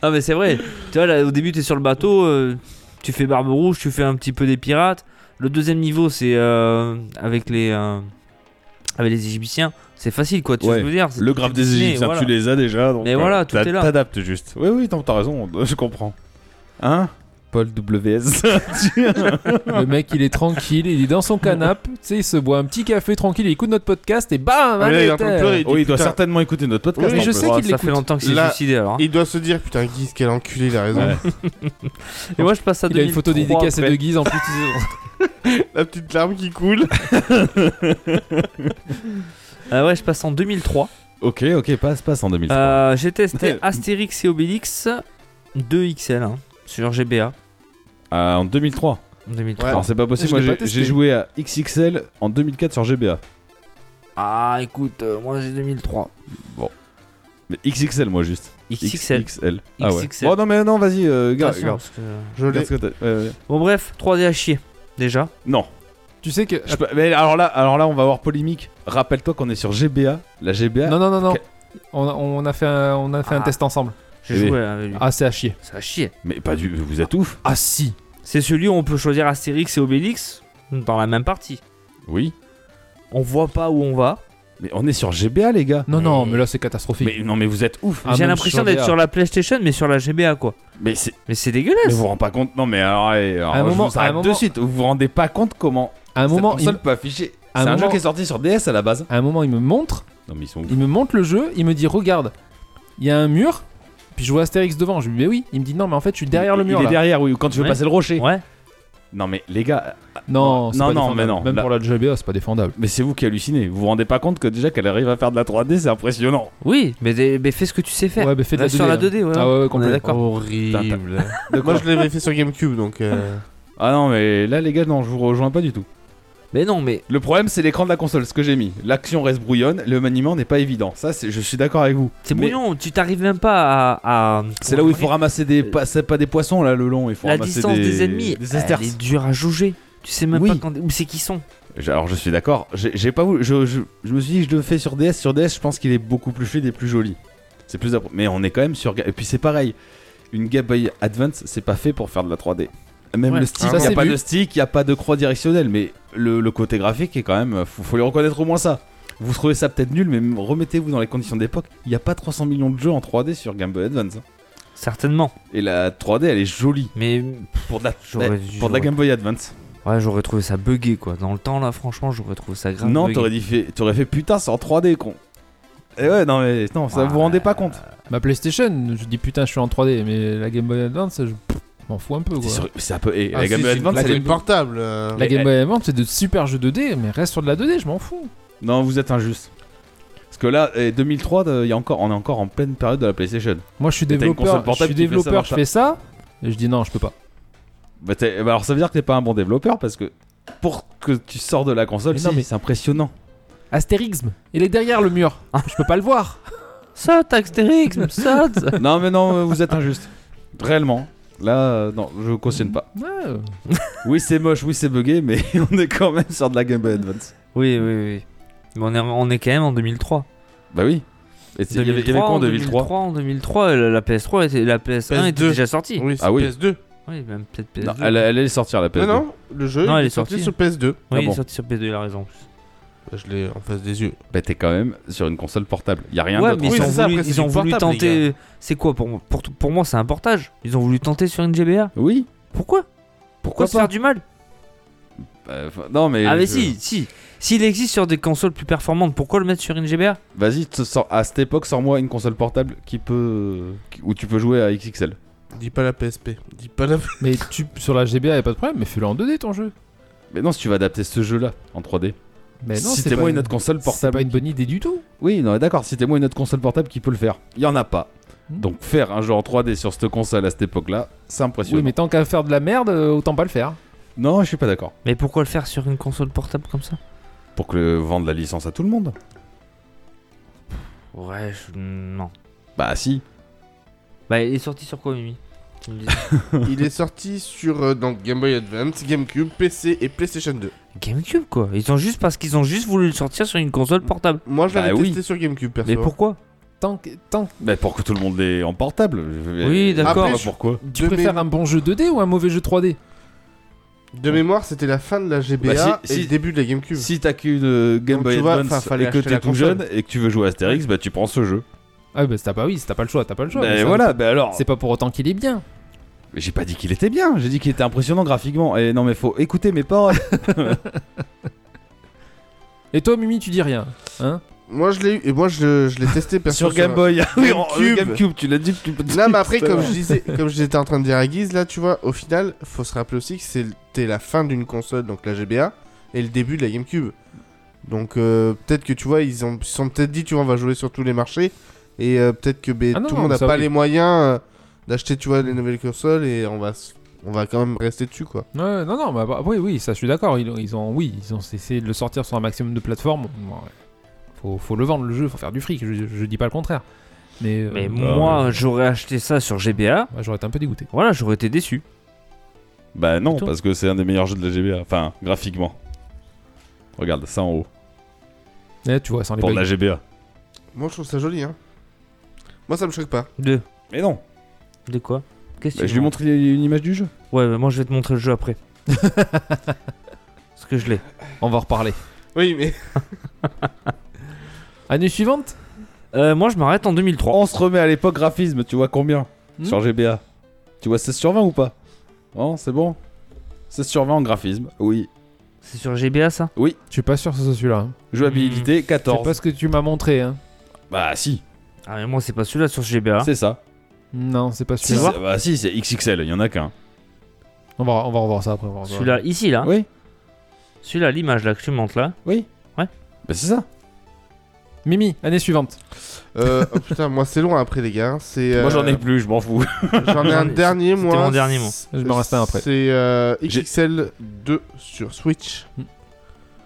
[SPEAKER 2] Ah mais c'est vrai, tu vois là au début t'es sur le bateau, euh, tu fais Barbe Rouge, tu fais un petit peu des pirates. Le deuxième niveau c'est euh, avec les euh, avec les Égyptiens, c'est facile quoi, tu vois
[SPEAKER 4] Ouais,
[SPEAKER 2] ce que je veux dire. c'est-
[SPEAKER 4] Le graphe des
[SPEAKER 2] Disney,
[SPEAKER 4] Égyptiens,
[SPEAKER 2] voilà.
[SPEAKER 4] tu les as déjà. Donc, euh,
[SPEAKER 2] Mais voilà, tout
[SPEAKER 4] t'a-
[SPEAKER 2] est là.
[SPEAKER 4] T'adaptes juste. Oui, oui, t'as t'as raison, *laughs* je comprends. Hein Paul WS. Tiens.
[SPEAKER 7] Le mec, il est tranquille, il est dans son canapé, tu sais, il se boit un petit café tranquille, il écoute notre podcast et bam,
[SPEAKER 5] Ah, mais là, il est
[SPEAKER 7] allez,
[SPEAKER 5] en train de
[SPEAKER 7] t'es-
[SPEAKER 5] pleurer.
[SPEAKER 4] *laughs* oui, il doit
[SPEAKER 5] Putain.
[SPEAKER 4] certainement écouter notre podcast.
[SPEAKER 7] Oui,
[SPEAKER 4] en
[SPEAKER 7] je
[SPEAKER 4] plus.
[SPEAKER 7] sais
[SPEAKER 2] Oh,
[SPEAKER 7] qu'il
[SPEAKER 2] ça
[SPEAKER 7] l'écoute.
[SPEAKER 2] fait longtemps qu'il s'est
[SPEAKER 5] Là-
[SPEAKER 2] suicidé alors. hein.
[SPEAKER 5] Il doit se dire putain Guise quel enculé il a raison.
[SPEAKER 4] Ouais.
[SPEAKER 2] Et moi je passe à
[SPEAKER 7] Il a une photo
[SPEAKER 2] 2003
[SPEAKER 7] dédicacée
[SPEAKER 2] après.
[SPEAKER 7] de Guise en plus. tu sais.
[SPEAKER 5] *laughs* La petite larme qui coule.
[SPEAKER 2] Ah ouais je passe en 2003.
[SPEAKER 4] *laughs* Ok, ok, passe, passe en 2003.
[SPEAKER 2] Euh,
[SPEAKER 4] *laughs*
[SPEAKER 2] j'ai testé Astérix et Obélix 2XL hein, sur GBA
[SPEAKER 4] Ah, en 2003.
[SPEAKER 2] en 2003.
[SPEAKER 4] Alors, c'est pas possible,
[SPEAKER 5] Je
[SPEAKER 4] moi
[SPEAKER 5] l'ai
[SPEAKER 4] j'ai
[SPEAKER 5] pas testé.
[SPEAKER 4] j'ai joué à XXL en 2004 sur GBA.
[SPEAKER 2] Ah écoute, euh, moi j'ai 2003.
[SPEAKER 4] Mais XXL, moi juste.
[SPEAKER 2] XXL.
[SPEAKER 4] XXL. Ah ouais.
[SPEAKER 2] XXL.
[SPEAKER 4] Oh non, mais non, vas-y, euh, garde,
[SPEAKER 2] Attention,
[SPEAKER 4] garde.
[SPEAKER 2] parce que-
[SPEAKER 5] Je l'ai.
[SPEAKER 4] Garde ce que t'as- ouais, ouais.
[SPEAKER 2] Bon bref, 3D à chier déjà.
[SPEAKER 4] Non.
[SPEAKER 7] *laughs* Tu sais que.
[SPEAKER 4] Je peux- mais alors là, alors là, on va avoir polémique. Rappelle-toi qu'on est sur GBA. La GBA.
[SPEAKER 7] Non, non, non, non.
[SPEAKER 4] Ok.
[SPEAKER 7] On a, on a fait, un, on a fait un
[SPEAKER 2] Ah.
[SPEAKER 7] test ensemble.
[SPEAKER 2] J'ai
[SPEAKER 4] Eh oui.
[SPEAKER 2] joué avec lui.
[SPEAKER 7] Ah, c'est à chier.
[SPEAKER 2] Ça a chier.
[SPEAKER 4] Mais pas du. Vous êtes ouf.
[SPEAKER 7] Ah, si.
[SPEAKER 2] C'est celui où on peut choisir Astérix et Obélix dans la même partie.
[SPEAKER 4] Oui.
[SPEAKER 2] On voit pas où on va.
[SPEAKER 4] Mais on est sur GBA, les gars.
[SPEAKER 7] Non,
[SPEAKER 2] Mais-
[SPEAKER 7] non, mais là, c'est catastrophique.
[SPEAKER 4] Mais non, mais vous êtes ouf.
[SPEAKER 7] Ah,
[SPEAKER 2] j'ai
[SPEAKER 7] même
[SPEAKER 2] l'impression
[SPEAKER 7] sur
[SPEAKER 2] d'être
[SPEAKER 7] GBA.
[SPEAKER 2] sur la PlayStation mais sur la GBA quoi.
[SPEAKER 4] Mais c'est.
[SPEAKER 2] Mais c'est
[SPEAKER 4] Mais
[SPEAKER 2] dégueulasse.
[SPEAKER 4] vous vous rendez pas compte. Non, mais alors, allez, alors,
[SPEAKER 7] À un
[SPEAKER 4] je
[SPEAKER 7] moment-
[SPEAKER 4] vous arrête
[SPEAKER 7] à un
[SPEAKER 4] de
[SPEAKER 7] moment-
[SPEAKER 4] suite. Vous vous rendez pas compte comment.
[SPEAKER 7] À un
[SPEAKER 4] cette
[SPEAKER 7] moment, il,
[SPEAKER 4] console peut afficher. C'est
[SPEAKER 7] à un
[SPEAKER 4] un jeu
[SPEAKER 7] moment-
[SPEAKER 4] qui est sorti sur DS à la base.
[SPEAKER 7] à un moment, il me montre
[SPEAKER 4] Non, mais ils sont ouf.
[SPEAKER 7] Il me montre le jeu, il me dit regarde, il y a un mur, puis je vois Astérix devant, je lui dis mais oui, il me dit non mais en fait je suis derrière le
[SPEAKER 4] Il-
[SPEAKER 7] mur
[SPEAKER 4] Il
[SPEAKER 7] là.
[SPEAKER 4] est derrière, oui, ou quand tu veux
[SPEAKER 2] Ouais.
[SPEAKER 4] passer le rocher.
[SPEAKER 2] Ouais.
[SPEAKER 4] Non, mais les gars,
[SPEAKER 7] Non, c'est
[SPEAKER 4] Non,
[SPEAKER 7] pas
[SPEAKER 4] non,
[SPEAKER 7] défendable.
[SPEAKER 4] mais non.
[SPEAKER 7] Même
[SPEAKER 4] Là-
[SPEAKER 7] pour la GBA c'est pas défendable.
[SPEAKER 4] mais c'est vous qui hallucinez. Vous vous rendez pas compte que déjà qu'elle arrive à faire de la 3D, c'est impressionnant.
[SPEAKER 2] Oui, mais, des- mais fais ce que tu sais faire.
[SPEAKER 7] Ouais mais fais de
[SPEAKER 2] Là,
[SPEAKER 7] la 2D.
[SPEAKER 2] sur la hein.
[SPEAKER 7] là.
[SPEAKER 2] 2D, ouais.
[SPEAKER 7] Ah ouais, ouais
[SPEAKER 2] on est
[SPEAKER 7] complètement.
[SPEAKER 2] d'accord.
[SPEAKER 5] Horrible. Moi je l'avais fait sur GameCube donc. euh,
[SPEAKER 4] Ah non, mais là, les gars, non, je vous rejoins pas du tout.
[SPEAKER 2] Mais non, mais
[SPEAKER 4] Le problème, c'est l'écran de la console, ce que j'ai mis. L'action reste brouillonne, le maniement n'est pas évident. Ça, c'est- je suis d'accord avec vous.
[SPEAKER 2] c'est
[SPEAKER 4] Mais
[SPEAKER 2] brouillon. Tu t'arrives même pas à. à-
[SPEAKER 4] C'est là où il faut ramasser des. pas- c'est pas des poissons, là, le long. Il faut
[SPEAKER 2] la
[SPEAKER 4] ramasser
[SPEAKER 2] distance des, ennemis,
[SPEAKER 4] Des
[SPEAKER 2] elle
[SPEAKER 4] esters.
[SPEAKER 2] est dure à jauger. Tu sais même
[SPEAKER 4] Oui.
[SPEAKER 2] pas quand, où c'est qu'ils sont.
[SPEAKER 4] J- Alors, je suis d'accord. J'ai j'ai pas voulu. Je, je- je me suis dit, je le fais sur DS. Sur DS, je pense qu'il est beaucoup plus fluide et plus joli. C'est plus. appro- Mais on est quand même sur. ga- Et puis, c'est pareil. Une Game Boy Advance, c'est pas fait pour faire de la 3D. Même
[SPEAKER 2] Ouais.
[SPEAKER 4] le stick,
[SPEAKER 7] Ça,
[SPEAKER 4] il n'y a
[SPEAKER 7] c'est
[SPEAKER 4] pas
[SPEAKER 7] vu.
[SPEAKER 4] de stick, il n'y a pas de croix directionnelle, mais le, le côté graphique est quand même. euh, Faut, faut lui reconnaître au moins ça. Vous trouvez ça peut-être nul, mais m- remettez-vous dans les conditions d'époque. Il n'y a pas 300 millions de jeux en 3D sur Game Boy Advance. hein.
[SPEAKER 2] Certainement.
[SPEAKER 4] Et la 3D, elle est jolie.
[SPEAKER 2] Mais euh,
[SPEAKER 4] Pour de la,
[SPEAKER 2] j'aurais
[SPEAKER 4] pour de la
[SPEAKER 2] j'aurais-
[SPEAKER 4] Game Boy Advance.
[SPEAKER 2] Ouais, j'aurais trouvé ça buggé quoi. Dans le temps là, franchement, j'aurais trouvé ça grave.
[SPEAKER 4] Non,
[SPEAKER 2] buggé.
[SPEAKER 4] t'aurais dit fait, t'aurais fait putain, c'est en 3D, con. Et ouais, non, mais non, ça vous vous rendez pas compte.
[SPEAKER 2] Euh,
[SPEAKER 7] Ma PlayStation, je dis putain, je suis en 3D, mais la Game Boy Advance, je pff, m'en fous un peu quoi.
[SPEAKER 4] C'est sur- C'est un peu. et
[SPEAKER 5] Ah,
[SPEAKER 4] la
[SPEAKER 5] si,
[SPEAKER 4] gamme
[SPEAKER 5] c'est une
[SPEAKER 4] Advance, elle
[SPEAKER 5] console
[SPEAKER 4] est-
[SPEAKER 5] portable. euh.
[SPEAKER 7] La
[SPEAKER 4] Mais
[SPEAKER 7] Game
[SPEAKER 4] elle-
[SPEAKER 7] Boy Advance, c'est de super jeux 2D, mais reste sur de la 2D, je m'en fous.
[SPEAKER 4] Non, vous êtes injuste. Parce que là, eh, 2003, de- il y a encore, on est encore en pleine période de la PlayStation.
[SPEAKER 7] Moi, je suis
[SPEAKER 4] Mais t'as une console
[SPEAKER 7] développeur, je
[SPEAKER 4] portable
[SPEAKER 7] suis
[SPEAKER 4] qui fait ça
[SPEAKER 7] développeur,
[SPEAKER 4] marche
[SPEAKER 7] je fais ça, et je dis non, je peux pas.
[SPEAKER 4] Bah, t'es- bah, alors ça veut dire que t'es pas un bon développeur parce que pour que tu sors de la console,
[SPEAKER 7] Mais non,
[SPEAKER 4] si,
[SPEAKER 7] mais-
[SPEAKER 4] c'est impressionnant.
[SPEAKER 7] Astérixme, il est derrière le mur,
[SPEAKER 4] Ah.
[SPEAKER 7] je peux pas le voir.
[SPEAKER 2] Ça, Taxterix, ça.
[SPEAKER 4] *laughs* *laughs*
[SPEAKER 2] ça.
[SPEAKER 4] non, mais non, euh, vous êtes injuste. Réellement. Là, euh, non, je cautionne pas.
[SPEAKER 7] Ouais.
[SPEAKER 4] Oui, c'est moche, oui, c'est buggé, mais *laughs* on est quand même sur de la Game Boy Advance.
[SPEAKER 2] Oui, oui, oui. Mais on est, on est quand même en 2003.
[SPEAKER 4] Bah oui. Et c'est- il y avait- il y avait
[SPEAKER 2] 2003,
[SPEAKER 4] quoi en 2003
[SPEAKER 2] en En 2003, euh, la, la PS3 était, la PS1 était
[SPEAKER 5] PS2.
[SPEAKER 2] déjà sortie.
[SPEAKER 5] Oui, c'est
[SPEAKER 4] Ah oui.
[SPEAKER 5] PS2.
[SPEAKER 2] Oui, même peut-être
[SPEAKER 4] Non,
[SPEAKER 2] PS2.
[SPEAKER 4] elle, elle est sortie à la
[SPEAKER 5] Ah Non,
[SPEAKER 4] PS2.
[SPEAKER 5] non, le jeu
[SPEAKER 2] Non,
[SPEAKER 5] il
[SPEAKER 2] elle
[SPEAKER 5] est
[SPEAKER 2] est
[SPEAKER 5] sorti
[SPEAKER 2] sortie.
[SPEAKER 5] sur PS2.
[SPEAKER 2] Oui,
[SPEAKER 4] Ah
[SPEAKER 2] il
[SPEAKER 4] bon.
[SPEAKER 2] est sorti sur PS2, il a raison. en plus.
[SPEAKER 5] Je l'ai en face des yeux.
[SPEAKER 4] Bah t'es quand même sur une console portable. Y a rien
[SPEAKER 2] Ouais,
[SPEAKER 4] d'autre.
[SPEAKER 2] mais
[SPEAKER 5] Oui,
[SPEAKER 2] ils ont
[SPEAKER 5] c'est ça,
[SPEAKER 2] voulu,
[SPEAKER 5] après, c'est
[SPEAKER 2] ils ont
[SPEAKER 5] du
[SPEAKER 2] voulu
[SPEAKER 5] portable, les
[SPEAKER 2] tenter. C'est quoi pour, moi- pour, pour moi, c'est un portage. Ils ont voulu tenter sur une GBA.
[SPEAKER 4] Oui.
[SPEAKER 2] Pourquoi Pourquoi,
[SPEAKER 4] Pourquoi
[SPEAKER 2] se
[SPEAKER 4] pas
[SPEAKER 2] faire du mal
[SPEAKER 4] Bah, enfin, non mais.
[SPEAKER 2] Ah, mais
[SPEAKER 4] je-
[SPEAKER 2] si, si. S'il existe sur des consoles plus performantes, pourquoi le mettre sur une GBA
[SPEAKER 4] Vas-y, te sors- à cette époque, sors-moi une console portable qui peut qui- où tu peux jouer à XXL.
[SPEAKER 5] Dis pas la PSP. Dis pas la.
[SPEAKER 7] Mais tu, sur la GBA, y a pas de problème, mais fais-le en 2D ton jeu.
[SPEAKER 4] Mais non, si tu vas adapter ce jeu-là en 3D.
[SPEAKER 7] Mais non,
[SPEAKER 4] si
[SPEAKER 7] c'est
[SPEAKER 4] t'es
[SPEAKER 7] pas
[SPEAKER 4] moi une autre console
[SPEAKER 7] C'est
[SPEAKER 4] portable.
[SPEAKER 7] pas une bonne idée du tout.
[SPEAKER 4] Oui, non, mais d'accord, si t'es moi une autre console portable qui peut le faire. Il y en a pas.
[SPEAKER 7] Hmm.
[SPEAKER 4] Donc faire un jeu en 3D sur cette console à cette époque-là, c'est impressionnant.
[SPEAKER 7] Oui, mais tant qu'à faire de la merde, euh, autant pas le faire.
[SPEAKER 4] Non, je suis pas d'accord.
[SPEAKER 2] Mais pourquoi le faire sur une console portable comme ça
[SPEAKER 4] Pour que le- vendre la licence à tout le monde.
[SPEAKER 2] Ouais, je- non.
[SPEAKER 4] Bah si.
[SPEAKER 2] Bah, il est sorti sur quoi, Mimi Tu me dis-
[SPEAKER 5] *laughs* Il est sorti sur euh, donc Game Boy Advance, GameCube, PC et PlayStation 2.
[SPEAKER 2] *laughs* GameCube quoi. Ils ont juste parce qu'ils ont juste voulu le sortir sur une console portable.
[SPEAKER 5] Moi, je
[SPEAKER 4] Bah
[SPEAKER 5] l'avais
[SPEAKER 4] oui.
[SPEAKER 5] testé sur GameCube, perso.
[SPEAKER 2] Mais pourquoi
[SPEAKER 7] Tant que, tant que-
[SPEAKER 4] Bah pour que tout le monde l'ait en portable. Je-
[SPEAKER 2] Oui, d'accord.
[SPEAKER 5] Après,
[SPEAKER 4] Bah, pourquoi
[SPEAKER 7] tu
[SPEAKER 5] de,
[SPEAKER 7] préfères
[SPEAKER 5] mé-
[SPEAKER 7] un bon jeu 2D ou un mauvais jeu 3D
[SPEAKER 5] de mémoire, c'était la fin de la GBA
[SPEAKER 4] Bah, si-
[SPEAKER 5] et
[SPEAKER 4] si-
[SPEAKER 5] le début de la GameCube.
[SPEAKER 4] Si t'as qu'une euh, Game
[SPEAKER 5] Donc,
[SPEAKER 4] Boy
[SPEAKER 5] tu vois, enfin,
[SPEAKER 4] Advance
[SPEAKER 5] fallait
[SPEAKER 4] et que
[SPEAKER 5] acheter
[SPEAKER 4] t'es
[SPEAKER 5] la
[SPEAKER 4] tout
[SPEAKER 5] console.
[SPEAKER 4] jeune et que tu veux jouer à Astérix, bah tu prends ce jeu.
[SPEAKER 7] Ah, bah, c'est- t'as pas, oui, c'est- t'as pas le choix, t'as pas le choix. mais
[SPEAKER 4] Bah
[SPEAKER 7] ça-
[SPEAKER 4] voilà, bah alors.
[SPEAKER 7] C'est pas pour autant qu'il est bien.
[SPEAKER 4] Mais J'ai pas dit qu'il était bien, j'ai dit qu'il était impressionnant graphiquement. Et non, mais faut écouter mes paroles.
[SPEAKER 7] Et toi, Mimi, tu dis rien. Hein
[SPEAKER 5] Moi, je l'ai eu et moi, je, je l'ai testé
[SPEAKER 4] *laughs*
[SPEAKER 5] perso.
[SPEAKER 4] sur Game Boy. Oui, en-
[SPEAKER 5] GameCube.
[SPEAKER 4] euh, GameCube, tu l'as dit. Tu...
[SPEAKER 5] Non, mais après,
[SPEAKER 4] tout à
[SPEAKER 5] comme
[SPEAKER 4] l'heure.
[SPEAKER 5] je disais, comme j'étais en train de dire à Guise, là, tu vois, au final, faut se rappeler aussi que c'était la fin d'une console, donc la GBA, et le début de la GameCube. Donc, euh, peut-être que tu vois, ils ont, ils se sont peut-être dit, tu vois, on va jouer sur tous les marchés, et euh, peut-être que ben,
[SPEAKER 7] Ah non,
[SPEAKER 5] tout le monde n'a
[SPEAKER 7] ça,
[SPEAKER 5] pas
[SPEAKER 7] oui.
[SPEAKER 5] les moyens euh, d'acheter, tu vois, les nouvelles consoles, et on va, s- on va quand même rester dessus, quoi.
[SPEAKER 7] Ouais, non, non, bah, bah, oui, oui, ça, je suis d'accord. Ils, ils ont, oui, ils ont essayé de le sortir sur un maximum de plateformes. Bon, ouais. Faut, faut le vendre, le jeu, faut faire du fric. Je, je dis pas le contraire. Mais, euh,
[SPEAKER 2] Mais
[SPEAKER 7] bah,
[SPEAKER 2] moi, j'aurais acheté ça sur GBA.
[SPEAKER 7] bah, j'aurais été un peu dégoûté.
[SPEAKER 2] Voilà, j'aurais été déçu.
[SPEAKER 4] Bah non,
[SPEAKER 7] C'est tout.
[SPEAKER 4] parce que c'est un des meilleurs jeux de la GBA. Enfin, graphiquement. Regarde, ça en haut.
[SPEAKER 7] Eh, tu vois, sans les
[SPEAKER 4] Pour
[SPEAKER 7] bugs.
[SPEAKER 4] la GBA.
[SPEAKER 5] Moi, je trouve ça joli, hein. Moi, ça me choque pas.
[SPEAKER 2] De
[SPEAKER 4] Mais non,
[SPEAKER 2] de quoi Qu'est-ce que
[SPEAKER 4] bah,
[SPEAKER 2] tu
[SPEAKER 4] je lui
[SPEAKER 2] veux
[SPEAKER 4] montre une image du jeu.
[SPEAKER 2] Ouais, mais moi je vais te montrer le
[SPEAKER 4] *laughs*
[SPEAKER 2] jeu après. Parce que je l'ai.
[SPEAKER 7] On va en reparler.
[SPEAKER 5] Oui, mais.
[SPEAKER 7] Année suivante
[SPEAKER 2] Euh, moi je m'arrête en 2003.
[SPEAKER 4] On se remet à l'époque graphisme, tu vois combien
[SPEAKER 7] Hmm.
[SPEAKER 4] Sur GBA. Tu vois 16 sur 20 ou pas Non, c'est bon 16 sur 20 en graphisme, oui.
[SPEAKER 2] C'est sur GBA ça
[SPEAKER 7] Je suis pas sûr que ce soit celui-là. hein.
[SPEAKER 4] Jouabilité,
[SPEAKER 7] C'est
[SPEAKER 4] 14.
[SPEAKER 7] pas ce que tu m'as montré. Hein.
[SPEAKER 4] Bah si,
[SPEAKER 2] Ah, mais moi c'est pas celui-là sur GBA.
[SPEAKER 4] c'est ça.
[SPEAKER 7] Non, c'est pas
[SPEAKER 4] Si,
[SPEAKER 7] celui-là.
[SPEAKER 4] c'est- bah si, c'est XXL, il y en a qu'un.
[SPEAKER 7] On va, on va revoir ça après. on va revoir ça.
[SPEAKER 2] Celui-là, ici là.
[SPEAKER 4] Oui.
[SPEAKER 2] Celui-là, l'image là que tu montres là.
[SPEAKER 4] Bah c'est ça.
[SPEAKER 7] Mimi, année suivante.
[SPEAKER 5] Euh, oh, putain, moi, c'est loin après, les gars. C'est,
[SPEAKER 4] Moi j'en ai
[SPEAKER 5] euh,
[SPEAKER 4] plus, je m'en fous. *laughs*
[SPEAKER 5] J'en ai
[SPEAKER 2] J'en
[SPEAKER 5] un
[SPEAKER 2] ai-
[SPEAKER 5] dernier,
[SPEAKER 2] c'était
[SPEAKER 5] moi.
[SPEAKER 2] mon dernier, moi.
[SPEAKER 5] C'est-
[SPEAKER 7] Je m'en reste un après.
[SPEAKER 5] C'est euh,
[SPEAKER 4] J'ai-
[SPEAKER 5] XXL 2 sur Switch.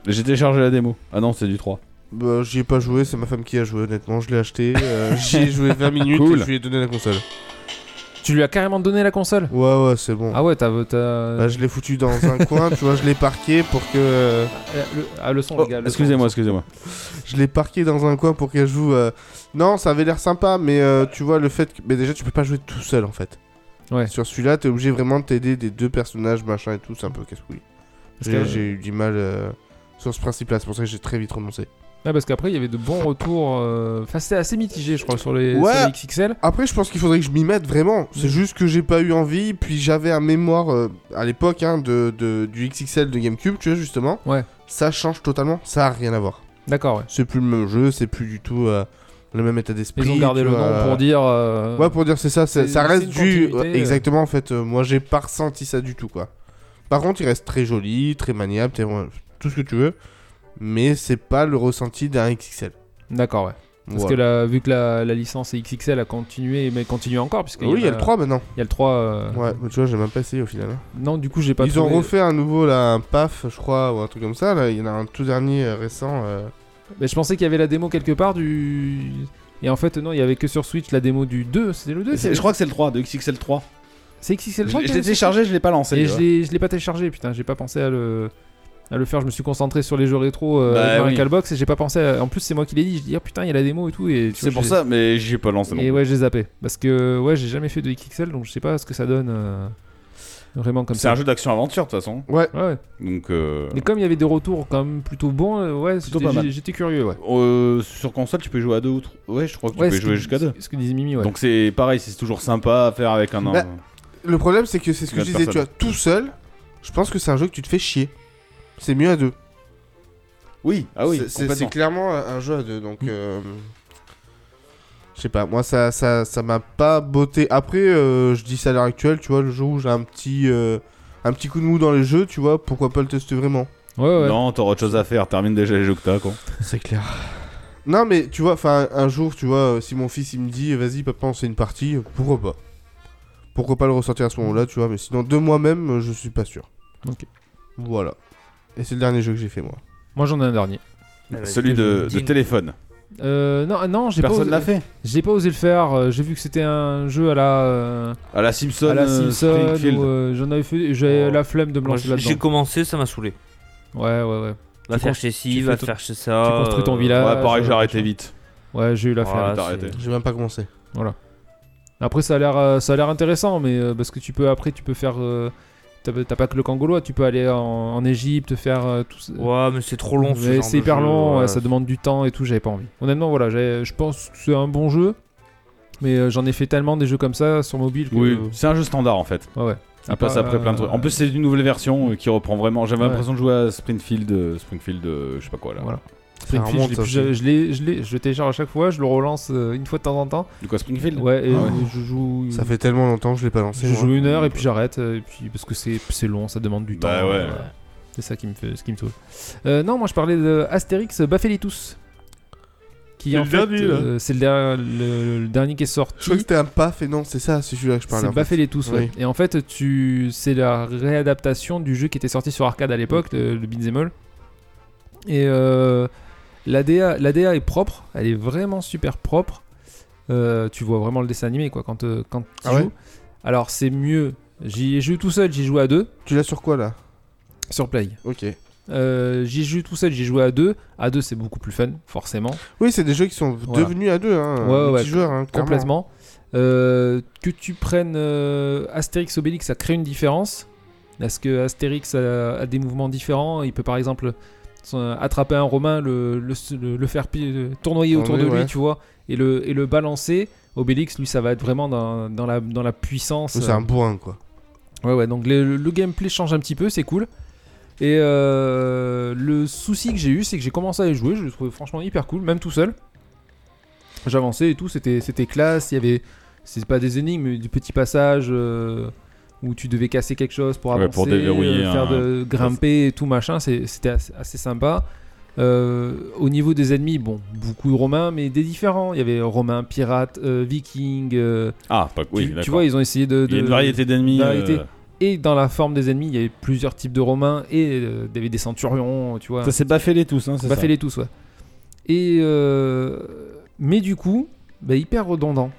[SPEAKER 4] J'ai téléchargé la démo. Ah non, c'est du 3.
[SPEAKER 5] Bah, j'y ai pas joué, c'est ma femme qui a joué, honnêtement. Je l'ai acheté.
[SPEAKER 2] *laughs*
[SPEAKER 5] euh, j'y ai joué 20 minutes
[SPEAKER 4] Cool.
[SPEAKER 5] et je lui ai donné la console.
[SPEAKER 7] Tu lui as carrément donné la console
[SPEAKER 5] Ouais, ouais, c'est bon.
[SPEAKER 7] Ah ouais, t'as. t'as-
[SPEAKER 5] Bah, je l'ai foutu dans
[SPEAKER 2] *laughs*
[SPEAKER 5] un coin, tu vois, je l'ai parqué pour que. euh,
[SPEAKER 7] Euh, le... Ah, le son,
[SPEAKER 4] Oh,
[SPEAKER 7] les gars. le son.
[SPEAKER 4] excusez-moi, excusez-moi.
[SPEAKER 5] je l'ai parqué dans un coin pour qu'elle joue. euh, Non, ça avait l'air sympa, mais euh, tu vois, le fait que. Mais déjà, tu peux pas jouer tout seul en fait.
[SPEAKER 7] Ouais.
[SPEAKER 5] Sur celui-là, t'es obligé vraiment de t'aider des deux personnages, machin et tout, c'est un peu casse-couille.
[SPEAKER 7] Parce que-
[SPEAKER 5] J'ai j'ai eu du mal euh, sur ce principe-là, c'est pour ça que j'ai très vite renoncé.
[SPEAKER 7] Ouais, parce qu'après, il y avait de bons retours. euh, Enfin, c'était assez mitigé, je crois, sur les,
[SPEAKER 5] Ouais.
[SPEAKER 7] sur les XXL.
[SPEAKER 5] Après, je pense qu'il faudrait que je m'y mette vraiment.
[SPEAKER 7] Mm.
[SPEAKER 5] C'est juste que j'ai pas eu envie. Puis j'avais un mémoire euh, à l'époque hein, de, de- du XXL de GameCube, tu vois, justement.
[SPEAKER 7] Ouais.
[SPEAKER 5] Ça change totalement. Ça a rien à voir.
[SPEAKER 7] D'accord, ouais.
[SPEAKER 5] C'est plus le même jeu, c'est plus du tout euh, le même état d'esprit.
[SPEAKER 7] Ils ont gardé
[SPEAKER 5] tu
[SPEAKER 7] le
[SPEAKER 5] vois,
[SPEAKER 7] nom
[SPEAKER 5] euh,
[SPEAKER 7] pour dire. euh,
[SPEAKER 5] Ouais, pour dire, c'est ça. c'est-
[SPEAKER 7] c'est-
[SPEAKER 5] Ça
[SPEAKER 7] c'est
[SPEAKER 5] reste
[SPEAKER 7] une
[SPEAKER 5] du.
[SPEAKER 7] continuité,
[SPEAKER 5] ouais,
[SPEAKER 7] euh.
[SPEAKER 5] Exactement, en fait. euh, moi, j'ai pas ressenti ça du tout, quoi. Par contre, il reste très joli, très maniable, très- ouais, tout ce que tu veux. Mais c'est pas le ressenti d'un XXL.
[SPEAKER 7] D'accord, ouais. Parce
[SPEAKER 5] Voilà.
[SPEAKER 7] que la- vu que la, la licence XXL a continué, mais continue encore, puisque
[SPEAKER 5] Oui, il y a le 3 maintenant.
[SPEAKER 7] Il y a le 3. euh,
[SPEAKER 5] Ouais, mais tu vois, j'ai même pas essayé au final. hein.
[SPEAKER 7] Non, du coup, j'ai pas
[SPEAKER 5] Ils ont
[SPEAKER 7] trouvé-
[SPEAKER 5] refait un nouveau, là, un PAF, je crois, ou un truc comme ça. Là. Il y en a un tout dernier euh, récent. euh.
[SPEAKER 7] Mais je pensais qu'il y avait la démo quelque part du. Et en fait, non, il y avait que sur Switch la démo du 2. C'était le 2
[SPEAKER 4] C'est-
[SPEAKER 7] c'est-
[SPEAKER 4] Je crois que c'est le 3, de XXL3.
[SPEAKER 7] hein, C'est XXL
[SPEAKER 4] Je
[SPEAKER 7] le 3
[SPEAKER 4] l'ai hein. téléchargé, je l'ai pas lancé.
[SPEAKER 7] Et
[SPEAKER 4] tu
[SPEAKER 7] je
[SPEAKER 4] vois.
[SPEAKER 7] l'ai- je l'ai pas téléchargé, putain, j'ai pas pensé à le, à le faire. Je me suis concentré sur les jeux rétro euh,
[SPEAKER 4] Bah
[SPEAKER 7] avec Mario
[SPEAKER 4] oui.
[SPEAKER 7] Calbox et j'ai pas pensé. à- En plus, c'est moi qui l'ai dit. Je dis, ah putain, il y a la démo et tout. Et tu
[SPEAKER 4] C'est
[SPEAKER 7] vois,
[SPEAKER 4] pour
[SPEAKER 7] j'ai-
[SPEAKER 4] ça, mais j'ai pas lancé non
[SPEAKER 7] Et
[SPEAKER 4] plus.
[SPEAKER 7] ouais, j'ai zappé. Parce que ouais, j'ai jamais fait de XXL, donc je sais pas ce que ça donne euh, vraiment comme
[SPEAKER 4] C'est un
[SPEAKER 7] ça.
[SPEAKER 4] jeu d'action-aventure de toute façon.
[SPEAKER 7] Ouais, ouais.
[SPEAKER 4] Donc. euh,
[SPEAKER 7] Mais comme il y avait des retours quand même plutôt bons, euh, ouais,
[SPEAKER 4] Plutôt
[SPEAKER 7] j'étais-
[SPEAKER 4] pas mal.
[SPEAKER 7] j'ai- j'étais curieux, ouais.
[SPEAKER 4] euh, sur console, tu peux jouer à deux ou trois. Ouais, je crois que tu
[SPEAKER 7] Ouais,
[SPEAKER 4] peux
[SPEAKER 7] ce
[SPEAKER 4] jouer
[SPEAKER 7] que-
[SPEAKER 4] jusqu'à deux.
[SPEAKER 7] Ce que disait Mimi, ouais.
[SPEAKER 4] Donc c'est pareil, c'est toujours sympa à faire avec un.
[SPEAKER 5] Bah, Le problème, c'est que c'est ce que je
[SPEAKER 4] Quatre
[SPEAKER 5] disais, tu vois,
[SPEAKER 4] personnes.
[SPEAKER 5] tout seul, je pense que c'est un jeu que tu te fais chier. C'est mieux à deux.
[SPEAKER 4] Oui, ah oui,
[SPEAKER 5] C'est- c'est c'est
[SPEAKER 4] complètement.
[SPEAKER 5] clairement un un jeu à deux, donc. euh, Je sais pas, moi ça ça ça m'a pas botté. Après, euh, je dis ça à l'heure actuelle, tu vois, le jour où j'ai un petit euh, un petit coup de mou dans les jeux, tu vois, pourquoi pas le tester vraiment
[SPEAKER 7] Ouais, ouais.
[SPEAKER 4] Non, t'auras autre chose à faire, termine déjà les jeux que t'as, quoi.
[SPEAKER 5] C'est clair. Non, mais tu vois, enfin, un jour, tu vois, euh, si mon fils il me dit, vas-y, papa, on fait une partie, euh, pourquoi pas Pourquoi pas le ressortir à ce moment-là, tu vois, mais sinon, de moi-même, euh, je suis pas sûr.
[SPEAKER 7] Ok.
[SPEAKER 5] Voilà. Et c'est le dernier jeu que j'ai fait, moi.
[SPEAKER 7] Moi, j'en ai un dernier.
[SPEAKER 4] Celui de, de
[SPEAKER 2] Dine.
[SPEAKER 4] téléphone.
[SPEAKER 7] Euh, non, non, j'ai pas.
[SPEAKER 4] Personne
[SPEAKER 7] osé-
[SPEAKER 4] l'a fait.
[SPEAKER 7] J'ai pas osé le faire. euh, J'ai vu que c'était un jeu à la. euh,
[SPEAKER 4] À la Simpson,
[SPEAKER 7] à la
[SPEAKER 4] euh,
[SPEAKER 7] Simpson
[SPEAKER 4] Springfield.
[SPEAKER 7] ou, euh, j'en avais fait j'ai
[SPEAKER 2] Oh.
[SPEAKER 7] la flemme de me
[SPEAKER 2] Moi,
[SPEAKER 7] lancer
[SPEAKER 2] J'ai j'ai
[SPEAKER 7] là-dedans
[SPEAKER 2] commencé, ça m'a saoulé.
[SPEAKER 7] ouais ouais ouais
[SPEAKER 2] Va
[SPEAKER 7] Tu con-
[SPEAKER 2] faire chez
[SPEAKER 7] tu
[SPEAKER 2] ci,
[SPEAKER 7] fais
[SPEAKER 2] va
[SPEAKER 7] ton-
[SPEAKER 2] faire chez
[SPEAKER 7] tu
[SPEAKER 2] ça.
[SPEAKER 7] construis ton
[SPEAKER 2] euh,
[SPEAKER 7] village
[SPEAKER 4] Ouais, pareil,
[SPEAKER 7] euh,
[SPEAKER 4] j'ai arrêté vite.
[SPEAKER 7] ouais j'ai eu la flemme
[SPEAKER 2] voilà,
[SPEAKER 4] t'as arrêté.
[SPEAKER 2] c'est-
[SPEAKER 5] J'ai même pas commencé.
[SPEAKER 7] après ça a l'air euh, ça a l'air intéressant mais euh, parce que tu peux après tu peux faire euh, t'as t'as pas que le Kangoloa tu peux aller en, en Égypte faire euh, tout ça
[SPEAKER 2] Ouais, mais c'est trop long. ce
[SPEAKER 7] Mais
[SPEAKER 2] genre
[SPEAKER 7] c'est
[SPEAKER 2] de
[SPEAKER 7] hyper
[SPEAKER 2] jeu, euh.
[SPEAKER 7] long ouais,
[SPEAKER 2] ouais.
[SPEAKER 7] ça demande du temps et tout j'avais pas envie honnêtement voilà j'ai- je pense que c'est un bon jeu mais euh, j'en ai fait tellement des jeux comme ça sur mobile que, euh,
[SPEAKER 4] Oui, c'est un jeu standard en fait.
[SPEAKER 7] ouais ouais
[SPEAKER 4] Il passe après plein de trucs. En plus, c'est une nouvelle version euh, qui reprend vraiment. J'avais
[SPEAKER 7] Ouais.
[SPEAKER 4] l'impression de jouer à Springfield, euh, Springfield, euh, je sais pas quoi là.
[SPEAKER 7] Voilà.
[SPEAKER 5] Ça
[SPEAKER 7] Springfield,
[SPEAKER 5] remonte,
[SPEAKER 7] je l'ai
[SPEAKER 5] ça
[SPEAKER 7] plus- je,
[SPEAKER 5] aussi.
[SPEAKER 7] je l'ai- je l'ai- je le télécharge à chaque fois, je le relance euh, une fois de temps en temps.
[SPEAKER 4] Du coup, Springfield
[SPEAKER 7] Ouais, et
[SPEAKER 5] Ah ouais.
[SPEAKER 7] je joue.
[SPEAKER 5] Ça fait hein. tellement longtemps que je l'ai pas lancé.
[SPEAKER 7] je
[SPEAKER 5] moi.
[SPEAKER 7] joue une heure et puis j'arrête, euh, et puis parce que c'est c'est long, ça demande du
[SPEAKER 4] Bah
[SPEAKER 7] temps.
[SPEAKER 4] ouais.
[SPEAKER 7] euh, C'est ça qui me fait, ce qui me saoule. Euh, non, moi je parlais de Astérix Baphelitus, qui
[SPEAKER 5] C'est
[SPEAKER 7] en
[SPEAKER 5] le
[SPEAKER 7] fait,
[SPEAKER 5] dernier, là.
[SPEAKER 7] euh, c'est le, der- le- le dernier qui est
[SPEAKER 5] Je crois que
[SPEAKER 7] sorti.
[SPEAKER 5] c'était un paf et non, c'est ça, c'est celui-là que je parlais.
[SPEAKER 7] C'est
[SPEAKER 5] en fait.
[SPEAKER 7] Baphelitus, ouais. Et en fait, tu, c'est la réadaptation du jeu qui était sorti sur arcade à l'époque, le, le Beat'em All. Et euh, la DA, la DA est propre, elle est vraiment super propre. Euh, tu vois vraiment le dessin animé quoi quand euh, quand tu
[SPEAKER 5] Ah ouais
[SPEAKER 7] joues. Alors c'est mieux. J'y ai joué tout seul, j'y joué à deux
[SPEAKER 5] Tu l'as sur quoi là
[SPEAKER 7] sur Play.
[SPEAKER 5] Ok.
[SPEAKER 7] Euh, j'y ai joué tout seul, j'y joué à deux. À deux c'est beaucoup plus fun, forcément.
[SPEAKER 5] Oui, c'est des jeux qui sont
[SPEAKER 7] Voilà.
[SPEAKER 5] devenus à deux, hein.
[SPEAKER 7] Ouais, ouais,
[SPEAKER 5] multijoueurs, hein, clairement.
[SPEAKER 7] complètement. Euh, que tu prennes euh, Astérix Obélix, ça crée une différence. Parce que Astérix a, a des mouvements différents. Il peut par exemple euh, attraper un Romain, le, le- le- le faire pi- euh, tournoyer autour de
[SPEAKER 5] Tourner,
[SPEAKER 7] lui,
[SPEAKER 5] ouais.
[SPEAKER 7] tu vois, et le, et le balancer. Obélix, lui, ça va être vraiment dans, dans la, dans la puissance.
[SPEAKER 5] C'est un bourrin quoi.
[SPEAKER 7] Ouais, ouais, donc le, le gameplay change un petit peu, c'est cool. Et euh, le souci que j'ai eu, c'est que j'ai commencé à y jouer, je le trouvais franchement hyper cool, même tout seul. J'avançais et tout, c'était c'était classe, il y avait. C'est pas des énigmes, mais des petits passages euh, où tu devais casser quelque chose pour avancer,
[SPEAKER 4] Ouais, pour déverrouiller
[SPEAKER 7] euh, faire
[SPEAKER 4] un-
[SPEAKER 7] de grimper et tout machin, c'est- c'était assez, assez sympa. Euh, au niveau des ennemis, bon, beaucoup de romains, mais des différents. Il y avait romains, pirates, euh, vikings. euh,
[SPEAKER 4] Ah, pas... oui,
[SPEAKER 7] tu- tu,
[SPEAKER 4] d'accord.
[SPEAKER 7] vois, ils ont essayé de.
[SPEAKER 4] Il y a une
[SPEAKER 7] de-
[SPEAKER 4] variété d'ennemis.
[SPEAKER 7] variété.
[SPEAKER 4] euh,
[SPEAKER 7] et dans la forme des ennemis, il y avait plusieurs types de Romains et euh, il y avait des centurions, tu vois.
[SPEAKER 4] Ça s'est baffé les tous, hein, c'est ça.
[SPEAKER 7] Baffez-les tous, ouais. Et euh, mais du coup, bah, hyper redondant.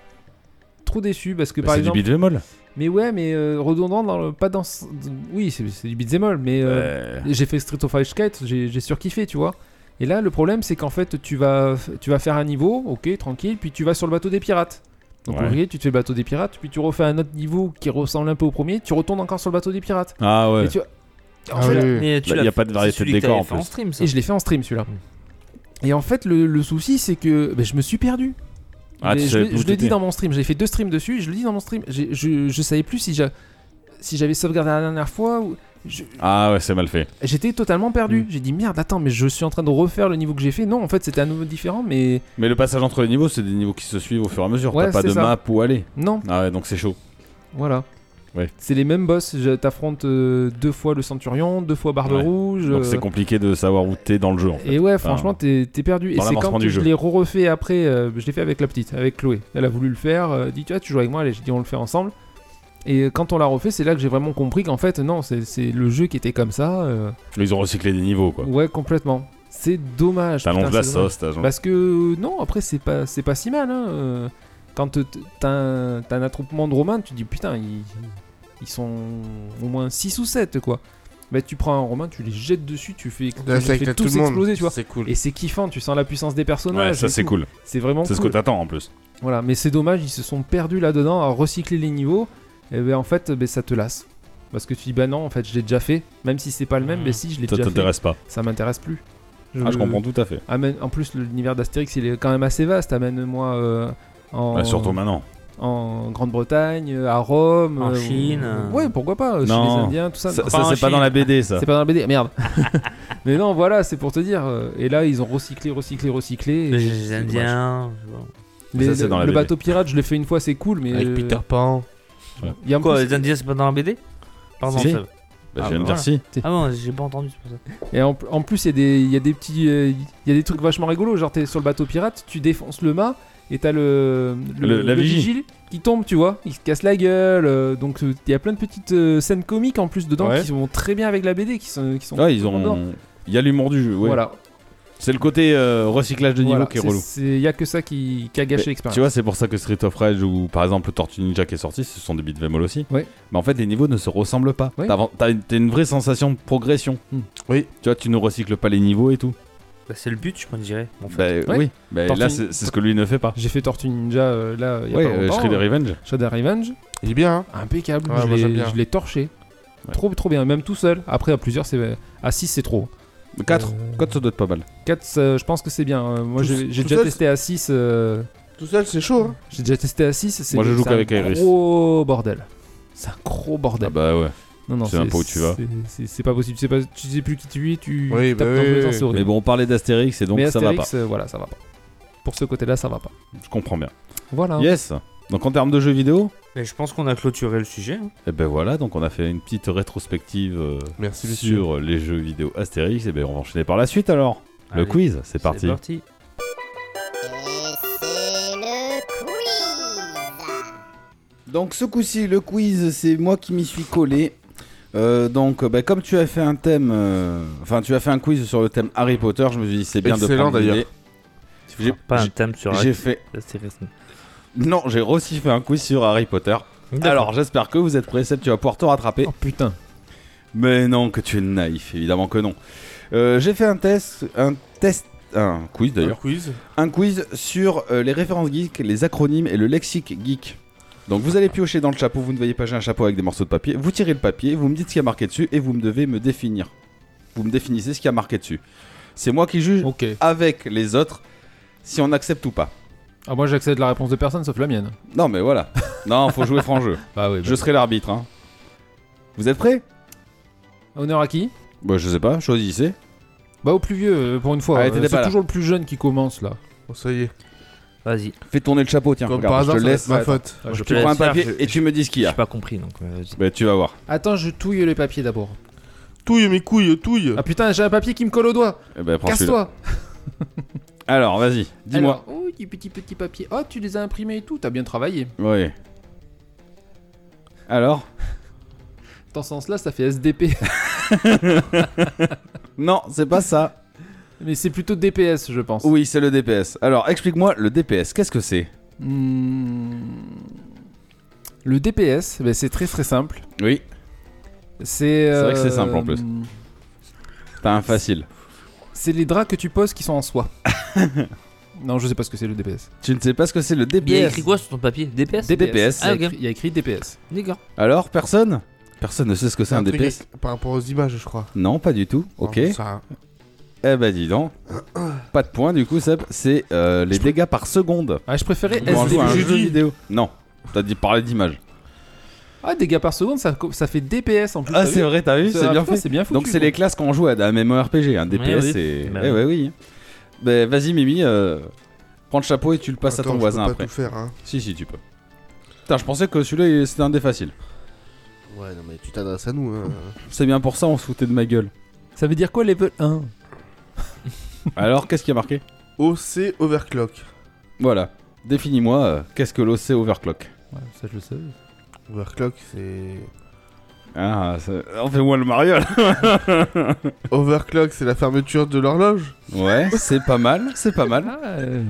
[SPEAKER 7] Trop déçu parce que
[SPEAKER 4] Bah,
[SPEAKER 7] par
[SPEAKER 4] c'est du
[SPEAKER 7] exemple.
[SPEAKER 4] beat'em all.
[SPEAKER 7] Mais ouais, mais euh, redondant dans le- pas dans. ce- Oui, c'est c'est du beat'em all, mais euh,
[SPEAKER 4] Ouais.
[SPEAKER 7] j'ai fait Street of Rage 4, j'ai j'ai surkiffé, tu vois. Et là, le problème, c'est qu'en fait, tu vas, tu vas faire un niveau, ok, tranquille, puis tu vas sur le bateau des pirates. Donc,
[SPEAKER 4] Ouais.
[SPEAKER 7] ouvrier, tu te fais le bateau des pirates, puis tu refais un autre niveau qui ressemble un peu au premier, tu retournes encore sur le bateau des pirates.
[SPEAKER 4] Ah ouais.
[SPEAKER 7] Et tu-
[SPEAKER 5] Ah oui, oui.
[SPEAKER 2] Mais tu
[SPEAKER 4] Bah,
[SPEAKER 2] l'as
[SPEAKER 4] y a
[SPEAKER 2] fait-
[SPEAKER 4] pas de
[SPEAKER 2] c'est
[SPEAKER 4] variété de
[SPEAKER 2] celui que
[SPEAKER 4] décor,
[SPEAKER 2] t'avais
[SPEAKER 4] en
[SPEAKER 2] fait
[SPEAKER 4] plus.
[SPEAKER 2] stream, ça.
[SPEAKER 7] Et je l'ai fait en stream celui-là.
[SPEAKER 4] Mm.
[SPEAKER 7] Et en fait, le, le souci, c'est que ben, je me suis perdu.
[SPEAKER 4] Ah,
[SPEAKER 7] hein. Mais
[SPEAKER 4] tu
[SPEAKER 7] je
[SPEAKER 4] savais
[SPEAKER 7] l'ai-
[SPEAKER 4] plus où
[SPEAKER 7] je l'ai dit
[SPEAKER 4] t'étais.
[SPEAKER 7] dans mon stream. J'ai fait deux streams dessus. et Je le dis dans mon stream. J'ai- Je, je savais plus si j'a- si j'avais sauvegardé la dernière fois. ou- je-
[SPEAKER 4] Ah ouais, c'est mal fait.
[SPEAKER 7] J'étais totalement
[SPEAKER 4] Mm.
[SPEAKER 7] perdu. J'ai dit merde, attends, mais je suis en train de refaire le niveau que j'ai fait. Non, en fait, c'était un niveau différent, mais
[SPEAKER 4] Mais le passage entre les niveaux, c'est des niveaux qui se suivent au fur et à mesure.
[SPEAKER 7] Ouais,
[SPEAKER 4] T'as pas
[SPEAKER 7] c'est
[SPEAKER 4] de
[SPEAKER 7] ça.
[SPEAKER 4] map où aller.
[SPEAKER 7] non,
[SPEAKER 4] Ah ouais, donc c'est chaud.
[SPEAKER 7] voilà.
[SPEAKER 4] Ouais.
[SPEAKER 7] C'est les mêmes boss. Je- T'affrontes euh, deux fois le Centurion, deux fois Barbe
[SPEAKER 4] Ouais.
[SPEAKER 7] Rouge.
[SPEAKER 4] Donc
[SPEAKER 7] euh,
[SPEAKER 4] c'est compliqué de savoir où t'es dans le jeu en fait.
[SPEAKER 7] Et ouais, franchement, t'es t'es perdu. Et
[SPEAKER 4] dans
[SPEAKER 7] c'est
[SPEAKER 4] l'avancement
[SPEAKER 7] quand
[SPEAKER 4] du
[SPEAKER 7] je
[SPEAKER 4] jeu.
[SPEAKER 7] l'ai refait après, euh, je l'ai fait avec la petite, avec Chloé. Elle a voulu le faire, euh, dit tu vois, tu joues avec moi, allez, j'ai dit on le fait ensemble. Et quand on l'a refait, c'est là que j'ai vraiment compris qu'en fait, non, c'est c'est le jeu qui était comme ça. euh,
[SPEAKER 4] Ils ont recyclé des niveaux quoi.
[SPEAKER 7] ouais, complètement. C'est dommage.
[SPEAKER 4] T'allonges
[SPEAKER 7] putain,
[SPEAKER 4] la
[SPEAKER 7] c'est dommage. Bah,
[SPEAKER 4] sauce, t'allonges-
[SPEAKER 7] Parce que euh, non, après, c'est pas, c'est pas si mal. Hein. euh, Quand t- t- t'as un, t'as un attroupement de Romains, tu te dis putain, ils, ils sont au moins 6 ou 7 quoi. Bah, tu prends un Romain, tu les jettes dessus, tu fais, tu les
[SPEAKER 5] Là, c'est
[SPEAKER 7] fais
[SPEAKER 5] avec tout
[SPEAKER 7] tous
[SPEAKER 5] le
[SPEAKER 7] exploser,
[SPEAKER 5] monde.
[SPEAKER 7] tu vois.
[SPEAKER 5] C'est cool.
[SPEAKER 7] Et c'est kiffant, tu sens la puissance des personnages.
[SPEAKER 4] Ouais, ça
[SPEAKER 7] et
[SPEAKER 4] c'est
[SPEAKER 7] tout.
[SPEAKER 4] cool.
[SPEAKER 7] C'est vraiment
[SPEAKER 4] C'est ce que
[SPEAKER 7] cool.
[SPEAKER 4] t'attends en plus.
[SPEAKER 7] Voilà, mais c'est dommage, ils se sont perdus là-dedans à recycler les niveaux. Et ben en fait, ben, ça te lasse. Parce que tu dis, bah non, en fait, je l'ai déjà fait. Même si c'est pas le même, mais si, je l'ai
[SPEAKER 4] Ça
[SPEAKER 7] déjà fait.
[SPEAKER 4] t'intéresse pas.
[SPEAKER 7] Ça m'intéresse plus.
[SPEAKER 4] Ah, je comprends tout à fait.
[SPEAKER 7] Amène... En plus, l'univers d'Astérix, il est quand même assez vaste. Amène-moi euh, en...
[SPEAKER 4] Ouais, Bah, Surtout maintenant.
[SPEAKER 7] en Grande-Bretagne, euh, à Rome.
[SPEAKER 2] En
[SPEAKER 7] euh,
[SPEAKER 2] Chine,
[SPEAKER 7] ou-
[SPEAKER 2] euh.
[SPEAKER 7] Ouais, pourquoi pas euh,
[SPEAKER 4] Non.
[SPEAKER 7] Chez les Indiens, tout ça.
[SPEAKER 4] Ça,
[SPEAKER 7] Enfin,
[SPEAKER 4] ça,
[SPEAKER 2] en
[SPEAKER 4] c'est pas
[SPEAKER 2] Chine.
[SPEAKER 4] dans la BD ça.
[SPEAKER 7] c'est pas dans la BD, merde.
[SPEAKER 4] *laughs*
[SPEAKER 7] mais non, voilà, c'est pour te dire. euh, Et là, ils ont recyclé, recyclé, recyclé. et c'est-
[SPEAKER 2] Les
[SPEAKER 7] c'est
[SPEAKER 2] Indiens. je sais pas.
[SPEAKER 7] Les-
[SPEAKER 4] Ça, c'est
[SPEAKER 7] le-
[SPEAKER 4] dans la
[SPEAKER 7] le
[SPEAKER 4] BD.
[SPEAKER 7] bateau pirate, je l'ai fait une fois, c'est cool, mais. euh,
[SPEAKER 6] Avec Peter Pan.
[SPEAKER 7] il y a un
[SPEAKER 2] Quoi,
[SPEAKER 7] peu-
[SPEAKER 2] les Indiens, c'est pas dans la BD Pardon,
[SPEAKER 7] Si.
[SPEAKER 2] ça-
[SPEAKER 4] Bah,
[SPEAKER 7] Ah,
[SPEAKER 4] je viens de
[SPEAKER 7] bah,
[SPEAKER 4] dire si.
[SPEAKER 2] Ah bon, j'ai pas entendu, c'est pour ça.
[SPEAKER 7] Et en, en plus, il y, a des- il y a des petits. euh, Il y a des trucs vachement rigolos. Genre, t'es sur le bateau pirate, tu défonces le mât, et t'as le.
[SPEAKER 4] Le- la vigie.
[SPEAKER 7] vigile qui tombe, tu vois. Il se casse la gueule. euh, donc, euh, il y a plein de petites euh, scènes comiques en plus dedans
[SPEAKER 4] Ouais.
[SPEAKER 7] qui vont très bien avec la BD, qui sont. Qui sont
[SPEAKER 4] Ah, Ouais, ils
[SPEAKER 7] dedans.
[SPEAKER 4] ont. Il y a l'humour du jeu, ouais.
[SPEAKER 7] Voilà.
[SPEAKER 4] C'est le côté euh, recyclage de niveau
[SPEAKER 7] Voilà,
[SPEAKER 4] qui est
[SPEAKER 7] c'est-
[SPEAKER 4] relou.
[SPEAKER 7] c'est- Il y a que ça qui, qui a gâché
[SPEAKER 4] Mais,
[SPEAKER 7] l'expérience.
[SPEAKER 4] Tu vois, c'est pour ça que Street of Rage ou par exemple Tortue Ninja qui est sorti, ce sont des beat'em all aussi.
[SPEAKER 7] Ouais.
[SPEAKER 4] Mais en fait, les niveaux ne se ressemblent pas.
[SPEAKER 7] Oui.
[SPEAKER 4] T'as avan- T'as une, t'as une vraie sensation de progression.
[SPEAKER 7] Hmm.
[SPEAKER 5] Oui.
[SPEAKER 4] Tu vois, tu ne recycles pas les niveaux et tout.
[SPEAKER 2] Bah, c'est le but, je me dirais. en fait.
[SPEAKER 4] Bah,
[SPEAKER 7] Ouais.
[SPEAKER 4] Oui. Bah,
[SPEAKER 7] Tortue-
[SPEAKER 4] là, c'est c'est ce que lui ne fait pas.
[SPEAKER 7] J'ai fait Tortue Ninja euh, là, il y a
[SPEAKER 4] Ouais,
[SPEAKER 7] pas
[SPEAKER 4] euh,
[SPEAKER 7] longtemps,
[SPEAKER 4] Shredder
[SPEAKER 7] euh,
[SPEAKER 4] Revenge.
[SPEAKER 7] Shadow Revenge.
[SPEAKER 5] Il est bien, hein
[SPEAKER 7] Impeccable,
[SPEAKER 5] Ouais,
[SPEAKER 7] je
[SPEAKER 5] moi,
[SPEAKER 7] l'ai-
[SPEAKER 5] j'aime bien.
[SPEAKER 7] je l'ai torché.
[SPEAKER 4] Ouais.
[SPEAKER 7] Trop trop bien, même tout seul. Après à plusieurs c'est à 6 c'est trop.
[SPEAKER 4] 4. 4, ça doit être pas mal.
[SPEAKER 7] 4 je pense que c'est bien. Euh, Moi
[SPEAKER 5] Tout-
[SPEAKER 7] j'ai j'ai
[SPEAKER 5] tout
[SPEAKER 7] déjà
[SPEAKER 5] seul,
[SPEAKER 7] testé à 6
[SPEAKER 5] Tout seul, c'est chaud. hein.
[SPEAKER 7] j'ai déjà testé à 6 c'est
[SPEAKER 4] Moi, je joue
[SPEAKER 7] c'est
[SPEAKER 4] qu'avec
[SPEAKER 7] un
[SPEAKER 4] Iris.
[SPEAKER 7] gros bordel. C'est un gros bordel.
[SPEAKER 4] Ah bah ouais.
[SPEAKER 7] non non,
[SPEAKER 4] c'est un peu où tu vas.
[SPEAKER 7] c'est- C'est c'est pas possible, c'est pas tu sais plus qui tu es, tu
[SPEAKER 5] Oui,
[SPEAKER 7] tapes
[SPEAKER 5] bah
[SPEAKER 7] dans tous les
[SPEAKER 5] oui,
[SPEAKER 7] sens,
[SPEAKER 5] oui.
[SPEAKER 7] c'est horrible.
[SPEAKER 4] Mais bon, on parlait d'Astérix et donc
[SPEAKER 7] Mais
[SPEAKER 4] ça va pas.
[SPEAKER 7] Astérix, euh, voilà, ça va pas. Pour ce côté-là, ça va pas.
[SPEAKER 4] Je comprends bien.
[SPEAKER 7] Voilà. hein.
[SPEAKER 4] Yes. Donc en termes de jeux vidéo,
[SPEAKER 2] Mais je pense qu'on a clôturé le sujet. hein.
[SPEAKER 4] et ben voilà, donc on a fait une petite rétrospective euh,
[SPEAKER 5] Merci, monsieur.
[SPEAKER 4] sur les jeux vidéo Astérix. Et ben on va enchaîner par la suite alors. Le
[SPEAKER 2] Allez,
[SPEAKER 4] quiz, c'est
[SPEAKER 2] C'est
[SPEAKER 4] parti.
[SPEAKER 2] parti.
[SPEAKER 4] Donc ce coup-ci, le quiz, c'est moi qui m'y suis collé. Euh, donc, euh, bah, comme tu as fait un thème, euh, enfin, tu as fait un quiz sur le thème Harry Potter, je me suis dit c'est bien
[SPEAKER 5] Excellent,
[SPEAKER 4] de prendre l'idée.
[SPEAKER 2] Tu
[SPEAKER 4] J'ai-
[SPEAKER 2] feras pas un
[SPEAKER 4] j'ai-
[SPEAKER 2] thème sur
[SPEAKER 4] J'ai fait,
[SPEAKER 2] Astérix.
[SPEAKER 4] non, j'ai aussi fait un quiz sur Harry Potter. Alors, j'espère que vous êtes prêts, Seb, tu vas pouvoir te rattraper.
[SPEAKER 7] Oh putain.
[SPEAKER 4] Mais non, que tu es naïf, évidemment que non. Euh, j'ai fait un test, un test, un quiz
[SPEAKER 5] Un
[SPEAKER 4] d'ailleurs,
[SPEAKER 5] quiz.
[SPEAKER 7] Ah.
[SPEAKER 4] un quiz sur euh, les références geeks, les acronymes et le lexique geek. Donc vous allez piocher dans le chapeau, vous ne voyez pas, j'ai un chapeau avec des morceaux de papier, vous tirez le papier, vous me dites ce qui a marqué dessus et vous me devez me définir. Vous me définissez ce qui a marqué dessus. C'est moi qui juge
[SPEAKER 7] OK.
[SPEAKER 4] avec les autres si on accepte ou pas.
[SPEAKER 7] Ah moi j'accède la réponse de personne sauf la mienne.
[SPEAKER 4] Non mais voilà. Non, faut jouer franc jeu.
[SPEAKER 7] Bah oui.
[SPEAKER 4] Je serai l'arbitre. hein. Vous êtes prêts
[SPEAKER 7] Honneur à qui
[SPEAKER 4] Bah je sais pas, choisissez.
[SPEAKER 7] Bah au plus vieux euh, pour une fois.
[SPEAKER 4] Allez,
[SPEAKER 7] Euh,
[SPEAKER 4] Ah, t'étais pas
[SPEAKER 7] c'est
[SPEAKER 4] là.
[SPEAKER 7] toujours le plus jeune qui commence là.
[SPEAKER 5] Bon, ça y est.
[SPEAKER 2] Vas-y.
[SPEAKER 4] Fais tourner le chapeau, tiens.
[SPEAKER 5] Comme
[SPEAKER 4] regarde,
[SPEAKER 5] par
[SPEAKER 4] je
[SPEAKER 5] hasard,
[SPEAKER 4] te
[SPEAKER 5] ça va être
[SPEAKER 4] laisse.
[SPEAKER 5] ma faute.
[SPEAKER 2] Moi, je
[SPEAKER 4] Tu prends un papier et tu me dis ce qu'il y
[SPEAKER 2] J'ai
[SPEAKER 4] a.
[SPEAKER 2] pas compris donc. euh, vas-y.
[SPEAKER 4] Bah tu vas voir.
[SPEAKER 7] Attends, je touille les papiers d'abord.
[SPEAKER 4] Euh.
[SPEAKER 5] Touille, mes couilles, touille.
[SPEAKER 7] Ah putain, j'ai un papier qui me colle au doigt.
[SPEAKER 4] Eh ben, prends celui-là.
[SPEAKER 7] Casse-toi.
[SPEAKER 4] Alors vas-y, dis-moi.
[SPEAKER 7] Alors, Oh, du petit petit papier. Oh, tu les as imprimés et tout. T'as bien travaillé.
[SPEAKER 4] Ouais. Alors
[SPEAKER 7] Dans ce sens-là, ça fait SDP.
[SPEAKER 4] Non, c'est pas ça.
[SPEAKER 7] *laughs* Mais c'est plutôt DPS, je pense.
[SPEAKER 4] Oui, c'est le DPS. Alors, explique-moi le DPS, qu'est-ce que c'est
[SPEAKER 7] Hmm. Le DPS, bah, c'est très très simple.
[SPEAKER 4] Oui.
[SPEAKER 7] C'est.
[SPEAKER 4] C'est vrai que c'est
[SPEAKER 7] euh,
[SPEAKER 4] simple, en plus. T'as un facile.
[SPEAKER 7] C'est les draps que tu poses qui sont en
[SPEAKER 4] *laughs*
[SPEAKER 7] soie. non, je sais pas ce que c'est le DPS.
[SPEAKER 4] Tu ne sais pas ce que c'est le DPS
[SPEAKER 2] Il y a écrit quoi sur ton papier DPS
[SPEAKER 4] DPS.
[SPEAKER 7] Il y a
[SPEAKER 2] Ah, ok.
[SPEAKER 7] écrit- il y a écrit DPS.
[SPEAKER 2] D'accord.
[SPEAKER 4] Alors, personne Personne ne sait ce que c'est un
[SPEAKER 5] truc
[SPEAKER 4] DPS
[SPEAKER 5] avec- Par rapport aux images, je crois.
[SPEAKER 4] Non, pas du tout. Ok.
[SPEAKER 5] Ah, ça-
[SPEAKER 4] Eh ben dis donc. Pas de points du coup, Seb. C'est euh, les dégâts par seconde.
[SPEAKER 7] Ah, je préférais
[SPEAKER 4] Quand on joue à un
[SPEAKER 7] SDPS.
[SPEAKER 4] jeu vidéo. Non. T'as dit parler d'image.
[SPEAKER 7] Ah, dégâts par seconde, ça, co- ça fait DPS en plus.
[SPEAKER 4] Ah
[SPEAKER 7] t'as
[SPEAKER 4] c'est
[SPEAKER 7] vu
[SPEAKER 4] vrai, t'as vu, c'est
[SPEAKER 7] Ah,
[SPEAKER 4] bien
[SPEAKER 7] putain,
[SPEAKER 4] fait.
[SPEAKER 7] C'est bien foutu.
[SPEAKER 4] Donc c'est
[SPEAKER 7] quoi.
[SPEAKER 4] les classes qu'on joue à un MMORPG, un DPS
[SPEAKER 2] oui.
[SPEAKER 4] et...
[SPEAKER 2] Bah
[SPEAKER 4] Eh
[SPEAKER 2] oui.
[SPEAKER 4] ouais, oui. Ben vas-y Mimi, euh, prends le chapeau et tu le passes
[SPEAKER 5] Attends,
[SPEAKER 4] à ton voisin
[SPEAKER 5] je peux
[SPEAKER 4] après.
[SPEAKER 5] pas tout faire, hein.
[SPEAKER 4] Si si tu peux. Putain, je pensais que celui-là il- c'était un des faciles.
[SPEAKER 5] Ouais, non, mais tu t'adresses à nous, *laughs* hein.
[SPEAKER 4] C'est bien pour ça on se foutait de ma gueule.
[SPEAKER 7] Ça veut dire quoi, level 1
[SPEAKER 4] *laughs* Alors qu'est-ce qui a marqué
[SPEAKER 5] OC Overclock.
[SPEAKER 4] Voilà. Définis-moi euh, qu'est-ce que l'OC overclock.
[SPEAKER 7] Ouais, ça je le savais.
[SPEAKER 5] Overclock, c'est. *laughs*
[SPEAKER 4] Ah, ça- on fait moi le Mario. là.
[SPEAKER 5] Overclock, c'est la fermeture de l'horloge
[SPEAKER 4] Ouais, c'est pas mal, c'est pas *laughs* mal.
[SPEAKER 7] Ah, euh,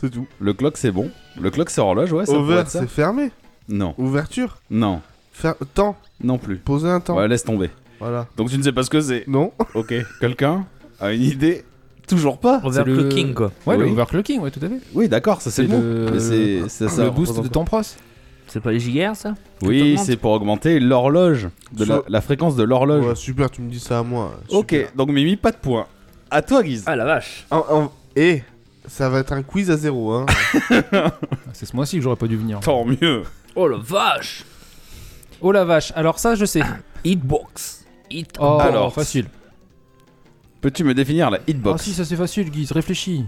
[SPEAKER 5] C'est tout.
[SPEAKER 4] Le clock c'est bon. Le clock c'est horloge, ouais, ça pourrait
[SPEAKER 5] Over,
[SPEAKER 4] être ça.
[SPEAKER 5] c'est fermé.
[SPEAKER 4] Non,
[SPEAKER 5] Ouverture.
[SPEAKER 4] non,
[SPEAKER 5] Fer... Temps.
[SPEAKER 4] non plus.
[SPEAKER 5] Poser un temps.
[SPEAKER 4] Ouais, laisse tomber.
[SPEAKER 5] Voilà.
[SPEAKER 4] Donc tu ne sais pas ce que
[SPEAKER 5] *laughs*
[SPEAKER 4] c'est.
[SPEAKER 5] Non
[SPEAKER 4] Ok. Quelqu'un a une idée Toujours pas
[SPEAKER 2] Overclocking, quoi.
[SPEAKER 7] Ouais, le
[SPEAKER 4] Oui.
[SPEAKER 7] overclocking, ouais, tout à fait.
[SPEAKER 4] Oui, d'accord, ça c'est bon. Mais c'est c'est ça.
[SPEAKER 7] Ah, le boost de temps pros.
[SPEAKER 2] C'est pas les gigas, ça
[SPEAKER 4] Oui, c'est pour augmenter l'horloge, de la,
[SPEAKER 5] Soit-
[SPEAKER 4] la fréquence de l'horloge.
[SPEAKER 5] Ouais, super, tu me dis ça à moi.
[SPEAKER 4] ok,
[SPEAKER 5] Super.
[SPEAKER 4] donc Mimi, pas de points. À toi, Guise.
[SPEAKER 2] Ah la vache
[SPEAKER 5] En- en- Eh Ça va être un quiz à zéro, hein.
[SPEAKER 7] Ah, C'est ce mois-ci que j'aurais pas dû venir.
[SPEAKER 4] Tant mieux.
[SPEAKER 2] Oh la vache
[SPEAKER 7] Oh la vache, alors ça je sais.
[SPEAKER 2] Hitbox Hit... Ah,
[SPEAKER 7] Oh,
[SPEAKER 4] *coughs* Alors,
[SPEAKER 7] facile.
[SPEAKER 4] Peux-tu me définir la
[SPEAKER 7] Ah
[SPEAKER 4] hitbox
[SPEAKER 7] si, ça c'est facile, Guise, réfléchis.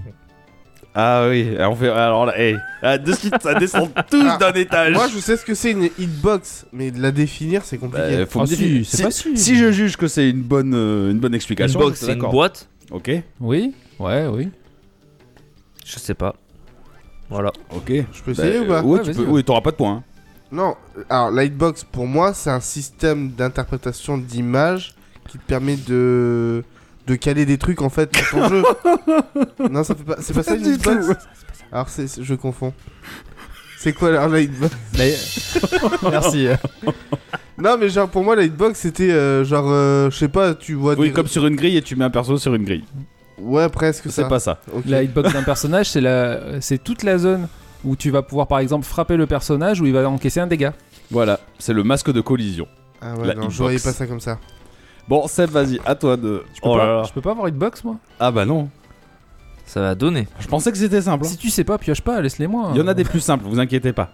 [SPEAKER 4] Ah oui, on fait. Alors là, hey. Ah, de suite, ça descend tous
[SPEAKER 5] Ah,
[SPEAKER 4] d'un étage.
[SPEAKER 5] moi, je sais ce que c'est une hitbox, mais de la définir, c'est compliqué.
[SPEAKER 4] Bah, faut me
[SPEAKER 7] Ah si,
[SPEAKER 4] définir.
[SPEAKER 7] c'est
[SPEAKER 4] si,
[SPEAKER 7] facile.
[SPEAKER 4] si je juge que c'est une bonne, euh, une bonne explication,
[SPEAKER 2] Hitbox,
[SPEAKER 4] je suis
[SPEAKER 2] c'est une
[SPEAKER 4] d'accord.
[SPEAKER 2] boîte
[SPEAKER 4] Ok,
[SPEAKER 7] Oui Ouais, oui.
[SPEAKER 2] Je sais pas. Voilà.
[SPEAKER 4] ok.
[SPEAKER 5] Je peux essayer
[SPEAKER 4] Bah,
[SPEAKER 5] ou pas
[SPEAKER 4] euh, ouais,
[SPEAKER 7] Ouais,
[SPEAKER 4] tu
[SPEAKER 7] vas-y,
[SPEAKER 4] peux-
[SPEAKER 7] ouais.
[SPEAKER 4] oui, t'auras pas de points. hein.
[SPEAKER 5] Non, alors la hitbox pour moi c'est un système d'interprétation d'image qui te permet de de caler des trucs en fait dans
[SPEAKER 4] *laughs*
[SPEAKER 5] ton jeu. Non, ça fait pas c'est pas ça une
[SPEAKER 4] Du
[SPEAKER 5] hitbox. Alors c'est c'est- je confonds. C'est quoi alors la hitbox
[SPEAKER 4] *laughs*
[SPEAKER 7] Merci.
[SPEAKER 5] Non mais genre pour moi la hitbox c'était euh, genre euh, je sais pas, tu vois
[SPEAKER 4] Oui,
[SPEAKER 5] des-
[SPEAKER 4] comme sur une grille et tu mets un perso sur une grille.
[SPEAKER 5] Ouais, presque ça.
[SPEAKER 4] C'est pas ça.
[SPEAKER 5] Ok.
[SPEAKER 7] *laughs* La hitbox d'un personnage, c'est la, c'est toute la zone où tu vas pouvoir par exemple frapper le personnage où il va encaisser un dégât.
[SPEAKER 4] Voilà, c'est le masque de collision.
[SPEAKER 5] Ah ouais,
[SPEAKER 4] la
[SPEAKER 5] non,
[SPEAKER 4] hitbox.
[SPEAKER 5] je voyais pas ça comme ça.
[SPEAKER 4] Bon, Seb, vas-y, à toi de.
[SPEAKER 7] Je peux, pas, je peux pas avoir hitbox moi.
[SPEAKER 4] Ah bah non,
[SPEAKER 2] Ça va donner.
[SPEAKER 4] je pensais que c'était simple. hein.
[SPEAKER 7] Si tu hein. sais pas, pioche pas, laisse-les moi. euh.
[SPEAKER 4] Il y en a des plus simples, vous inquiétez pas.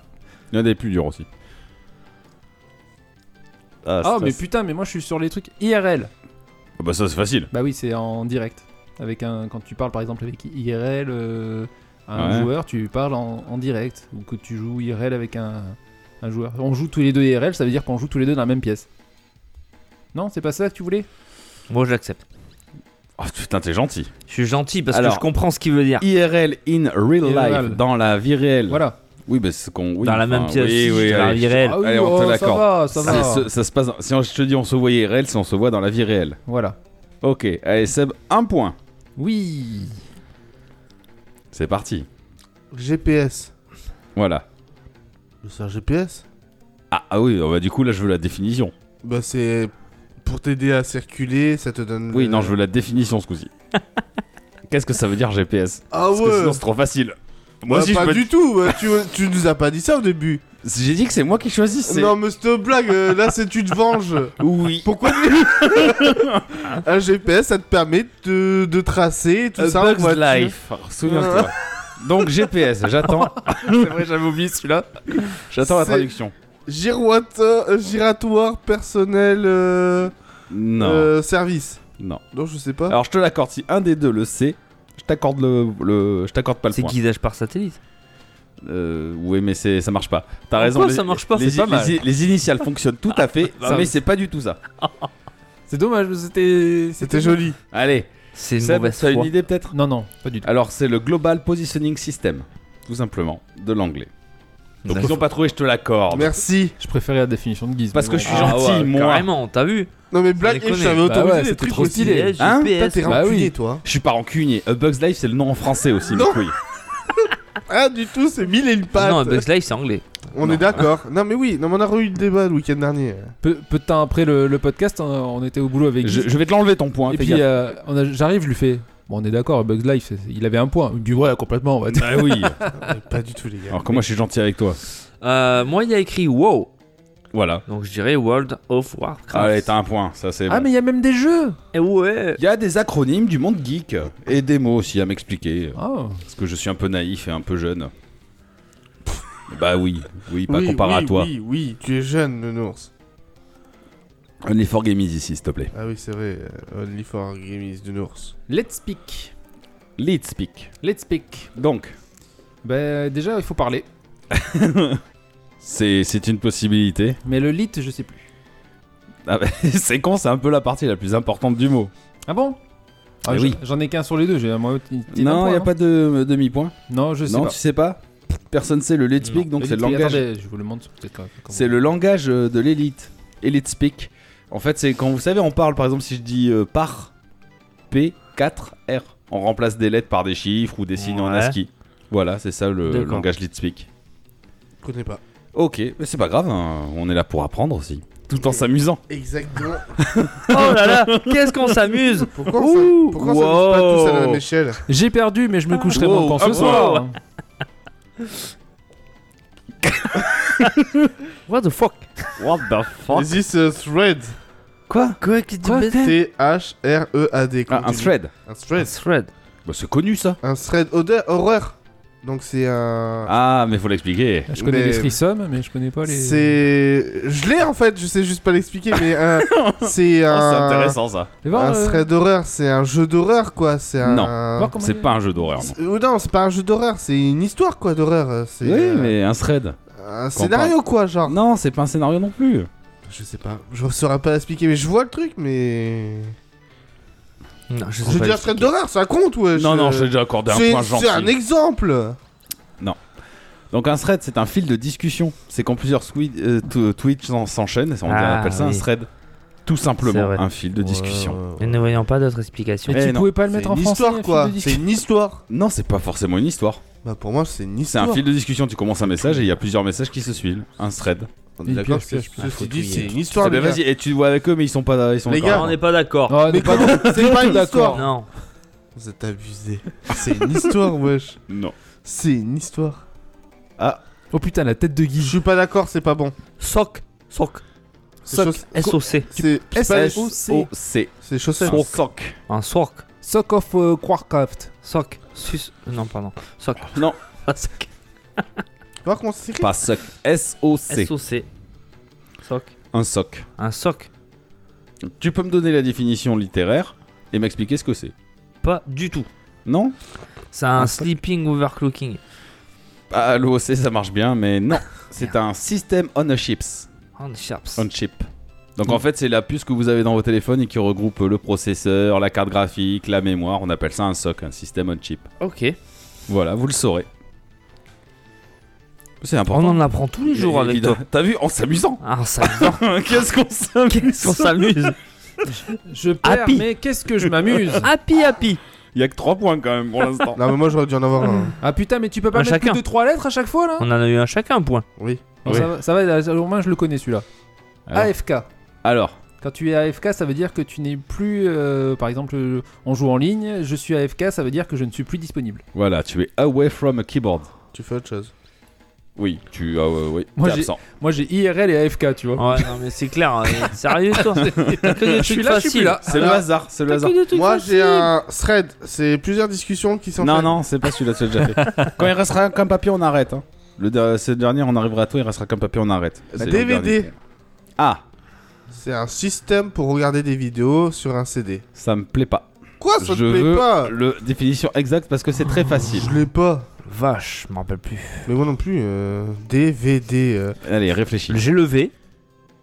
[SPEAKER 4] Il y en a des plus durs aussi. Ah,
[SPEAKER 7] Ah
[SPEAKER 4] ça,
[SPEAKER 7] mais
[SPEAKER 4] c'est-
[SPEAKER 7] putain, mais moi je suis sur les trucs IRL.
[SPEAKER 4] Ah bah ça c'est facile.
[SPEAKER 7] Bah oui, c'est en direct. Avec un, quand tu parles par exemple avec IRL, euh, un
[SPEAKER 4] Ouais.
[SPEAKER 7] joueur, tu parles en, en direct. Ou que tu joues IRL avec un, un joueur. On joue tous les deux IRL, ça veut dire qu'on joue tous les deux dans la même pièce. Non, c'est pas ça que tu voulais
[SPEAKER 2] Moi, je l'accepte.
[SPEAKER 4] Oh putain, t'es gentil.
[SPEAKER 2] Je suis gentil parce
[SPEAKER 4] Alors-
[SPEAKER 2] que je comprends ce qu'il veut dire.
[SPEAKER 4] IRL in real
[SPEAKER 7] IRL.
[SPEAKER 4] life, dans la vie réelle.
[SPEAKER 7] Voilà.
[SPEAKER 4] Oui, bah c'est ce qu'on. oui,
[SPEAKER 2] dans la
[SPEAKER 4] enfin,
[SPEAKER 2] même pièce,
[SPEAKER 4] Oui, oui,
[SPEAKER 2] dans la
[SPEAKER 4] allez.
[SPEAKER 2] vie réelle.
[SPEAKER 7] Ah oui,
[SPEAKER 4] allez, on te
[SPEAKER 7] oh, ça
[SPEAKER 4] l'accorde.
[SPEAKER 7] va, ça va.
[SPEAKER 4] C'est ce- ça se passe. dans- Si on- je te dis, on se voit IRL, si on se voit dans la vie réelle.
[SPEAKER 7] Voilà.
[SPEAKER 4] Ok, allez Seb, un point.
[SPEAKER 7] Oui.
[SPEAKER 4] C'est parti.
[SPEAKER 5] GPS.
[SPEAKER 4] Voilà.
[SPEAKER 5] C'est un GPS
[SPEAKER 4] Ah, ah oui, oh, bah du coup là je veux la définition.
[SPEAKER 5] Bah c'est pour t'aider à circuler, ça te donne
[SPEAKER 4] Oui,
[SPEAKER 5] le-
[SPEAKER 4] non, je veux la définition ce
[SPEAKER 2] *laughs*
[SPEAKER 4] coup-ci. Qu'est-ce que ça veut dire GPS
[SPEAKER 5] Ah
[SPEAKER 4] Parce
[SPEAKER 5] ouais.
[SPEAKER 4] que sinon c'est trop facile. Moi
[SPEAKER 5] Bah,
[SPEAKER 4] aussi, je
[SPEAKER 5] pas
[SPEAKER 4] peux-
[SPEAKER 5] du tout, ouais, tu, tu nous as pas dit ça au début.
[SPEAKER 4] J'ai dit que c'est moi qui choisis. c'est-
[SPEAKER 5] Non mais cette blague, euh, là c'est tu te venges.
[SPEAKER 4] *laughs* Oui. *laughs*
[SPEAKER 5] Pourquoi Un GPS ça te permet de, de tracer tout
[SPEAKER 4] A
[SPEAKER 5] ça en
[SPEAKER 4] Bug's
[SPEAKER 5] voiture.
[SPEAKER 4] Life. Souviens-toi. Donc GPS,
[SPEAKER 5] *laughs*
[SPEAKER 4] j'attends. c'est vrai, j'avais oublié celui-là. J'attends la
[SPEAKER 5] C'est-
[SPEAKER 4] traduction.
[SPEAKER 5] Giroite- euh, giratoire personnel euh,
[SPEAKER 4] Non.
[SPEAKER 5] euh, hein service.
[SPEAKER 4] Non.
[SPEAKER 5] Non je sais pas.
[SPEAKER 4] Alors je te l'accorde si un des deux le sait. Je t'accorde le, le- je t'accorde pas le
[SPEAKER 2] C'est
[SPEAKER 4] point.
[SPEAKER 2] guidage par satellite.
[SPEAKER 4] Euh, oui, mais c'est, ça marche pas. T'as
[SPEAKER 2] Pourquoi
[SPEAKER 4] raison. les-
[SPEAKER 2] ça marche pas
[SPEAKER 4] les,
[SPEAKER 2] C'est pas mal. Ah, bah
[SPEAKER 4] les- les initiales fonctionnent tout à fait,
[SPEAKER 2] Ça-
[SPEAKER 4] mais c'est pas du tout ça.
[SPEAKER 7] C'est dommage, c'était.
[SPEAKER 5] C'était joli.
[SPEAKER 4] Allez,
[SPEAKER 2] C'est une
[SPEAKER 4] Seb,
[SPEAKER 2] mauvaise
[SPEAKER 4] t'as
[SPEAKER 2] foi.
[SPEAKER 4] une idée peut-être
[SPEAKER 7] Non, non, pas du tout.
[SPEAKER 4] Alors c'est le Global Positioning System, tout simplement, de l'anglais. Donc ils ont pas trouvé, je te l'accorde.
[SPEAKER 5] Merci.
[SPEAKER 7] Je préférais la définition de Guise.
[SPEAKER 4] Parce
[SPEAKER 7] mais
[SPEAKER 4] que
[SPEAKER 7] bon.
[SPEAKER 4] je suis gentil, moi.
[SPEAKER 2] Carrément, t'as vu
[SPEAKER 5] Non mais blague,
[SPEAKER 2] déconne.
[SPEAKER 5] je savais
[SPEAKER 7] Bah
[SPEAKER 2] Ah
[SPEAKER 5] autoriser
[SPEAKER 7] ouais,
[SPEAKER 5] les
[SPEAKER 7] c'était
[SPEAKER 5] trucs
[SPEAKER 7] trop
[SPEAKER 5] aussi.
[SPEAKER 7] stylé.
[SPEAKER 2] Guidage,
[SPEAKER 4] Hein
[SPEAKER 5] Toi
[SPEAKER 2] GPS.
[SPEAKER 5] t'es
[SPEAKER 7] Bah oui.
[SPEAKER 5] rancunier, toi.
[SPEAKER 4] Je suis pas rancunier. A Bug's Life, c'est le nom en français aussi, mes
[SPEAKER 5] Non.
[SPEAKER 4] couilles.
[SPEAKER 5] Ah du tout c'est mille et une pattes.
[SPEAKER 2] Non, Bugs Life, c'est anglais.
[SPEAKER 5] On est d'accord. non mais oui, non mais on a eu le débat le week-end dernier.
[SPEAKER 7] Ah. Peu, peu de temps après le, le podcast, on, on était au boulot avec Guise.
[SPEAKER 4] Je, je vais te l'enlever ton point.
[SPEAKER 7] Et
[SPEAKER 4] fais
[SPEAKER 7] puis
[SPEAKER 4] gaffe.
[SPEAKER 7] euh, on a- j'arrive, je lui fais. Bon, on est d'accord, Bugs Life, c'est- il avait un point. Il me dit ouais, complètement. on va dire.
[SPEAKER 4] Ah oui.
[SPEAKER 5] pas du tout les gars.
[SPEAKER 4] Alors que moi je suis gentil avec toi.
[SPEAKER 2] Euh, moi, il y a écrit wow.
[SPEAKER 4] Voilà.
[SPEAKER 2] Donc je dirais World of Warcraft.
[SPEAKER 4] Allez, t'as un point, ça c'est
[SPEAKER 7] Ah,
[SPEAKER 4] bon.
[SPEAKER 7] mais il y a même des jeux
[SPEAKER 2] Eh ouais
[SPEAKER 4] Il y a des acronymes du monde geek et des mots aussi à m'expliquer.
[SPEAKER 7] Oh.
[SPEAKER 4] Parce que je suis un peu naïf et un peu jeune. bah oui, oui, pas
[SPEAKER 5] oui,
[SPEAKER 4] comparé
[SPEAKER 5] oui,
[SPEAKER 4] à toi.
[SPEAKER 5] Oui, oui, tu es jeune, nounours.
[SPEAKER 4] Only for Gamies ici, s'il te plaît.
[SPEAKER 5] Ah oui, c'est vrai. euh, Only for Grimmies, nounours.
[SPEAKER 7] Let's Speak.
[SPEAKER 4] Let's speak.
[SPEAKER 7] Let's Speak.
[SPEAKER 4] Donc,
[SPEAKER 7] Ben, déjà, il faut parler.
[SPEAKER 4] c'est c'est une possibilité.
[SPEAKER 7] Mais le lit, je sais plus.
[SPEAKER 4] Ah bah, *laughs* c'est con, c'est un peu la partie la plus importante du mot.
[SPEAKER 7] Ah bon ah,
[SPEAKER 4] Eh
[SPEAKER 7] je-
[SPEAKER 4] oui.
[SPEAKER 7] J'en ai qu'un sur les deux. J'ai moi, t'es- t'es d'un
[SPEAKER 4] Non,
[SPEAKER 7] point, hein.
[SPEAKER 4] il n'y a pas de euh, demi-point.
[SPEAKER 7] Non, je sais
[SPEAKER 4] Non,
[SPEAKER 7] pas.
[SPEAKER 4] tu sais pas Personne sait le let's speak, donc
[SPEAKER 7] Let's
[SPEAKER 4] c'est le
[SPEAKER 7] Speak,
[SPEAKER 4] langage.
[SPEAKER 7] Attendez, je vous le montre peut-être. quand- quand
[SPEAKER 4] C'est le langage euh, de l'élite. Elite speak. En fait, c'est quand vous savez, on parle par exemple si je dis euh, par P 4 R. On remplace des lettres par des chiffres ou des signes en
[SPEAKER 2] Ouais.
[SPEAKER 4] ASCII. Voilà, c'est ça le
[SPEAKER 2] D'accord.
[SPEAKER 4] langage lit speak.
[SPEAKER 5] Je connais pas.
[SPEAKER 4] Ok, mais c'est pas grave, hein, on est là pour apprendre aussi. Tout en s'amusant.
[SPEAKER 5] Exactement.
[SPEAKER 2] Oh là là Qu'est-ce qu'on s'amuse
[SPEAKER 5] Pourquoi, on s'a- pourquoi on s'amuse pas tous à la même
[SPEAKER 4] Wow.
[SPEAKER 5] échelle
[SPEAKER 7] J'ai perdu, mais je me coucherai
[SPEAKER 4] Wow.
[SPEAKER 7] manquant
[SPEAKER 4] Ah,
[SPEAKER 7] ce soir. hein.
[SPEAKER 4] wow.
[SPEAKER 2] What the fuck What the fuck
[SPEAKER 5] This is a thread.
[SPEAKER 2] Quoi Quoi Qu'est-ce que tu fais
[SPEAKER 5] T-H-R-E-A-D.
[SPEAKER 4] Ah, un
[SPEAKER 5] Continue.
[SPEAKER 4] thread.
[SPEAKER 5] Un thread.
[SPEAKER 2] Thread.
[SPEAKER 4] Bah, c'est connu ça.
[SPEAKER 5] Un thread odeur, horreur. Donc c'est un.
[SPEAKER 4] Ah, mais faut l'expliquer.
[SPEAKER 7] Je connais
[SPEAKER 5] Mais-
[SPEAKER 7] les threesomes, mais je connais
[SPEAKER 5] Oh,
[SPEAKER 7] pas les.
[SPEAKER 5] C'est. Je l'ai en fait, je sais juste pas l'expliquer, mais
[SPEAKER 4] *laughs*
[SPEAKER 5] un-
[SPEAKER 4] Oh, c'est
[SPEAKER 5] c'est un.
[SPEAKER 4] intéressant ça.
[SPEAKER 7] Fais voir,
[SPEAKER 5] un
[SPEAKER 7] euh,
[SPEAKER 5] thread d'horreur, c'est un jeu d'horreur quoi, c'est un.
[SPEAKER 7] voir comment
[SPEAKER 4] C'est
[SPEAKER 7] il-
[SPEAKER 4] pas un jeu d'horreur. non.
[SPEAKER 5] C'est- euh, Non, c'est pas un jeu d'horreur, c'est une histoire quoi d'horreur. euh, C'est
[SPEAKER 4] Oui,
[SPEAKER 5] euh, Ah.
[SPEAKER 4] mais un thread.
[SPEAKER 5] un scénario quoi, genre.
[SPEAKER 4] Non, c'est pas un scénario non plus.
[SPEAKER 5] Je sais pas, je saurais pas l'expliquer, mais je vois le truc, mais.
[SPEAKER 2] Non, je sais
[SPEAKER 5] Je
[SPEAKER 2] pas
[SPEAKER 5] dis un
[SPEAKER 2] l'expliquer.
[SPEAKER 5] thread d'horreur, ça compte ouais.
[SPEAKER 4] Non,
[SPEAKER 5] je-
[SPEAKER 4] non, je t'ai déjà accordé un
[SPEAKER 5] C'est-
[SPEAKER 4] point gentil.
[SPEAKER 5] C'est un exemple.
[SPEAKER 4] Donc un thread, c'est un fil de discussion. C'est quand plusieurs swi- euh, tw- tweets s'en- s'enchaînent, on
[SPEAKER 2] Ah,
[SPEAKER 4] appelle ça un
[SPEAKER 2] oui.
[SPEAKER 4] thread. Tout
[SPEAKER 2] C'est
[SPEAKER 4] simplement,
[SPEAKER 2] vrai.
[SPEAKER 4] un fil de discussion.
[SPEAKER 2] Et ne voyons pas d'autres explications.
[SPEAKER 7] Mais
[SPEAKER 4] Eh
[SPEAKER 7] tu
[SPEAKER 4] non,
[SPEAKER 7] pouvais pas le
[SPEAKER 5] C'est
[SPEAKER 7] mettre en
[SPEAKER 5] Euh, une
[SPEAKER 7] français.
[SPEAKER 5] histoire quoi,
[SPEAKER 7] fil de
[SPEAKER 5] c'est
[SPEAKER 7] discussion.
[SPEAKER 5] une histoire.
[SPEAKER 4] Non, c'est pas forcément une histoire.
[SPEAKER 5] Bah pour moi c'est une
[SPEAKER 4] C'est
[SPEAKER 5] histoire.
[SPEAKER 4] un fil de discussion. Tu commences un message et il y a plusieurs messages qui se suivent. Un thread.
[SPEAKER 5] On
[SPEAKER 7] Et
[SPEAKER 5] est d'accord,
[SPEAKER 7] puis,
[SPEAKER 5] ceci
[SPEAKER 7] puis,
[SPEAKER 5] ceci
[SPEAKER 2] puis,
[SPEAKER 5] dit
[SPEAKER 2] puis,
[SPEAKER 5] c'est
[SPEAKER 2] puis,
[SPEAKER 5] une histoire.
[SPEAKER 4] Eh ben,
[SPEAKER 5] les gars.
[SPEAKER 4] vas-y, et tu vois avec eux, mais ils sont pas. Ils sont
[SPEAKER 5] Les
[SPEAKER 4] encore-
[SPEAKER 5] gars,
[SPEAKER 2] Ah, on n'est pas d'accord.
[SPEAKER 7] Ah,
[SPEAKER 5] Mais
[SPEAKER 7] non, pardon.
[SPEAKER 5] comment C'est pas une histoire.
[SPEAKER 2] Non.
[SPEAKER 5] Vous êtes abusé. C'est une histoire, wesh.
[SPEAKER 4] Non.
[SPEAKER 5] C'est une histoire.
[SPEAKER 7] Oh putain, la tête de
[SPEAKER 5] Je
[SPEAKER 7] Guy.
[SPEAKER 5] suis pas d'accord, c'est pas bon.
[SPEAKER 2] Soc. Soc.
[SPEAKER 5] C'est
[SPEAKER 2] Soc.
[SPEAKER 5] chauss-
[SPEAKER 2] S-O-C.
[SPEAKER 5] C'est c'est pas-
[SPEAKER 4] S-O-C. C'est
[SPEAKER 5] c'est chaussettes.
[SPEAKER 4] un soc.
[SPEAKER 2] Un soc.
[SPEAKER 7] Sock of euh, Warcraft.
[SPEAKER 2] Soc. Sus. Non, pardon. Soc.
[SPEAKER 4] Non,
[SPEAKER 2] *laughs* Ah, soc.
[SPEAKER 5] Tu vois comment ça s'écrit
[SPEAKER 4] pas soc. S-O-C.
[SPEAKER 2] S-O-C. Soc.
[SPEAKER 4] Un soc.
[SPEAKER 2] Un soc.
[SPEAKER 4] Tu peux me donner la définition littéraire et m'expliquer ce que c'est.
[SPEAKER 2] Pas du tout.
[SPEAKER 4] Non
[SPEAKER 2] C'est un sleeping overclocking.
[SPEAKER 4] Ah, l'OC ça marche bien, mais non. C'est un système on a chips.
[SPEAKER 2] On sharps.
[SPEAKER 4] On chip. Donc en fait, c'est la puce que vous avez dans vos téléphones et qui regroupe le processeur, la carte graphique, la mémoire. On appelle ça un SOC, un système on chip.
[SPEAKER 2] Ok.
[SPEAKER 4] Voilà, vous le saurez. C'est
[SPEAKER 2] On
[SPEAKER 4] important.
[SPEAKER 2] en apprend tous les jours avec
[SPEAKER 4] Évidemment.
[SPEAKER 2] toi.
[SPEAKER 4] T'as vu, en
[SPEAKER 2] *laughs*
[SPEAKER 4] s'amusant.
[SPEAKER 2] Ah, ça
[SPEAKER 4] *laughs* Qu'est-ce qu'on s'amuse
[SPEAKER 2] on s'amuse.
[SPEAKER 7] Je perds,
[SPEAKER 2] Happy.
[SPEAKER 7] mais qu'est-ce que je m'amuse. *laughs*
[SPEAKER 2] happy, happy.
[SPEAKER 4] *laughs* Il y a que 3 points quand même pour
[SPEAKER 5] *laughs*
[SPEAKER 4] l'instant.
[SPEAKER 5] Non, mais moi j'aurais dû en avoir *laughs* un.
[SPEAKER 7] Ah putain, mais tu peux pas
[SPEAKER 2] Un
[SPEAKER 7] mettre
[SPEAKER 2] chacun.
[SPEAKER 7] plus de trois lettres à chaque fois là
[SPEAKER 2] On en a eu un chacun, point.
[SPEAKER 5] Oui.
[SPEAKER 7] Non, ça, va- ça va, là, au moins je le connais celui-là.
[SPEAKER 4] Alors.
[SPEAKER 7] AFK.
[SPEAKER 4] Alors,
[SPEAKER 7] Quand tu es AFK, ça veut dire que tu n'es plus. euh, par exemple, euh, on joue en ligne, je suis AFK, ça veut dire que je ne suis plus disponible.
[SPEAKER 4] voilà, tu es away from a keyboard.
[SPEAKER 5] Tu fais autre chose.
[SPEAKER 4] Oui, tu ah ouais, oui,
[SPEAKER 7] Moi,
[SPEAKER 4] t'es
[SPEAKER 7] j'ai-
[SPEAKER 4] absent.
[SPEAKER 7] Moi j'ai IRL et AFK, tu vois.
[SPEAKER 2] Ouais, non, mais c'est clair. hein. Sérieux, toi T'as que
[SPEAKER 7] *laughs*
[SPEAKER 2] des
[SPEAKER 7] je suis
[SPEAKER 2] trucs
[SPEAKER 7] là, je suis plus
[SPEAKER 2] faciles.
[SPEAKER 7] là.
[SPEAKER 4] C'est le hasard, c'est le
[SPEAKER 2] T'as
[SPEAKER 4] hasard.
[SPEAKER 2] que des trucs
[SPEAKER 5] Moi j'ai
[SPEAKER 2] faciles.
[SPEAKER 5] un thread. C'est plusieurs discussions qui sont.
[SPEAKER 4] Non,
[SPEAKER 5] faites.
[SPEAKER 4] non, c'est pas celui-là, tu l'as déjà fait. *laughs* Quand il restera qu'un papier, on arrête. Hein. Le, de- ce dernier, on arrivera à toi, il restera qu'un papier, on arrête. C'est le
[SPEAKER 5] DVD.
[SPEAKER 4] dernier. Ah,
[SPEAKER 5] C'est un système pour regarder des vidéos sur un CD.
[SPEAKER 4] ça me plaît pas.
[SPEAKER 5] Quoi Ça
[SPEAKER 4] Je
[SPEAKER 5] te plaît
[SPEAKER 4] veux
[SPEAKER 5] pas
[SPEAKER 4] le définition exacte parce que c'est très facile.
[SPEAKER 5] Je l'ai pas.
[SPEAKER 2] Vache, je m'en rappelle plus.
[SPEAKER 5] Mais moi non plus. euh, DVD. euh,
[SPEAKER 4] Allez, réfléchis.
[SPEAKER 2] J'ai levé.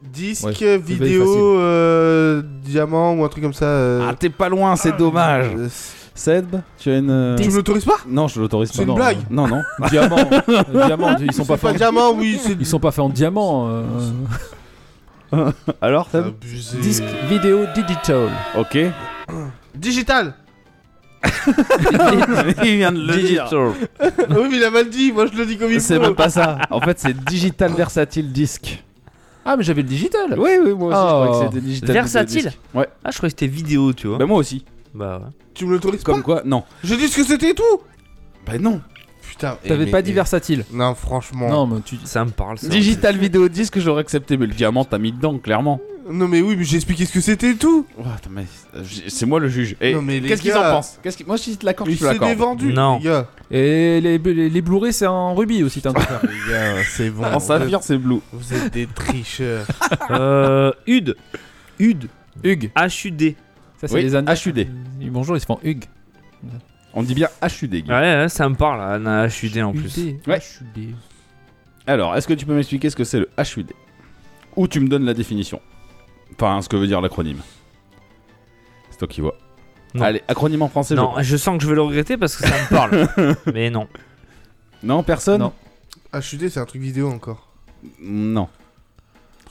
[SPEAKER 5] Disque,
[SPEAKER 7] Ouais,
[SPEAKER 5] vidéo, euh, diamant ou un truc comme ça. euh,
[SPEAKER 4] Ah, t'es pas loin, c'est dommage.
[SPEAKER 5] euh,
[SPEAKER 4] Seb, tu as une. euh,
[SPEAKER 5] tu me l'autorises pas
[SPEAKER 4] Non, je l'autorise pas.
[SPEAKER 5] C'est une
[SPEAKER 4] non,
[SPEAKER 5] blague.
[SPEAKER 4] Non, non.
[SPEAKER 7] diamant. Euh, diamant, ils *laughs* sont pas
[SPEAKER 5] C'est pas
[SPEAKER 7] faits en...
[SPEAKER 5] diamant, oui, c'est
[SPEAKER 7] Ils sont pas faits en diamant. euh.
[SPEAKER 4] Alors, Seb
[SPEAKER 5] Abusé.
[SPEAKER 7] euh, Disque vidéo digital.
[SPEAKER 4] Ok.
[SPEAKER 5] Digital
[SPEAKER 4] il vient de le dire.
[SPEAKER 2] Digital.
[SPEAKER 5] Ah Oui, mais il a mal dit, moi je le dis comme il
[SPEAKER 4] C'est
[SPEAKER 5] faut.
[SPEAKER 4] même pas ça. En fait, c'est Digital Versatile Disc.
[SPEAKER 7] Ah, mais j'avais le digital.
[SPEAKER 4] Oui, oui, moi aussi, je croyais que c'était Digital
[SPEAKER 2] Versatile
[SPEAKER 4] Disc. Ouais.
[SPEAKER 2] Ah, je croyais que c'était vidéo, tu vois.
[SPEAKER 4] Bah, moi aussi.
[SPEAKER 2] Bah ouais.
[SPEAKER 5] Tu me l'autorises pas
[SPEAKER 4] Comme quoi, non.
[SPEAKER 5] J'ai dit ce que c'était et tout
[SPEAKER 4] Bah, non.
[SPEAKER 5] putain. eh,
[SPEAKER 7] T'avais
[SPEAKER 5] mais-
[SPEAKER 7] pas
[SPEAKER 5] eh,
[SPEAKER 7] dit versatile.
[SPEAKER 5] Non, franchement.
[SPEAKER 7] Non, mais tu.
[SPEAKER 2] Ça me parle. Ça.
[SPEAKER 4] Digital vidéo disque, j'aurais accepté, mais le diamant, t'as mis dedans, clairement.
[SPEAKER 5] Non, mais oui, mais j'ai expliqué ce que c'était et tout.
[SPEAKER 4] Oh, attends, mais, euh, j'ai- c'est moi le juge. Et
[SPEAKER 5] Non, mais les
[SPEAKER 4] qu'est-ce qu'ils en
[SPEAKER 5] gars.
[SPEAKER 4] pensent Qu'est-ce qu'ils- Moi, si je te l'accorde,
[SPEAKER 5] Mais
[SPEAKER 4] je te
[SPEAKER 5] c'est des
[SPEAKER 4] l'accorde.
[SPEAKER 5] vendus.
[SPEAKER 2] Non.
[SPEAKER 5] les gars.
[SPEAKER 7] Et les, les, les Blu-ray, c'est en rubis aussi, t'as *laughs* un truc.
[SPEAKER 5] Putain, les gars, c'est bon.
[SPEAKER 4] En saphir, c'est blue.
[SPEAKER 5] Vous êtes des tricheurs.
[SPEAKER 2] Euh, Ud. Ud.
[SPEAKER 7] Hugues.
[SPEAKER 2] H-U-D.
[SPEAKER 7] Ça, c'est
[SPEAKER 4] Oui,
[SPEAKER 7] les années.
[SPEAKER 4] HUD.
[SPEAKER 7] Euh, Bonjour, ils se font Hugues.
[SPEAKER 4] On dit bien HUD. Guy.
[SPEAKER 2] Ouais, ouais, ça me parle, Anna H-U-D en plus.
[SPEAKER 7] UD,
[SPEAKER 4] Ouais.
[SPEAKER 7] HUD.
[SPEAKER 4] Alors, est-ce que tu peux m'expliquer ce que c'est le HUD Ou tu me donnes la définition Enfin, ce que veut dire l'acronyme. C'est toi qui vois.
[SPEAKER 2] Non.
[SPEAKER 4] Allez, acronyme en français.
[SPEAKER 2] Non, je sens que je vais le regretter parce que ça me parle. Mais non.
[SPEAKER 4] je- non personne
[SPEAKER 7] Non.
[SPEAKER 5] HUD, c'est un truc vidéo encore.
[SPEAKER 4] Non.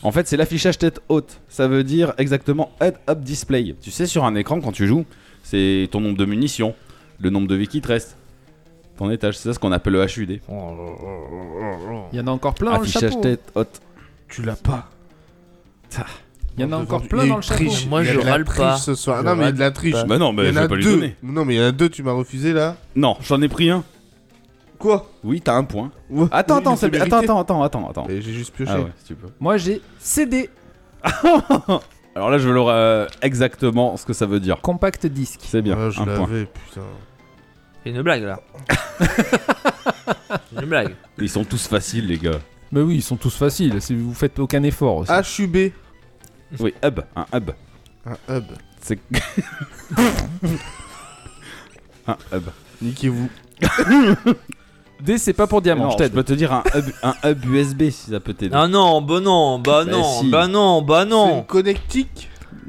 [SPEAKER 4] En fait, c'est l'affichage tête haute. Ça veut dire exactement head-up display. Tu sais, sur un écran, quand tu joues, c'est ton nombre de munitions, le nombre de vies qui te reste, ton étage. C'est ça ce qu'on appelle le HUD.
[SPEAKER 7] Il y en a encore plein dans le
[SPEAKER 4] affichage
[SPEAKER 7] chapeau.
[SPEAKER 4] tête haute.
[SPEAKER 5] Tu l'as pas.
[SPEAKER 7] Il y en a
[SPEAKER 5] Devant-
[SPEAKER 7] encore
[SPEAKER 5] il y
[SPEAKER 7] plein
[SPEAKER 5] eu
[SPEAKER 7] dans le chapeau.
[SPEAKER 5] triche.
[SPEAKER 6] Moi,
[SPEAKER 5] Il y a
[SPEAKER 6] je
[SPEAKER 5] de la
[SPEAKER 6] râle
[SPEAKER 5] triche
[SPEAKER 6] pas.
[SPEAKER 5] ce soir.
[SPEAKER 6] Je
[SPEAKER 5] Non, mais il y a de la triche.
[SPEAKER 4] Bah non, mais
[SPEAKER 5] il y
[SPEAKER 4] je
[SPEAKER 5] en a
[SPEAKER 4] vais pas lui
[SPEAKER 5] deux.
[SPEAKER 4] donner.
[SPEAKER 5] Non, mais il y en a deux, tu m'as refusé là.
[SPEAKER 4] Non, j'en ai pris un.
[SPEAKER 5] Quoi
[SPEAKER 4] Oui, t'as un point.
[SPEAKER 5] Ouais.
[SPEAKER 4] Attends, attends,
[SPEAKER 5] Mais
[SPEAKER 4] c'est-
[SPEAKER 5] c'est
[SPEAKER 4] attends,
[SPEAKER 5] mérité.
[SPEAKER 4] attends, attends, attends, attends.
[SPEAKER 5] Et j'ai juste pioché.
[SPEAKER 4] Ah ouais, si tu peux.
[SPEAKER 7] Moi, j'ai CD,
[SPEAKER 4] Alors là, je veux leur euh, exactement ce que ça veut dire.
[SPEAKER 7] compact disque.
[SPEAKER 4] C'est bien,
[SPEAKER 5] Ouais, Ah, je
[SPEAKER 4] un point.
[SPEAKER 5] l'avais, putain.
[SPEAKER 2] C'est une blague là. C'est une blague.
[SPEAKER 4] Ils sont tous faciles, les gars.
[SPEAKER 7] Mais oui, ils sont tous faciles. Si vous faites aucun effort aussi.
[SPEAKER 5] HUB.
[SPEAKER 4] Oui, hub, un hub.
[SPEAKER 5] Un hub.
[SPEAKER 4] C'est. *laughs* un hub.
[SPEAKER 5] Niquez-vous.
[SPEAKER 7] D, c'est pas pour diamant.
[SPEAKER 4] non,
[SPEAKER 7] je
[SPEAKER 4] je Hein
[SPEAKER 7] t'aide.
[SPEAKER 4] peux te dire un hub, un hub USB si ça peut t'aider.
[SPEAKER 2] Ah non, bah non, bah
[SPEAKER 4] Bah
[SPEAKER 2] non,
[SPEAKER 4] si.
[SPEAKER 2] bah non, bah
[SPEAKER 5] C'est
[SPEAKER 2] non.
[SPEAKER 5] une connectique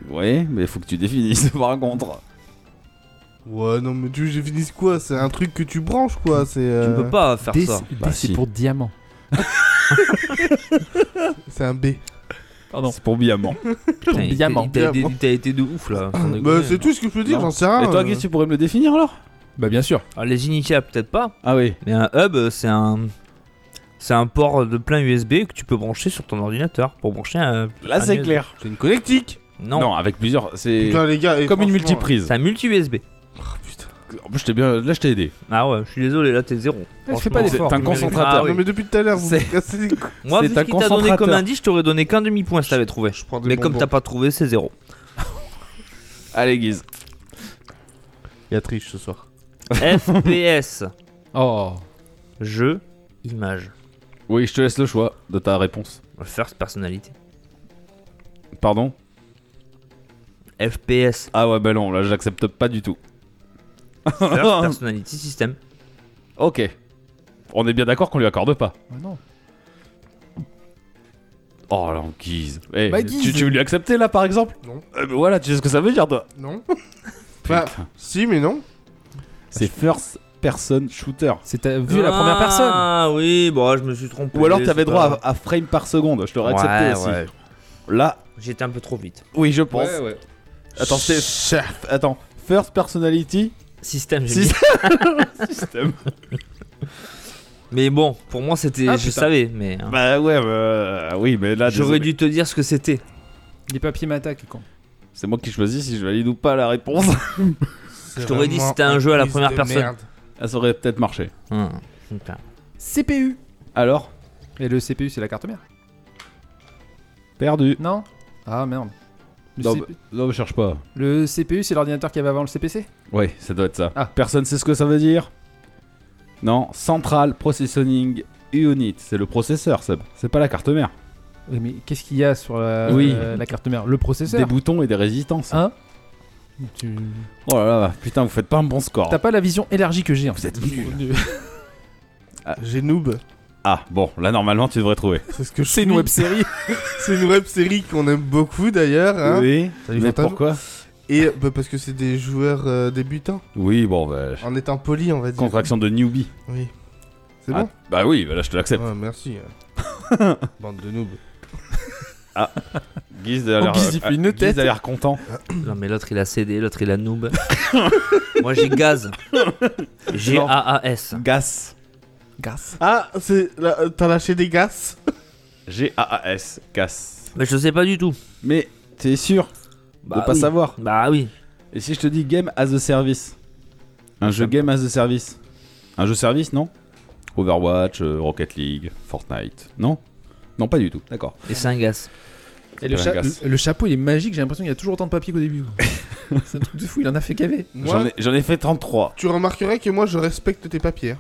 [SPEAKER 4] Ouais, mais faut que tu définisses *laughs* par contre.
[SPEAKER 5] Ouais, non, mais tu j'ai fini quoi C'est un truc que tu branches quoi C'est
[SPEAKER 2] Tu ne
[SPEAKER 5] euh,
[SPEAKER 2] peux pas faire
[SPEAKER 7] D,
[SPEAKER 2] ça.
[SPEAKER 7] c'est- D,
[SPEAKER 4] Bah,
[SPEAKER 7] c'est
[SPEAKER 4] si.
[SPEAKER 7] pour diamant.
[SPEAKER 5] c'est un B.
[SPEAKER 7] Pardon.
[SPEAKER 4] C'est pour diamant.
[SPEAKER 2] Putain, il t'a-
[SPEAKER 7] diamant.
[SPEAKER 2] il t'a-
[SPEAKER 5] Diamant.
[SPEAKER 2] il t'a été de ouf là.
[SPEAKER 7] Ah.
[SPEAKER 2] sans
[SPEAKER 5] bah,
[SPEAKER 2] déconner.
[SPEAKER 5] c'est tout ce que je peux dire,
[SPEAKER 4] Non.
[SPEAKER 5] j'en sais rien.
[SPEAKER 4] Et toi,
[SPEAKER 5] euh.
[SPEAKER 4] Guy, tu pourrais me le définir alors
[SPEAKER 7] Bah, bien sûr.
[SPEAKER 2] Alors, Ah, les initiales peut-être pas,
[SPEAKER 4] Ah oui.
[SPEAKER 2] mais un hub euh, c'est un c'est un port de plein USB que tu peux brancher sur ton ordinateur pour brancher un.
[SPEAKER 4] Là,
[SPEAKER 2] un
[SPEAKER 4] c'est
[SPEAKER 2] USB.
[SPEAKER 4] clair.
[SPEAKER 5] C'est une connectique
[SPEAKER 2] Non,
[SPEAKER 4] Non, avec plusieurs. C'est
[SPEAKER 5] Putain, les gars. et
[SPEAKER 4] comme une
[SPEAKER 5] franchement,
[SPEAKER 4] multiprise.
[SPEAKER 2] c'est un multi USB.
[SPEAKER 5] oh, putain.
[SPEAKER 4] En plus, je t'ai bien. Là, je t'ai aidé.
[SPEAKER 2] Ah ouais, je suis désolé là t'es zéro.
[SPEAKER 7] Je fais pas
[SPEAKER 4] C'est
[SPEAKER 7] d'effort.
[SPEAKER 4] un concentrateur.
[SPEAKER 2] Ah oui.
[SPEAKER 5] Non, euh, mais depuis tout à l'heure, vous
[SPEAKER 4] C'est-
[SPEAKER 5] me cassez les couilles.
[SPEAKER 2] Moi
[SPEAKER 4] C'est
[SPEAKER 2] vu ce
[SPEAKER 4] un
[SPEAKER 2] qu'il t'a donné comme
[SPEAKER 4] concentrateur.
[SPEAKER 2] indice, je t'aurais donné qu'un demi point si t'avais trouvé.
[SPEAKER 5] Je prends des
[SPEAKER 2] Mais comme
[SPEAKER 5] bonbons.
[SPEAKER 2] t'as pas trouvé, c'est zéro.
[SPEAKER 4] *laughs* Allez, Guise.
[SPEAKER 5] Il y a triche ce soir.
[SPEAKER 2] FPS,
[SPEAKER 7] Oh.
[SPEAKER 2] jeu, image,
[SPEAKER 4] Oui, je te laisse le choix de ta réponse.
[SPEAKER 2] first personnalité.
[SPEAKER 4] Pardon
[SPEAKER 2] FPS,
[SPEAKER 4] Ah ouais, bah non, là, j'accepte pas du *laughs* tout. *laughs*
[SPEAKER 2] first personality system.
[SPEAKER 4] Ok. On est bien d'accord qu'on lui accorde pas.
[SPEAKER 7] Ah non.
[SPEAKER 4] Oh là, on guise. Eh,
[SPEAKER 7] Bah,
[SPEAKER 4] tu,
[SPEAKER 7] guise.
[SPEAKER 4] tu veux lui accepter là par exemple
[SPEAKER 5] Non.
[SPEAKER 4] Eh ben voilà, tu sais ce que ça veut dire toi.
[SPEAKER 5] Non Bah,
[SPEAKER 4] Putain.
[SPEAKER 5] si, mais non.
[SPEAKER 4] C'est first person shooter.
[SPEAKER 7] C'est ta- vu la première personne.
[SPEAKER 2] Ah oui, bon, je me suis trompé.
[SPEAKER 4] Ou alors t'avais
[SPEAKER 2] c'est
[SPEAKER 4] droit
[SPEAKER 2] pas-
[SPEAKER 4] à, à frame par seconde, je l'aurais
[SPEAKER 2] Ouais,
[SPEAKER 4] accepté aussi.
[SPEAKER 2] ouais.
[SPEAKER 4] Là,
[SPEAKER 2] J'étais un peu trop vite.
[SPEAKER 4] oui, je pense.
[SPEAKER 7] ouais.
[SPEAKER 4] Attends, c'est. f- Attends, first personality
[SPEAKER 2] Système, j'ai
[SPEAKER 4] Si-
[SPEAKER 2] mis.
[SPEAKER 4] system.
[SPEAKER 2] Mais bon, pour moi, c'était.
[SPEAKER 4] Ah,
[SPEAKER 2] je
[SPEAKER 4] putain.
[SPEAKER 2] savais, mais. hein,
[SPEAKER 4] *laughs* bah ouais, bah, oui, mais là, désolé.
[SPEAKER 2] J'aurais dû te dire ce que c'était.
[SPEAKER 7] Les papiers m'attaquent, con.
[SPEAKER 4] C'est moi qui choisis si je valide ou pas la
[SPEAKER 2] *laughs*
[SPEAKER 4] réponse.
[SPEAKER 2] Je t'aurais dit si c'était un jeu à la première personne.
[SPEAKER 4] Ah, ça aurait peut-être marché.
[SPEAKER 2] Hum, putain.
[SPEAKER 7] CPU.
[SPEAKER 4] Alors,
[SPEAKER 7] Et le CPU, c'est la carte mère.
[SPEAKER 4] perdu.
[SPEAKER 7] Non Ah merde. Le,
[SPEAKER 4] Non, bah.
[SPEAKER 7] CP
[SPEAKER 4] mais- non, mais cherche pas.
[SPEAKER 7] le CPU, c'est l'ordinateur qu'il y avait avant le CPC
[SPEAKER 4] Ouais, ça doit être ça.
[SPEAKER 7] Ah.
[SPEAKER 4] Personne sait ce que ça veut dire Non, Central Processing Unit, c'est le processeur, Seb. C'est pas la carte mère.
[SPEAKER 7] Oui, mais qu'est-ce qu'il y a sur la,
[SPEAKER 4] Oui.
[SPEAKER 7] euh, la carte mère Le
[SPEAKER 4] Des
[SPEAKER 7] processeur
[SPEAKER 4] boutons et des résistances.
[SPEAKER 7] Hein Tu-
[SPEAKER 4] Oh là là, putain, vous faites pas un bon score.
[SPEAKER 7] T'as pas la vision élargie que j'ai en
[SPEAKER 4] Vous
[SPEAKER 7] fait.
[SPEAKER 4] êtes nuls.
[SPEAKER 5] J'ai noob.
[SPEAKER 4] Ah, bon, là normalement tu devrais trouver.
[SPEAKER 5] C'est ce que
[SPEAKER 7] *laughs*
[SPEAKER 5] je
[SPEAKER 7] C'est une
[SPEAKER 5] suis.
[SPEAKER 7] web série.
[SPEAKER 5] C'est une web série qu'on aime beaucoup d'ailleurs. hein.
[SPEAKER 4] oui,
[SPEAKER 5] Salut,
[SPEAKER 4] mais
[SPEAKER 5] Fantôme.
[SPEAKER 4] pourquoi
[SPEAKER 5] Et bah, parce que c'est des joueurs euh, débutants.
[SPEAKER 4] Oui, bon, bah,
[SPEAKER 5] En étant poli, on va dire.
[SPEAKER 4] contraction de newbie.
[SPEAKER 5] Oui. C'est
[SPEAKER 4] Ah,
[SPEAKER 5] bon
[SPEAKER 4] bah oui, bah là je te l'accepte.
[SPEAKER 5] Ouais, merci. hein. Bande de noobs.
[SPEAKER 4] Guise a
[SPEAKER 7] Oh,
[SPEAKER 4] l'air
[SPEAKER 7] Guise, il fait une
[SPEAKER 4] ah,
[SPEAKER 7] tête.
[SPEAKER 4] Guise a l'air content.
[SPEAKER 2] Non, mais l'autre il a CD, l'autre il
[SPEAKER 4] *laughs*
[SPEAKER 2] a noob. Moi j'ai gaz. G-A-A-S.
[SPEAKER 4] Gas.
[SPEAKER 7] *laughs* Grâce.
[SPEAKER 5] Ah, c'est là, euh, t'as lâché des gaz
[SPEAKER 4] G-A-A-S. Gas.
[SPEAKER 2] Mais Bah, je sais pas du tout.
[SPEAKER 4] Mais t'es sûr
[SPEAKER 2] Bah
[SPEAKER 4] de pas
[SPEAKER 2] oui.
[SPEAKER 4] savoir
[SPEAKER 2] Bah oui.
[SPEAKER 4] Et si je te dis game as a service Un jeu game as a service Un jeu service, non Overwatch, euh, Rocket League, Fortnite. Non Non, pas du tout. D'accord.
[SPEAKER 2] Et c'est
[SPEAKER 4] *laughs*
[SPEAKER 2] un gaz.
[SPEAKER 7] Et le,
[SPEAKER 4] Pas
[SPEAKER 7] cha-
[SPEAKER 4] ringasse.
[SPEAKER 7] le- le chapeau, il est magique. J'ai l'impression qu'il y a toujours autant de papier qu'au *laughs* début. quoi. c'est un truc de fou. Il en a fait caver.
[SPEAKER 5] Moi,
[SPEAKER 4] J'en ai, j'en ai fait 33.
[SPEAKER 5] tu remarquerais que moi, je respecte tes papiers.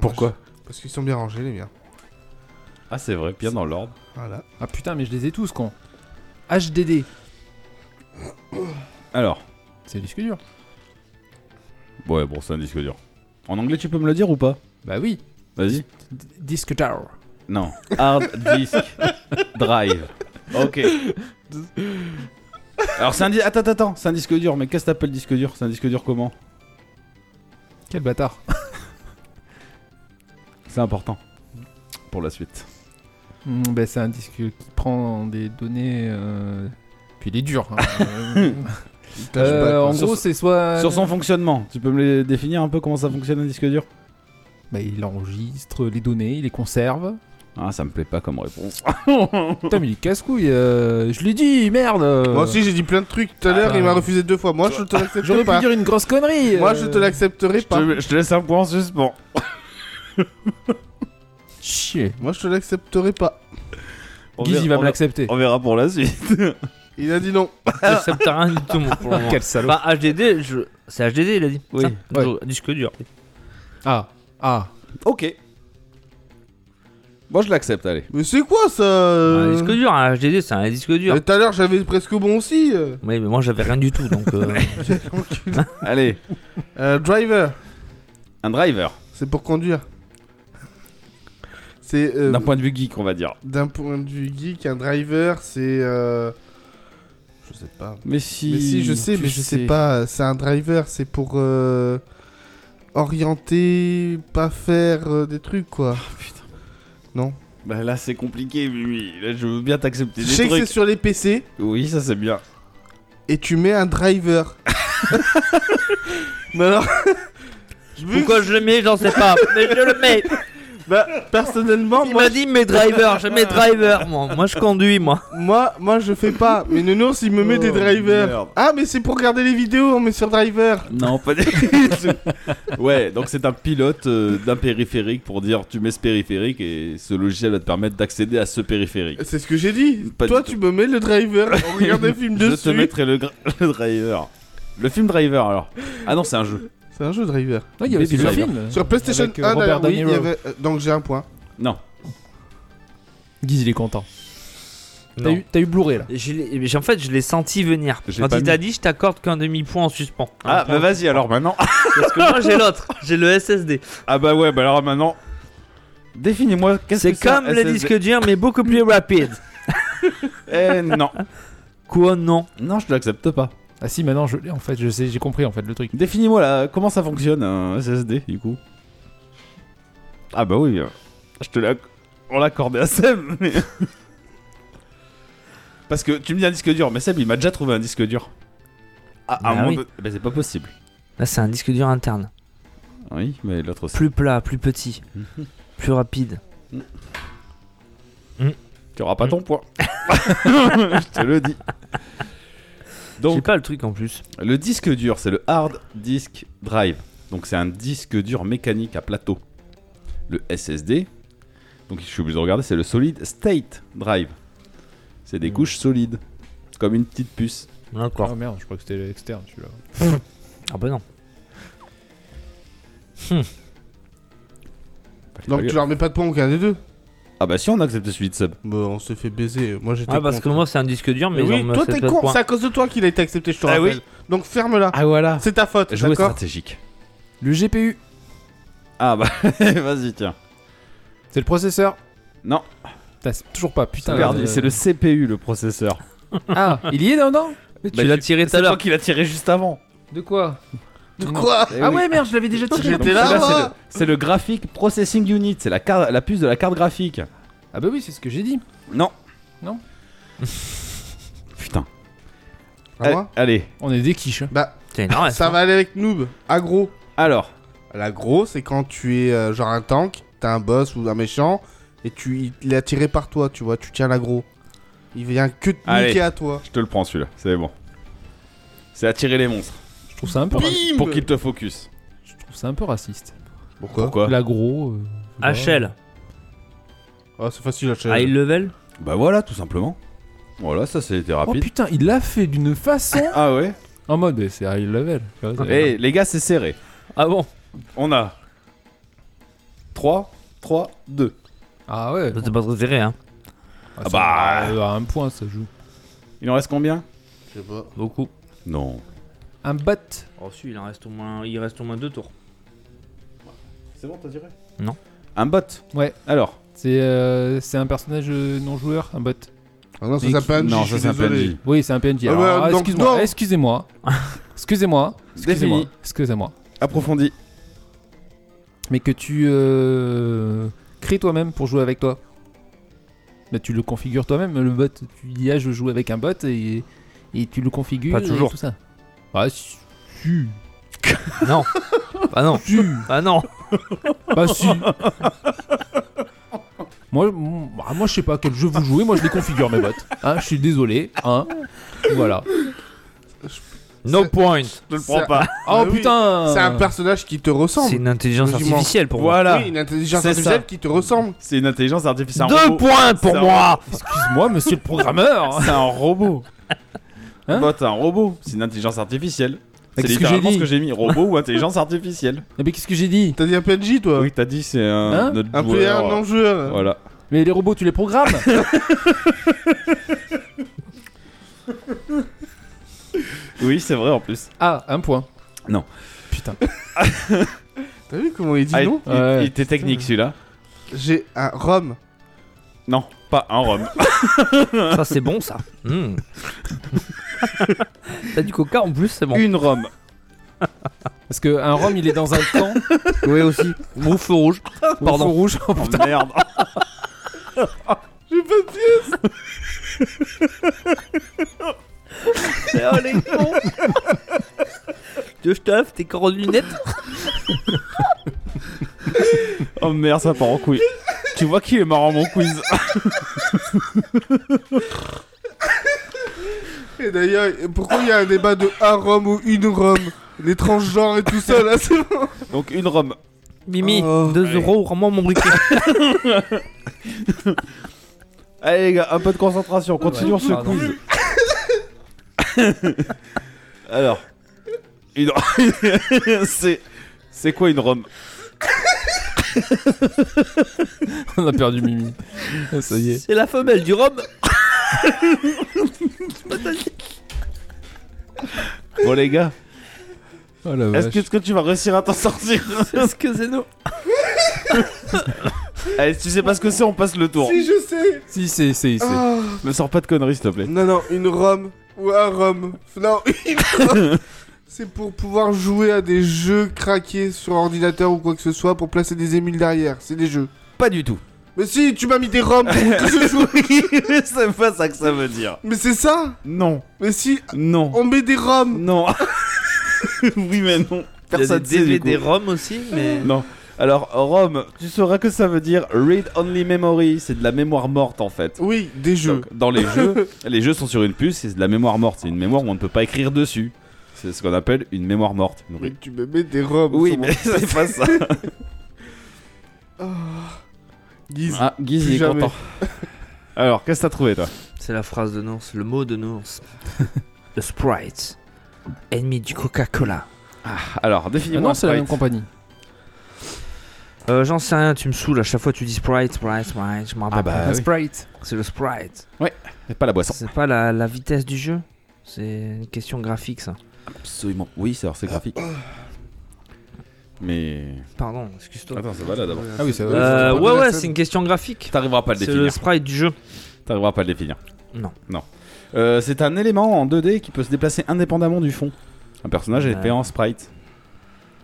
[SPEAKER 4] Pourquoi
[SPEAKER 5] Parce qu'ils sont bien rangés, les miens.
[SPEAKER 4] Ah, c'est vrai, bien dans l'ordre.
[SPEAKER 5] Voilà.
[SPEAKER 7] Ah putain, mais je les ai tous, con. HDD,
[SPEAKER 4] Alors,
[SPEAKER 7] c'est le disque dur.
[SPEAKER 4] ouais, bon, c'est un disque dur. En anglais, tu peux me le dire ou pas
[SPEAKER 7] Bah oui,
[SPEAKER 4] Vas-y.
[SPEAKER 7] D- disque dur.
[SPEAKER 4] Non. Hard *laughs* disk drive. Ok. Alors, c'est un disque. Attends, attends, attends. C'est un disque dur, mais qu'est-ce que t'appelles disque dur C'est un disque dur comment
[SPEAKER 7] Quel bâtard.
[SPEAKER 4] C'est important. Pour la suite.
[SPEAKER 7] Hmm, bah, c'est un disque qui prend des données. euh, Puis il est dur. hein. *laughs* Euh, euh, en
[SPEAKER 4] Sur
[SPEAKER 7] gros,
[SPEAKER 4] son-
[SPEAKER 7] c'est soit.
[SPEAKER 4] Sur son fonctionnement, tu peux me les définir un peu comment ça fonctionne un disque dur
[SPEAKER 7] Bah, il enregistre les données, il les conserve.
[SPEAKER 4] Ah, ça me plaît pas comme réponse.
[SPEAKER 7] Putain, mais il est casse-couille. euh, Je l'ai dit, merde.
[SPEAKER 5] Moi aussi, j'ai dit plein de trucs tout à l'heure, il m'a refusé deux fois. Moi, je te l'accepte
[SPEAKER 7] Ah. J'aurais pu
[SPEAKER 5] pas.
[SPEAKER 7] dire une grosse connerie.
[SPEAKER 5] Moi,
[SPEAKER 7] euh.
[SPEAKER 5] je te l'accepterai pas.
[SPEAKER 4] je te laisse un point en suspens.
[SPEAKER 7] Chier.
[SPEAKER 5] Moi, je te l'accepterai pas.
[SPEAKER 7] Guiz, il va me l'accepter.
[SPEAKER 4] On verra pour la suite.
[SPEAKER 5] Il a dit non.
[SPEAKER 2] Ça me rien du tout, mon- pour le moment.
[SPEAKER 7] Quel salaud.
[SPEAKER 2] Bah, HDD, je... c'est HDD, il a dit.
[SPEAKER 4] Oui.
[SPEAKER 2] Ça, je- Disque dur.
[SPEAKER 7] Ah, ah.
[SPEAKER 4] *laughs* Ok. Moi, je l'accepte, allez.
[SPEAKER 5] Mais c'est quoi ça
[SPEAKER 2] Un
[SPEAKER 7] Ah,
[SPEAKER 5] euh
[SPEAKER 2] disque dur, un HDD, c'est un disque dur.
[SPEAKER 4] Euh.
[SPEAKER 5] Mais tout à l'heure, j'avais presque bon aussi. euh.
[SPEAKER 2] Oui, mais moi j'avais rien du tout,
[SPEAKER 4] *laughs*
[SPEAKER 2] donc. euh,
[SPEAKER 4] Allez,
[SPEAKER 5] Euh, driver,
[SPEAKER 4] un driver.
[SPEAKER 5] c'est pour conduire. C'est euh,
[SPEAKER 4] D'un point de vue geek, on va dire.
[SPEAKER 5] d'un point de vue geek, un driver, c'est. euh, Je sais pas.
[SPEAKER 4] Mais si.
[SPEAKER 5] Mais si, je sais,
[SPEAKER 7] tu
[SPEAKER 5] mais je sais
[SPEAKER 7] sais.
[SPEAKER 5] pas. C'est un driver, c'est pour euh, orienter, pas faire euh, des trucs quoi.
[SPEAKER 4] Ah, Bah là, c'est compliqué, Mimi. Là, je veux bien t'accepter
[SPEAKER 5] Je
[SPEAKER 4] des
[SPEAKER 5] sais que c'est
[SPEAKER 4] trucs.
[SPEAKER 5] sur les PC
[SPEAKER 4] Oui, ça, c'est bien.
[SPEAKER 5] et tu mets un
[SPEAKER 4] *laughs*
[SPEAKER 5] driver. *laughs* mais alors. je me-
[SPEAKER 2] Pourquoi je le mets, j'en sais pas. Mais je le mets.
[SPEAKER 5] bah, personnellement,
[SPEAKER 2] Il
[SPEAKER 5] moi,
[SPEAKER 2] m'a dit mes drivers, je mets driver. Moi, moi je conduis, moi.
[SPEAKER 5] Moi, moi je fais pas, mais Nounours il me met des drivers.
[SPEAKER 4] Oh, merde.
[SPEAKER 5] Ah, mais c'est pour regarder les vidéos, on met sur driver.
[SPEAKER 4] Non, *laughs* pas du ouais, donc c'est un pilote euh, d'un périphérique pour dire tu mets ce périphérique et ce logiciel va te permettre d'accéder à ce périphérique.
[SPEAKER 5] C'est ce que j'ai dit.
[SPEAKER 4] Pas
[SPEAKER 5] Toi,
[SPEAKER 4] du
[SPEAKER 5] tu me mets
[SPEAKER 4] *laughs*
[SPEAKER 5] le driver,
[SPEAKER 4] Oh,
[SPEAKER 5] on regarde des films
[SPEAKER 4] Je te
[SPEAKER 5] dessus.
[SPEAKER 4] mettrai le, gra- *laughs* le driver. Le film Driver alors. Ah non, c'est un jeu.
[SPEAKER 5] C'est un jeu driver.
[SPEAKER 7] Non, il y avait
[SPEAKER 4] Baby
[SPEAKER 7] aussi le
[SPEAKER 4] Driver.
[SPEAKER 7] film.
[SPEAKER 5] Sur PlayStation
[SPEAKER 7] Avec, euh,
[SPEAKER 5] 1,
[SPEAKER 7] Robert
[SPEAKER 5] d'ailleurs,
[SPEAKER 7] De
[SPEAKER 5] oui, il y
[SPEAKER 7] Niro.
[SPEAKER 5] avait- euh, donc j'ai un point.
[SPEAKER 4] Non.
[SPEAKER 7] Guiz, il est content. T'as eu, t'as eu Blu-ray là.
[SPEAKER 2] Je l'ai- j'ai- en fait, je l'ai senti venir.
[SPEAKER 4] Je l'ai
[SPEAKER 2] Quand
[SPEAKER 4] pas
[SPEAKER 2] il t'a dit, je t'accorde qu'un demi-point en suspens.
[SPEAKER 4] Ah bah vas-y alors maintenant.
[SPEAKER 2] Parce que moi j'ai l'autre, j'ai le SSD.
[SPEAKER 4] *laughs* Ah bah ouais, bah alors maintenant. Définis-moi qu'est-ce que
[SPEAKER 2] C'est comme
[SPEAKER 4] un
[SPEAKER 2] les
[SPEAKER 4] SSD?
[SPEAKER 2] disques durs, mais beaucoup plus rapide.
[SPEAKER 4] Eh non.
[SPEAKER 2] Quoi, non
[SPEAKER 4] Non, je l'accepte pas.
[SPEAKER 7] Ah si, maintenant je l'ai en fait, je sais, j'ai compris en fait le truc.
[SPEAKER 4] Définis-moi là, comment ça fonctionne un SSD du coup Ah bah oui, euh, je te l'ai... On l'a accordé à Seb, mais... *laughs* Parce que tu me dis un disque dur, mais Seb il m'a déjà trouvé un disque dur. Ah, à un
[SPEAKER 2] Bah
[SPEAKER 4] moment
[SPEAKER 2] oui.
[SPEAKER 4] donné- Bah c'est pas possible.
[SPEAKER 2] Là, c'est un disque dur interne.
[SPEAKER 4] Oui, mais l'autre aussi.
[SPEAKER 2] Plus plat, plus petit, plus rapide.
[SPEAKER 4] Tu auras pas
[SPEAKER 7] Mm. *laughs*
[SPEAKER 4] ton point. je te le dis.
[SPEAKER 2] J'ai
[SPEAKER 4] Donc,
[SPEAKER 2] pas le truc en plus.
[SPEAKER 4] le disque dur, c'est le hard disk drive. Donc, c'est un disque dur mécanique à plateau. Le SSD, donc je suis obligé de regarder, c'est le solid state drive. C'est
[SPEAKER 7] Mm.
[SPEAKER 4] des couches solides, comme une petite puce.
[SPEAKER 2] D'accord.
[SPEAKER 7] Oh merde, je crois que c'était externe celui-là.
[SPEAKER 2] Ah bah non.
[SPEAKER 5] Donc tu leur mets pas de points aucun des deux.
[SPEAKER 4] Ah bah si, on accepte celui de Seb.
[SPEAKER 5] Bah, on s'est fait baiser. Moi j'étais.
[SPEAKER 2] Ah, parce
[SPEAKER 5] contre.
[SPEAKER 2] que moi, c'est un disque dur,
[SPEAKER 5] Mais
[SPEAKER 2] mais ils en
[SPEAKER 5] oui,
[SPEAKER 2] me
[SPEAKER 5] toi
[SPEAKER 2] fait
[SPEAKER 5] t'es
[SPEAKER 2] pas de
[SPEAKER 5] con,
[SPEAKER 2] points.
[SPEAKER 5] c'est à cause de toi qu'il a été accepté, je te rappelle. Donc ferme-la.
[SPEAKER 7] Ah voilà.
[SPEAKER 5] C'est ta faute,
[SPEAKER 4] Jouer
[SPEAKER 5] d'accord
[SPEAKER 4] stratégique.
[SPEAKER 7] Le GPU,
[SPEAKER 4] Ah bah, *laughs* vas-y, tiens.
[SPEAKER 7] c'est le processeur
[SPEAKER 4] Non.
[SPEAKER 7] Putain, c'est toujours pas, putain.
[SPEAKER 4] Regardez,
[SPEAKER 7] euh,
[SPEAKER 4] c'est le CPU, le processeur.
[SPEAKER 7] Ah, il y est dedans
[SPEAKER 2] Tu l'as tiré tout à
[SPEAKER 4] C'est toi
[SPEAKER 2] l'heure.
[SPEAKER 4] qui l'as tiré juste avant.
[SPEAKER 7] De quoi
[SPEAKER 5] De quoi
[SPEAKER 4] Eh
[SPEAKER 7] Ah
[SPEAKER 4] oui.
[SPEAKER 7] ouais, merde, je l'avais déjà tiré. Ah
[SPEAKER 5] J'étais là,
[SPEAKER 4] Celui-là,
[SPEAKER 5] moi.
[SPEAKER 4] c'est le- c'est le, graphic processing unit, c'est la, carte- la puce de la carte graphique.
[SPEAKER 7] Ah bah oui, c'est ce que j'ai dit.
[SPEAKER 4] Non.
[SPEAKER 7] Non.
[SPEAKER 4] *laughs* Putain. Ah
[SPEAKER 5] À moi
[SPEAKER 4] allez,
[SPEAKER 7] On est des quiches. hein.
[SPEAKER 5] Bah,
[SPEAKER 2] C'est énorme.
[SPEAKER 5] ça va aller avec Noob. Agro.
[SPEAKER 4] alors,
[SPEAKER 5] L'aggro, c'est quand tu es euh, genre un tank, t'as un boss ou un méchant, et tu, il est attiré par toi, tu vois, tu tiens l'aggro. Il vient que te
[SPEAKER 4] Allez.
[SPEAKER 5] niquer à toi.
[SPEAKER 4] je te le prends celui-là, c'est bon. C'est attirer les monstres
[SPEAKER 7] Je trouve ça un peu,
[SPEAKER 5] Bim
[SPEAKER 4] pour qu'ils te focus.
[SPEAKER 7] je trouve ça un peu raciste.
[SPEAKER 5] Pourquoi
[SPEAKER 4] Pourquoi
[SPEAKER 7] L'agro, euh,
[SPEAKER 2] HL,
[SPEAKER 5] Ah, c'est facile à
[SPEAKER 2] high
[SPEAKER 5] chaîne.
[SPEAKER 2] level.
[SPEAKER 4] Bah voilà, tout simplement. Voilà, ça c'était
[SPEAKER 7] Oh
[SPEAKER 4] rapide.
[SPEAKER 7] putain, il l'a fait d'une
[SPEAKER 5] *laughs*
[SPEAKER 7] façon
[SPEAKER 4] ah ouais
[SPEAKER 7] en mode eh, c'est high level. tu
[SPEAKER 5] Ah,
[SPEAKER 7] vois,
[SPEAKER 4] Eh
[SPEAKER 7] c'est-
[SPEAKER 4] les gars, c'est serré.
[SPEAKER 2] Ah bon
[SPEAKER 4] On a 3, 3, 2.
[SPEAKER 7] Ah ouais.
[SPEAKER 2] C'est pas très serré, hein
[SPEAKER 7] Ah, ça-
[SPEAKER 4] bah.
[SPEAKER 7] euh, à un point ça joue.
[SPEAKER 4] Il en reste combien
[SPEAKER 5] Je sais pas.
[SPEAKER 2] Beaucoup.
[SPEAKER 4] Non.
[SPEAKER 7] Un bot.
[SPEAKER 2] Oh, si, il en reste au moins, il reste au moins deux tours.
[SPEAKER 4] C'est bon, t'as diré
[SPEAKER 2] Non.
[SPEAKER 4] Un bot
[SPEAKER 7] Ouais.
[SPEAKER 4] Alors
[SPEAKER 7] C'est euh, c'est un personnage euh, non joueur, un bot.
[SPEAKER 5] Ah non, ça
[SPEAKER 4] Nick-
[SPEAKER 5] s'appelle
[SPEAKER 4] Non,
[SPEAKER 5] je
[SPEAKER 4] ça
[SPEAKER 5] suis désolé.
[SPEAKER 4] s'appelle
[SPEAKER 7] Oui, c'est un PNJ.
[SPEAKER 5] Ah
[SPEAKER 7] Alors,
[SPEAKER 5] bah,
[SPEAKER 7] ah,
[SPEAKER 5] donc non.
[SPEAKER 7] excuse-moi, excusez-moi, excusez-moi, excusez-moi,
[SPEAKER 4] Défini.
[SPEAKER 7] excusez-moi.
[SPEAKER 4] Approfondi.
[SPEAKER 7] Mais que tu euh, crées toi-même pour jouer avec toi. Bah, tu le configures toi-même, le bot. Tu dis ah je joue avec un bot et, et tu le configures.
[SPEAKER 2] Pas
[SPEAKER 7] et
[SPEAKER 2] toujours.
[SPEAKER 7] tout ça. Ah si, si,
[SPEAKER 2] *laughs* Non Ah non
[SPEAKER 7] si.
[SPEAKER 2] Ah non
[SPEAKER 7] Bah si Moi, mm, ah, moi je sais pas à quel jeu vous jouez, moi je les configure mes bots. Hein, je suis désolé. Hein. Voilà.
[SPEAKER 2] No
[SPEAKER 5] C'est-
[SPEAKER 2] point
[SPEAKER 4] Je le
[SPEAKER 5] prends
[SPEAKER 4] prends
[SPEAKER 5] C'est-
[SPEAKER 4] pas.
[SPEAKER 7] Oh
[SPEAKER 5] Bah oui,
[SPEAKER 7] putain
[SPEAKER 5] C'est un personnage qui te
[SPEAKER 2] C'est
[SPEAKER 5] ressemble.
[SPEAKER 2] une intelligence
[SPEAKER 5] Logiquement.
[SPEAKER 2] artificielle pour moi.
[SPEAKER 4] Voilà.
[SPEAKER 5] Oui, une intelligence
[SPEAKER 4] C'est
[SPEAKER 5] artificielle
[SPEAKER 4] ça.
[SPEAKER 5] qui te ressemble.
[SPEAKER 4] C'est une intelligence artificielle. un
[SPEAKER 2] Deux
[SPEAKER 4] robot.
[SPEAKER 2] points pour
[SPEAKER 4] C'est un
[SPEAKER 2] moi
[SPEAKER 7] Excuse-moi, monsieur le programmeur
[SPEAKER 4] C'est un robot.
[SPEAKER 7] Hein
[SPEAKER 4] Bot, c'est un robot. C'est une intelligence artificielle. C'est
[SPEAKER 7] Qu'est-ce que j'ai
[SPEAKER 4] littéralement ce
[SPEAKER 7] dit
[SPEAKER 4] que j'ai mis. Robot ou
[SPEAKER 7] *laughs*
[SPEAKER 4] intelligence artificielle.
[SPEAKER 7] Eh Mais qu'est-ce que j'ai dit
[SPEAKER 5] T'as dit un PNJ, toi
[SPEAKER 4] Oui, t'as dit c'est un,
[SPEAKER 7] Hein
[SPEAKER 4] notre
[SPEAKER 5] Un
[SPEAKER 4] joueur.
[SPEAKER 5] player non-joueur.
[SPEAKER 4] Voilà.
[SPEAKER 7] Mais les robots, tu les programmes
[SPEAKER 4] Oui, c'est vrai en plus.
[SPEAKER 7] Ah, un point.
[SPEAKER 4] Non.
[SPEAKER 7] Putain.
[SPEAKER 5] T'as vu comment il dit
[SPEAKER 4] Ah, il-
[SPEAKER 5] non
[SPEAKER 4] il,
[SPEAKER 7] Ouais.
[SPEAKER 4] il était technique celui-là.
[SPEAKER 5] J'ai un Rome.
[SPEAKER 4] Non, pas
[SPEAKER 7] *laughs*
[SPEAKER 4] un rhum.
[SPEAKER 2] Ça c'est bon ça Hmm. *laughs* T'as du coca en plus, c'est bon.
[SPEAKER 4] Une rhum.
[SPEAKER 7] Parce qu'un Rome, il est dans un temps.
[SPEAKER 2] Oui aussi. Mon feu rouge. Pardon.
[SPEAKER 7] Au feu rouge. *laughs*
[SPEAKER 4] Oh, merde.
[SPEAKER 2] *laughs* oh les cons Deux stuff, tes corps de lunettes
[SPEAKER 4] Oh merde, ça part en couille. tu vois qui est marrant mon quiz.
[SPEAKER 5] Et d'ailleurs, pourquoi il y a un débat de un Rome ou une Rome Les transgenres et tout ça, là, c'est bon.
[SPEAKER 4] Donc une rhum.
[SPEAKER 2] Mimi,
[SPEAKER 5] Oh.
[SPEAKER 2] 2 euros, rends-moi mon briquet.
[SPEAKER 4] Allez les gars, un peu de concentration. Continuons
[SPEAKER 2] Ouais,
[SPEAKER 4] ce
[SPEAKER 2] pardon. *laughs*
[SPEAKER 4] quiz. Alors, une... *laughs* c'est c'est quoi une rhum
[SPEAKER 7] On a perdu Mimi. Ça y est.
[SPEAKER 2] *laughs* C'est la femelle du rhum.
[SPEAKER 4] Bon les gars,
[SPEAKER 7] Oh la
[SPEAKER 4] est-ce
[SPEAKER 7] vache.
[SPEAKER 4] que, est-ce que tu vas réussir à t'en
[SPEAKER 2] *laughs*
[SPEAKER 4] sortir
[SPEAKER 2] Excusez-nous.
[SPEAKER 4] Allez, si tu sais pas ce que c'est, on passe le tour.
[SPEAKER 5] Si, je sais.
[SPEAKER 7] Si, c'est, c'est, c'est.
[SPEAKER 5] Ah.
[SPEAKER 4] Me sors pas de conneries s'il te plaît. *laughs*
[SPEAKER 5] Non, non, une Rome ou un Rome. Non,
[SPEAKER 4] *laughs*
[SPEAKER 5] une Rome. C'est pour pouvoir jouer à des jeux craqués sur ordinateur ou quoi que ce soit pour placer des émules derrière. C'est des jeux.
[SPEAKER 4] Pas du tout.
[SPEAKER 5] Mais si, tu m'as mis des Roms pour
[SPEAKER 4] *laughs*
[SPEAKER 5] que je joue.
[SPEAKER 4] c'est pas ça que ça veut dire.
[SPEAKER 5] Mais c'est ça
[SPEAKER 4] Non,
[SPEAKER 5] Mais si,
[SPEAKER 4] non,
[SPEAKER 5] on met des Roms
[SPEAKER 4] non. *laughs* oui mais non. Personne
[SPEAKER 2] Il y a
[SPEAKER 4] sait,
[SPEAKER 2] des
[SPEAKER 4] du
[SPEAKER 2] DVD
[SPEAKER 4] coup.
[SPEAKER 2] rhum aussi, mais.
[SPEAKER 4] Non. Alors Rome, tu sauras que ça veut dire read only memory. C'est de la mémoire morte en fait.
[SPEAKER 5] Oui, des jeux.
[SPEAKER 4] Donc, dans les jeux, les jeux sont sur une puce, c'est de la mémoire morte. C'est une mémoire où on ne peut pas écrire dessus. C'est ce qu'on appelle une mémoire morte. Une
[SPEAKER 5] Mais
[SPEAKER 4] ri-
[SPEAKER 5] tu me mets des Roms.
[SPEAKER 4] Oui,
[SPEAKER 5] sur mon-
[SPEAKER 4] mais c'est pas ça.
[SPEAKER 5] Guise.
[SPEAKER 4] Ah, Guise,
[SPEAKER 5] Plus
[SPEAKER 4] il est
[SPEAKER 5] jamais.
[SPEAKER 4] content. Alors, qu'est-ce que t'as trouvé, toi
[SPEAKER 2] C'est la phrase de Nours, le mot
[SPEAKER 4] *laughs*
[SPEAKER 2] de Nours. le Sprite. Ennemi du Coca-Cola.
[SPEAKER 4] Alors,
[SPEAKER 7] Ah
[SPEAKER 4] définis-moi
[SPEAKER 7] non,
[SPEAKER 4] un
[SPEAKER 7] c'est la même
[SPEAKER 4] sprite.
[SPEAKER 7] compagnie.
[SPEAKER 2] Euh, J'en sais rien, tu me saoules. À chaque fois, tu dis Sprite, Sprite, Sprite. Je m'en rappelle
[SPEAKER 4] bah,
[SPEAKER 2] pas.
[SPEAKER 7] Un sprite.
[SPEAKER 2] C'est le Sprite.
[SPEAKER 4] C'est pas la boisson.
[SPEAKER 2] C'est pas la, la vitesse du jeu C'est une question graphique, ça.
[SPEAKER 4] Absolument. Oui, c'est alors, c'est graphique. Mais...
[SPEAKER 2] Pardon, excuse-toi.
[SPEAKER 4] Attends, c'est pas là d'abord.
[SPEAKER 5] Ah oui, c'est vrai.
[SPEAKER 2] Euh,
[SPEAKER 5] c'est
[SPEAKER 2] ouais,
[SPEAKER 5] pas
[SPEAKER 2] ouais,
[SPEAKER 5] la
[SPEAKER 2] c'est
[SPEAKER 5] scène.
[SPEAKER 2] une question graphique.
[SPEAKER 4] T'arriveras pas à le
[SPEAKER 2] C'est le
[SPEAKER 4] définir.
[SPEAKER 2] sprite du jeu.
[SPEAKER 4] T'arriveras pas à le définir.
[SPEAKER 2] Non.
[SPEAKER 4] Non. Euh, c'est un élément en 2D qui peut se déplacer indépendamment du fond. Un personnage est
[SPEAKER 2] Ouais.
[SPEAKER 4] fait en sprite.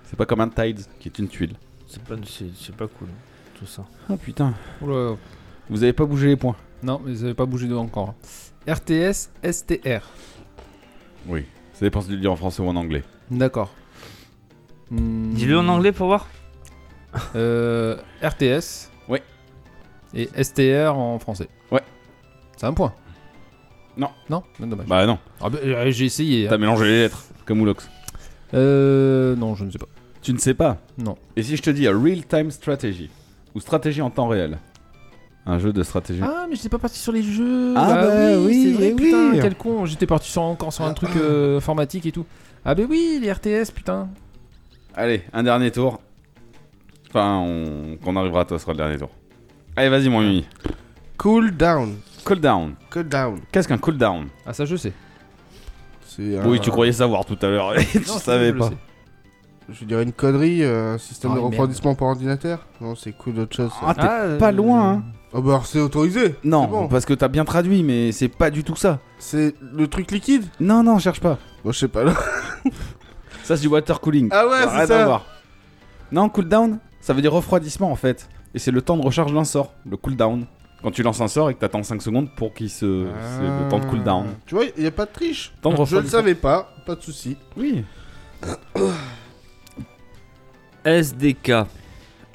[SPEAKER 4] C'est pas comme un Tide qui est une tuile.
[SPEAKER 2] C'est pas, c'est, pas cool, tout ça.
[SPEAKER 4] Ah putain.
[SPEAKER 7] Oula.
[SPEAKER 4] Vous avez pas bougé les points.
[SPEAKER 7] Oh Non, mais ça n'avait pas bougé de encore. RTS, STR.
[SPEAKER 4] Oui. Ça dépend si tu le dis en français ou en anglais.
[SPEAKER 7] D'accord. Hmm.
[SPEAKER 2] Dis-le en anglais pour voir.
[SPEAKER 7] Euh, RTS.
[SPEAKER 4] Ouais.
[SPEAKER 7] Et STR en français.
[SPEAKER 4] Ouais.
[SPEAKER 7] C'est un point.
[SPEAKER 4] Non.
[SPEAKER 7] Non, Non, dommage.
[SPEAKER 4] Bah non,
[SPEAKER 7] Ah bah, euh, j'ai essayé. hein.
[SPEAKER 4] t'as mélangé les lettres, comme Oulox.
[SPEAKER 7] Euh, non, je ne sais pas.
[SPEAKER 4] Tu ne sais pas
[SPEAKER 7] Non.
[SPEAKER 4] Et si je te dis euh, real-time strategy ou stratégie en temps réel Un jeu de stratégie.
[SPEAKER 7] Ah, mais j'étais pas parti sur les jeux.
[SPEAKER 4] Ah bah oui,
[SPEAKER 7] c'est vrai,
[SPEAKER 4] eh
[SPEAKER 7] putain,
[SPEAKER 4] oui. Ah.
[SPEAKER 7] quel con. J'étais parti sur, encore sur un truc euh, informatique et tout. Ah bah oui, les RTS, putain.
[SPEAKER 4] Allez, un dernier tour. Enfin, on... quand on arrivera à toi, ce sera le dernier tour. Allez, vas-y, mon Yumi.
[SPEAKER 5] Cool down.
[SPEAKER 4] Cool down.
[SPEAKER 5] Cool down.
[SPEAKER 4] Qu'est-ce qu'un cool down
[SPEAKER 7] Ah ça je sais.
[SPEAKER 5] C'est un-
[SPEAKER 4] Oui, tu croyais savoir tout à l'heure. *laughs* tu
[SPEAKER 7] Non, c'est
[SPEAKER 4] savais
[SPEAKER 7] bon, je
[SPEAKER 4] pas.
[SPEAKER 7] sais.
[SPEAKER 5] Je dirais une connerie, euh, un système
[SPEAKER 7] Ah,
[SPEAKER 5] de
[SPEAKER 7] merde.
[SPEAKER 5] refroidissement par ordinateur Non, c'est cool d'autre chose. ça.
[SPEAKER 4] Ah, t'es
[SPEAKER 7] euh,
[SPEAKER 4] pas loin, hein.
[SPEAKER 5] Ah bah alors c'est autorisé
[SPEAKER 4] Non,
[SPEAKER 5] C'est bon.
[SPEAKER 4] parce que t'as bien traduit, mais c'est pas du tout ça.
[SPEAKER 5] C'est le truc liquide
[SPEAKER 4] Non, non, cherche pas.
[SPEAKER 5] Bon, je sais pas là.
[SPEAKER 4] Ça, c'est du water cooling.
[SPEAKER 5] Ah ouais,
[SPEAKER 4] Rien
[SPEAKER 5] c'est
[SPEAKER 4] à
[SPEAKER 5] ça
[SPEAKER 4] voir. Non, cooldown, ça veut dire refroidissement en fait. Et c'est le temps de recharge d'un sort, le cooldown. Quand tu lances un sort et que t'attends 5 secondes pour qu'il se. Euh, C'est le temps de cooldown.
[SPEAKER 5] Ah. Tu vois, il a pas de triche.
[SPEAKER 4] Temps de
[SPEAKER 5] Je le savais pas, pas de souci.
[SPEAKER 4] Oui.
[SPEAKER 2] SDK.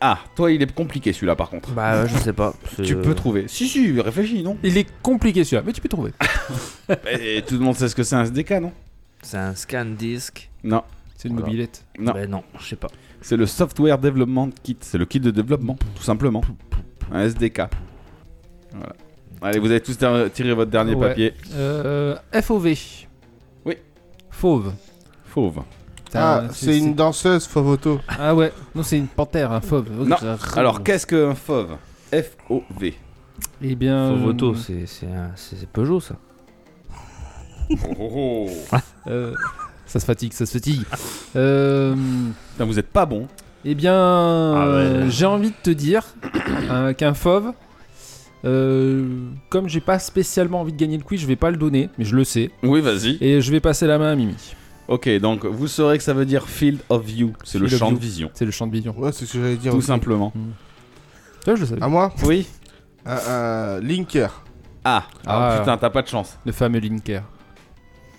[SPEAKER 4] Ah, toi, il est compliqué celui-là par contre.
[SPEAKER 2] Bah, je sais pas. euh,
[SPEAKER 4] Tu peux trouver. Si, si,
[SPEAKER 7] *laughs*
[SPEAKER 4] réfléchis, non
[SPEAKER 7] Il est compliqué celui-là, mais tu peux trouver.
[SPEAKER 4] Et tout le monde sait ce que c'est un SDK, non
[SPEAKER 2] C'est un scan disque.
[SPEAKER 4] Non,
[SPEAKER 7] C'est une
[SPEAKER 2] Voilà.
[SPEAKER 7] mobilette.
[SPEAKER 4] Non.
[SPEAKER 2] Bah, non, je sais pas.
[SPEAKER 4] c'est le Software Development Kit. C'est le kit de développement, tout simplement. Un SDK. Voilà. Allez, vous avez tous tir- tiré votre dernier
[SPEAKER 7] Ouais.
[SPEAKER 4] papier.
[SPEAKER 7] Euh, FOV.
[SPEAKER 4] Oui.
[SPEAKER 7] Fauve.
[SPEAKER 4] Fauve.
[SPEAKER 5] Ah,
[SPEAKER 7] Putain,
[SPEAKER 5] c'est une danseuse, Favoto.
[SPEAKER 7] Ah ouais. Non, c'est une panthère, un fauve.
[SPEAKER 4] Non. Alors, qu'est-ce qu'un fauve F-O-V.
[SPEAKER 7] Eh bien.
[SPEAKER 2] Faut
[SPEAKER 7] euh,
[SPEAKER 2] voto, c'est c'est un- c'est- c'est Peugeot ça.
[SPEAKER 4] Oh, oh, oh.
[SPEAKER 7] euh, ça se fatigue, ça se fatigue. euh,
[SPEAKER 4] Putain, vous êtes pas bon.
[SPEAKER 7] eh bien, euh, j'ai envie de te dire *coughs* hein, qu'un fauve, euh, comme j'ai pas spécialement envie de gagner le quiz, je vais pas le donner, mais je le sais.
[SPEAKER 4] Oui, vas-y.
[SPEAKER 7] Et je vais passer la main à Mimi.
[SPEAKER 4] Ok, donc vous saurez que ça veut dire Field of View. C'est le
[SPEAKER 7] Field of
[SPEAKER 4] champ
[SPEAKER 7] view.
[SPEAKER 4] de vision.
[SPEAKER 7] C'est le champ de vision.
[SPEAKER 5] Ouais, c'est ce que j'allais dire.
[SPEAKER 4] Tout
[SPEAKER 5] aussi.
[SPEAKER 4] simplement.
[SPEAKER 7] Ça, je le savais.
[SPEAKER 5] À moi
[SPEAKER 4] Oui
[SPEAKER 5] Un- un Linker.
[SPEAKER 4] Ah,
[SPEAKER 7] Ah.
[SPEAKER 4] putain, t'as pas de chance.
[SPEAKER 7] Le fameux linker.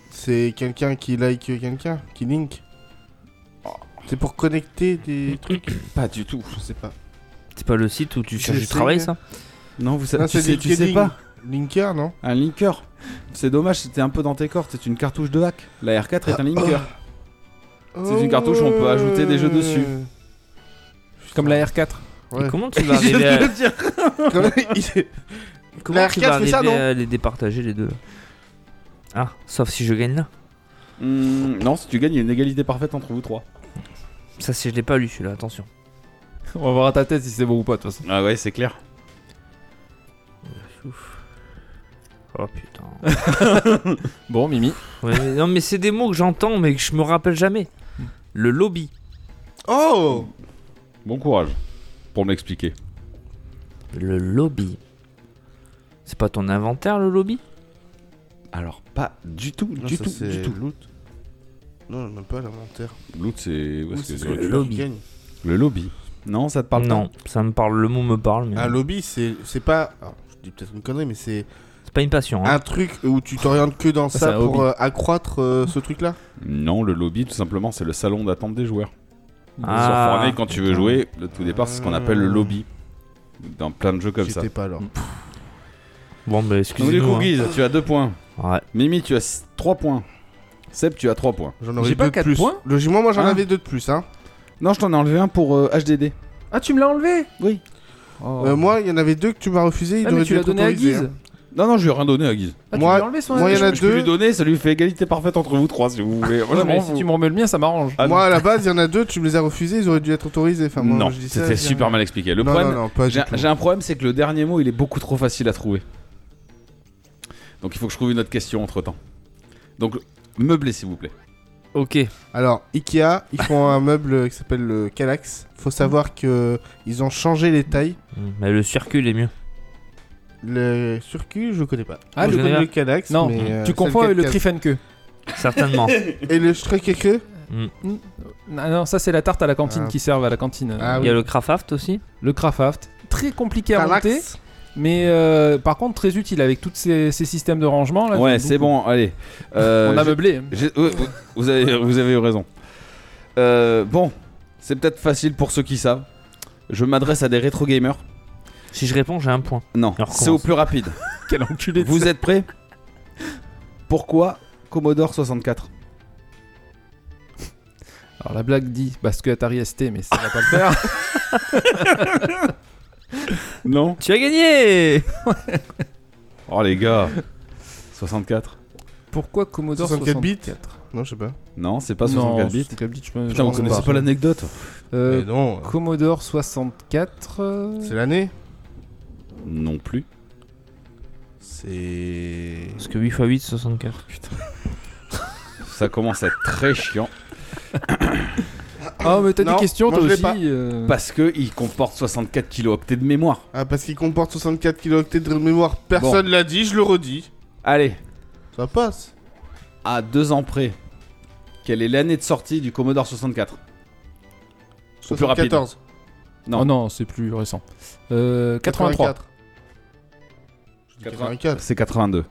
[SPEAKER 5] C'est quelqu'un qui like quelqu'un, qui link. C'est pour connecter des trucs
[SPEAKER 4] Pas du tout.
[SPEAKER 5] Je sais pas.
[SPEAKER 2] C'est pas le site où tu cherches du
[SPEAKER 5] sais.
[SPEAKER 2] travail ça
[SPEAKER 4] Non, vous
[SPEAKER 5] Non,
[SPEAKER 4] savez, tu,
[SPEAKER 5] Ah, c'est
[SPEAKER 4] sais,
[SPEAKER 5] des
[SPEAKER 4] tu sais
[SPEAKER 5] coding.
[SPEAKER 4] pas.
[SPEAKER 5] Linker, non
[SPEAKER 4] Un linker. C'est dommage, c'était un peu dans tes cordes. C'est une cartouche de hack. La R4 est un linker. C'est une cartouche, on peut ajouter des jeux dessus.
[SPEAKER 7] Comme la R4.
[SPEAKER 5] Oh. Ouais.
[SPEAKER 2] Et comment *laughs* tu vas arriver à... Comment
[SPEAKER 5] La
[SPEAKER 2] tu vas
[SPEAKER 5] R4 fait ça,
[SPEAKER 2] arriver
[SPEAKER 5] non
[SPEAKER 2] à les départager les deux Ah, sauf si je gagne là.
[SPEAKER 4] Hmm, non, si tu gagnes, il y a une égalité parfaite entre vous trois.
[SPEAKER 2] Ça, si je l'ai pas lu celui-là, attention.
[SPEAKER 7] *laughs* On va voir à ta tête si c'est bon ou pas, de toute façon.
[SPEAKER 4] Ah ouais, c'est clair.
[SPEAKER 2] Oh putain. *laughs*
[SPEAKER 7] Bon, Mimi.
[SPEAKER 2] Ouais, mais- non, mais c'est des mots que j'entends mais que je me rappelle jamais. Le lobby.
[SPEAKER 5] Oh
[SPEAKER 4] Bon courage pour me l'expliquer.
[SPEAKER 2] Le lobby. C'est pas ton inventaire le lobby
[SPEAKER 4] Alors, pas du tout,
[SPEAKER 5] Non,
[SPEAKER 4] du
[SPEAKER 5] ça,
[SPEAKER 4] tout,
[SPEAKER 5] c'est
[SPEAKER 4] du tout.
[SPEAKER 5] Loot. Non, même pas l'inventaire.
[SPEAKER 4] Loot, c'est. où est-ce que-
[SPEAKER 2] le lobby.
[SPEAKER 4] Le lobby. Non, ça te parle
[SPEAKER 2] Non, ça me parle, Ah, le mot me parle, mais
[SPEAKER 5] Un lobby, c'est c'est pas. alors, je dis peut-être une connerie, mais c'est
[SPEAKER 2] c'est pas une passion. hein.
[SPEAKER 5] un truc où tu t'orientes que dans
[SPEAKER 7] Ça,
[SPEAKER 5] ça
[SPEAKER 7] c'est un
[SPEAKER 5] pour
[SPEAKER 7] hobby.
[SPEAKER 5] euh, accroître euh, ce truc-là.
[SPEAKER 4] Non, le lobby, tout simplement, c'est le salon d'attente des joueurs.
[SPEAKER 2] Ah.
[SPEAKER 4] Sur Fortnite, quand tu veux jouer, le tout départ, c'est ce qu'on appelle le lobby. Dans plein de jeux comme ça.
[SPEAKER 5] J'étais pas alors.
[SPEAKER 2] Bon, bah
[SPEAKER 4] Donc, du
[SPEAKER 2] excusez-nous.
[SPEAKER 4] coup, Guise, tu as 2 points.
[SPEAKER 2] hein. Ouais.
[SPEAKER 4] Mimi, tu as 3 points. Seb, tu as 3 points.
[SPEAKER 5] J'en
[SPEAKER 7] J'ai
[SPEAKER 5] aurais
[SPEAKER 7] pas
[SPEAKER 5] deux de
[SPEAKER 7] quatre
[SPEAKER 5] plus.
[SPEAKER 7] points
[SPEAKER 5] Logiquement, moi j'en
[SPEAKER 4] Hein
[SPEAKER 5] avais deux de plus. Hein.
[SPEAKER 4] Non, je t'en ai enlevé un pour euh, HDD.
[SPEAKER 7] Ah, tu me l'as enlevé
[SPEAKER 4] Oui.
[SPEAKER 7] Oh.
[SPEAKER 5] Euh, moi, il y en avait deux que tu m'as refusé. Il
[SPEAKER 7] ah, mais tu l'as donné à Guise.
[SPEAKER 4] Non, non, je lui ai rien donné à Guise.
[SPEAKER 7] Ah,
[SPEAKER 5] hein. Moi-
[SPEAKER 7] tu lui as enlevé son
[SPEAKER 5] moi, il y en a
[SPEAKER 4] Je peux lui
[SPEAKER 5] deux.
[SPEAKER 4] donner, ça lui fait égalité parfaite entre vous trois si vous voulez.
[SPEAKER 7] Ouais,
[SPEAKER 4] Vraiment,
[SPEAKER 7] mais si tu me remets le mien, ça m'arrange.
[SPEAKER 4] Ah,
[SPEAKER 5] Moi, à la base, il y en a deux, tu me les as refusés, ils auraient dû être autorisés. Enfin, moi,
[SPEAKER 4] non,
[SPEAKER 5] je dis ça,
[SPEAKER 4] c'était
[SPEAKER 5] je dis
[SPEAKER 4] super
[SPEAKER 5] rien.
[SPEAKER 4] mal expliqué. Le
[SPEAKER 5] non,
[SPEAKER 4] problème,
[SPEAKER 5] non, non, pas du
[SPEAKER 4] j'ai
[SPEAKER 5] tout.
[SPEAKER 4] j'ai un problème, c'est que le dernier mot, il est beaucoup trop facile à trouver. Donc il faut que je trouve une autre question entre temps. Donc meublé, s'il vous plaît.
[SPEAKER 2] Ok.
[SPEAKER 5] Alors, Ikea, ils font un meuble qui s'appelle le Kallax. Faut savoir que ils ont changé les tailles.
[SPEAKER 2] Mm, Mais le circuit est mieux.
[SPEAKER 5] Le surcu, je connais pas.
[SPEAKER 7] Ah,
[SPEAKER 5] je
[SPEAKER 2] le-
[SPEAKER 5] connais le Kallax.
[SPEAKER 7] Non,
[SPEAKER 5] mais, euh,
[SPEAKER 7] tu
[SPEAKER 5] c'est
[SPEAKER 7] confonds avec le
[SPEAKER 5] 4-4.
[SPEAKER 7] Criffenke.
[SPEAKER 2] *laughs* Certainement.
[SPEAKER 5] Et le Shrekeke
[SPEAKER 7] Ah non, ça c'est la tarte à la cantine
[SPEAKER 5] Ah.
[SPEAKER 7] qui servent à la cantine. euh,
[SPEAKER 5] Ah
[SPEAKER 2] Il
[SPEAKER 5] oui.
[SPEAKER 2] y a le Crafaft aussi.
[SPEAKER 7] Le Crafaft. Très compliqué à monter,
[SPEAKER 5] Kallax.
[SPEAKER 7] mais euh, par contre très utile avec tous ces, ces systèmes de rangement. Là,
[SPEAKER 4] ouais,
[SPEAKER 7] Donc,
[SPEAKER 4] c'est bon, allez. Euh,
[SPEAKER 7] On a
[SPEAKER 4] j'ai- *laughs*
[SPEAKER 7] meublé.
[SPEAKER 4] j'ai- ouais, ouais, vous, avez, vous avez eu raison. Euh, bon, c'est peut-être facile pour ceux qui savent. Je m'adresse à des rétro gamers.
[SPEAKER 2] Si je réponds, j'ai un point.
[SPEAKER 4] Non,
[SPEAKER 2] On
[SPEAKER 4] c'est au
[SPEAKER 2] recommence.
[SPEAKER 4] plus rapide.
[SPEAKER 7] Quel enculé.
[SPEAKER 4] Vous êtes prêts Pourquoi Commodore 64
[SPEAKER 5] *laughs*
[SPEAKER 7] Alors la blague dit parce que Atari ST, mais ça va pas le faire.
[SPEAKER 4] Non
[SPEAKER 2] Tu as gagné
[SPEAKER 4] Oh les gars 64
[SPEAKER 7] Pourquoi Commodore
[SPEAKER 5] 64 bits
[SPEAKER 7] 64
[SPEAKER 5] Non, je sais pas.
[SPEAKER 4] Non, c'est pas 64 bits.
[SPEAKER 7] 64 bits, je peux-
[SPEAKER 4] Putain, vous
[SPEAKER 5] pense
[SPEAKER 4] connaissez
[SPEAKER 5] pas.
[SPEAKER 4] pas, l'anecdote
[SPEAKER 7] Euh,
[SPEAKER 5] Mais non, euh,
[SPEAKER 7] Commodore 64. euh,
[SPEAKER 5] c'est l'année
[SPEAKER 4] Non plus.
[SPEAKER 5] C'est.
[SPEAKER 2] Parce que 8 x 8, 64.
[SPEAKER 4] Ça commence à être très chiant
[SPEAKER 7] Ah, mais t'as
[SPEAKER 5] Non,
[SPEAKER 7] des questions,
[SPEAKER 5] moi,
[SPEAKER 7] toi
[SPEAKER 5] je l'ai
[SPEAKER 7] aussi.
[SPEAKER 5] pas.
[SPEAKER 7] euh,
[SPEAKER 4] parce que il comporte 64 kilooctets de mémoire.
[SPEAKER 5] Ah, parce qu'il comporte 64 kilooctets de mémoire. Personne l'a dit, je le redis.
[SPEAKER 4] Allez,
[SPEAKER 5] Ça passe.
[SPEAKER 4] à deux ans près, quelle est l'année de sortie du Commodore 64 Au plus rapide.
[SPEAKER 5] 74.
[SPEAKER 4] Non.
[SPEAKER 7] Oh non, c'est plus récent. Euh, 83.
[SPEAKER 5] 84. Je dis 84.
[SPEAKER 4] C'est 82.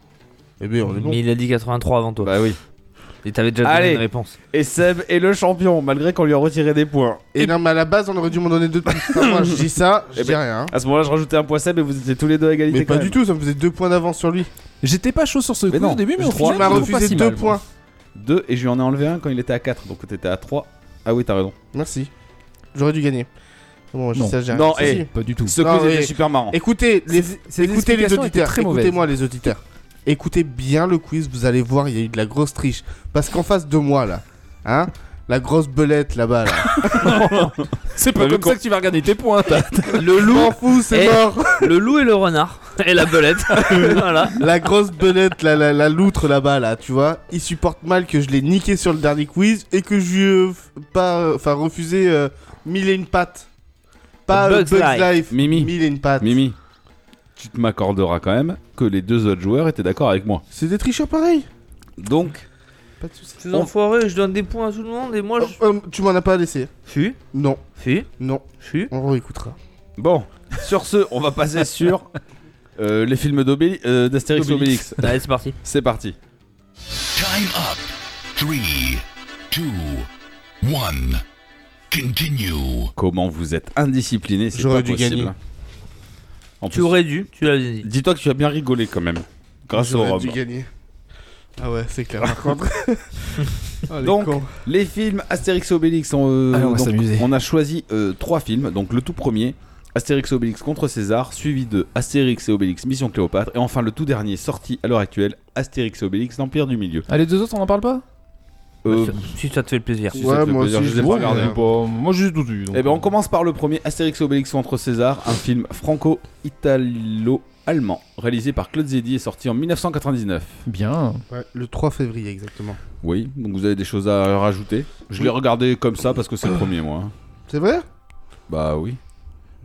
[SPEAKER 5] Eh bien, on est bon.
[SPEAKER 2] Mais il a dit 83 avant toi.
[SPEAKER 4] Bah oui.
[SPEAKER 2] Et t'avais déjà donné
[SPEAKER 4] Allez.
[SPEAKER 2] une réponse.
[SPEAKER 4] Et Seb est le champion, malgré qu'on lui a retiré des points.
[SPEAKER 5] Et non, mais à la base, on aurait dû m'en donner deux de plus. Enfin, moi, je dis ça, je
[SPEAKER 4] Eh
[SPEAKER 5] dis
[SPEAKER 4] ben,
[SPEAKER 5] rien.
[SPEAKER 4] À ce moment-là, je rajoutais un point Seb et vous étiez tous les deux à égalité.
[SPEAKER 5] Mais pas du tout, ça me faisait deux points d'avance sur lui.
[SPEAKER 7] J'étais pas chaud sur ce
[SPEAKER 4] Mais
[SPEAKER 7] coup
[SPEAKER 4] non,
[SPEAKER 7] au début, mais
[SPEAKER 4] je
[SPEAKER 7] au
[SPEAKER 4] crois-
[SPEAKER 5] Il
[SPEAKER 7] final,
[SPEAKER 5] m'a
[SPEAKER 7] c'est pas
[SPEAKER 5] refusé
[SPEAKER 7] si
[SPEAKER 5] deux
[SPEAKER 7] mal,
[SPEAKER 5] points.
[SPEAKER 4] 2 et je lui en ai enlevé un quand il était à 4, donc t'étais à 3. Ah oui, t'as raison.
[SPEAKER 5] Merci. J'aurais dû gagner. Bon, je
[SPEAKER 7] Non.
[SPEAKER 5] dis ça, je dis rien.
[SPEAKER 4] Non,
[SPEAKER 5] Si,
[SPEAKER 4] eh.
[SPEAKER 5] si.
[SPEAKER 7] moi. Pas du tout.
[SPEAKER 4] Ce
[SPEAKER 5] Non,
[SPEAKER 4] quiz
[SPEAKER 5] mais-
[SPEAKER 4] était super marrant.
[SPEAKER 5] Écoutez, les,
[SPEAKER 7] ces
[SPEAKER 5] écoutez les
[SPEAKER 7] explications étaient
[SPEAKER 5] auditeurs,
[SPEAKER 7] très
[SPEAKER 5] écoutez-moi les auditeurs. Écoutez bien le quiz, vous allez voir, il y a eu de la grosse triche. Parce qu'en face de moi, là, hein, la grosse belette là-bas, là.
[SPEAKER 7] *laughs* C'est
[SPEAKER 4] T'as
[SPEAKER 7] pas
[SPEAKER 4] vu
[SPEAKER 7] comme ça que tu vas regarder tes points.
[SPEAKER 5] le loup en fou, c'est
[SPEAKER 2] Eh.
[SPEAKER 5] mort.
[SPEAKER 2] *laughs* Le loup et le renard. *laughs* Et la belette. voilà.
[SPEAKER 5] La grosse belette, la, la, la loutre là-bas, là, tu vois, il supporte mal que je l'ai niqué sur le dernier quiz et que je lui ai euh, f- pas, euh, enfin, refusé euh, mille et une pattes. Pas euh,
[SPEAKER 2] Bugs
[SPEAKER 5] Bugs
[SPEAKER 2] Life.
[SPEAKER 5] Life.
[SPEAKER 4] Mimi,
[SPEAKER 5] Mille et une pattes.
[SPEAKER 4] Mimi, tu te m'accorderas quand même que les deux autres joueurs étaient d'accord avec moi.
[SPEAKER 5] C'est des tricheurs pareils.
[SPEAKER 4] Donc,
[SPEAKER 5] Pas de soucis.
[SPEAKER 2] Les enfoirés, je donne des points à tout le monde et moi
[SPEAKER 5] Oh,
[SPEAKER 2] je.
[SPEAKER 5] euh, tu m'en as pas laissé.
[SPEAKER 2] Fui,
[SPEAKER 5] Non,
[SPEAKER 2] fui,
[SPEAKER 5] non,
[SPEAKER 2] fui.
[SPEAKER 5] on réécoutera.
[SPEAKER 4] bon, sur ce, on va passer sur euh, les films d'Obéli- euh, d'Astérix et Obélix.
[SPEAKER 2] Bah, Allez, c'est parti.
[SPEAKER 4] C'est parti.
[SPEAKER 3] Time up. Three, two, one. Continue.
[SPEAKER 4] Comment vous êtes indiscipliné, c'est
[SPEAKER 5] J'aurais
[SPEAKER 4] pas
[SPEAKER 5] dû
[SPEAKER 4] possible.
[SPEAKER 5] gagner.
[SPEAKER 4] En
[SPEAKER 2] Tu
[SPEAKER 4] plus,
[SPEAKER 2] aurais dû, tu l'avais dit.
[SPEAKER 4] Dis-toi que tu as bien rigolé quand même, grâce au
[SPEAKER 5] J'aurais
[SPEAKER 4] Rhum.
[SPEAKER 5] dû gagner. Ah ouais, c'est
[SPEAKER 4] *laughs*
[SPEAKER 5] clair. Par contre. Oh, les
[SPEAKER 4] Donc,
[SPEAKER 5] cons.
[SPEAKER 4] Les films Astérix et Obélix, on, euh,
[SPEAKER 7] Allez, Ah, on va
[SPEAKER 4] donc,
[SPEAKER 7] s'amuser.
[SPEAKER 4] on a choisi euh, trois films. Donc le tout premier, Astérix et Obélix contre César, suivi de Astérix et Obélix Mission Cléopâtre, et enfin le tout dernier sorti à l'heure actuelle, Astérix et Obélix l'Empire du Milieu.
[SPEAKER 7] Ah, les deux autres, on en parle pas
[SPEAKER 4] Euh,
[SPEAKER 2] Si ça te fait plaisir.
[SPEAKER 4] si ça te fait plaisir, je les ai
[SPEAKER 5] je
[SPEAKER 4] pas
[SPEAKER 5] vois,
[SPEAKER 4] regardés.
[SPEAKER 7] hein.
[SPEAKER 5] mais-
[SPEAKER 7] Moi, j'ai tout euh, vu.
[SPEAKER 4] Eh ben on commence par le premier, Astérix et Obélix contre César, un film franco-italo-allemand, réalisé par Claude Zedi et sorti en 1999.
[SPEAKER 7] Bien.
[SPEAKER 5] Ouais, le 3 février exactement.
[SPEAKER 4] Oui, donc vous avez des choses à rajouter. Je l'ai regardé comme ça parce que c'est le premier moi.
[SPEAKER 5] C'est vrai
[SPEAKER 4] Bah oui.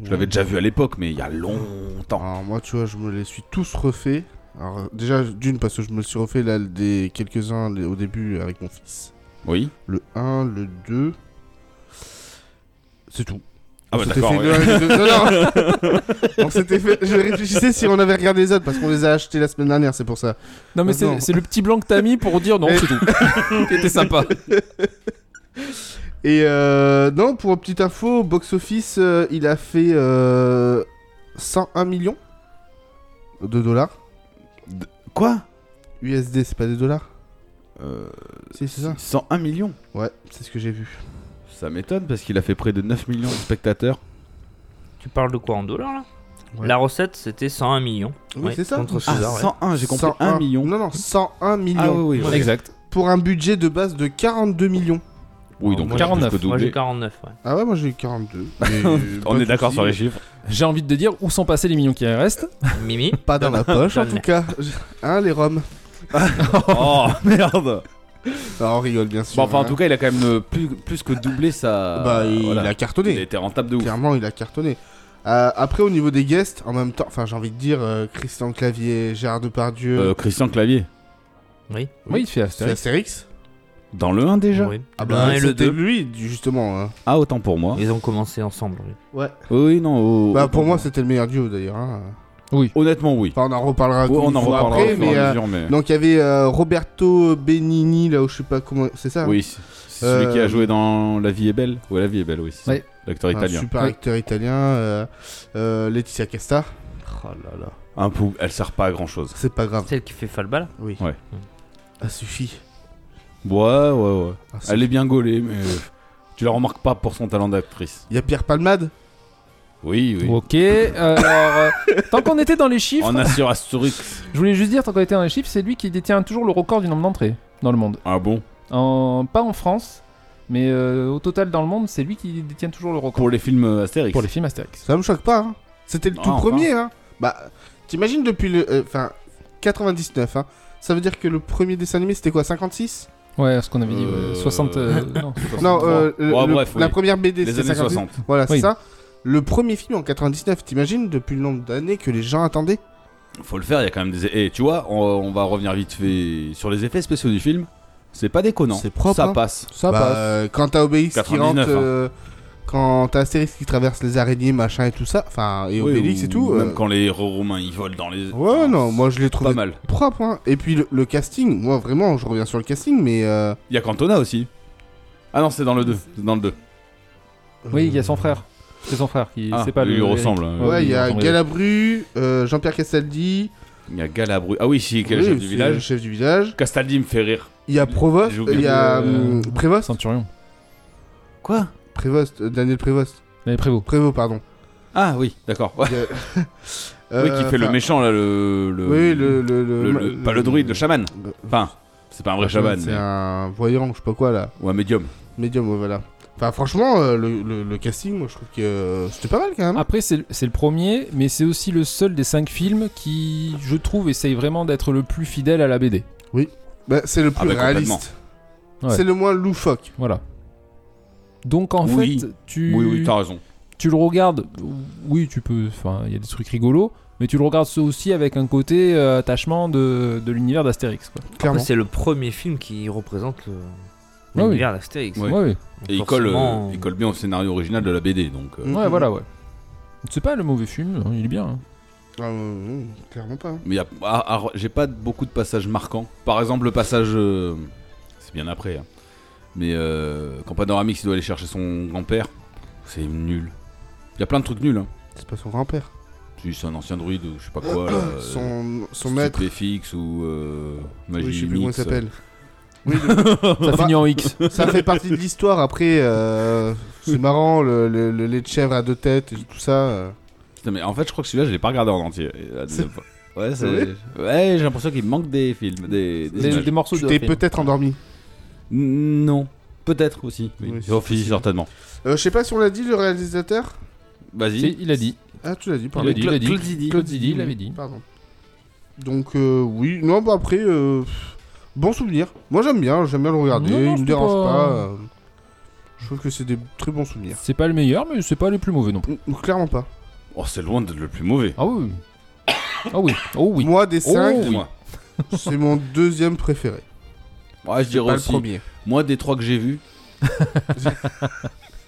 [SPEAKER 4] Je l'avais déjà vu à l'époque, mais il y a longtemps.
[SPEAKER 5] Alors moi, tu vois, je me les suis tous refaits. Alors euh, déjà, d'une, parce que je me les suis refait là des quelques-uns les- au début avec mon fils.
[SPEAKER 4] Oui.
[SPEAKER 5] Le 1, le 2. C'est tout.
[SPEAKER 4] Ah
[SPEAKER 5] On
[SPEAKER 4] bah
[SPEAKER 5] s'était
[SPEAKER 4] d'accord.
[SPEAKER 5] fait
[SPEAKER 4] *laughs* ouais.
[SPEAKER 5] le 1 et le 2. Non, non. On s'était fait... Je réfléchissais si on avait regardé les autres parce qu'on les a achetés la semaine dernière, c'est pour ça.
[SPEAKER 7] Non, mais
[SPEAKER 5] Maintenant.
[SPEAKER 7] c'est c'est le petit blanc que t'as mis pour dire non,
[SPEAKER 5] Et-
[SPEAKER 7] c'est tout. Qui était *laughs* sympa.
[SPEAKER 5] Et euh, non, pour une petite info, au box-office, euh, il a fait euh, 101 millions de dollars.
[SPEAKER 4] Quoi
[SPEAKER 5] USD, c'est pas des dollars
[SPEAKER 4] Euh,
[SPEAKER 5] Si, c'est ça.
[SPEAKER 4] 101 millions
[SPEAKER 5] Ouais, c'est ce que j'ai vu.
[SPEAKER 4] Ça m'étonne parce qu'il a fait près de 9 millions de spectateurs.
[SPEAKER 2] Tu parles de quoi en dollars là
[SPEAKER 5] Ouais.
[SPEAKER 2] La recette c'était 101 millions.
[SPEAKER 5] Oui,
[SPEAKER 2] Ouais,
[SPEAKER 5] c'est ça.
[SPEAKER 2] Contre
[SPEAKER 4] Ah,
[SPEAKER 2] César. ouais.
[SPEAKER 4] 101, j'ai compris. 1 million.
[SPEAKER 5] Non, non, 101 millions.
[SPEAKER 4] Ah oui, oui. oui.
[SPEAKER 7] Exact.
[SPEAKER 5] Pour un budget de base de 42 millions.
[SPEAKER 4] Oui, donc
[SPEAKER 2] Moi,
[SPEAKER 4] j'ai plus que
[SPEAKER 7] 49,
[SPEAKER 2] Moi
[SPEAKER 4] doublé.
[SPEAKER 2] j'ai 49,
[SPEAKER 5] *laughs*
[SPEAKER 2] ouais.
[SPEAKER 5] Ah ouais, moi j'ai eu *laughs* 42.
[SPEAKER 4] On est d'accord sur les chiffres.
[SPEAKER 7] J'ai envie de dire où sont passés les millions qui restent.
[SPEAKER 2] Mimi
[SPEAKER 5] Pas dans la *laughs* poche en
[SPEAKER 2] Jamais.
[SPEAKER 5] tout cas. Hein, les Roms
[SPEAKER 4] oh *laughs* merde
[SPEAKER 5] Ah, On rigole bien sûr.
[SPEAKER 4] Bon, Bah, enfin, en
[SPEAKER 5] hein.
[SPEAKER 4] tout cas, il a quand même euh, plus, plus que doublé sa.
[SPEAKER 5] Bah, il,
[SPEAKER 4] voilà.
[SPEAKER 5] a
[SPEAKER 4] Il
[SPEAKER 5] cartonné.
[SPEAKER 4] a été rentable de ouf.
[SPEAKER 5] Clairement, il a cartonné. Euh, après, au niveau des guests, en même temps, enfin, j'ai envie de dire euh, Christian Clavier, Gérard Depardieu,
[SPEAKER 4] Euh, Christian Clavier,
[SPEAKER 7] Moi, il fait
[SPEAKER 5] c'est
[SPEAKER 7] Astérix.
[SPEAKER 5] Astérix.
[SPEAKER 4] dans le 1 déjà
[SPEAKER 2] Oui.
[SPEAKER 5] Ah
[SPEAKER 2] Le
[SPEAKER 5] bah,
[SPEAKER 2] un et le
[SPEAKER 5] c'était
[SPEAKER 2] 2.
[SPEAKER 5] lui, du- justement. hein.
[SPEAKER 4] Ah, autant pour moi.
[SPEAKER 2] Ils ont commencé ensemble. oui.
[SPEAKER 5] Ouais.
[SPEAKER 4] Oui, oui, non. au- Oh,
[SPEAKER 5] Bah,
[SPEAKER 4] autant
[SPEAKER 5] pour moi, c'était le meilleur duo d'ailleurs. hein.
[SPEAKER 4] Honnêtement, oui.
[SPEAKER 5] Enfin, on en reparlera.
[SPEAKER 4] Ouais,
[SPEAKER 5] comme
[SPEAKER 4] on
[SPEAKER 5] il
[SPEAKER 4] en
[SPEAKER 5] faut
[SPEAKER 4] reparlera
[SPEAKER 5] après,
[SPEAKER 4] au fur et
[SPEAKER 5] mais,
[SPEAKER 4] à
[SPEAKER 5] euh,
[SPEAKER 4] mesure, mais.
[SPEAKER 5] Donc, il y avait euh, Roberto Benini, là où je sais pas comment. C'est ça hein
[SPEAKER 4] Oui, c'est c'est celui
[SPEAKER 5] Euh, Ah,
[SPEAKER 4] qui a joué dans La vie est belle. Ouais, La vie est belle, oui. c'est ça.
[SPEAKER 7] Ouais.
[SPEAKER 4] L'acteur
[SPEAKER 5] Un
[SPEAKER 4] italien.
[SPEAKER 5] super
[SPEAKER 7] Ouais.
[SPEAKER 5] acteur italien, euh, euh, Laetitia Casta. Oh là là.
[SPEAKER 4] Un pou... Elle sert pas à grand chose.
[SPEAKER 5] C'est pas grave,
[SPEAKER 2] Celle qui fait Falba là
[SPEAKER 5] ça suffit.
[SPEAKER 4] Ouais, ouais, ouais.
[SPEAKER 5] Ah, ça-
[SPEAKER 4] Elle est bien gaulée, mais euh, tu la remarques pas pour son talent d'actrice.
[SPEAKER 5] Il y a Pierre Palmade
[SPEAKER 4] Oui, oui.
[SPEAKER 7] Ok, euh, alors, euh, tant qu'on était dans les chiffres,
[SPEAKER 4] En assure Asterix.
[SPEAKER 7] je voulais juste dire, tant qu'on était dans les chiffres, c'est lui qui détient toujours le record du nombre d'entrées dans le monde.
[SPEAKER 4] Ah bon
[SPEAKER 7] En, pas en France, mais euh, au total dans le monde, c'est lui qui détient toujours le record
[SPEAKER 4] Pour les films euh, Astérix.
[SPEAKER 7] pour les films Astérix.
[SPEAKER 5] Ça me choque pas. hein. C'était le
[SPEAKER 4] Non,
[SPEAKER 5] tout
[SPEAKER 4] enfin.
[SPEAKER 5] premier. Hein. Bah, t'imagines depuis le. euh, Enfin, 99. Hein. Ça veut dire que le premier dessin animé, c'était quoi 56
[SPEAKER 7] Ouais, ce qu'on avait dit, ouais,
[SPEAKER 4] Euh,
[SPEAKER 7] 60.
[SPEAKER 4] *laughs*
[SPEAKER 7] euh, non.
[SPEAKER 5] Non, euh, le-
[SPEAKER 4] Ouais,
[SPEAKER 5] le-
[SPEAKER 4] bref,
[SPEAKER 5] la
[SPEAKER 4] oui.
[SPEAKER 5] première BD,
[SPEAKER 4] Les
[SPEAKER 5] c'était
[SPEAKER 4] années
[SPEAKER 5] 56.
[SPEAKER 4] 60.
[SPEAKER 5] Voilà, c'est
[SPEAKER 7] Oui.
[SPEAKER 5] ça. Le premier film en 99, t'imagines depuis le nombre d'années que les gens attendaient
[SPEAKER 4] Faut le faire, il y a quand même des. Et tu vois, on, on va revenir vite fait sur les effets spéciaux du film. C'est pas déconnant.
[SPEAKER 5] C'est propre,
[SPEAKER 4] Ça
[SPEAKER 5] hein.
[SPEAKER 4] passe.
[SPEAKER 7] Ça
[SPEAKER 5] bah,
[SPEAKER 7] passe.
[SPEAKER 5] euh, Quand t'as Obélix qui
[SPEAKER 4] 99,
[SPEAKER 5] rentre. euh, Quand t'as Astérix qui traverse les araignées, machin et tout ça. Enfin, et
[SPEAKER 4] Oui,
[SPEAKER 5] Obélix
[SPEAKER 4] ou
[SPEAKER 5] et tout.
[SPEAKER 4] Même
[SPEAKER 5] euh,
[SPEAKER 4] quand les héros roumains ils volent dans les.
[SPEAKER 5] Ouais, non, moi je l'ai
[SPEAKER 4] Pas
[SPEAKER 5] trouvé
[SPEAKER 4] mal.
[SPEAKER 5] propre. Hein. Et puis le, le casting, moi vraiment, je reviens sur le casting, mais. euh,
[SPEAKER 4] Il y a Cantona aussi. Ah non, c'est dans le 2. C'est dans le 2.
[SPEAKER 7] Oui, il y a son frère. C'est son frère qui.
[SPEAKER 4] Ah,
[SPEAKER 7] c'est pas
[SPEAKER 4] lui
[SPEAKER 7] le.
[SPEAKER 4] il ressemble. hein.
[SPEAKER 7] Ouais,
[SPEAKER 5] Ouais, il y a
[SPEAKER 7] oui,
[SPEAKER 5] Galabru, euh, Jean-Pierre Castaldi,
[SPEAKER 4] Il y a Galabru. Ah oui, si, quel
[SPEAKER 5] oui,
[SPEAKER 4] chef
[SPEAKER 5] c'est
[SPEAKER 4] du
[SPEAKER 5] le
[SPEAKER 4] village.
[SPEAKER 5] chef du village.
[SPEAKER 4] Castaldi me fait rire.
[SPEAKER 5] Il y a Provost,
[SPEAKER 4] J'ai
[SPEAKER 5] euh,
[SPEAKER 4] oublié
[SPEAKER 5] il y a
[SPEAKER 7] le-
[SPEAKER 5] hum, Prévost,
[SPEAKER 7] Centurion.
[SPEAKER 5] Prévost, euh, Daniel Prévost,
[SPEAKER 7] Mais Prévost.
[SPEAKER 5] Prévost pardon.
[SPEAKER 4] Ah *laughs* oui, d'accord. Ouais.
[SPEAKER 5] Il y a-
[SPEAKER 4] oui, qui
[SPEAKER 5] Euh,
[SPEAKER 4] fait le
[SPEAKER 5] enfin,
[SPEAKER 4] méchant là, le. le...
[SPEAKER 5] Oui, le le,
[SPEAKER 4] le- le- pas le druide, le chaman.
[SPEAKER 5] le-
[SPEAKER 4] Enfin, c'est pas un vrai chaman,
[SPEAKER 5] C'est
[SPEAKER 4] mais...
[SPEAKER 5] un voyant, je sais pas quoi là,
[SPEAKER 4] ou un médium.
[SPEAKER 5] médium, ouais, voilà. Enfin, franchement, euh, le, le- le casting, moi je trouve que euh, c'était pas mal quand même.
[SPEAKER 7] Après, c'est c'est le premier, mais c'est aussi le seul des cinq films qui, je trouve, essaye vraiment d'être le plus fidèle à la BD.
[SPEAKER 5] Bah, c'est le plus
[SPEAKER 4] bah, complètement.
[SPEAKER 5] réaliste,
[SPEAKER 7] Ouais.
[SPEAKER 5] c'est le moins loufoque.
[SPEAKER 7] Voilà. Donc en
[SPEAKER 4] Oui.
[SPEAKER 7] fait, tu,
[SPEAKER 4] Oui, oui, t'as raison.
[SPEAKER 7] tu le regardes. Oui, tu peux. Enfin, il y a des trucs rigolos, mais tu le regardes ça aussi avec un côté euh, attachement de, de l'univers d'Astérix. quoi.
[SPEAKER 5] Clairement.
[SPEAKER 2] C'est le premier film qui représente le-
[SPEAKER 7] oui.
[SPEAKER 2] l'univers d'Astérix.
[SPEAKER 4] Ouais. Et il colle, euh, il colle bien au scénario original de la BD, donc... euh,
[SPEAKER 5] Mm.
[SPEAKER 7] Ouais, voilà, ouais. C'est pas le mauvais film, hein, il est bien. hein.
[SPEAKER 5] Ah, euh, euh, clairement pas. hein.
[SPEAKER 4] Mais y a- ah, ah, j'ai pas beaucoup de passages marquants. Par exemple, le passage... euh, C'est bien après, hein. Mais euh, quand Panoramix il doit aller chercher son grand-père, c'est nul. Il y a plein de trucs nuls. Hein.
[SPEAKER 5] C'est pas son grand-père.
[SPEAKER 4] Si, C'est un ancien druide ou je sais pas quoi. là, euh,
[SPEAKER 5] *clears throat* son son maître,
[SPEAKER 4] Stupéfix ou euh, Magie
[SPEAKER 5] oui, je sais plus comment il
[SPEAKER 4] Mix.
[SPEAKER 7] euh.
[SPEAKER 5] s'appelle. Oui,
[SPEAKER 7] *laughs*
[SPEAKER 5] le-
[SPEAKER 7] Ça finit en X.
[SPEAKER 5] ça fait partie de l'histoire. Après, euh, c'est marrant, le, le- le lait de chèvre à deux têtes et tout ça. euh.
[SPEAKER 4] Putain, mais en fait, je crois que celui-là, je l'ai pas regardé en entier. Euh,
[SPEAKER 5] C'est-
[SPEAKER 4] Ouais, c'est-
[SPEAKER 5] vrai
[SPEAKER 4] ouais, j'ai l'impression qu'il me manque des films, des, des
[SPEAKER 7] Des,
[SPEAKER 4] images.
[SPEAKER 7] des morceaux
[SPEAKER 5] Tu
[SPEAKER 7] de
[SPEAKER 5] t'es
[SPEAKER 7] film.
[SPEAKER 5] peut-être endormi.
[SPEAKER 4] Non, peut-être aussi. Oui,
[SPEAKER 5] Oui,
[SPEAKER 4] Oh,
[SPEAKER 5] c'est
[SPEAKER 4] si, certainement.
[SPEAKER 5] Euh, je sais pas si on l'a dit, le réalisateur.
[SPEAKER 4] Vas-y.
[SPEAKER 7] Si, Il a dit.
[SPEAKER 5] Ah, tu l'as dit,
[SPEAKER 7] Il
[SPEAKER 5] pardon.
[SPEAKER 7] l'a dit. il l'a dit.
[SPEAKER 4] Claude Zidi.
[SPEAKER 7] Claude Zidi, il l'avait dit.
[SPEAKER 5] Pardon. Donc, euh, oui, non, bah après, euh, pff, bon souvenir. Moi j'aime bien, j'aime bien le regarder,
[SPEAKER 7] Non, non,
[SPEAKER 5] il me
[SPEAKER 7] c'était
[SPEAKER 5] dérange
[SPEAKER 7] pas-
[SPEAKER 5] pas. euh, je trouve que c'est des très bons souvenirs.
[SPEAKER 7] C'est pas le meilleur, mais c'est pas le plus mauvais non plus.
[SPEAKER 5] Ou- ou Clairement pas.
[SPEAKER 4] Oh, c'est loin d'être le plus mauvais.
[SPEAKER 7] Ah oui. Ah oui. Oh oui.
[SPEAKER 5] Moi, des 5,
[SPEAKER 4] oui.
[SPEAKER 5] c'est mon deuxième préféré.
[SPEAKER 4] Ouais, je dirais
[SPEAKER 5] Pas le
[SPEAKER 4] aussi.
[SPEAKER 5] premier.
[SPEAKER 4] Moi, des trois que j'ai
[SPEAKER 5] *laughs*
[SPEAKER 4] vus.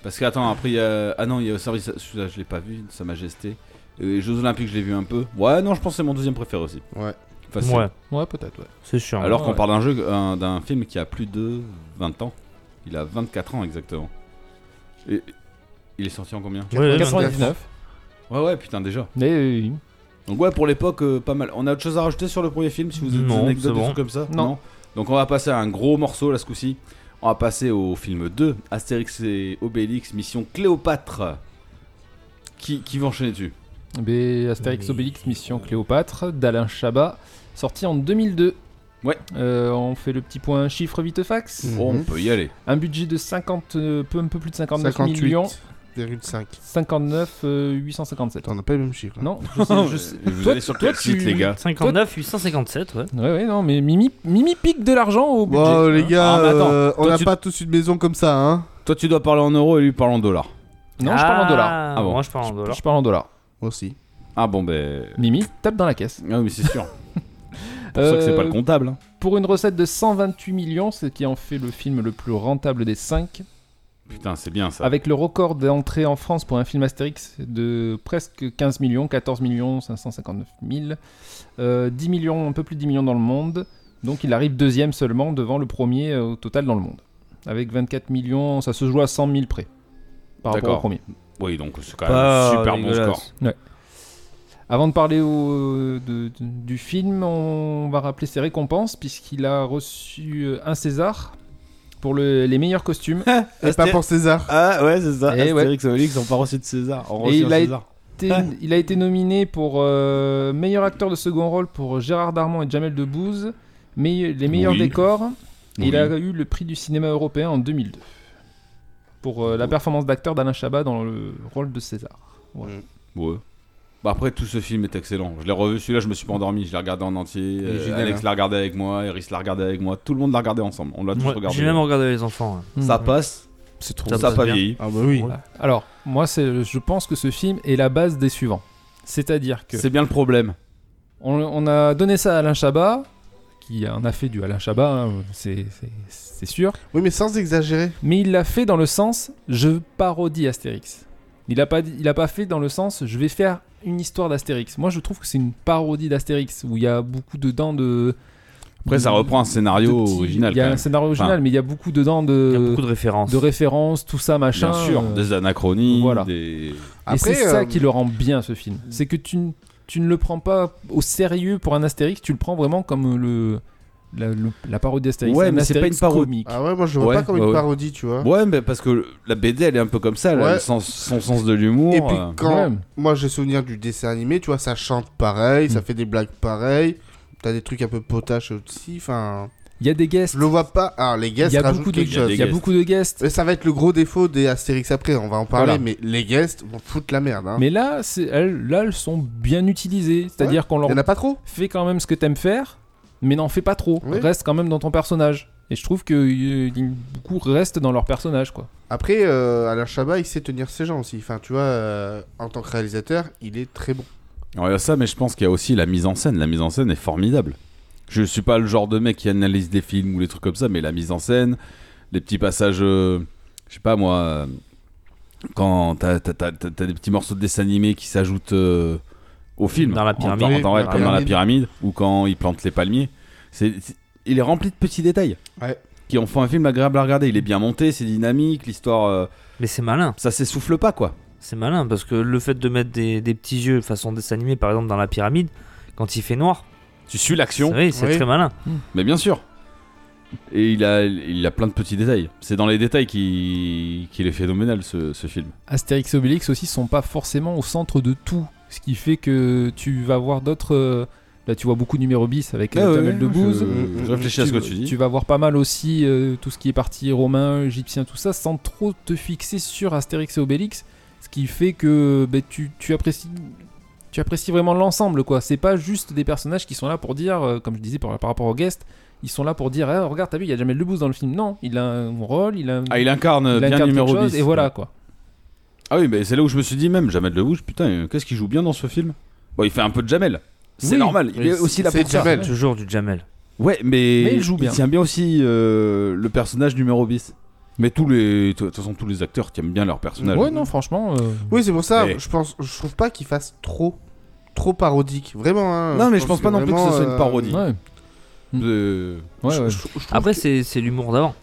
[SPEAKER 4] Parce que, attends, après, il y a. Ah non, il y a au service. Celui-là, je l'ai pas vu, Sa Majesté. Euh, Les Jeux Olympiques, je l'ai vu un peu. Ouais, non, je pense que c'est mon deuxième préféré aussi.
[SPEAKER 5] Ouais.
[SPEAKER 4] Facile.
[SPEAKER 2] Ouais,
[SPEAKER 7] Ouais, peut-être, ouais.
[SPEAKER 2] c'est sûr.
[SPEAKER 4] Alors
[SPEAKER 7] Ah,
[SPEAKER 4] qu'on
[SPEAKER 7] ouais.
[SPEAKER 4] parle d'un jeu, un- d'un film qui a plus de 20 ans. Il a 24 ans exactement. Et il est sorti en combien
[SPEAKER 2] Ouais,
[SPEAKER 7] 99.
[SPEAKER 4] Ouais, ouais, putain, déjà.
[SPEAKER 7] Mais euh,
[SPEAKER 4] Donc, ouais, pour l'époque, euh, pas mal. On a autre chose à rajouter sur le premier film si vous avez des
[SPEAKER 2] Non,
[SPEAKER 4] anecdotes,
[SPEAKER 2] c'est
[SPEAKER 4] des
[SPEAKER 2] bon.
[SPEAKER 4] trucs comme ça
[SPEAKER 7] Non.
[SPEAKER 4] Donc, on va passer à un gros morceau là ce coup-ci. On va passer au film 2, Astérix et Obélix, mission Cléopâtre. Qui, qui va enchaîner dessus
[SPEAKER 7] B- Eh Astérix
[SPEAKER 2] Mais-
[SPEAKER 7] Obélix Mission Cléopâtre d'Alain Chabat, sorti en 2002.
[SPEAKER 4] Ouais.
[SPEAKER 7] Euh, on fait le petit point chiffre vite fax.
[SPEAKER 5] Mhm.
[SPEAKER 4] Oh, On peut y aller.
[SPEAKER 7] Un budget de 50, euh, peu, un peu plus de 59 millions.
[SPEAKER 5] 58,5.
[SPEAKER 7] 59 euh, 857.
[SPEAKER 5] Attends, on n'a pas le même chiffre. là.
[SPEAKER 7] *laughs* Non, je sais, je
[SPEAKER 4] *laughs*
[SPEAKER 7] sais.
[SPEAKER 4] Vous
[SPEAKER 7] Toi,
[SPEAKER 4] allez sur
[SPEAKER 7] toi,
[SPEAKER 4] quel site,
[SPEAKER 7] tu-
[SPEAKER 4] les gars
[SPEAKER 2] 59 857, ouais.
[SPEAKER 7] Ouais, ouais, non, mais Mimi, Mimi pique de l'argent au budget.
[SPEAKER 5] Bon, les
[SPEAKER 7] hein.
[SPEAKER 5] gars,
[SPEAKER 4] Ah, mais attends,
[SPEAKER 5] euh, on
[SPEAKER 4] toi,
[SPEAKER 5] n'a
[SPEAKER 4] tu-
[SPEAKER 5] pas tous une maison comme ça, hein.
[SPEAKER 4] Toi, tu dois parler en euros et lui parle en dollars.
[SPEAKER 7] Non, je parle en dollars.
[SPEAKER 2] Ah,
[SPEAKER 4] Ah bon.
[SPEAKER 2] Moi, je parle en dollars.
[SPEAKER 7] Je parle en dollars.
[SPEAKER 5] Moi aussi.
[SPEAKER 4] Ah bon, ben.
[SPEAKER 7] Mimi tape dans la caisse.
[SPEAKER 4] Ah, mais c'est
[SPEAKER 7] *laughs*
[SPEAKER 4] sûr. pour ça que c'est
[SPEAKER 7] Euh,
[SPEAKER 4] pas le comptable. hein.
[SPEAKER 7] Pour une recette de 128 millions, ce qui en fait le film le plus rentable des 5,
[SPEAKER 4] Putain, c'est bien ça.
[SPEAKER 7] avec le record d'entrée en France pour un film Astérix de presque 15 millions, 14 millions 559 000, euh, 10 millions, un peu plus de 10 millions dans le monde, donc il arrive deuxième seulement devant le premier euh, au total dans le monde. Avec 24 millions, ça se joue à 100 000 près par rapport au
[SPEAKER 4] D'accord.
[SPEAKER 7] premier.
[SPEAKER 4] Oui, donc c'est quand même
[SPEAKER 2] Pas
[SPEAKER 4] un super bon
[SPEAKER 2] dégueulasse.
[SPEAKER 4] score.
[SPEAKER 7] Avant de parler au- de- de- du film, on va rappeler ses récompenses, puisqu'il a reçu euh, un César, pour le- les
[SPEAKER 8] *laughs*
[SPEAKER 7] meilleurs costumes.
[SPEAKER 5] Et pas pour César.
[SPEAKER 8] Ah ouais, c'est ça.
[SPEAKER 7] Eh ouais.
[SPEAKER 8] Astérix et Obélix n'ont pas reçu de César. On
[SPEAKER 7] Et
[SPEAKER 8] reçut
[SPEAKER 7] il
[SPEAKER 8] un
[SPEAKER 7] a
[SPEAKER 8] César.
[SPEAKER 7] Été- il a été nominé pour euh, meilleur acteur de second rôle pour Gérard Darmon et Jamel Debbouze, mais les meilleurs
[SPEAKER 4] Oui.
[SPEAKER 7] décors. Et
[SPEAKER 4] Oui.
[SPEAKER 7] il a eu le prix du cinéma européen en 2002 pour euh, la performance d'acteur d'Alain Chabat dans le rôle de César.
[SPEAKER 4] Ouais. Bah après, tout ce film est excellent. Je l'ai revu, celui-là, je me suis pas endormi. Je l'ai regardé en entier.
[SPEAKER 5] est
[SPEAKER 4] Euh,
[SPEAKER 5] génial,
[SPEAKER 4] Alex
[SPEAKER 5] hein.
[SPEAKER 4] l'a regardé avec moi, Eris l'a regardé avec moi. Tout le monde l'a regardé ensemble. On l'a tous
[SPEAKER 2] Moi,
[SPEAKER 4] regardé.
[SPEAKER 2] J'ai même regardé les enfants. hein.
[SPEAKER 4] Ça
[SPEAKER 7] Mm.
[SPEAKER 4] passe,
[SPEAKER 5] C'est
[SPEAKER 4] ça,
[SPEAKER 5] trop
[SPEAKER 2] passe
[SPEAKER 4] a pas
[SPEAKER 2] bien.
[SPEAKER 4] vieilli.
[SPEAKER 5] Ah bah oui.
[SPEAKER 7] Voilà. Alors, moi, c'est, je pense que ce film est la base des suivants. C'est-à-dire que
[SPEAKER 4] C'est bien le problème.
[SPEAKER 7] on, on a donné ça à Alain Chabat, qui en a fait du Alain Chabat, hein, c'est- c'est- c'est sûr.
[SPEAKER 5] Oui, mais sans exagérer.
[SPEAKER 7] Mais il l'a fait dans le sens je parodie Astérix. Il n'a pas, dit- il a pas fait dans le sens je vais faire une histoire d'Astérix. Moi je trouve que c'est une parodie d'Astérix où il y a beaucoup dedans de.
[SPEAKER 4] Après, ça
[SPEAKER 7] de-
[SPEAKER 4] reprend un
[SPEAKER 7] de
[SPEAKER 4] scénario
[SPEAKER 7] petits-
[SPEAKER 4] original.
[SPEAKER 7] Mmh. Il y
[SPEAKER 4] quand
[SPEAKER 7] a un
[SPEAKER 4] même.
[SPEAKER 7] scénario original,
[SPEAKER 4] Enfin,
[SPEAKER 7] mais il y a beaucoup dedans de,
[SPEAKER 2] Il y a beaucoup de références.
[SPEAKER 7] de références, tout ça machin.
[SPEAKER 4] Bien sûr,
[SPEAKER 7] euh,
[SPEAKER 4] des anachronies,
[SPEAKER 7] voilà.
[SPEAKER 4] des...
[SPEAKER 7] et
[SPEAKER 5] Après,
[SPEAKER 7] c'est ça
[SPEAKER 5] euh,
[SPEAKER 7] qui le rend bien ce film. C'est que tu, n- tu ne le prends pas au sérieux pour un Astérix, tu le prends vraiment comme le. La, le- la parodie d'Astérix.
[SPEAKER 4] Ouais,
[SPEAKER 7] un
[SPEAKER 4] mais c'est pas
[SPEAKER 7] Astérix
[SPEAKER 4] une parodie.
[SPEAKER 7] comique.
[SPEAKER 5] Ah ouais, moi je le vois
[SPEAKER 4] Ouais,
[SPEAKER 5] pas comme
[SPEAKER 4] ouais,
[SPEAKER 5] une
[SPEAKER 4] ouais.
[SPEAKER 5] parodie, tu vois.
[SPEAKER 4] Ouais, mais parce que la BD, elle est un peu comme ça. elle a
[SPEAKER 5] Ouais.
[SPEAKER 4] le sens- son sens de l'humour.
[SPEAKER 5] Et puis
[SPEAKER 4] euh,
[SPEAKER 5] quand
[SPEAKER 7] Ouais.
[SPEAKER 5] moi j'ai souvenir du dessin animé, tu vois, ça chante pareil, ça fait des blagues pareilles. T'as des trucs un peu potaches aussi. Enfin,
[SPEAKER 7] Il y a des guests.
[SPEAKER 5] je le vois pas. Ah, les
[SPEAKER 7] Il
[SPEAKER 5] guests
[SPEAKER 7] y a
[SPEAKER 5] rajoutent
[SPEAKER 7] beaucoup de,
[SPEAKER 5] quelque chose.
[SPEAKER 7] il y a
[SPEAKER 4] guests.
[SPEAKER 7] beaucoup de guests.
[SPEAKER 5] Et ça va être le gros défaut des Astérix après, on va en parler,
[SPEAKER 7] Voilà.
[SPEAKER 5] mais les guests vont foutre la merde. Hein.
[SPEAKER 7] Mais là, c'est- elles, là, elles sont bien utilisées. C'est-à-dire qu'on leur
[SPEAKER 5] Il y en a pas trop
[SPEAKER 7] fait quand même ce que t'aimes faire, mais n'en fais pas trop.
[SPEAKER 5] Oui.
[SPEAKER 7] Reste quand même dans ton personnage. Et je trouve que euh, beaucoup restent dans leur personnage, quoi.
[SPEAKER 5] Après, euh, Alain Chabat, il sait tenir ses gens aussi. Enfin, tu vois, euh, en tant que réalisateur, il est très bon.
[SPEAKER 4] Alors, il y a ça, mais je pense qu'il y a aussi la mise en scène. La mise en scène est formidable. Je suis pas le genre de mec qui analyse des films ou les trucs comme ça, mais la mise en scène, les petits passages, euh, je sais pas moi, euh, quand t'as t'as- t'as- t'as- t'as des petits morceaux de dessin animé qui s'ajoutent euh, au film,
[SPEAKER 2] Dans la
[SPEAKER 4] En-
[SPEAKER 2] pyramide.
[SPEAKER 4] en- dans, la-
[SPEAKER 5] Oui, la
[SPEAKER 4] dans la pyramide, ou quand ils plantent les palmiers, c'est c'est- il est rempli de petits détails.
[SPEAKER 5] Ouais.
[SPEAKER 4] Qui en font un film agréable à regarder. Il est bien monté, c'est dynamique, l'histoire, euh,
[SPEAKER 2] Mais c'est malin.
[SPEAKER 4] ça s'essouffle pas quoi.
[SPEAKER 2] C'est malin parce que le fait de mettre des, des petits yeux façon dessin animé, par exemple dans la pyramide, quand il fait noir,
[SPEAKER 4] Tu suis
[SPEAKER 2] c'est
[SPEAKER 4] l'action.
[SPEAKER 2] vrai, c'est
[SPEAKER 5] Oui.
[SPEAKER 2] très malin.
[SPEAKER 4] Mais bien sûr. Et il a, il a plein de petits détails. C'est dans les détails qui- qu'il est phénoménal ce, ce film.
[SPEAKER 7] Astérix et Obélix aussi sont pas forcément au centre de tout. Ce qui fait que tu vas voir d'autres. euh, Là, tu vois beaucoup de numéro bis avec euh, Jamel Debbouze.
[SPEAKER 4] Je, Ah je réfléchis à ce que tu dis.
[SPEAKER 7] vas voir pas mal aussi euh, tout ce qui est parti romain, égyptien, tout ça, sans trop te fixer sur Astérix et Obélix, ce qui fait que ben, tu, tu apprécies. Tu apprécies vraiment l'ensemble, quoi. C'est pas juste des personnages qui sont là pour dire, euh, comme je disais par, par rapport au guest, ils sont là pour dire, Ah, regarde, t'as vu, il y a Jamel Debbouze dans le film. Non, il a un rôle, il a, un-
[SPEAKER 4] Ah, il incarne
[SPEAKER 7] il
[SPEAKER 4] bien
[SPEAKER 7] incarne
[SPEAKER 4] le numéro
[SPEAKER 7] quelque chose,
[SPEAKER 4] 10.
[SPEAKER 7] et voilà, quoi.
[SPEAKER 4] Ah oui, mais c'est là où je me suis dit même, Jamel Debbouze, putain, euh, qu'est-ce qu'il joue bien dans ce film Bon, il fait un peu de Jamel. C'est
[SPEAKER 7] Oui,
[SPEAKER 4] normal, il
[SPEAKER 5] mais
[SPEAKER 4] est aussi là
[SPEAKER 5] c'est
[SPEAKER 4] pour ça.
[SPEAKER 5] Jamel.
[SPEAKER 2] Toujours du Jamel.
[SPEAKER 4] Ouais, mais,
[SPEAKER 7] Mais il joue bien.
[SPEAKER 4] tient bien aussi euh, le personnage numéro 10. Mais tous les, de toute façon, tous les acteurs qui aiment bien leur personnage.
[SPEAKER 7] Ouais, non, franchement. euh,
[SPEAKER 5] Oui, c'est pour ça,
[SPEAKER 4] Mais-
[SPEAKER 5] je pense, je trouve pas qu'il fasse trop, trop parodique. Vraiment, hein.
[SPEAKER 4] Non, mais je pense pas non plus que ce
[SPEAKER 5] vraiment,
[SPEAKER 4] soit une
[SPEAKER 5] euh,
[SPEAKER 4] parodie.
[SPEAKER 7] Ouais,
[SPEAKER 4] Euh,
[SPEAKER 7] ouais, ouais.
[SPEAKER 5] je- je- je trouve
[SPEAKER 2] Après,
[SPEAKER 5] que-
[SPEAKER 2] c'est c'est l'humour d'avant.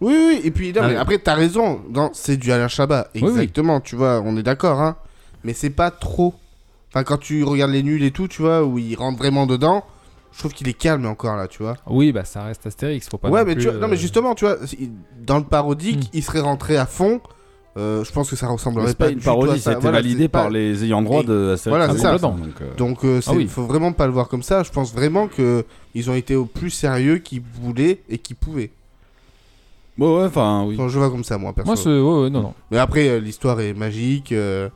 [SPEAKER 5] Oui, oui, et puis non,
[SPEAKER 2] Ah
[SPEAKER 5] mais
[SPEAKER 2] oui.
[SPEAKER 5] après, t'as raison, dans... c'est du Alain Chabat,
[SPEAKER 7] oui.
[SPEAKER 5] exactement, tu vois, on est d'accord, hein. Mais c'est pas trop. Enfin, quand tu regardes les nuls et tout, tu vois, où il rentre vraiment dedans, je trouve qu'il est calme encore là, tu vois.
[SPEAKER 7] Oui, bah ça reste Astérix, faut pas.
[SPEAKER 5] ouais,
[SPEAKER 7] non
[SPEAKER 5] mais
[SPEAKER 7] plus,
[SPEAKER 5] tu vois, non,
[SPEAKER 7] euh,
[SPEAKER 5] mais justement, tu vois, il- dans le parodique,
[SPEAKER 7] Hmm.
[SPEAKER 5] il serait rentré à fond. Euh, je pense que ça ressemblerait
[SPEAKER 4] c'est pas une
[SPEAKER 5] du tout à
[SPEAKER 4] parodie, ça a été
[SPEAKER 5] Voilà,
[SPEAKER 4] validé
[SPEAKER 5] c'est pas-
[SPEAKER 4] par les ayants droit
[SPEAKER 5] Et-
[SPEAKER 4] de Astérix
[SPEAKER 5] voilà,
[SPEAKER 4] et
[SPEAKER 5] c'est ça.
[SPEAKER 4] Obélix, hein, donc, euh,
[SPEAKER 5] Donc, euh, c'est-
[SPEAKER 7] Ah oui.
[SPEAKER 5] faut vraiment pas le voir comme ça. Je pense vraiment que ils ont été au plus sérieux qu'ils voulaient et qu'ils pouvaient.
[SPEAKER 4] Ouais, ouais, enfin, oui.
[SPEAKER 5] Enfin, je vois comme ça, moi, perso.
[SPEAKER 7] Moi, c'est. ouais, ouais, non, non.
[SPEAKER 5] Mais après, euh, l'histoire est magique. euh,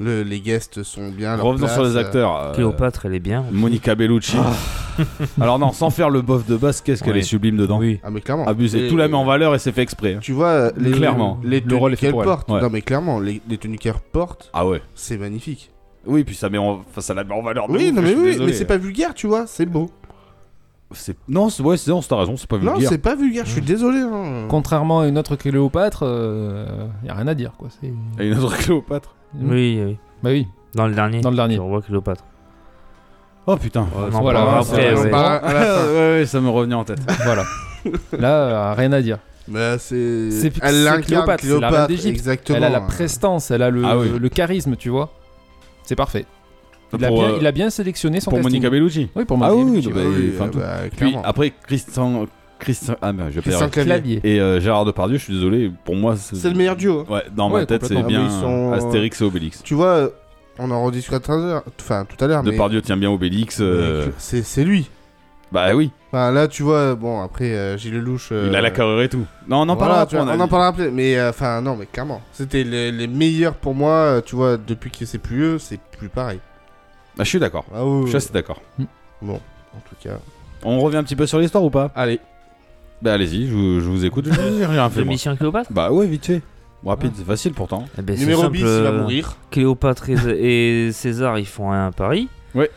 [SPEAKER 5] le- les guests sont bien. à leur
[SPEAKER 4] Revenons
[SPEAKER 5] place,
[SPEAKER 4] sur les
[SPEAKER 5] euh,
[SPEAKER 4] acteurs. euh,
[SPEAKER 2] Cléopâtre, elle est bien.
[SPEAKER 4] Monica Bellucci.
[SPEAKER 7] Ah.
[SPEAKER 4] *laughs* Alors non, sans faire le bof de base, qu'est-ce qu'elle
[SPEAKER 2] Ouais.
[SPEAKER 4] est sublime dedans.
[SPEAKER 2] Oui.
[SPEAKER 5] Ah, mais clairement.
[SPEAKER 4] Abusé.
[SPEAKER 5] Et- euh,
[SPEAKER 4] Tout la met en valeur et c'est fait exprès. hein.
[SPEAKER 5] Tu vois, euh, les,
[SPEAKER 4] Clairement.
[SPEAKER 5] les
[SPEAKER 7] Le rôle est
[SPEAKER 5] tenues
[SPEAKER 7] fait
[SPEAKER 5] qu'elles
[SPEAKER 7] pour elle.
[SPEAKER 5] portent.
[SPEAKER 4] Ouais.
[SPEAKER 5] Non, mais clairement, les, les tenues qu'elles portent,
[SPEAKER 4] Ah ouais.
[SPEAKER 5] c'est magnifique.
[SPEAKER 4] Oui, puis ça met en, enfin, ça la met en valeur. de
[SPEAKER 5] Oui,
[SPEAKER 4] Oh, ouf,
[SPEAKER 5] non,
[SPEAKER 4] je
[SPEAKER 5] mais
[SPEAKER 4] suis
[SPEAKER 5] oui,
[SPEAKER 4] désolé.
[SPEAKER 5] mais c'est pas vulgaire, tu vois, c'est beau.
[SPEAKER 4] C'est- Non, c'est ouais, c'est non, c'est- t'as raison, c'est pas
[SPEAKER 5] Non,
[SPEAKER 4] vulgaire.
[SPEAKER 5] c'est pas vulgaire, je
[SPEAKER 4] Mmh.
[SPEAKER 5] suis désolé. hein.
[SPEAKER 7] Contrairement à une autre Cléopâtre, il a rien à dire, quoi. c'est-
[SPEAKER 4] Et une autre Cléopâtre.
[SPEAKER 2] Oui, oui.
[SPEAKER 7] Bah oui,
[SPEAKER 2] Dans le dernier.
[SPEAKER 7] dans le dernier.
[SPEAKER 2] Tu revois Cléopâtre.
[SPEAKER 4] Oh putain.
[SPEAKER 2] On en
[SPEAKER 7] voilà,
[SPEAKER 2] parlera
[SPEAKER 7] ça,
[SPEAKER 2] après,
[SPEAKER 7] on
[SPEAKER 2] ouais.
[SPEAKER 5] Bah, à la fin.
[SPEAKER 4] *laughs* ouais, ouais, ça me revenait en tête.
[SPEAKER 7] Voilà. Là, euh, rien à dire.
[SPEAKER 5] Bah, c'est.
[SPEAKER 7] C'est-
[SPEAKER 5] Elle
[SPEAKER 7] c'est
[SPEAKER 5] incarne
[SPEAKER 7] Cléopâtre, c'est la reine
[SPEAKER 5] Cléopâtre,
[SPEAKER 7] d'Égypte.
[SPEAKER 5] exactement.
[SPEAKER 7] elle a la
[SPEAKER 5] hein.
[SPEAKER 7] prestance, elle a le,
[SPEAKER 4] Ah oui.
[SPEAKER 7] le charisme, tu vois. C'est parfait. Il, a
[SPEAKER 4] Pour,
[SPEAKER 7] bien,
[SPEAKER 4] euh,
[SPEAKER 7] il a bien sélectionné son
[SPEAKER 4] pour
[SPEAKER 7] casting.
[SPEAKER 4] Monica Bellucci.
[SPEAKER 7] Oui, pour
[SPEAKER 4] Ah
[SPEAKER 7] Monica
[SPEAKER 4] oui,
[SPEAKER 7] Bellucci,
[SPEAKER 4] non,
[SPEAKER 7] ouais.
[SPEAKER 4] bah,
[SPEAKER 5] Oui,
[SPEAKER 4] enfin,
[SPEAKER 5] bah,
[SPEAKER 4] Puis
[SPEAKER 5] clairement.
[SPEAKER 4] après Christian Christian ah, mais je vais pas
[SPEAKER 5] Christian
[SPEAKER 4] dire.
[SPEAKER 5] Clavier.
[SPEAKER 7] Clavier.
[SPEAKER 4] Et euh, Gérard Depardieu, je suis désolé, pour moi c'est
[SPEAKER 5] C'est le meilleur duo. hein.
[SPEAKER 4] Ouais, dans ma
[SPEAKER 7] Ouais,
[SPEAKER 4] tête c'est
[SPEAKER 5] complètement.
[SPEAKER 4] bien
[SPEAKER 5] Ah, mais ils sont-
[SPEAKER 4] Astérix et Obélix.
[SPEAKER 5] Tu vois, euh, on en rediscute à 13h, enfin tout à l'heure, Ah, mais
[SPEAKER 4] Depardieu tient bien Obélix. euh,
[SPEAKER 5] mais c'est c'est lui.
[SPEAKER 4] Bah oui,
[SPEAKER 5] Enfin, là, tu vois, bon, après, euh, Gilles Lelouch. euh,
[SPEAKER 4] il a la carrure et tout. Non, on en
[SPEAKER 5] voilà,
[SPEAKER 4] parlera
[SPEAKER 5] tu
[SPEAKER 4] après,
[SPEAKER 5] vois,
[SPEAKER 4] on a
[SPEAKER 5] on en
[SPEAKER 4] dit.
[SPEAKER 5] parlera après. Mais euh, enfin, non, mais clairement. C'était les, les meilleurs pour moi, euh, tu vois, depuis que c'est plus eux, c'est plus pareil.
[SPEAKER 4] Ah, je suis d'accord.
[SPEAKER 5] Ah ouais,
[SPEAKER 4] Je suis assez d'accord.
[SPEAKER 5] en tout cas.
[SPEAKER 4] On revient un petit peu sur l'histoire ou pas
[SPEAKER 5] Allez.
[SPEAKER 4] Bah allez-y, je vous, je vous écoute. Je *laughs* j'ai rien fait,
[SPEAKER 2] De
[SPEAKER 4] moi.
[SPEAKER 2] Mission Cléopâtre
[SPEAKER 4] Bah ouais, vite fait. Rapide, c'est facile pourtant.
[SPEAKER 2] Eh ben, c'est
[SPEAKER 5] Numéro
[SPEAKER 2] simple,
[SPEAKER 5] 10, Ah. il va
[SPEAKER 2] euh,
[SPEAKER 5] mourir.
[SPEAKER 2] Cléopâtre et, et César, ils font un pari.
[SPEAKER 4] Ouais.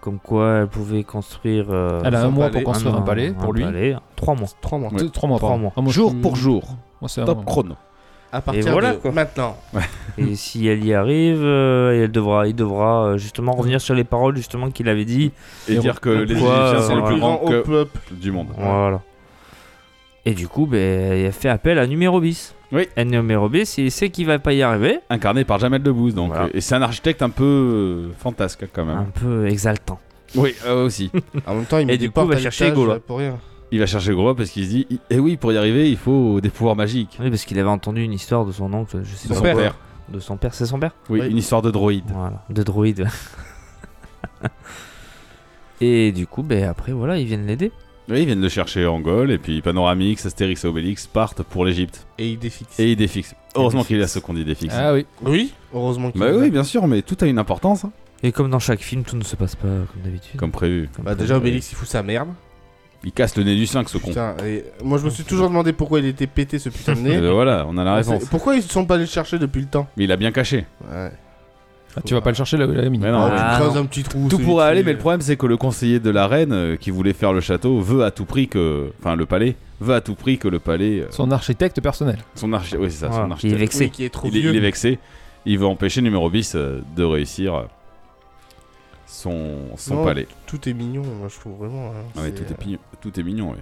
[SPEAKER 2] Comme quoi, elle pouvait construire. euh,
[SPEAKER 7] Elle a un
[SPEAKER 5] un
[SPEAKER 7] mois
[SPEAKER 5] palais.
[SPEAKER 7] pour construire un palais pour lui.
[SPEAKER 2] palais. Trois mois.
[SPEAKER 5] 3 mois.
[SPEAKER 4] Ouais.
[SPEAKER 7] Deux- Trois mois.
[SPEAKER 2] Trois
[SPEAKER 7] pardon.
[SPEAKER 2] mois.
[SPEAKER 7] Ah, moi, je
[SPEAKER 4] jour
[SPEAKER 7] suis-
[SPEAKER 4] pour jour.
[SPEAKER 7] Moi, c'est un
[SPEAKER 4] Top
[SPEAKER 7] moment.
[SPEAKER 4] chrono.
[SPEAKER 5] À partir
[SPEAKER 2] voilà,
[SPEAKER 5] de
[SPEAKER 2] quoi.
[SPEAKER 5] maintenant.
[SPEAKER 7] *laughs*
[SPEAKER 2] Et si elle y arrive, euh, elle devra, il devra euh, justement revenir sur les paroles justement qu'il avait dit.
[SPEAKER 4] Et
[SPEAKER 7] Et
[SPEAKER 4] dire que les
[SPEAKER 2] pourquoi,
[SPEAKER 4] Égyptiens
[SPEAKER 2] euh,
[SPEAKER 4] sont le plus
[SPEAKER 2] voilà.
[SPEAKER 4] grands
[SPEAKER 5] Grand
[SPEAKER 4] que
[SPEAKER 5] hop-hop.
[SPEAKER 4] du monde.
[SPEAKER 2] Voilà. Et du coup, ben, elle fait appel à numéro bis.
[SPEAKER 4] Oui.
[SPEAKER 2] Et numéro bis, il sait qu'il va pas y arriver.
[SPEAKER 4] Incarné par Jamel Debbouze, donc.
[SPEAKER 2] Voilà.
[SPEAKER 4] euh, Et c'est un architecte un peu euh, fantasque quand même.
[SPEAKER 2] Un peu exaltant.
[SPEAKER 5] Ah.
[SPEAKER 4] Oui, euh, aussi.
[SPEAKER 5] En même temps, il
[SPEAKER 2] Et
[SPEAKER 5] met
[SPEAKER 2] du
[SPEAKER 5] des
[SPEAKER 2] coup, on
[SPEAKER 5] portes
[SPEAKER 2] va
[SPEAKER 5] à
[SPEAKER 2] chercher
[SPEAKER 5] l'étage,
[SPEAKER 2] Gaulois.
[SPEAKER 5] euh, pour rien.
[SPEAKER 4] Il va chercher Gros parce qu'il se dit eh oui, pour y arriver, il faut des pouvoirs magiques.
[SPEAKER 2] Oui, parce qu'il avait entendu une histoire de son oncle, je
[SPEAKER 4] De
[SPEAKER 2] sais pas
[SPEAKER 4] son
[SPEAKER 2] pourquoi.
[SPEAKER 4] père.
[SPEAKER 2] De son père, c'est son père
[SPEAKER 4] Oui,
[SPEAKER 5] Oui.
[SPEAKER 4] une histoire de droïde.
[SPEAKER 2] Voilà, de droïde. *laughs* et du coup, ben après, voilà, ils viennent l'aider.
[SPEAKER 4] Oui, ils viennent le chercher en Gaule, et puis Panoramix, Astérix et Obélix partent pour l'Égypte.
[SPEAKER 5] Et il défixe.
[SPEAKER 4] Et il défixe. Heureusement qu'il a ce qu'on dit défixe.
[SPEAKER 7] Ah oui.
[SPEAKER 5] Oui, heureusement qu'il
[SPEAKER 4] Bah
[SPEAKER 5] est là.
[SPEAKER 4] oui, bien sûr, mais tout a une importance, hein.
[SPEAKER 2] Et comme dans chaque film, tout ne se passe pas comme d'habitude.
[SPEAKER 4] comme prévu.
[SPEAKER 2] Comme
[SPEAKER 5] Bah
[SPEAKER 2] prévu.
[SPEAKER 5] déjà, Obélix, il fout sa merde.
[SPEAKER 4] Il casse le nez du 5, ce con.
[SPEAKER 5] Putain, et moi, je me suis toujours demandé pourquoi il était pété, ce putain de
[SPEAKER 4] Et
[SPEAKER 5] nez. Ah,
[SPEAKER 4] ben voilà, on a la réponse.
[SPEAKER 5] C'est- Pourquoi ils sont pas allés le chercher depuis le temps
[SPEAKER 4] Mais il a bien caché.
[SPEAKER 5] Ouais.
[SPEAKER 7] Ah, tu vas pas le chercher là où il a mis.
[SPEAKER 4] Mais non,
[SPEAKER 5] Ah,
[SPEAKER 4] ouais.
[SPEAKER 5] tu
[SPEAKER 2] Ah,
[SPEAKER 5] creuses
[SPEAKER 2] non.
[SPEAKER 5] un petit trou.
[SPEAKER 4] Tout
[SPEAKER 5] c'est
[SPEAKER 4] pourrait
[SPEAKER 5] vite
[SPEAKER 4] aller,
[SPEAKER 5] fait.
[SPEAKER 4] mais le problème c'est que le conseiller de la reine euh, qui voulait faire le château veut à tout prix que. Enfin, le palais veut à tout prix que le palais. euh,
[SPEAKER 7] Son architecte personnel.
[SPEAKER 4] son archi. Oui, c'est ça,
[SPEAKER 2] Voilà,
[SPEAKER 4] son
[SPEAKER 2] il est
[SPEAKER 4] architecte.
[SPEAKER 2] vexé.
[SPEAKER 5] Oui, qui est trop
[SPEAKER 4] Il est,
[SPEAKER 5] vieux.
[SPEAKER 4] il est vexé. Il veut empêcher numéro 10 euh, de réussir euh, son, son
[SPEAKER 5] Non,
[SPEAKER 4] palais.
[SPEAKER 5] Tout est mignon, moi, je trouve vraiment. hein,
[SPEAKER 4] Ah ouais,
[SPEAKER 5] c'est-
[SPEAKER 2] euh,
[SPEAKER 4] tout, est pignon- tout est mignon, oui.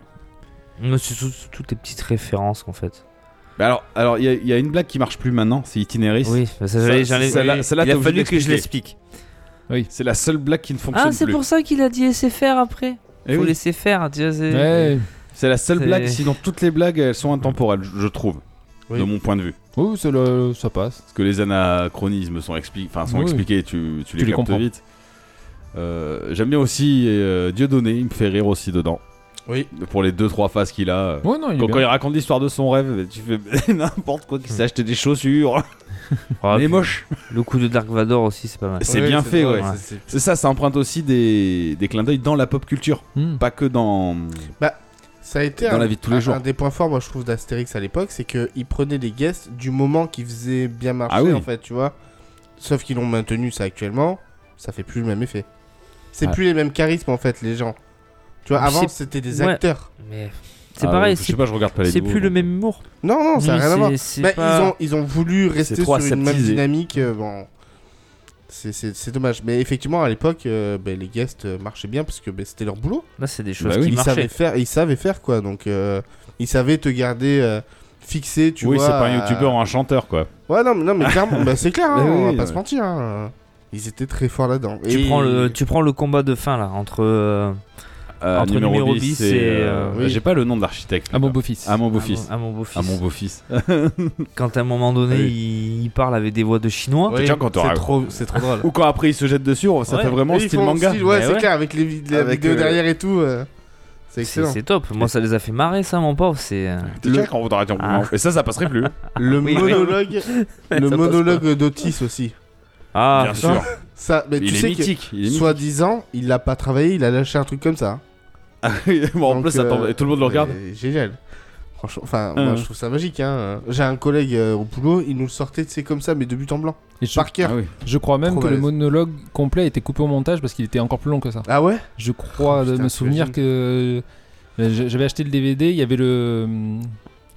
[SPEAKER 2] Mais c'est tout- toutes les petites références qu'en fait.
[SPEAKER 4] Mais Bah alors, alors, il y, a- il y a une blague qui marche plus maintenant, c'est Itinéris.
[SPEAKER 2] Oui, bah, ça,
[SPEAKER 4] Ça-
[SPEAKER 2] j'allais- j'allais-
[SPEAKER 4] celle-là- celle-là,
[SPEAKER 2] il
[SPEAKER 4] t'es
[SPEAKER 2] a
[SPEAKER 4] obligé
[SPEAKER 2] fallu que je
[SPEAKER 4] d'expliquer.
[SPEAKER 2] l'explique.
[SPEAKER 4] C'est la seule blague qui ne fonctionne
[SPEAKER 2] Ah, c'est
[SPEAKER 4] plus.
[SPEAKER 2] pour ça qu'il a dit laisser faire après.
[SPEAKER 4] Eh
[SPEAKER 2] Faut
[SPEAKER 4] oui.
[SPEAKER 2] laisser faire. tu vois, c'est-
[SPEAKER 7] Ouais.
[SPEAKER 4] C'est la seule
[SPEAKER 2] C'est-
[SPEAKER 4] blague, sinon toutes les blagues elles sont intemporelles, je je trouve,
[SPEAKER 5] Oui.
[SPEAKER 4] de mon point de vue.
[SPEAKER 7] Oui, c'est le- ça passe.
[SPEAKER 4] Parce que les anachronismes sont, expli- enfin, sont
[SPEAKER 7] Oui.
[SPEAKER 4] expliqués, tu, tu les,
[SPEAKER 7] les
[SPEAKER 4] captes
[SPEAKER 7] comprends.
[SPEAKER 4] vite. Euh, J'aime bien aussi euh, Dieudonné, il me fait rire aussi dedans.
[SPEAKER 5] Oui.
[SPEAKER 4] Pour les deux trois phases qu'il a. euh.
[SPEAKER 7] Ouais, non, il est
[SPEAKER 4] Quand, quand il
[SPEAKER 7] bien.
[SPEAKER 4] raconte l'histoire de son rêve, tu fais *laughs* n'importe quoi, qu'il s'est acheté des chaussures,
[SPEAKER 2] Ah,
[SPEAKER 4] les
[SPEAKER 2] puis
[SPEAKER 4] moches.
[SPEAKER 2] Le coup de Dark Vador aussi, c'est pas mal.
[SPEAKER 4] C'est
[SPEAKER 5] Ouais,
[SPEAKER 4] bien fait,
[SPEAKER 5] drôle,
[SPEAKER 4] ouais.
[SPEAKER 5] c'est- c'est-
[SPEAKER 4] C'est ça, ça emprunte aussi des, des clins d'œil dans la pop culture,
[SPEAKER 7] Hmm.
[SPEAKER 4] pas que dans.
[SPEAKER 5] Ça a été
[SPEAKER 4] Dans
[SPEAKER 5] un,
[SPEAKER 4] la vie de tous les
[SPEAKER 5] un-
[SPEAKER 4] jours.
[SPEAKER 5] un des points forts, moi, je trouve, d'Astérix à l'époque, c'est qu'il prenait des guests du moment qui faisait bien marcher,
[SPEAKER 4] Ah oui.
[SPEAKER 5] en fait, tu vois. Sauf qu'ils l'ont maintenu, ça, actuellement, ça fait plus le même effet. C'est
[SPEAKER 4] Ah.
[SPEAKER 5] plus les mêmes charismes, en fait, les gens. Tu vois,
[SPEAKER 2] Puis
[SPEAKER 5] avant,
[SPEAKER 2] c'est-
[SPEAKER 5] c'était des
[SPEAKER 2] ouais.
[SPEAKER 5] acteurs.
[SPEAKER 2] Mais c'est
[SPEAKER 4] Ah,
[SPEAKER 2] pareil,
[SPEAKER 4] Je
[SPEAKER 2] c'est
[SPEAKER 4] sais pas, je regarde pas les
[SPEAKER 2] c'est
[SPEAKER 4] nouveaux,
[SPEAKER 2] plus le
[SPEAKER 4] donc.
[SPEAKER 2] même humour.
[SPEAKER 5] Non, non, ça n'a
[SPEAKER 2] Oui,
[SPEAKER 5] rien à voir.
[SPEAKER 2] c'est- c'est
[SPEAKER 5] Bah,
[SPEAKER 2] pas-
[SPEAKER 5] ils, ont, ils ont voulu rester
[SPEAKER 4] trop
[SPEAKER 5] sur une même
[SPEAKER 4] aseptisé.
[SPEAKER 5] dynamique. euh, bon, c'est- c'est c'est dommage. Mais effectivement, à l'époque, euh, bah, les guests euh, marchaient bien parce que bah, c'était leur boulot.
[SPEAKER 2] Là, c'est des choses
[SPEAKER 4] Bah oui,
[SPEAKER 2] qui
[SPEAKER 5] ils
[SPEAKER 2] marchaient.
[SPEAKER 5] savaient faire, ils savaient faire quoi. Donc, euh, ils savaient te garder euh, fixé, tu
[SPEAKER 4] oui,
[SPEAKER 5] vois.
[SPEAKER 4] c'est pas un
[SPEAKER 5] à-
[SPEAKER 4] youtubeur ou un chanteur quoi.
[SPEAKER 5] Ouais, non, mais, non, mais clairement, bah, c'est
[SPEAKER 4] *laughs*
[SPEAKER 5] clair, hein,
[SPEAKER 4] Bah oui,
[SPEAKER 5] on va
[SPEAKER 4] oui,
[SPEAKER 5] pas
[SPEAKER 4] ouais.
[SPEAKER 5] se mentir. hein. Ils étaient très forts là-dedans.
[SPEAKER 2] Tu
[SPEAKER 5] Et-
[SPEAKER 2] prends, le, tu prends le combat de fin là entre. euh,
[SPEAKER 4] Euh,
[SPEAKER 2] Entre numéro 10 et,
[SPEAKER 4] euh,
[SPEAKER 5] euh, oui.
[SPEAKER 4] J'ai pas le nom de l'architecte.
[SPEAKER 7] À mon beau-fils.
[SPEAKER 4] À Ah, mon
[SPEAKER 2] à mon-
[SPEAKER 4] beau-fils.
[SPEAKER 2] À mon beau-fils.
[SPEAKER 4] À mon beau-fils.
[SPEAKER 2] Quand à un moment donné,
[SPEAKER 4] Oui.
[SPEAKER 2] il, il parle avec des voix de chinois.
[SPEAKER 5] Oui,
[SPEAKER 4] Tiens, quand t'auras-
[SPEAKER 5] c'est trop, c'est trop drôle.
[SPEAKER 4] Ou quand après il se jette dessus, ça
[SPEAKER 2] Ouais.
[SPEAKER 4] fait vraiment
[SPEAKER 5] Et ils
[SPEAKER 4] style
[SPEAKER 5] font
[SPEAKER 4] manga. Bah
[SPEAKER 5] style, ouais,
[SPEAKER 2] Mais
[SPEAKER 5] c'est
[SPEAKER 2] ouais.
[SPEAKER 5] clair, avec les, vid- les
[SPEAKER 4] Avec,
[SPEAKER 5] vidéos
[SPEAKER 4] euh,
[SPEAKER 5] derrière et tout. euh, c'est
[SPEAKER 2] C'est
[SPEAKER 5] excellent.
[SPEAKER 2] c'est top. Moi, ça les a fait marrer, ça, mon pauvre. C'est. euh,
[SPEAKER 4] T'es sûr qu'on voudra dire-
[SPEAKER 2] Ah.
[SPEAKER 4] Et ça, ça passerait plus. hein,
[SPEAKER 5] Le
[SPEAKER 4] *laughs*
[SPEAKER 2] Oui, oui.
[SPEAKER 5] monologue, le
[SPEAKER 2] passe
[SPEAKER 5] monologue d'Otis aussi.
[SPEAKER 2] Ah,
[SPEAKER 4] Bien sûr.
[SPEAKER 5] Ça, mais
[SPEAKER 4] Il
[SPEAKER 5] tu
[SPEAKER 4] est
[SPEAKER 5] sais que.
[SPEAKER 4] mythique. il est mythique.
[SPEAKER 5] Soi-disant, il l'a pas travaillé, il a lâché un truc comme ça.
[SPEAKER 4] *laughs* Bon, en
[SPEAKER 5] Donc,
[SPEAKER 4] plus, ça
[SPEAKER 5] euh,
[SPEAKER 4] tombe- et tout le monde le regarde.
[SPEAKER 5] C'est Génial. Franchement, enfin,
[SPEAKER 4] Hein.
[SPEAKER 5] moi je trouve ça magique. Hein. J'ai un collègue euh, au boulot, il nous le sortait, tu sais, comme ça, mais de but en blanc.
[SPEAKER 7] Et je,
[SPEAKER 5] Par cœur.
[SPEAKER 4] Ah oui.
[SPEAKER 7] je crois même
[SPEAKER 5] Trop
[SPEAKER 7] que le
[SPEAKER 5] balèze.
[SPEAKER 7] monologue complet a été coupé au montage parce qu'il était encore plus long que ça.
[SPEAKER 5] Ah ouais
[SPEAKER 7] Je crois
[SPEAKER 5] Oh,
[SPEAKER 7] de
[SPEAKER 5] putain,
[SPEAKER 7] me souvenir que euh, je- j'avais acheté le DVD, il y avait le, hum,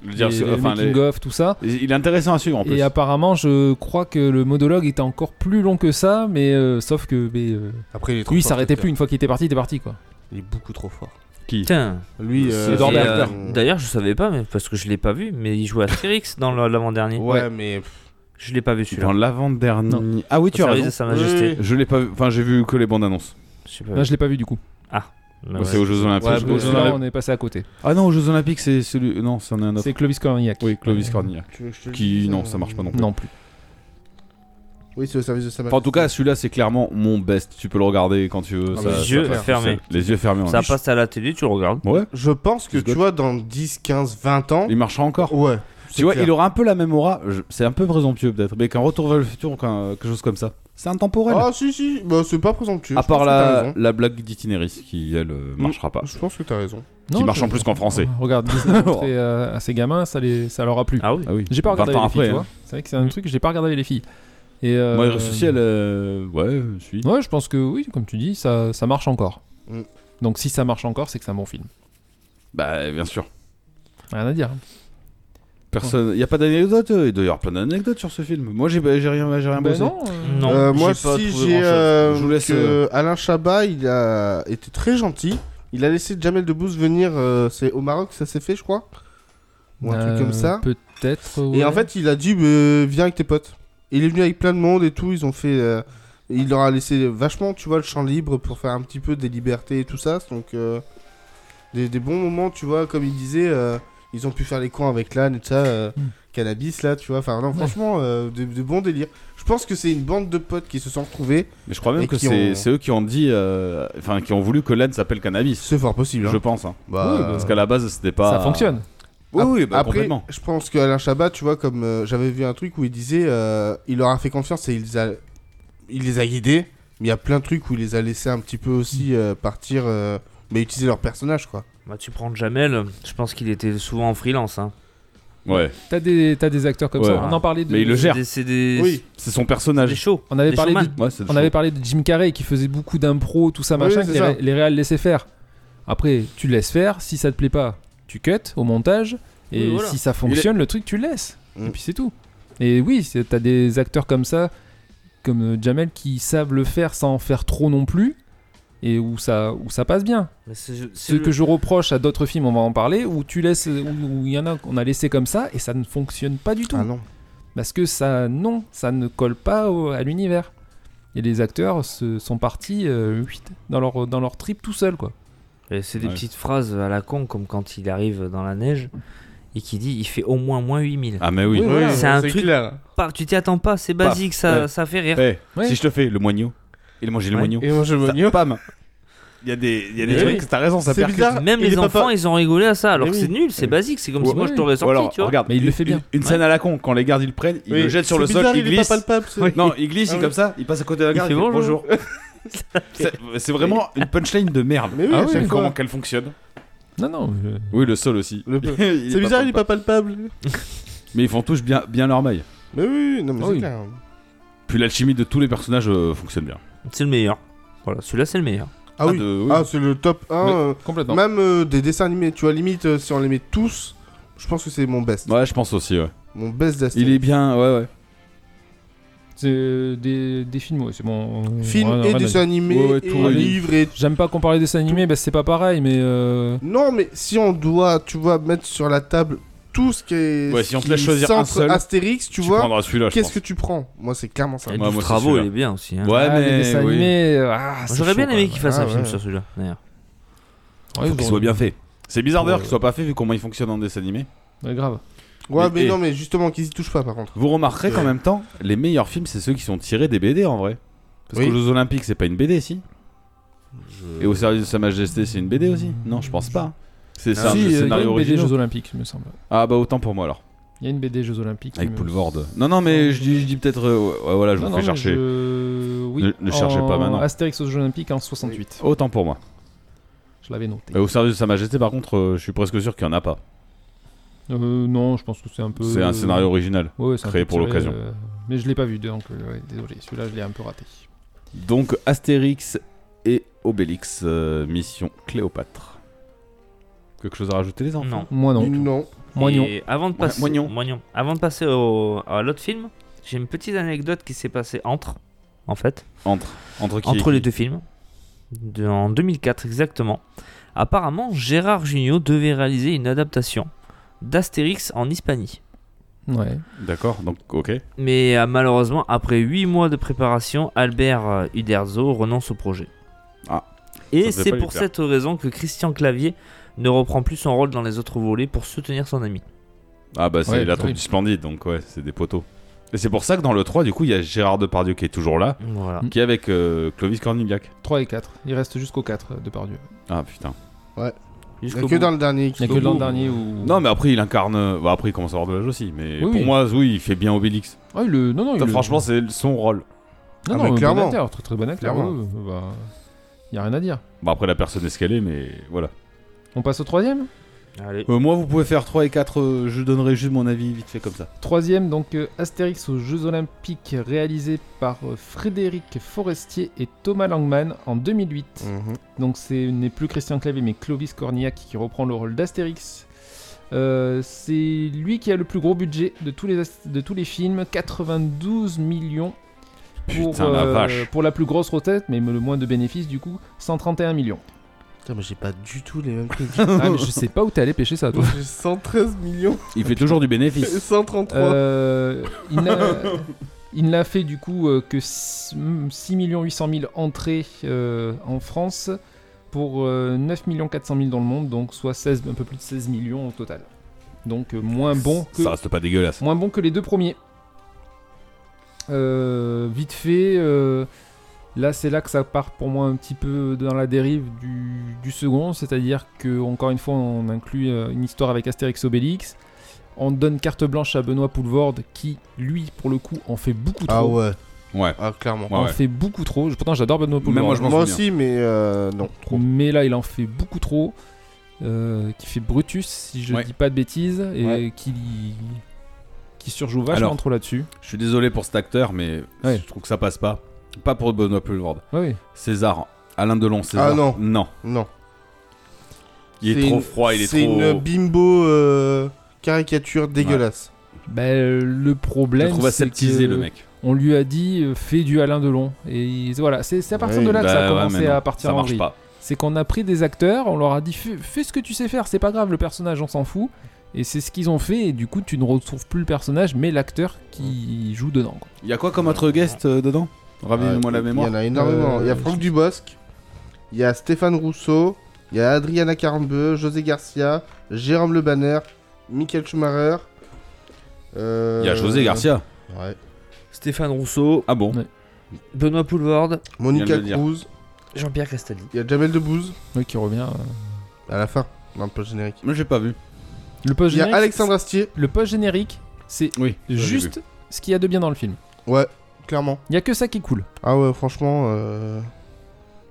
[SPEAKER 4] Le dire-
[SPEAKER 7] les- le
[SPEAKER 4] enfin, les-
[SPEAKER 7] making of, tout ça.
[SPEAKER 4] Il est intéressant à suivre en plus.
[SPEAKER 7] Et apparemment, je crois que le monologue était encore plus long que ça, mais euh, sauf que mais, euh,
[SPEAKER 5] Après, il est trop
[SPEAKER 7] lui, il
[SPEAKER 5] fort,
[SPEAKER 7] s'arrêtait
[SPEAKER 5] ce
[SPEAKER 7] plus. Une fois qu'il était parti, il était parti quoi.
[SPEAKER 5] Il est beaucoup trop fort.
[SPEAKER 4] Qui
[SPEAKER 2] Putain.
[SPEAKER 5] Lui,
[SPEAKER 2] Et,
[SPEAKER 5] euh,
[SPEAKER 7] Norbert
[SPEAKER 2] euh,
[SPEAKER 5] euh,
[SPEAKER 2] D'ailleurs, je savais pas, mais parce que je l'ai pas vu, mais il jouait Astérix *laughs* dans le- l'avant-dernier.
[SPEAKER 5] Ouais, mais. pff,
[SPEAKER 2] Je l'ai pas vu
[SPEAKER 4] Dans
[SPEAKER 2] celui-là.
[SPEAKER 4] l'avant-dernier. Ah oui,
[SPEAKER 2] Au
[SPEAKER 4] tu as
[SPEAKER 2] service de
[SPEAKER 4] raison.
[SPEAKER 2] Sa Majesté.
[SPEAKER 5] Oui,
[SPEAKER 4] Je l'ai pas vu. Enfin, j'ai vu que les bandes annonces.
[SPEAKER 2] Je sais pas.
[SPEAKER 7] Là, je l'ai pas vu du coup.
[SPEAKER 2] Mais
[SPEAKER 4] c'est aux Jeux Olympiques.
[SPEAKER 7] Ouais,
[SPEAKER 4] je
[SPEAKER 7] mais
[SPEAKER 4] crois.
[SPEAKER 7] là, on est passé à côté.
[SPEAKER 4] Ah non, aux Jeux Olympiques, c'est celui. Non, c'en est un autre.
[SPEAKER 7] C'est Clovis Cornillac.
[SPEAKER 4] Oui, Clovis Cornillac.
[SPEAKER 5] Tu veux que je te le
[SPEAKER 4] Qui.
[SPEAKER 5] dise,
[SPEAKER 4] Non,
[SPEAKER 5] euh,
[SPEAKER 4] ça marche pas non plus.
[SPEAKER 7] Non plus.
[SPEAKER 5] Oui, c'est au service de sa
[SPEAKER 4] Enfin, en tout cas, celui-là, c'est clairement mon best. Tu peux le regarder quand tu veux.
[SPEAKER 5] Ah,
[SPEAKER 4] ça-
[SPEAKER 5] bah,
[SPEAKER 4] ça
[SPEAKER 2] yeux
[SPEAKER 4] passe tout
[SPEAKER 2] fermés.
[SPEAKER 4] seul. Les yeux fermés. on
[SPEAKER 2] Ça
[SPEAKER 4] dit.
[SPEAKER 2] passe à la télé, tu le regardes.
[SPEAKER 4] Ouais,
[SPEAKER 5] Je pense que,
[SPEAKER 4] It's
[SPEAKER 5] tu
[SPEAKER 4] good.
[SPEAKER 5] vois, dans 10, 15, 20 ans...
[SPEAKER 4] il marchera encore.
[SPEAKER 5] Ouais.
[SPEAKER 4] Tu vois, il aura un peu la même aura. je- C'est un peu présomptueux peut-être, mais qu'un retour vers le futur, qu'un- quelque chose comme ça. C'est intemporel.
[SPEAKER 5] Ah, si, si, bah, c'est pas présomptueux.
[SPEAKER 4] à
[SPEAKER 5] je pense
[SPEAKER 4] part
[SPEAKER 5] que t'as
[SPEAKER 4] la,
[SPEAKER 5] raison.
[SPEAKER 4] la blague d'Itinéris qui, elle, euh, marchera pas.
[SPEAKER 5] Je pense que t'as raison.
[SPEAKER 4] qui
[SPEAKER 7] Non,
[SPEAKER 4] marche
[SPEAKER 7] je- Ah
[SPEAKER 4] en plus qu'en français.
[SPEAKER 7] Regarde, Disney
[SPEAKER 4] *laughs*
[SPEAKER 7] a montré, euh, à ces gamins, ça, les, ça leur a plu.
[SPEAKER 2] Ah oui.
[SPEAKER 4] Ah oui.
[SPEAKER 7] J'ai pas
[SPEAKER 4] 20
[SPEAKER 7] regardé
[SPEAKER 4] ans
[SPEAKER 7] les filles,
[SPEAKER 4] après.
[SPEAKER 7] tu
[SPEAKER 4] hein.
[SPEAKER 7] vois. C'est vrai que c'est un truc que j'ai pas regardé les filles. Et euh,
[SPEAKER 4] Moi, Ressuscité, elle. euh, Ouais, suis.
[SPEAKER 7] Ouais, je pense que oui, comme tu dis, ça, ça marche encore.
[SPEAKER 5] Mm.
[SPEAKER 7] Donc si ça marche encore, c'est que c'est un bon film.
[SPEAKER 4] Bah, bien sûr.
[SPEAKER 7] Rien à dire.
[SPEAKER 4] Personne. Y a pas d'anecdote. euh, Il doit y avoir plein d'anecdotes sur ce film. Moi, j'ai j'ai rien, j'ai rien
[SPEAKER 7] Ben
[SPEAKER 4] bossé.
[SPEAKER 7] non, euh,
[SPEAKER 2] Non,
[SPEAKER 5] Euh, moi,
[SPEAKER 2] j'ai pas
[SPEAKER 5] si
[SPEAKER 2] trouvé
[SPEAKER 5] j'ai
[SPEAKER 2] grand-chose.
[SPEAKER 5] euh,
[SPEAKER 4] Je vous laisse,
[SPEAKER 5] que
[SPEAKER 4] euh,
[SPEAKER 5] Alain Chabat, il a été très gentil. Il a laissé Jamel Debbouze venir. euh, c'est au Maroc, que ça s'est fait, je crois, ou un
[SPEAKER 7] euh,
[SPEAKER 5] truc comme ça.
[SPEAKER 7] Peut-être.
[SPEAKER 5] Et
[SPEAKER 7] ouais.
[SPEAKER 5] en fait, il a dit bah, viens avec tes potes. Et il est venu avec plein de monde et tout. Ils ont fait. euh, il leur a laissé vachement, tu vois, le champ libre pour faire un petit peu des libertés et tout ça. Donc euh, des, des bons moments, tu vois, comme il disait. euh, ils ont pu faire les coins avec l'âne et tout ça, euh,
[SPEAKER 4] Hmm.
[SPEAKER 5] cannabis là, tu vois. Enfin, non, franchement, euh, de, de bons délires. Je pense que c'est une bande de potes qui se sont retrouvés.
[SPEAKER 4] Mais je crois même
[SPEAKER 5] Et
[SPEAKER 4] que
[SPEAKER 5] qui
[SPEAKER 4] c'est
[SPEAKER 5] ont-
[SPEAKER 4] c'est eux qui ont dit. euh, Enfin, qui ont voulu que l'âne s'appelle cannabis.
[SPEAKER 5] C'est fort possible. hein.
[SPEAKER 4] Je pense. hein.
[SPEAKER 5] Bah,
[SPEAKER 4] Oui, parce qu'à la base, c'était pas.
[SPEAKER 7] ben ça fonctionne.
[SPEAKER 4] Oui, oui, bah,
[SPEAKER 5] Après,
[SPEAKER 4] complètement.
[SPEAKER 5] je pense qu'Alain Chabat, tu vois, comme euh, j'avais vu un truc où il disait, euh, il leur a fait confiance et il les a, il les a guidés. Mais il y a plein de trucs où il les a laissés un petit peu aussi euh, partir, euh, mais utiliser leur personnage, quoi.
[SPEAKER 2] Bah, tu prends Jamel, je pense qu'il était souvent en freelance. hein.
[SPEAKER 4] Ouais.
[SPEAKER 7] T'as des, t'as des acteurs comme
[SPEAKER 4] Ouais.
[SPEAKER 7] ça. On en parlait de.
[SPEAKER 4] Mais il le gère.
[SPEAKER 2] Des- C'est des,
[SPEAKER 5] Oui.
[SPEAKER 4] C'est son
[SPEAKER 2] des
[SPEAKER 4] personnage.
[SPEAKER 2] shows.
[SPEAKER 7] On avait
[SPEAKER 2] Des
[SPEAKER 7] parlé de,
[SPEAKER 2] showman.
[SPEAKER 4] Ouais, c'est
[SPEAKER 7] on avait parlé de Jim Carrey qui faisait beaucoup d'impro, tout ça
[SPEAKER 5] Oui,
[SPEAKER 7] machin.
[SPEAKER 5] c'est
[SPEAKER 7] que les,
[SPEAKER 5] ça.
[SPEAKER 7] ré- les réals laissaient faire. Après, tu laisses faire. Si ça te plaît pas, tu cut au montage. Et
[SPEAKER 2] Oui, voilà.
[SPEAKER 7] si ça fonctionne, le truc tu le laisses.
[SPEAKER 5] Mm.
[SPEAKER 7] Et puis c'est tout. Et oui, c'est- t'as des acteurs comme ça, comme euh, Jamel, qui savent le faire sans en faire trop non plus. Et où ça, où ça passe bien.
[SPEAKER 2] Mais c'est- c'est
[SPEAKER 7] Ce
[SPEAKER 2] le-
[SPEAKER 7] que je reproche à d'autres films, on va en parler, où tu laisses, où où il y en a qu'on a laissé comme ça et ça ne fonctionne pas du tout.
[SPEAKER 5] Ah non.
[SPEAKER 7] Parce que ça, non, ça ne colle pas au- à l'univers. Et les acteurs se, sont partis euh, huit, dans, leur, dans leur trip tout seul, quoi.
[SPEAKER 2] Et C'est des
[SPEAKER 4] Ouais.
[SPEAKER 2] petites phrases à la con, comme quand il arrive dans la neige et qui dit il fait au moins moins 8000.
[SPEAKER 4] Ah, mais oui.
[SPEAKER 2] voilà, c'est un truc-
[SPEAKER 5] clair.
[SPEAKER 2] Pas- Tu t'y attends pas, c'est basique, ça,
[SPEAKER 4] ouais.
[SPEAKER 2] ça fait rire.
[SPEAKER 4] Eh,
[SPEAKER 7] Ouais.
[SPEAKER 4] Si je te fais le moignon, il a mangé le
[SPEAKER 2] Ouais.
[SPEAKER 4] moignon.
[SPEAKER 5] Et moi je
[SPEAKER 4] Ça-
[SPEAKER 5] me
[SPEAKER 4] Pam. Il y a des, il y a des
[SPEAKER 2] Eh
[SPEAKER 4] trucs,
[SPEAKER 2] oui.
[SPEAKER 4] t'as raison, ça
[SPEAKER 5] C'est
[SPEAKER 4] percute.
[SPEAKER 5] bizarre.
[SPEAKER 2] Même
[SPEAKER 5] Il
[SPEAKER 2] les
[SPEAKER 5] est pas
[SPEAKER 2] enfants,
[SPEAKER 5] fa-
[SPEAKER 2] ils ont rigolé à ça, alors
[SPEAKER 5] Mais
[SPEAKER 2] que
[SPEAKER 5] oui.
[SPEAKER 2] c'est nul, c'est basique, c'est comme si
[SPEAKER 4] Ouais.
[SPEAKER 2] moi je t'aurais
[SPEAKER 4] Ou
[SPEAKER 2] sorti,
[SPEAKER 4] alors,
[SPEAKER 2] tu vois.
[SPEAKER 4] regarde,
[SPEAKER 7] Mais il
[SPEAKER 4] une-
[SPEAKER 7] le fait bien.
[SPEAKER 4] Une, une scène à la con, quand les gardes ils le prennent, ils le jettent sur le sol, il glisse. Non, il glisse,
[SPEAKER 5] Ah
[SPEAKER 4] il
[SPEAKER 5] oui.
[SPEAKER 4] comme ça, il passe à côté de la
[SPEAKER 2] Il
[SPEAKER 4] garde,
[SPEAKER 2] fait
[SPEAKER 4] il fait
[SPEAKER 2] bonjour.
[SPEAKER 4] bonjour.
[SPEAKER 2] *laughs*
[SPEAKER 4] C'est- C'est vraiment une punchline de *laughs* merde.
[SPEAKER 5] Mais oui, à chaque
[SPEAKER 4] Ah, comment
[SPEAKER 5] fois.
[SPEAKER 4] qu'elle fonctionne
[SPEAKER 7] Non, non, euh, je-
[SPEAKER 4] Oui, le sol aussi.
[SPEAKER 5] Le-
[SPEAKER 4] Il
[SPEAKER 5] C'est bizarre, il est
[SPEAKER 4] palpable.
[SPEAKER 5] pas palpable.
[SPEAKER 4] Mais ils font touche bien, bien leur maille.
[SPEAKER 5] Mais oui, non mais
[SPEAKER 7] Ah
[SPEAKER 5] c'est
[SPEAKER 7] oui.
[SPEAKER 5] clair.
[SPEAKER 4] Puis l'alchimie de tous les personnages euh, fonctionne bien.
[SPEAKER 2] C'est le meilleur. Voilà, celui-là c'est le meilleur.
[SPEAKER 5] Ah oui.
[SPEAKER 4] de-
[SPEAKER 5] Ah c'est le top 1.
[SPEAKER 7] Mais-
[SPEAKER 5] euh,
[SPEAKER 7] complètement.
[SPEAKER 5] Même euh, des dessins animés, tu vois, limite euh, si on les met tous, je pense que c'est mon best.
[SPEAKER 4] Ouais, je pense aussi, ouais.
[SPEAKER 5] Mon best d'Astérix.
[SPEAKER 4] Il est bien, ouais, ouais.
[SPEAKER 7] C'est euh, des, des films, ouais, c'est bon. euh,
[SPEAKER 5] Film
[SPEAKER 7] rien- rien
[SPEAKER 5] et
[SPEAKER 7] à
[SPEAKER 5] dessin
[SPEAKER 7] dire.
[SPEAKER 5] animé,
[SPEAKER 4] Ouais, ouais,
[SPEAKER 5] et
[SPEAKER 4] tout relié.
[SPEAKER 5] livre et
[SPEAKER 7] J'aime pas comparer dessin animé, bah, c'est pas pareil, mais. euh,
[SPEAKER 5] Non, mais si on doit, tu vois, mettre sur la table tout ce qui est.
[SPEAKER 4] Ouais,
[SPEAKER 5] ce
[SPEAKER 4] si on te
[SPEAKER 5] qui
[SPEAKER 4] laisse choisir un
[SPEAKER 5] centre
[SPEAKER 4] seul,
[SPEAKER 5] Astérix, tu vois,
[SPEAKER 4] prendras celui-là, je
[SPEAKER 5] qu'est-ce
[SPEAKER 4] pense.
[SPEAKER 5] que tu prends Moi, c'est clairement ça.
[SPEAKER 2] Et
[SPEAKER 4] moi,
[SPEAKER 2] du
[SPEAKER 4] c'est
[SPEAKER 2] travaux,
[SPEAKER 4] celui-là.
[SPEAKER 2] il est bien aussi. hein.
[SPEAKER 4] Ouais,
[SPEAKER 7] ah, les
[SPEAKER 4] mais.
[SPEAKER 7] dessins
[SPEAKER 4] oui.
[SPEAKER 7] animés, euh, ah, c'est
[SPEAKER 2] J'aurais
[SPEAKER 7] chaud,
[SPEAKER 2] bien aimé
[SPEAKER 7] quoi.
[SPEAKER 2] qu'il fasse
[SPEAKER 5] Ah,
[SPEAKER 2] un film
[SPEAKER 5] ouais.
[SPEAKER 2] sur celui-là, d'ailleurs.
[SPEAKER 7] Ouais,
[SPEAKER 4] Faut qu'il
[SPEAKER 7] ils
[SPEAKER 4] soit
[SPEAKER 7] ont-
[SPEAKER 4] bien fait. C'est bizarre d'ailleurs
[SPEAKER 7] Ouais.
[SPEAKER 4] qu'il soit pas fait vu comment il fonctionne en dessin animé.
[SPEAKER 7] Ouais, grave.
[SPEAKER 5] Ouais,
[SPEAKER 4] Mais-
[SPEAKER 5] mais
[SPEAKER 4] et-
[SPEAKER 5] non, mais justement, qu'ils y touchent pas, par contre.
[SPEAKER 4] Vous remarquerez qu'en
[SPEAKER 5] Ouais.
[SPEAKER 4] même temps, les meilleurs films, c'est ceux qui sont tirés des BD en vrai. Parce
[SPEAKER 5] Oui.
[SPEAKER 4] que Jeux Olympiques, c'est pas une BD, si Et au service de Sa Majesté, c'est une BD aussi Non, je pense pas. C'est c'est
[SPEAKER 7] Ah,
[SPEAKER 4] un
[SPEAKER 7] si, euh, il y a
[SPEAKER 4] scénario
[SPEAKER 7] une BD
[SPEAKER 4] original.
[SPEAKER 7] Jeux Olympiques, il me semble.
[SPEAKER 4] Ah bah autant pour moi alors.
[SPEAKER 7] Il y a une BD Jeux Olympiques.
[SPEAKER 4] Avec
[SPEAKER 7] mais-
[SPEAKER 4] Boulevard. Non, non, mais je dis, je dis peut-être. euh, ouais, ouais, voilà, je
[SPEAKER 7] Non,
[SPEAKER 4] vous
[SPEAKER 7] non,
[SPEAKER 4] fais
[SPEAKER 7] mais
[SPEAKER 4] chercher.
[SPEAKER 7] je- euh, oui,
[SPEAKER 4] Ne- ne cherchez pas
[SPEAKER 7] en
[SPEAKER 4] maintenant.
[SPEAKER 7] Astérix aux Jeux Olympiques en 68.
[SPEAKER 4] Autant pour moi.
[SPEAKER 7] Je l'avais noté.
[SPEAKER 4] Et au service de Sa Majesté, par contre, euh, je suis presque sûr qu'il y en a pas.
[SPEAKER 7] Euh, non, je pense que c'est un peu.
[SPEAKER 4] C'est un scénario original.
[SPEAKER 7] Ouais, ouais, c'est un
[SPEAKER 4] créé
[SPEAKER 7] peu
[SPEAKER 4] pour
[SPEAKER 7] tiré,
[SPEAKER 4] l'occasion.
[SPEAKER 7] euh, Mais je l'ai pas vu, donc euh, ouais, désolé. Celui-là, je l'ai un peu raté.
[SPEAKER 4] Donc Astérix et Obélix, euh, mission Cléopâtre. Quelque chose à rajouter, les enfants
[SPEAKER 2] Non.
[SPEAKER 7] Moi non.
[SPEAKER 5] Non.
[SPEAKER 7] Moignon.
[SPEAKER 2] Et avant de
[SPEAKER 4] Moi-
[SPEAKER 2] passer,
[SPEAKER 4] moignon.
[SPEAKER 2] Avant de passer au- à l'autre film, j'ai une petite anecdote qui s'est passée entre, en fait,
[SPEAKER 4] Entre, entre qui
[SPEAKER 2] entre les deux films, de- en 2004 exactement. Apparemment, Gérard Jugnot devait réaliser une adaptation d'Astérix en Hispanie.
[SPEAKER 7] Ouais.
[SPEAKER 4] D'accord, donc ok.
[SPEAKER 2] Mais euh, malheureusement, après 8 mois de préparation, Albert euh, Uderzo renonce au projet.
[SPEAKER 4] Ah.
[SPEAKER 2] Et
[SPEAKER 4] Ça devait
[SPEAKER 2] c'est
[SPEAKER 4] pas lui
[SPEAKER 2] pour
[SPEAKER 4] plaire.
[SPEAKER 2] cette raison que Christian Clavier ne reprend plus son rôle dans les autres volets pour soutenir son ami.
[SPEAKER 4] Ah bah c'est
[SPEAKER 7] Ouais,
[SPEAKER 4] la
[SPEAKER 7] oui.
[SPEAKER 4] troupe du Splendide, donc ouais, c'est des poteaux. Et c'est pour ça que dans le 3, du coup, il y a Gérard Depardieu qui est toujours là,
[SPEAKER 7] Mm.
[SPEAKER 2] Voilà.
[SPEAKER 4] qui est avec euh, Clovis Cornillac.
[SPEAKER 7] 3 et 4. Il reste jusqu'au 4 de Pardieu.
[SPEAKER 4] Ah putain.
[SPEAKER 5] Il n'y
[SPEAKER 2] Jusqu'au
[SPEAKER 5] a que
[SPEAKER 2] bout.
[SPEAKER 5] dans le dernier.
[SPEAKER 7] Il n'y a que l'an dernier où.
[SPEAKER 4] Non mais après il incarne... euh, Bah après il commence à avoir de l'âge aussi, mais
[SPEAKER 7] Oui,
[SPEAKER 4] pour
[SPEAKER 7] oui.
[SPEAKER 4] moi, oui, il fait bien Obélix.
[SPEAKER 7] Ah, il le- Non, non, il
[SPEAKER 4] Putain,
[SPEAKER 7] le-
[SPEAKER 4] Franchement, c'est son rôle.
[SPEAKER 7] Non,
[SPEAKER 5] Ah,
[SPEAKER 7] non,
[SPEAKER 5] mais
[SPEAKER 7] bon
[SPEAKER 5] clairement.
[SPEAKER 7] acteur, très très bon acteur.
[SPEAKER 5] Clairement.
[SPEAKER 7] Il n'y a rien à dire.
[SPEAKER 4] Bah après la personne escalée, mais voilà.
[SPEAKER 7] On passe au troisième
[SPEAKER 2] Allez.
[SPEAKER 4] Euh, moi, vous pouvez faire 3 et 4, euh, je donnerai juste mon avis vite fait comme ça.
[SPEAKER 7] Troisième, donc euh, Astérix aux Jeux Olympiques, réalisé par euh, Frédéric Forestier et Thomas Langman en 2008.
[SPEAKER 5] Mhm.
[SPEAKER 7] Donc ce n'est plus Christian Clavier mais Clovis Cornillac qui reprend le rôle d'Astérix. Euh, c'est lui qui a le plus gros budget de tous les, ast- de tous les films, 92 millions pour, euh,
[SPEAKER 4] Putain, la vache.
[SPEAKER 7] pour la plus grosse rotette, mais le moins de bénéfices du coup, 131 millions.
[SPEAKER 5] Putain, mais j'ai pas du tout les mêmes
[SPEAKER 7] Ah, mais je sais pas où t'es allé pêcher ça toi.
[SPEAKER 5] *laughs* J'ai 113 millions
[SPEAKER 4] Il fait toujours du
[SPEAKER 5] et
[SPEAKER 4] bénéfice.
[SPEAKER 5] 133.
[SPEAKER 7] Euh, il n'a- il n'a fait du coup euh, que 6 800 000 entrées euh, en France pour euh, 9 400 000 dans le monde, donc soit 16, un peu plus de 16 millions au total. Donc euh, moins bon que
[SPEAKER 4] Ça reste pas dégueulasse.
[SPEAKER 7] moins bon que les deux premiers. Euh, vite fait, euh, là c'est là que ça part pour moi un petit peu dans la dérive du, du second, c'est-à-dire que encore une fois on inclut euh, une histoire avec Astérix Obélix. On donne carte blanche à Benoît Poulvorde qui, lui, pour le coup, en fait beaucoup trop.
[SPEAKER 5] Ah ouais.
[SPEAKER 4] Ouais.
[SPEAKER 5] Ah clairement.
[SPEAKER 4] Ouais,
[SPEAKER 7] En
[SPEAKER 4] ouais.
[SPEAKER 7] fait beaucoup trop. Je- Pourtant, j'adore Benoît Poulvorde.
[SPEAKER 4] Même moi, je m'en
[SPEAKER 5] Moi
[SPEAKER 4] souviens.
[SPEAKER 5] aussi, mais euh, non.
[SPEAKER 7] Mais là, il en fait beaucoup trop. euh, qui fait Brutus, si je
[SPEAKER 4] Ouais.
[SPEAKER 7] dis pas de bêtises, et
[SPEAKER 5] Ouais.
[SPEAKER 7] qui, qui surjoue vachement
[SPEAKER 4] Alors.
[SPEAKER 7] trop là-dessus.
[SPEAKER 4] Je suis désolé pour cet acteur, mais
[SPEAKER 7] Ouais.
[SPEAKER 4] je trouve que ça passe pas. Pas pour Benoît Poulvorde.
[SPEAKER 7] Ouais, ouais.
[SPEAKER 4] César, Alain Delon, César.
[SPEAKER 5] Ah, non.
[SPEAKER 4] Non.
[SPEAKER 5] Non.
[SPEAKER 4] Il est,
[SPEAKER 5] C'est
[SPEAKER 4] trop
[SPEAKER 5] une-
[SPEAKER 4] froid, il est,
[SPEAKER 5] C'est
[SPEAKER 4] trop.
[SPEAKER 5] une bimbo euh, caricature dégueulasse.
[SPEAKER 7] Ben, euh, le
[SPEAKER 4] Je
[SPEAKER 7] problème,
[SPEAKER 4] le trouve
[SPEAKER 7] c'est
[SPEAKER 4] aseptisé
[SPEAKER 7] que
[SPEAKER 4] le mec.
[SPEAKER 7] On lui a dit euh, fais du Alain Delon et il- voilà, c'est c'est à partir
[SPEAKER 5] Oui,
[SPEAKER 7] de là que ça a
[SPEAKER 4] Bah ouais,
[SPEAKER 7] commencé
[SPEAKER 4] mais non,
[SPEAKER 7] à partir
[SPEAKER 4] Ça
[SPEAKER 7] en
[SPEAKER 4] marche
[SPEAKER 7] vrille.
[SPEAKER 4] pas.
[SPEAKER 7] C'est qu'on a pris des acteurs, on leur a dit fais, fais ce que tu sais faire, c'est pas grave le personnage, on s'en fout. Et c'est ce qu'ils ont fait et du coup tu ne retrouves plus le personnage mais l'acteur qui joue dedans. quoi.
[SPEAKER 4] Il y a quoi comme autre guest euh, dedans Ravivez-moi
[SPEAKER 5] Ouais,
[SPEAKER 4] la mémoire.
[SPEAKER 5] Ah, Il y en a énormément.
[SPEAKER 7] Euh,
[SPEAKER 5] il y a Franck Dubosc, il y a Stéphane Rousseau, il y a Adriana Carambeu, José Garcia, Jérôme Le Banner, Michael Schumacher. euh,
[SPEAKER 4] Il y a José Garcia.
[SPEAKER 5] ouais,
[SPEAKER 2] Stéphane Rousseau,
[SPEAKER 4] Ah bon
[SPEAKER 7] Ouais.
[SPEAKER 2] Benoît Poulvorde,
[SPEAKER 4] Vient
[SPEAKER 5] Monica
[SPEAKER 4] de le dire.
[SPEAKER 5] Cruz,
[SPEAKER 2] Jean-Pierre Castaldi.
[SPEAKER 5] il y a Jamel Debbouze
[SPEAKER 7] Oui, qui revient. euh.
[SPEAKER 5] à la fin, dans le post générique.
[SPEAKER 4] Moi j'ai pas vu.
[SPEAKER 7] Le post
[SPEAKER 5] Il y a
[SPEAKER 7] générique.
[SPEAKER 5] Alexandre Astier,
[SPEAKER 7] Le post générique, c'est
[SPEAKER 4] Oui.
[SPEAKER 7] juste ce qu'il y a de bien dans le film.
[SPEAKER 5] ouais, clairement.
[SPEAKER 7] Il y a que ça qui est cool.
[SPEAKER 5] Ah ouais, franchement. euh,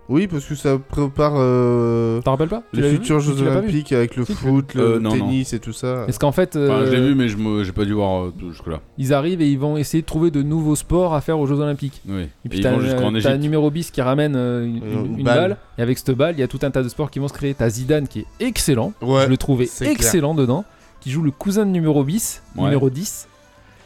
[SPEAKER 5] Oui, parce que ça prépare euh,
[SPEAKER 7] T'en rappelles pas Tu
[SPEAKER 5] les
[SPEAKER 7] l'as vu
[SPEAKER 5] futurs Jeux
[SPEAKER 7] Tu l'as pas vu
[SPEAKER 5] Olympiques avec le
[SPEAKER 7] Si, tu
[SPEAKER 5] foot, le
[SPEAKER 4] Euh, non,
[SPEAKER 5] tennis et tout ça.
[SPEAKER 7] Est-ce qu'en fait
[SPEAKER 4] Enfin, je l'ai
[SPEAKER 7] euh,
[SPEAKER 4] vu, mais je me- j'ai pas dû voir euh, tout jusque-là.
[SPEAKER 7] ils arrivent et ils vont essayer de trouver de nouveaux sports à faire aux Jeux Olympiques. Et
[SPEAKER 4] Oui. Et
[SPEAKER 7] puis
[SPEAKER 4] ils
[SPEAKER 7] t'as
[SPEAKER 4] vont jusqu'en
[SPEAKER 7] euh, t'as un
[SPEAKER 4] Égypte.
[SPEAKER 7] numéro bis qui ramène euh, une,
[SPEAKER 5] Euh,
[SPEAKER 7] une-
[SPEAKER 5] une
[SPEAKER 7] une balle.
[SPEAKER 5] balle.
[SPEAKER 7] Et avec cette balle, il y a tout un tas de sports qui vont se créer. T'as Zidane qui est excellent.
[SPEAKER 5] Ouais.
[SPEAKER 7] je le trouvais
[SPEAKER 5] c'est clair.
[SPEAKER 7] excellent dedans. Qui joue le cousin de numéro bis,
[SPEAKER 4] Ouais.
[SPEAKER 7] numéro 10.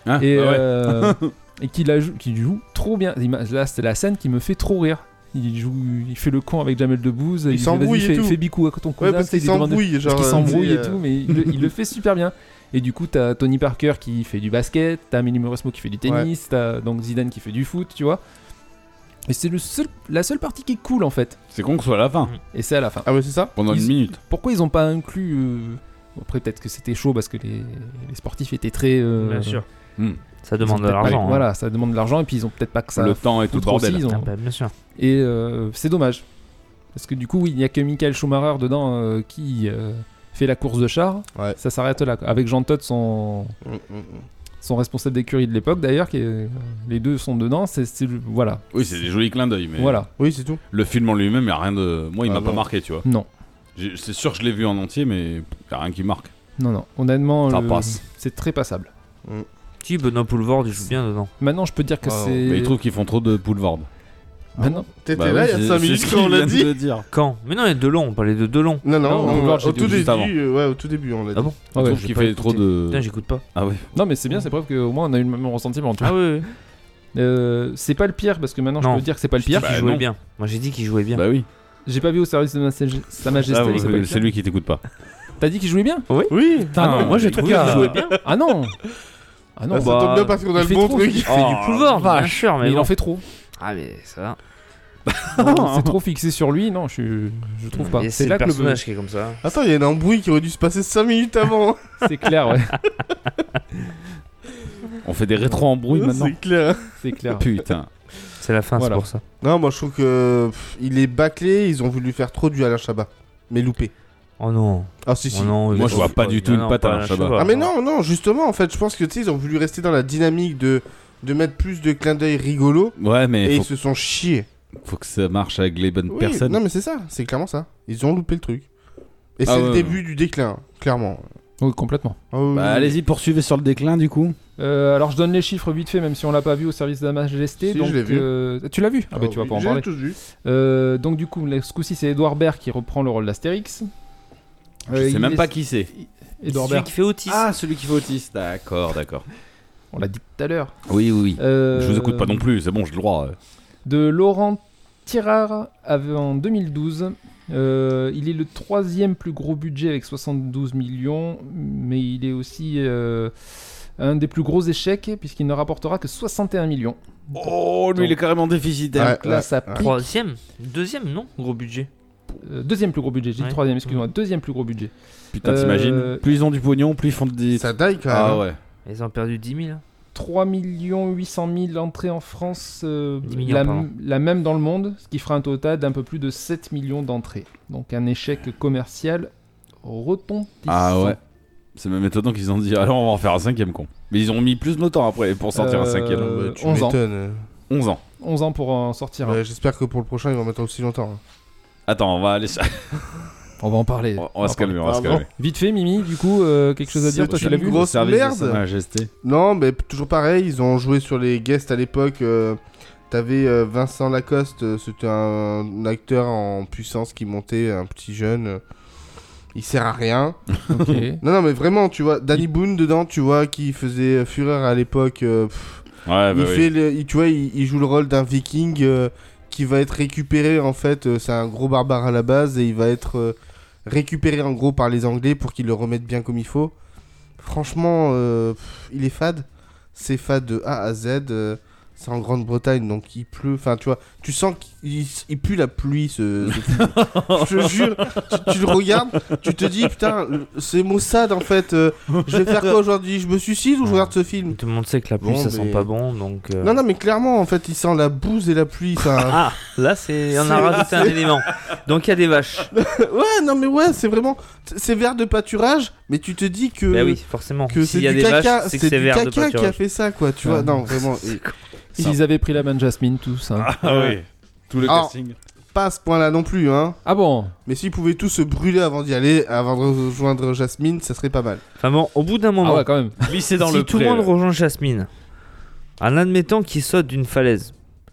[SPEAKER 4] Ah,
[SPEAKER 7] et,
[SPEAKER 4] ah ouais.
[SPEAKER 7] euh, *laughs* et qui, la joue, qui joue trop bien. Il m'a- Là, c'est la scène qui me fait trop rire. Il joue, il fait le con avec Jamel Debbouze.
[SPEAKER 5] Il
[SPEAKER 7] dit,
[SPEAKER 5] s'embrouille
[SPEAKER 7] vas-y,
[SPEAKER 5] et
[SPEAKER 7] fais-
[SPEAKER 5] tout.
[SPEAKER 7] Fais bicou à ton cousin.
[SPEAKER 5] Ouais, parce qu'il
[SPEAKER 7] il demande-
[SPEAKER 5] s'embrouille.
[SPEAKER 7] parce
[SPEAKER 5] genre,
[SPEAKER 7] qu'il
[SPEAKER 5] euh,
[SPEAKER 7] s'embrouille et
[SPEAKER 5] euh,
[SPEAKER 7] tout, mais il, le- il le fait super bien. Et du coup, t'as Tony Parker qui fait du basket, t'as Amélie Mauresmo qui fait du tennis, t'as donc Zidane qui fait du foot, tu vois. Et c'est le seul, la seule partie qui est cool en fait.
[SPEAKER 4] C'est con que ce soit à la fin,
[SPEAKER 7] Et c'est à la fin.
[SPEAKER 5] Ah ouais, c'est ça
[SPEAKER 4] pendant
[SPEAKER 7] Ils-
[SPEAKER 4] une minute.
[SPEAKER 7] Pourquoi ils ont pas inclus. euh, bon, Après, peut-être que c'était chaud parce que les, les sportifs étaient très. euh,
[SPEAKER 2] Bien sûr.
[SPEAKER 4] Hmm.
[SPEAKER 2] Ça
[SPEAKER 7] ils ont
[SPEAKER 2] demande de
[SPEAKER 7] peut-être pas-
[SPEAKER 2] l'argent. hein.
[SPEAKER 7] Voilà, ça demande de l'argent et puis ils ont peut-être pas que ça.
[SPEAKER 4] Le temps et tout le
[SPEAKER 7] foutre aussi, ils
[SPEAKER 4] bordel.
[SPEAKER 7] ont-
[SPEAKER 2] Ah bah, bien sûr.
[SPEAKER 7] Et euh, c'est dommage. Parce que du coup, oui, il n'y a que Michael Schumacher dedans euh, qui euh, fait la course de char.
[SPEAKER 5] Ouais.
[SPEAKER 7] Ça s'arrête là. quoi. Avec Jean Todt, son, son responsable d'écurie de l'époque d'ailleurs, qui est- euh, les deux sont dedans. C'est, c'est le- voilà,
[SPEAKER 4] Oui, c'est des jolis clins d'œil, mais
[SPEAKER 7] voilà.
[SPEAKER 5] Oui, c'est tout.
[SPEAKER 4] le film en lui-même, il a rien de. Moi, il
[SPEAKER 5] Ah
[SPEAKER 4] m'a pas
[SPEAKER 5] non.
[SPEAKER 4] marqué, tu vois.
[SPEAKER 7] Non,
[SPEAKER 4] J'ai- C'est sûr que je l'ai vu en entier, mais il a rien qui marque.
[SPEAKER 7] non, non. Honnêtement,
[SPEAKER 4] Ça
[SPEAKER 7] le-
[SPEAKER 4] passe.
[SPEAKER 7] c'est très passable.
[SPEAKER 2] Qui Benoît Poulvord il joue bien dedans.
[SPEAKER 7] Maintenant, je peux dire que
[SPEAKER 5] Oh,
[SPEAKER 7] c'est. Ah,
[SPEAKER 4] Mais ils trouvent qu'ils font trop de boulevard. Bah
[SPEAKER 7] Maintenant,
[SPEAKER 5] T'étais là il y a 5 minutes quand on l'a dit
[SPEAKER 2] Quand Mais non, les deux longs, on parlait de deux longs.
[SPEAKER 5] Non, non,
[SPEAKER 7] Non,
[SPEAKER 5] on-
[SPEAKER 7] encore,
[SPEAKER 5] au,
[SPEAKER 7] j'étais
[SPEAKER 5] tout
[SPEAKER 7] juste
[SPEAKER 5] début,
[SPEAKER 4] avant.
[SPEAKER 5] euh, ouais, au tout début, on l'a
[SPEAKER 2] Ah
[SPEAKER 5] dit.
[SPEAKER 2] bon
[SPEAKER 7] Ah ouais,
[SPEAKER 4] Je
[SPEAKER 7] j'ai
[SPEAKER 4] trouve qu'il
[SPEAKER 2] pas
[SPEAKER 4] fait trop
[SPEAKER 2] écouté. Putain,
[SPEAKER 4] de.
[SPEAKER 2] j'écoute pas.
[SPEAKER 4] Ah oui.
[SPEAKER 7] non, mais c'est bien, c'est preuve qu'au moins on a eu le même ressentiment. Tu vois.
[SPEAKER 2] Ah oui, oui.
[SPEAKER 7] Euh, c'est pas le pire parce que maintenant
[SPEAKER 2] Non.
[SPEAKER 7] je peux dire que c'est pas le pire.
[SPEAKER 2] Qui
[SPEAKER 4] Bah,
[SPEAKER 2] jouait
[SPEAKER 4] non.
[SPEAKER 2] bien. Moi j'ai dit qu'il jouait bien.
[SPEAKER 4] Bah oui.
[SPEAKER 7] J'ai pas vu au service de ma- Sa Majesté.
[SPEAKER 4] Ah,
[SPEAKER 7] il s'appelle
[SPEAKER 4] oui,
[SPEAKER 7] Pierre.
[SPEAKER 4] C'est lui qui t'écoute pas.
[SPEAKER 7] T'as dit qu'il jouait bien
[SPEAKER 5] Oui
[SPEAKER 7] Ah non, moi j'ai
[SPEAKER 2] trouvé qu'il jouait bien.
[SPEAKER 7] Ah non Ah non,
[SPEAKER 5] Ça
[SPEAKER 7] bah,
[SPEAKER 5] tombe bien parce qu'on
[SPEAKER 7] il
[SPEAKER 5] a le
[SPEAKER 7] fait
[SPEAKER 5] bon
[SPEAKER 7] trop,
[SPEAKER 5] truc.
[SPEAKER 7] il
[SPEAKER 2] Il fait du Poulvord, bien sûr,
[SPEAKER 7] mais
[SPEAKER 2] mais
[SPEAKER 7] il
[SPEAKER 2] bon.
[SPEAKER 7] en fait trop.
[SPEAKER 2] Ah mais ça va.
[SPEAKER 7] Non, c'est trop fixé sur lui, non, je, je trouve pas.
[SPEAKER 2] Et
[SPEAKER 7] C'est
[SPEAKER 2] C'est
[SPEAKER 7] là
[SPEAKER 2] le
[SPEAKER 7] que le
[SPEAKER 2] personnage qui est comme ça.
[SPEAKER 5] Attends, il y a un bruit qui aurait dû se passer 5 minutes avant.
[SPEAKER 7] *laughs* c'est clair, ouais,
[SPEAKER 4] On
[SPEAKER 5] *laughs*
[SPEAKER 4] fait des rétro embrouilles maintenant.
[SPEAKER 5] c'est clair.
[SPEAKER 7] c'est
[SPEAKER 4] *laughs*
[SPEAKER 7] clair.
[SPEAKER 4] Putain.
[SPEAKER 2] C'est la fin,
[SPEAKER 7] Voilà.
[SPEAKER 2] c'est pour ça.
[SPEAKER 5] Non, moi je trouve que pff, il est bâclé, ils ont voulu faire trop du Alain Chabat. Mais loupé.
[SPEAKER 2] Oh non.
[SPEAKER 5] Ah si
[SPEAKER 2] Oh
[SPEAKER 5] si.
[SPEAKER 2] non
[SPEAKER 4] Moi, je vois pas du tout une patte à Alain Chabat.
[SPEAKER 5] Ah mais non, non, justement en fait, je pense que tu sais, ils ont voulu rester dans la dynamique de, de mettre plus de clins d'œil rigolos
[SPEAKER 4] Ouais, mais
[SPEAKER 5] et
[SPEAKER 4] faut,
[SPEAKER 5] ils se sont chiés.
[SPEAKER 4] faut que ça marche avec les bonnes
[SPEAKER 5] Oui,
[SPEAKER 4] personnes.
[SPEAKER 5] Non mais c'est ça, c'est clairement ça. Ils ont loupé le truc. Et
[SPEAKER 4] Ah
[SPEAKER 5] c'est le
[SPEAKER 4] ouais,
[SPEAKER 5] début du déclin, clairement.
[SPEAKER 7] Oui, complètement.
[SPEAKER 5] Ah oui,
[SPEAKER 4] Bah,
[SPEAKER 5] oui.
[SPEAKER 4] allez-y, poursuivez sur le déclin du coup.
[SPEAKER 7] Euh, alors je donne les chiffres vite fait, même si on l'a pas vu au service de la majesté.
[SPEAKER 5] Si,
[SPEAKER 7] donc,
[SPEAKER 5] je l'ai vu.
[SPEAKER 7] euh, tu l'as vu Ah, bah
[SPEAKER 5] Ah
[SPEAKER 7] tu vas
[SPEAKER 5] oui,
[SPEAKER 7] pas en
[SPEAKER 5] j'ai
[SPEAKER 7] parler.
[SPEAKER 5] tous vu.
[SPEAKER 7] Euh, donc du coup, là, ce coup-ci, c'est Edouard Baird qui reprend le rôle d'Astérix.
[SPEAKER 5] Euh,
[SPEAKER 7] Euh,
[SPEAKER 4] Je sais même pas qui c'est.
[SPEAKER 7] Edouard
[SPEAKER 2] Celui
[SPEAKER 7] Baird,
[SPEAKER 2] qui fait autiste.
[SPEAKER 4] Ah, celui qui fait autiste. D'accord, d'accord.
[SPEAKER 7] on l'a dit tout à l'heure.
[SPEAKER 4] Oui, oui.
[SPEAKER 7] Euh,
[SPEAKER 4] Je vous écoute pas non plus, c'est bon, j'ai le droit. euh.
[SPEAKER 7] De Laurent Tirard avait- en 2012. Euh, il est le troisième plus gros budget avec 72 millions, mais il est aussi euh, un des plus gros échecs puisqu'il ne rapportera que 61 millions.
[SPEAKER 4] Oh, lui, il est carrément déficitaire.
[SPEAKER 5] Ouais,
[SPEAKER 7] Là,
[SPEAKER 5] ouais,
[SPEAKER 7] ça
[SPEAKER 5] ouais.
[SPEAKER 7] pique.
[SPEAKER 2] Troisième Deuxième, non Gros budget.
[SPEAKER 7] Euh, deuxième plus gros budget, j'ai dit
[SPEAKER 2] Ouais.
[SPEAKER 7] troisième, excuse-moi, deuxième plus gros budget.
[SPEAKER 4] Putain,
[SPEAKER 7] Euh,
[SPEAKER 4] t'imagines Plus ils ont du pognon, plus ils font des.
[SPEAKER 5] Ça die quand même.
[SPEAKER 4] Ah
[SPEAKER 5] hein.
[SPEAKER 4] ouais.
[SPEAKER 2] Ils ont perdu 10 000.
[SPEAKER 7] 3 800 000 entrées en France, euh,
[SPEAKER 2] 10 millions,
[SPEAKER 7] la,
[SPEAKER 2] pardon.
[SPEAKER 7] la même dans le monde, ce qui fera un total d'un peu plus de 7 millions d'entrées. Donc un échec commercial retentissant.
[SPEAKER 4] Ah ouais. C'est même étonnant qu'ils ont dit *laughs* alors on va en faire un cinquième con. Mais ils ont mis plus de temps après pour sortir un
[SPEAKER 7] Euh,
[SPEAKER 4] cinquième.
[SPEAKER 5] Bah, tu
[SPEAKER 7] 11 ans.
[SPEAKER 5] m'étonnes.
[SPEAKER 4] 11 ans.
[SPEAKER 7] 11 ans pour en sortir. un.
[SPEAKER 5] Ouais, J'espère que pour le prochain, ils vont mettre aussi longtemps. hein.
[SPEAKER 4] Attends, on va aller.
[SPEAKER 7] On va en parler.
[SPEAKER 4] *laughs* on va- on va se calmer, on va se
[SPEAKER 5] pardon.
[SPEAKER 4] calmer.
[SPEAKER 7] Vite fait, Mimi, du coup, euh, quelque chose à dire
[SPEAKER 5] C'est
[SPEAKER 7] Toi, tu
[SPEAKER 5] une
[SPEAKER 7] l'as vu
[SPEAKER 5] grosse
[SPEAKER 4] Service de
[SPEAKER 5] merde.
[SPEAKER 4] Sa Majesté.
[SPEAKER 5] Non, mais p- toujours pareil, ils ont joué sur les guests à l'époque. euh, T'avais euh, Vincent Lacoste, euh, c'était un, un acteur en puissance qui montait, un petit jeune. euh, Il sert à rien.
[SPEAKER 7] Ok.
[SPEAKER 5] *laughs* Non, non, mais vraiment, tu vois, Danny Boone dedans, tu vois, qui faisait euh, fureur à l'époque. euh, pff,
[SPEAKER 4] Ouais, bah
[SPEAKER 5] il
[SPEAKER 4] oui.
[SPEAKER 5] *laughs* fait, le- il- tu vois, il, il joue le rôle d'un viking euh, qui va être récupéré, en fait, euh, c'est un gros barbare à la base, et il va être euh, récupéré, en gros, par les Anglais pour qu'ils le remettent bien comme il faut. Franchement, euh, pff, il est fade. C'est fade de A à Z. euh, c'est en Grande-Bretagne, donc il pleut. Enfin, tu vois, tu sens qu'il il pue la
[SPEAKER 4] *laughs*
[SPEAKER 5] pluie, ce, ce film. Je te jure, tu, tu le regardes, tu te dis, putain, c'est Mossad, en fait. euh, je vais faire quoi aujourd'hui Je me suicide ou je regarde ce film
[SPEAKER 2] Tout le monde sait que la pluie,
[SPEAKER 5] Mm. Bon,
[SPEAKER 2] ça sent
[SPEAKER 5] mais-
[SPEAKER 2] pas bon, donc. euh,
[SPEAKER 5] non, non, mais clairement, en fait, il sent la bouse et la pluie. enfin.
[SPEAKER 2] Ah, là, c'est. On a rajouté un élément. Donc il y a des vaches.
[SPEAKER 5] ouais, non, mais ouais, c'est vraiment. C'est vert de pâturage, mais tu te dis que.
[SPEAKER 2] Bah oui, forcément.
[SPEAKER 5] Que c'est
[SPEAKER 2] S'il y a
[SPEAKER 5] du
[SPEAKER 2] des
[SPEAKER 5] caca,
[SPEAKER 2] vaches, c'est que
[SPEAKER 5] c'est
[SPEAKER 2] c'est
[SPEAKER 5] du
[SPEAKER 2] vert
[SPEAKER 5] caca
[SPEAKER 2] de
[SPEAKER 5] qui a
[SPEAKER 2] pâturage. Ah.
[SPEAKER 5] fait ça, quoi, tu vois.
[SPEAKER 7] Ouais.
[SPEAKER 5] Non, vraiment, et
[SPEAKER 7] S'ils avaient pris la main de Jasmine, tous. hein. Ah.
[SPEAKER 4] Ah oui. *laughs* Tout le
[SPEAKER 5] Ah.
[SPEAKER 4] casting.
[SPEAKER 5] pas à ce point-là non plus, hein.
[SPEAKER 7] Ah bon
[SPEAKER 5] Mais s'ils pouvaient tous se brûler avant d'y aller, avant de rejoindre Jasmine, ça serait pas mal.
[SPEAKER 2] Enfin bon, au bout d'un
[SPEAKER 7] Ah
[SPEAKER 2] moment,
[SPEAKER 7] ouais, quand même.
[SPEAKER 4] Glissé dans
[SPEAKER 2] si
[SPEAKER 4] le
[SPEAKER 2] tout
[SPEAKER 4] pré,
[SPEAKER 2] le monde
[SPEAKER 4] là.
[SPEAKER 2] rejoint Jasmine, en admettant qu'il saute d'une falaise,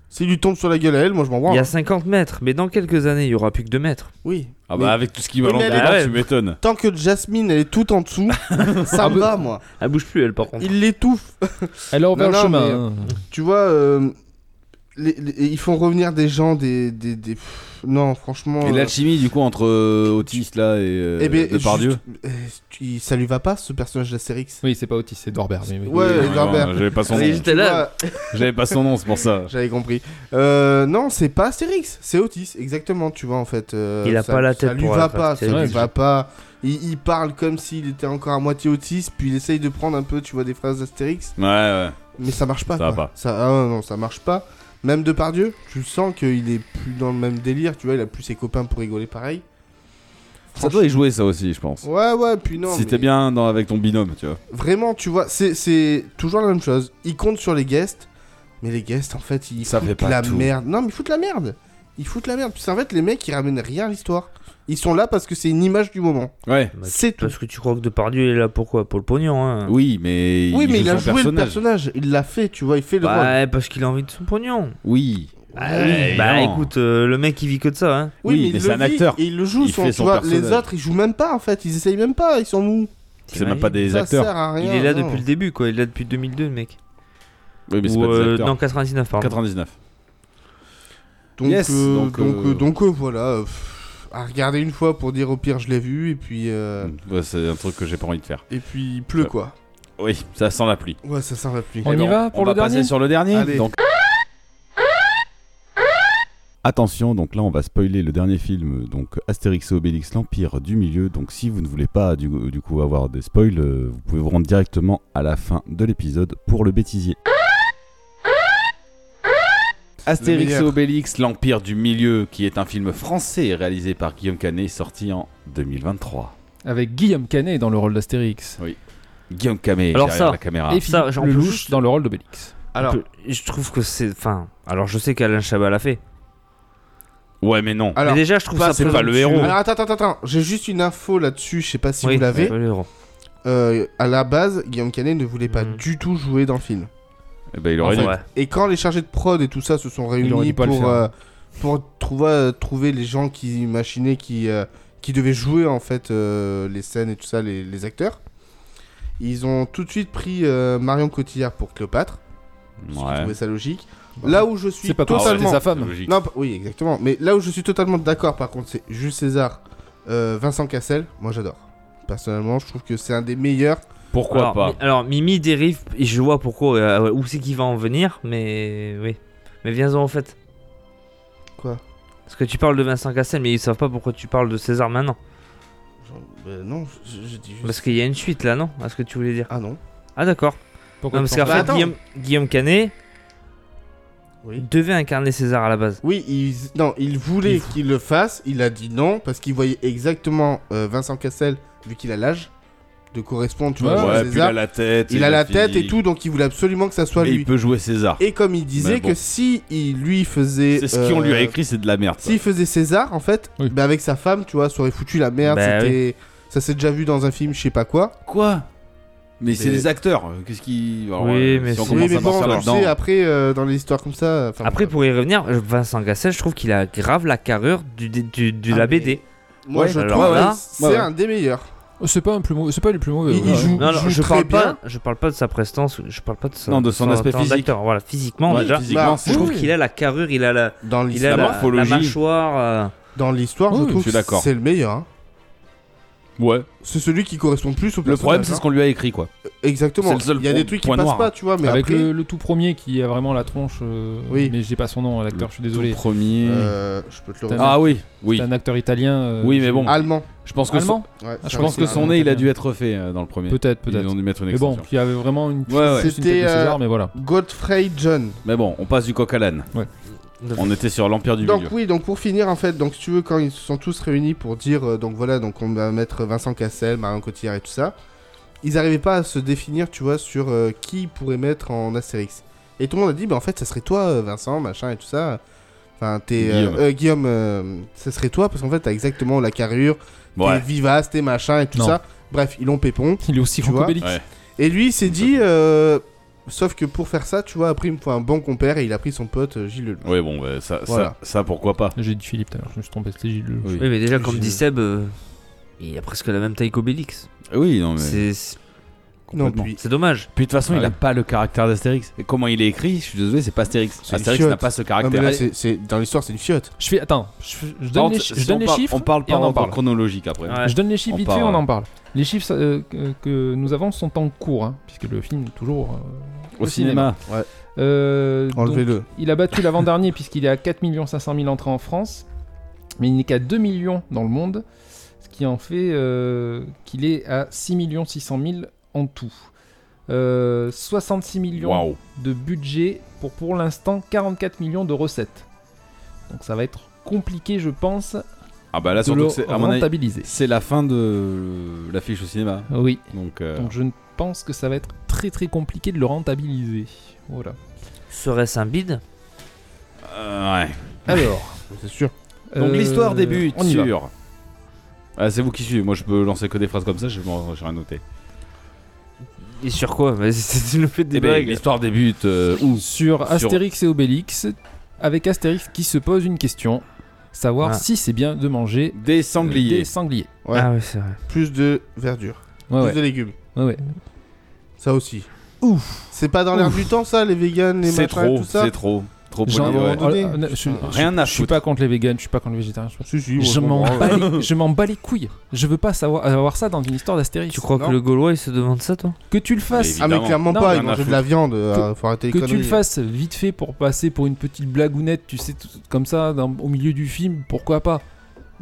[SPEAKER 5] S'il lui tombe sur la gueule à elle, moi, je m'en
[SPEAKER 2] il y
[SPEAKER 5] branle.
[SPEAKER 2] a 50 mètres, mais dans quelques années, il y aura plus que 2 mètres.
[SPEAKER 5] Oui.
[SPEAKER 4] Ah
[SPEAKER 5] Mais
[SPEAKER 4] bah avec tout ce qui va
[SPEAKER 5] Mais elle est-
[SPEAKER 4] dedans,
[SPEAKER 2] Ah ouais.
[SPEAKER 4] tu m'étonnes.
[SPEAKER 5] Tant que Jasmine, elle est tout en dessous, ça me va, moi.
[SPEAKER 2] Elle bouge plus, elle, par contre.
[SPEAKER 5] Il l'étouffe.
[SPEAKER 7] Elle a ouvert
[SPEAKER 5] Non,
[SPEAKER 7] le
[SPEAKER 5] non,
[SPEAKER 7] chemin.
[SPEAKER 5] mais-
[SPEAKER 7] hein.
[SPEAKER 5] Tu vois, euh, les- les- ils font revenir des gens, des. des, des- pff, Non, franchement.
[SPEAKER 4] Et
[SPEAKER 5] euh,
[SPEAKER 4] l'alchimie du coup entre euh, Otis là et euh,
[SPEAKER 5] Eh ben,
[SPEAKER 4] Depardieu.
[SPEAKER 5] juste, euh, tu- ça lui va pas ce personnage d'Astérix
[SPEAKER 7] Oui, c'est pas Otis, c'est Dorbert. mais oui.
[SPEAKER 5] Ouais,
[SPEAKER 4] Oui,
[SPEAKER 5] Edouard
[SPEAKER 4] non,
[SPEAKER 5] Baird.
[SPEAKER 4] J'avais pas son
[SPEAKER 2] Ah,
[SPEAKER 4] nom.
[SPEAKER 2] il- J'étais là.
[SPEAKER 5] Tu vois,
[SPEAKER 4] J'avais pas son nom, c'est pour ça.
[SPEAKER 5] J'avais compris. Euh, non, c'est pas Astérix, c'est Otis, exactement, tu vois, en fait. euh,
[SPEAKER 2] Il a
[SPEAKER 5] ça-
[SPEAKER 2] pas la
[SPEAKER 5] Ça
[SPEAKER 2] tête
[SPEAKER 5] lui
[SPEAKER 2] pour
[SPEAKER 5] va
[SPEAKER 2] attraper
[SPEAKER 5] pas, ça lui
[SPEAKER 7] Astérix.
[SPEAKER 5] va pas. Il, il parle comme s'il était encore à moitié autiste, puis il essaye de prendre un peu, tu vois, des phrases d'Astérix,
[SPEAKER 4] Ouais, ouais.
[SPEAKER 5] mais ça marche pas.
[SPEAKER 4] Ça va
[SPEAKER 5] quoi.
[SPEAKER 4] pas.
[SPEAKER 5] Ça, ah ouais, non, ça marche pas. Même Depardieu, tu sens qu'il est plus dans le même délire, tu vois, il a plus ses copains pour rigoler pareil.
[SPEAKER 4] Ça doit y jouer ça aussi, je pense.
[SPEAKER 5] Ouais, ouais, puis non.
[SPEAKER 4] si t'es
[SPEAKER 5] mais-
[SPEAKER 4] bien dans- avec ton binôme, tu vois.
[SPEAKER 5] Vraiment, tu vois, c'est- c'est toujours la même chose. Ils comptent sur les guests, mais les guests, en fait, ils
[SPEAKER 4] Ça
[SPEAKER 5] foutent
[SPEAKER 4] fait pas
[SPEAKER 5] la
[SPEAKER 4] tout.
[SPEAKER 5] merde. Non, mais ils foutent la merde. Ils foutent la merde. Puis en fait, les mecs, ils ramènent rien à l'histoire. Ils sont là parce que c'est une image du moment.
[SPEAKER 4] Ouais.
[SPEAKER 2] Bah,
[SPEAKER 5] c'est tout.
[SPEAKER 2] Parce que tu crois que Depardieu il est là pourquoi Pour le pognon, hein
[SPEAKER 4] Oui, mais
[SPEAKER 5] Oui, mais
[SPEAKER 4] joue
[SPEAKER 5] il a
[SPEAKER 4] son Bah,
[SPEAKER 5] joué le personnage. Il l'a fait, tu vois, il fait le rôle.
[SPEAKER 2] Ouais, parce qu'il a envie de son pognon.
[SPEAKER 4] Oui.
[SPEAKER 2] Ouais, bah
[SPEAKER 4] évidemment.
[SPEAKER 2] écoute, euh, le mec il vit que de ça, hein.
[SPEAKER 4] oui, mais
[SPEAKER 5] il
[SPEAKER 4] c'est
[SPEAKER 5] le
[SPEAKER 4] un
[SPEAKER 5] vit
[SPEAKER 4] acteur.
[SPEAKER 5] et il le joue,
[SPEAKER 4] Il
[SPEAKER 5] son-
[SPEAKER 4] fait
[SPEAKER 5] tu
[SPEAKER 4] son
[SPEAKER 5] vois.
[SPEAKER 4] personnage.
[SPEAKER 5] Les autres, ils jouent même pas, en fait. Ils essayent même pas, ils sont mous.
[SPEAKER 4] C'est même pas des
[SPEAKER 5] Bah, Ça
[SPEAKER 4] acteurs.
[SPEAKER 5] sert à rien.
[SPEAKER 2] Il est là
[SPEAKER 5] non.
[SPEAKER 2] depuis le début, quoi. Il est là depuis 2002, le mec.
[SPEAKER 4] Oui, mais c'est
[SPEAKER 2] Ou,
[SPEAKER 4] pas des
[SPEAKER 2] euh,
[SPEAKER 4] acteurs.
[SPEAKER 2] non, 99, pardon.
[SPEAKER 4] 99.
[SPEAKER 5] Donc,
[SPEAKER 4] Yes,
[SPEAKER 5] euh,
[SPEAKER 4] donc,
[SPEAKER 5] donc,
[SPEAKER 4] euh,
[SPEAKER 5] euh, donc, euh, voilà. euh, pff, à regarder une fois pour dire au pire, je l'ai vu, et puis, euh,
[SPEAKER 4] Ouais, c'est un truc que j'ai pas envie de faire.
[SPEAKER 5] et puis il pleut,
[SPEAKER 4] Ouais.
[SPEAKER 5] quoi.
[SPEAKER 4] Oui, ça sent la pluie.
[SPEAKER 5] Ouais, ça sert à plus.
[SPEAKER 7] On y va
[SPEAKER 4] on
[SPEAKER 7] pour le
[SPEAKER 4] va passer
[SPEAKER 7] dernier
[SPEAKER 4] sur le dernier.
[SPEAKER 5] Allez.
[SPEAKER 4] Donc, Attention, donc là on va spoiler le dernier film, donc Astérix et Obélix, l'Empire du Milieu. Donc si vous ne voulez pas du, du coup avoir des spoils, euh, vous pouvez vous rendre directement à la fin de l'épisode pour le bêtisier. Astérix et
[SPEAKER 5] meilleur.
[SPEAKER 4] Obélix, l'Empire du Milieu, qui est un film français réalisé par Guillaume Canet, sorti en 2023.
[SPEAKER 7] Avec Guillaume Canet dans le rôle d'Astérix.
[SPEAKER 4] Guillaume Canet
[SPEAKER 2] Alors
[SPEAKER 4] derrière
[SPEAKER 2] ça,
[SPEAKER 4] la caméra.
[SPEAKER 7] et
[SPEAKER 2] ça,
[SPEAKER 7] Philippe
[SPEAKER 2] j'en peux
[SPEAKER 7] Lelouch
[SPEAKER 2] juste-
[SPEAKER 7] dans le rôle d'Obélix.
[SPEAKER 5] Alors,
[SPEAKER 2] Peu- je trouve que c'est. Enfin, alors je sais qu'Alain Chabat l'a fait.
[SPEAKER 4] Ouais mais non.
[SPEAKER 5] alors,
[SPEAKER 2] mais déjà, je trouve
[SPEAKER 5] pas-
[SPEAKER 2] ça
[SPEAKER 5] c'est
[SPEAKER 4] pas le
[SPEAKER 2] présomptueux.
[SPEAKER 7] Oh.
[SPEAKER 4] héros.
[SPEAKER 5] alors, attends, attends, attends. J'ai juste une info là-dessus, je sais pas si
[SPEAKER 2] Oui,
[SPEAKER 5] vous l'avez.
[SPEAKER 2] c'est pas le héros.
[SPEAKER 5] Euh, à la base, Guillaume Canet ne voulait pas
[SPEAKER 2] Mhm.
[SPEAKER 5] du tout jouer dans le film.
[SPEAKER 4] Eh ben, il aurait
[SPEAKER 2] Enfin,
[SPEAKER 4] dû.
[SPEAKER 2] ouais.
[SPEAKER 5] Et quand les chargés de prod et tout ça se sont
[SPEAKER 7] aurait
[SPEAKER 5] réunis
[SPEAKER 7] dû pas le
[SPEAKER 5] pour,
[SPEAKER 7] faire.
[SPEAKER 5] euh, pour trouver, euh, trouver les gens qui machinaient, qui, euh, qui devaient jouer en fait euh, les scènes et tout ça, les, les acteurs, ils ont tout de suite pris euh, Marion Cotillard pour Cléopâtre. J'ai
[SPEAKER 4] Ouais. Ah,
[SPEAKER 5] trouvé ça logique. Là où je suis
[SPEAKER 7] C'est pas parce que c'était
[SPEAKER 5] totalement.
[SPEAKER 7] sa femme.
[SPEAKER 4] Logique.
[SPEAKER 5] Non, p- oui, exactement. Mais là où je suis totalement d'accord, par contre, c'est Jules César, euh, Vincent Cassel. Moi, j'adore. Personnellement, je trouve que c'est un des meilleurs.
[SPEAKER 4] Pourquoi
[SPEAKER 2] alors,
[SPEAKER 4] pas
[SPEAKER 2] Mi- Alors, Mimi dérive, et je vois pourquoi, euh, où c'est qu'il va en venir, mais oui. Mais viens-en en fait.
[SPEAKER 5] Quoi
[SPEAKER 2] Parce que tu parles de Vincent Cassel, mais ils savent pas pourquoi tu parles de César maintenant.
[SPEAKER 5] Genre, euh, non, je, je dis juste.
[SPEAKER 2] Parce qu'il y a une suite là, non À ce que tu voulais dire.
[SPEAKER 5] Ah non.
[SPEAKER 2] Ah, d'accord.
[SPEAKER 7] Pourquoi
[SPEAKER 2] Non, parce
[SPEAKER 7] tu
[SPEAKER 2] qu'en
[SPEAKER 7] penses-
[SPEAKER 5] Bah,
[SPEAKER 2] fait,
[SPEAKER 5] attends.
[SPEAKER 2] Guillaume, Guillaume Canet
[SPEAKER 5] Oui.
[SPEAKER 2] devait incarner César à la base.
[SPEAKER 5] Oui, il, non, il voulait qu'il le fasse, il a dit non, parce qu'il voyait exactement euh, Vincent Cassel, vu qu'il a l'âge, de correspondre, tu vois,
[SPEAKER 4] Ouais,
[SPEAKER 5] à
[SPEAKER 4] puis il
[SPEAKER 5] euh, César.
[SPEAKER 4] a la tête.
[SPEAKER 5] il a la tête et tout, donc il voulait absolument que ça soit
[SPEAKER 4] Mais
[SPEAKER 5] lui.
[SPEAKER 4] il peut jouer César.
[SPEAKER 5] Et comme il disait
[SPEAKER 4] bon.
[SPEAKER 5] que si il lui faisait...
[SPEAKER 4] C'est ce qu'on lui a
[SPEAKER 5] euh,
[SPEAKER 4] écrit, c'est de la merde. ça.
[SPEAKER 5] S'il faisait César, en fait,
[SPEAKER 7] Oui.
[SPEAKER 5] bah, avec sa femme, tu vois, ça aurait foutu la merde,
[SPEAKER 2] Bah
[SPEAKER 5] c'était... Ça s'est déjà vu dans un film, je sais pas quoi.
[SPEAKER 4] Quoi Mais c'est
[SPEAKER 5] Mais-
[SPEAKER 4] les acteurs. euh, Qu'est-ce qui. alors,
[SPEAKER 2] Oui,
[SPEAKER 4] euh,
[SPEAKER 2] mais
[SPEAKER 4] si on
[SPEAKER 2] c'est-
[SPEAKER 5] oui,
[SPEAKER 4] commence
[SPEAKER 5] mais
[SPEAKER 4] à partir
[SPEAKER 5] bon, tu
[SPEAKER 4] là-dedans.
[SPEAKER 5] sais, après, euh, dans les histoires comme ça... enfin,
[SPEAKER 2] Après,
[SPEAKER 5] bon,
[SPEAKER 2] pour y revenir, Vincent Cassel, je trouve qu'il a grave la carrure du, du, du- de
[SPEAKER 5] Ah,
[SPEAKER 2] la
[SPEAKER 5] mais-
[SPEAKER 2] BD.
[SPEAKER 5] moi,
[SPEAKER 2] Ouais,
[SPEAKER 5] je
[SPEAKER 2] alors
[SPEAKER 5] trouve que
[SPEAKER 2] là-
[SPEAKER 5] c'est
[SPEAKER 7] Ouais, ouais.
[SPEAKER 5] un des meilleurs.
[SPEAKER 7] C'est pas un plus mauvais- c'est pas le plus mauvais.
[SPEAKER 5] Il- il
[SPEAKER 7] ouais.
[SPEAKER 5] joue-
[SPEAKER 2] Non, non,
[SPEAKER 5] joue
[SPEAKER 2] je
[SPEAKER 5] très
[SPEAKER 2] parle
[SPEAKER 5] bien.
[SPEAKER 2] pas, je parle pas de sa prestance, je parle pas de son,
[SPEAKER 4] Non, de son aspect
[SPEAKER 2] temps
[SPEAKER 4] physique.
[SPEAKER 2] d'acteur. Voilà, physiquement
[SPEAKER 4] Ouais,
[SPEAKER 2] déjà.
[SPEAKER 4] physiquement,
[SPEAKER 5] bah,
[SPEAKER 4] c'est-
[SPEAKER 2] Je trouve
[SPEAKER 7] Oui.
[SPEAKER 2] qu'il a la carrure, il a la,
[SPEAKER 5] Dans
[SPEAKER 2] il a
[SPEAKER 5] l'histoire,
[SPEAKER 2] la,
[SPEAKER 4] morphologie.
[SPEAKER 2] la mâchoire. euh,
[SPEAKER 5] dans l'histoire, je
[SPEAKER 4] Oui, je
[SPEAKER 5] trouve
[SPEAKER 4] suis
[SPEAKER 5] que
[SPEAKER 4] d'accord.
[SPEAKER 5] c'est le meilleur. hein.
[SPEAKER 4] Ouais.
[SPEAKER 5] C'est celui qui correspond le plus au
[SPEAKER 4] Le problème,
[SPEAKER 5] personnage,
[SPEAKER 4] c'est
[SPEAKER 5] hein.
[SPEAKER 4] ce qu'on lui a écrit, quoi.
[SPEAKER 5] Exactement.
[SPEAKER 4] C'est le seul
[SPEAKER 5] Il y a des
[SPEAKER 4] point-
[SPEAKER 5] trucs qui
[SPEAKER 4] point
[SPEAKER 5] passent
[SPEAKER 4] noir.
[SPEAKER 5] pas, tu vois, mais
[SPEAKER 7] Avec
[SPEAKER 5] après,
[SPEAKER 7] le, le tout premier qui a vraiment la tronche. euh,
[SPEAKER 5] Oui.
[SPEAKER 7] Mais j'ai pas son nom, l'acteur, je suis désolé.
[SPEAKER 4] Le Premier.
[SPEAKER 5] euh, je peux te le
[SPEAKER 7] T'as-
[SPEAKER 5] redire.
[SPEAKER 4] Ah oui, oui.
[SPEAKER 7] C'est un acteur italien. euh,
[SPEAKER 4] Oui, mais
[SPEAKER 7] je-
[SPEAKER 4] bon.
[SPEAKER 5] Allemand.
[SPEAKER 4] Je pense que son,
[SPEAKER 7] Allemand
[SPEAKER 5] Ouais,
[SPEAKER 7] Ah,
[SPEAKER 5] c'est
[SPEAKER 4] je
[SPEAKER 5] vrai
[SPEAKER 4] pense que
[SPEAKER 5] c'est
[SPEAKER 4] son
[SPEAKER 5] un-
[SPEAKER 4] nez, il a
[SPEAKER 7] Italien.
[SPEAKER 4] dû être refait euh, dans le premier.
[SPEAKER 7] Peut-être,
[SPEAKER 4] Ils
[SPEAKER 7] peut-être.
[SPEAKER 4] ont dû mettre une
[SPEAKER 7] Mais bon,
[SPEAKER 4] extension.
[SPEAKER 7] il y avait vraiment une.
[SPEAKER 4] Ouais, ouais.
[SPEAKER 7] plus une tête de
[SPEAKER 5] C'était,
[SPEAKER 7] César,
[SPEAKER 5] euh,
[SPEAKER 7] mais voilà.
[SPEAKER 5] Godfrey John.
[SPEAKER 4] Mais bon, on passe du coq à l'âne.
[SPEAKER 2] de-
[SPEAKER 4] On était sur l'Empire du
[SPEAKER 5] Donc
[SPEAKER 4] Milieu.
[SPEAKER 5] oui, donc pour finir en fait, donc si tu veux quand ils se sont tous réunis pour dire euh, donc voilà, donc on va mettre Vincent Cassel, Marion Cotillard et tout ça, ils n'arrivaient pas à se définir, tu vois, sur euh, qui pourrait mettre en Astérix. Et tout le monde a dit bah en fait, ça serait toi euh, Vincent, machin et tout ça. Enfin, t'es euh,
[SPEAKER 4] Guillaume.
[SPEAKER 5] euh, Guillaume, euh, ça serait toi parce qu'en fait, t'as exactement la carrure, t'es
[SPEAKER 4] Ouais.
[SPEAKER 5] vivace, t'es machin et tout
[SPEAKER 7] Non.
[SPEAKER 5] ça. Bref, ils l'ont pépon.
[SPEAKER 7] Il est aussi
[SPEAKER 5] Tu
[SPEAKER 7] grand
[SPEAKER 5] vois
[SPEAKER 7] qu'Obélix.
[SPEAKER 4] Ouais.
[SPEAKER 5] Et lui, il s'est dit, euh, sauf que pour faire ça, tu vois, après il me faut un bon compère et il a pris son pote euh, Gilles Lelouch.
[SPEAKER 4] Ouais, bon, bah, ça, ça,
[SPEAKER 5] Voilà.
[SPEAKER 4] ça, pourquoi pas.
[SPEAKER 7] J'ai dit Philippe tout à l'heure, je me suis trompé, c'était Gilles.
[SPEAKER 4] Oui.
[SPEAKER 2] Oui, mais déjà, comme
[SPEAKER 5] Je-
[SPEAKER 2] dit Seb, euh, il a presque la même taille qu'Obélix.
[SPEAKER 4] Oui, non, mais.
[SPEAKER 2] C'est c'est-
[SPEAKER 5] Non,
[SPEAKER 4] complètement.
[SPEAKER 5] puis
[SPEAKER 2] c'est dommage.
[SPEAKER 4] Puis de toute façon, il
[SPEAKER 7] Ouais.
[SPEAKER 4] a pas le caractère d'Astérix. Ah Et comment il est écrit, je suis désolé, c'est pas Astérix.
[SPEAKER 5] C'est une
[SPEAKER 4] Astérix n'a
[SPEAKER 5] chiotte.
[SPEAKER 4] pas ce
[SPEAKER 5] Ah, mais
[SPEAKER 4] caractère.
[SPEAKER 5] là, c'est- c'est- dans l'histoire, c'est une fiotte.
[SPEAKER 7] Je fais. Attends, je, je donne les, chi- je
[SPEAKER 4] Si
[SPEAKER 7] donne
[SPEAKER 4] on
[SPEAKER 7] les
[SPEAKER 4] parle-
[SPEAKER 7] chiffres.
[SPEAKER 4] On parle
[SPEAKER 7] et
[SPEAKER 4] pas
[SPEAKER 7] on en
[SPEAKER 4] en
[SPEAKER 7] parle.
[SPEAKER 4] chronologique après.
[SPEAKER 2] Ouais.
[SPEAKER 7] Je donne les chiffres
[SPEAKER 4] On hein.
[SPEAKER 7] vite
[SPEAKER 4] parle,
[SPEAKER 7] fait, on
[SPEAKER 4] ouais.
[SPEAKER 7] en parle. Les chiffres euh, que, que nous avons sont en cours, hein, puisque le film est toujours.
[SPEAKER 4] Au cinéma.
[SPEAKER 7] euh, euh, donc,
[SPEAKER 5] Enlevez-le.
[SPEAKER 7] il a battu l'avant-dernier, puisqu'il est à 4 500 000 entrées en France, mais il n'est qu'à 2 millions dans le monde, ce qui en fait euh, qu'il est à 6 600 000 en tout. Euh, 66 millions
[SPEAKER 4] Waouh.
[SPEAKER 7] de budget pour pour l'instant 44 millions de recettes. Donc ça va être compliqué, je pense,
[SPEAKER 4] Ah bah là,
[SPEAKER 7] de
[SPEAKER 4] surtout
[SPEAKER 7] le
[SPEAKER 4] que c'est, à mon avis,
[SPEAKER 7] rentabiliser.
[SPEAKER 4] c'est la fin de l'affiche au cinéma.
[SPEAKER 7] Oui,
[SPEAKER 4] Donc, euh,
[SPEAKER 7] donc je ne pense que ça va être très très compliqué de le rentabiliser. Voilà.
[SPEAKER 2] Serait-ce un bide
[SPEAKER 4] euh, ouais.
[SPEAKER 7] Alors,
[SPEAKER 5] C'est sûr.
[SPEAKER 4] Donc
[SPEAKER 7] euh,
[SPEAKER 4] l'histoire débute
[SPEAKER 7] on y va.
[SPEAKER 4] sur. Ah, c'est vous qui suivez. Moi, je peux lancer que des phrases comme ça. Je m'en- j'ai rien noté.
[SPEAKER 2] Et sur quoi Bah, *laughs* Vas-y, Tu nous fais des
[SPEAKER 4] Eh ben,
[SPEAKER 2] blagues.
[SPEAKER 4] l'histoire débute euh, où
[SPEAKER 7] sur
[SPEAKER 4] Sur-
[SPEAKER 7] Astérix et Obélix, avec Astérix qui se pose une question, savoir
[SPEAKER 2] Ah.
[SPEAKER 7] si c'est bien de manger
[SPEAKER 4] Des sangliers.
[SPEAKER 7] des sangliers.
[SPEAKER 5] Ouais.
[SPEAKER 2] Ah oui, c'est vrai.
[SPEAKER 5] Plus de verdure.
[SPEAKER 7] Ouais,
[SPEAKER 5] plus
[SPEAKER 7] ouais,
[SPEAKER 5] de légumes.
[SPEAKER 7] ouais, ouais.
[SPEAKER 5] Ça aussi. Ouf. C'est pas dans l'air du temps, ça, les vegans, les
[SPEAKER 4] C'est
[SPEAKER 5] machins, et
[SPEAKER 4] trop.
[SPEAKER 5] tout ça.
[SPEAKER 4] C'est trop. Trop
[SPEAKER 7] Genre,
[SPEAKER 4] poli, ouais.
[SPEAKER 7] on-
[SPEAKER 5] ouais.
[SPEAKER 7] on- je, je-
[SPEAKER 4] Rien à
[SPEAKER 7] je suis
[SPEAKER 4] foutre.
[SPEAKER 7] pas contre les vegans, je suis pas contre les végétariens. je-
[SPEAKER 5] Si, si,
[SPEAKER 7] Je
[SPEAKER 5] moi,
[SPEAKER 7] m'en
[SPEAKER 5] comprends.
[SPEAKER 7] bats,
[SPEAKER 5] *laughs*
[SPEAKER 7] les- je m'en bats les couilles. Je veux pas savoir avoir ça dans une histoire d'Astérix.
[SPEAKER 2] Tu crois que le Gaulois il se demande ça, toi
[SPEAKER 7] que tu le fasses
[SPEAKER 5] Ah, mais
[SPEAKER 4] Évidemment.
[SPEAKER 5] clairement
[SPEAKER 7] Non,
[SPEAKER 5] pas,
[SPEAKER 4] rien
[SPEAKER 5] ils
[SPEAKER 4] à
[SPEAKER 5] mangeaient de la viande, euh, faut arrêter les
[SPEAKER 7] que tu le
[SPEAKER 5] conneries.
[SPEAKER 7] fasses vite fait pour passer pour une petite blagounette, tu sais, tout- comme ça, dans- au milieu du film, pourquoi pas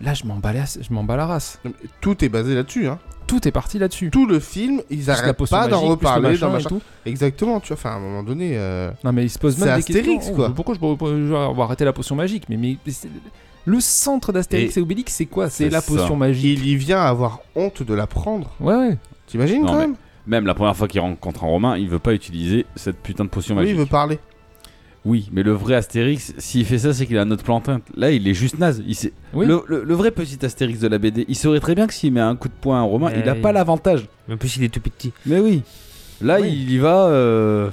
[SPEAKER 7] Là, je m'en bats la, je m'en bats la race.
[SPEAKER 5] Non, mais Tout est basé là-dessus, hein.
[SPEAKER 7] Tout est parti là-dessus.
[SPEAKER 5] Tout le film, ils
[SPEAKER 7] Plus la
[SPEAKER 5] arrêtent
[SPEAKER 7] potion
[SPEAKER 5] pas
[SPEAKER 7] magique,
[SPEAKER 5] d'en
[SPEAKER 7] plus le
[SPEAKER 5] reparler,
[SPEAKER 7] machin
[SPEAKER 5] d'en
[SPEAKER 7] et
[SPEAKER 5] machin.
[SPEAKER 7] tout.
[SPEAKER 5] Exactement, tu vois, enfin, à un moment donné... euh,
[SPEAKER 7] Non, mais il se pose même
[SPEAKER 5] C'est
[SPEAKER 7] des
[SPEAKER 5] Astérix,
[SPEAKER 7] questions.
[SPEAKER 5] quoi.
[SPEAKER 7] Oh, Pourquoi je, pourrais- je vais avoir arrêté la potion magique Mais, mais c'est- le centre d'Astérix et, Obélix, c'est quoi C'est
[SPEAKER 4] c'est
[SPEAKER 7] la
[SPEAKER 4] ça.
[SPEAKER 7] potion magique.
[SPEAKER 5] Il y vient avoir honte de la prendre.
[SPEAKER 7] Ouais, ouais.
[SPEAKER 5] T'imagines
[SPEAKER 4] Non,
[SPEAKER 5] quand
[SPEAKER 4] mais
[SPEAKER 5] même
[SPEAKER 4] Même la première fois qu'il rencontre un Romain, il veut pas utiliser cette putain de potion
[SPEAKER 5] Lui, il
[SPEAKER 4] magique.
[SPEAKER 5] veut parler.
[SPEAKER 4] Oui, mais le vrai Astérix, s'il fait ça, c'est qu'il a notre plantain. Là, il est juste naze. Il sait-
[SPEAKER 7] Oui.
[SPEAKER 4] le, le- le vrai petit Astérix de la BD, il saurait très bien que s'il met un coup de poing à un Romain,
[SPEAKER 2] Mais
[SPEAKER 4] il a
[SPEAKER 2] il-
[SPEAKER 4] pas l'avantage.
[SPEAKER 2] Mais en plus, il est tout petit.
[SPEAKER 4] Mais oui. Là, il y va euh,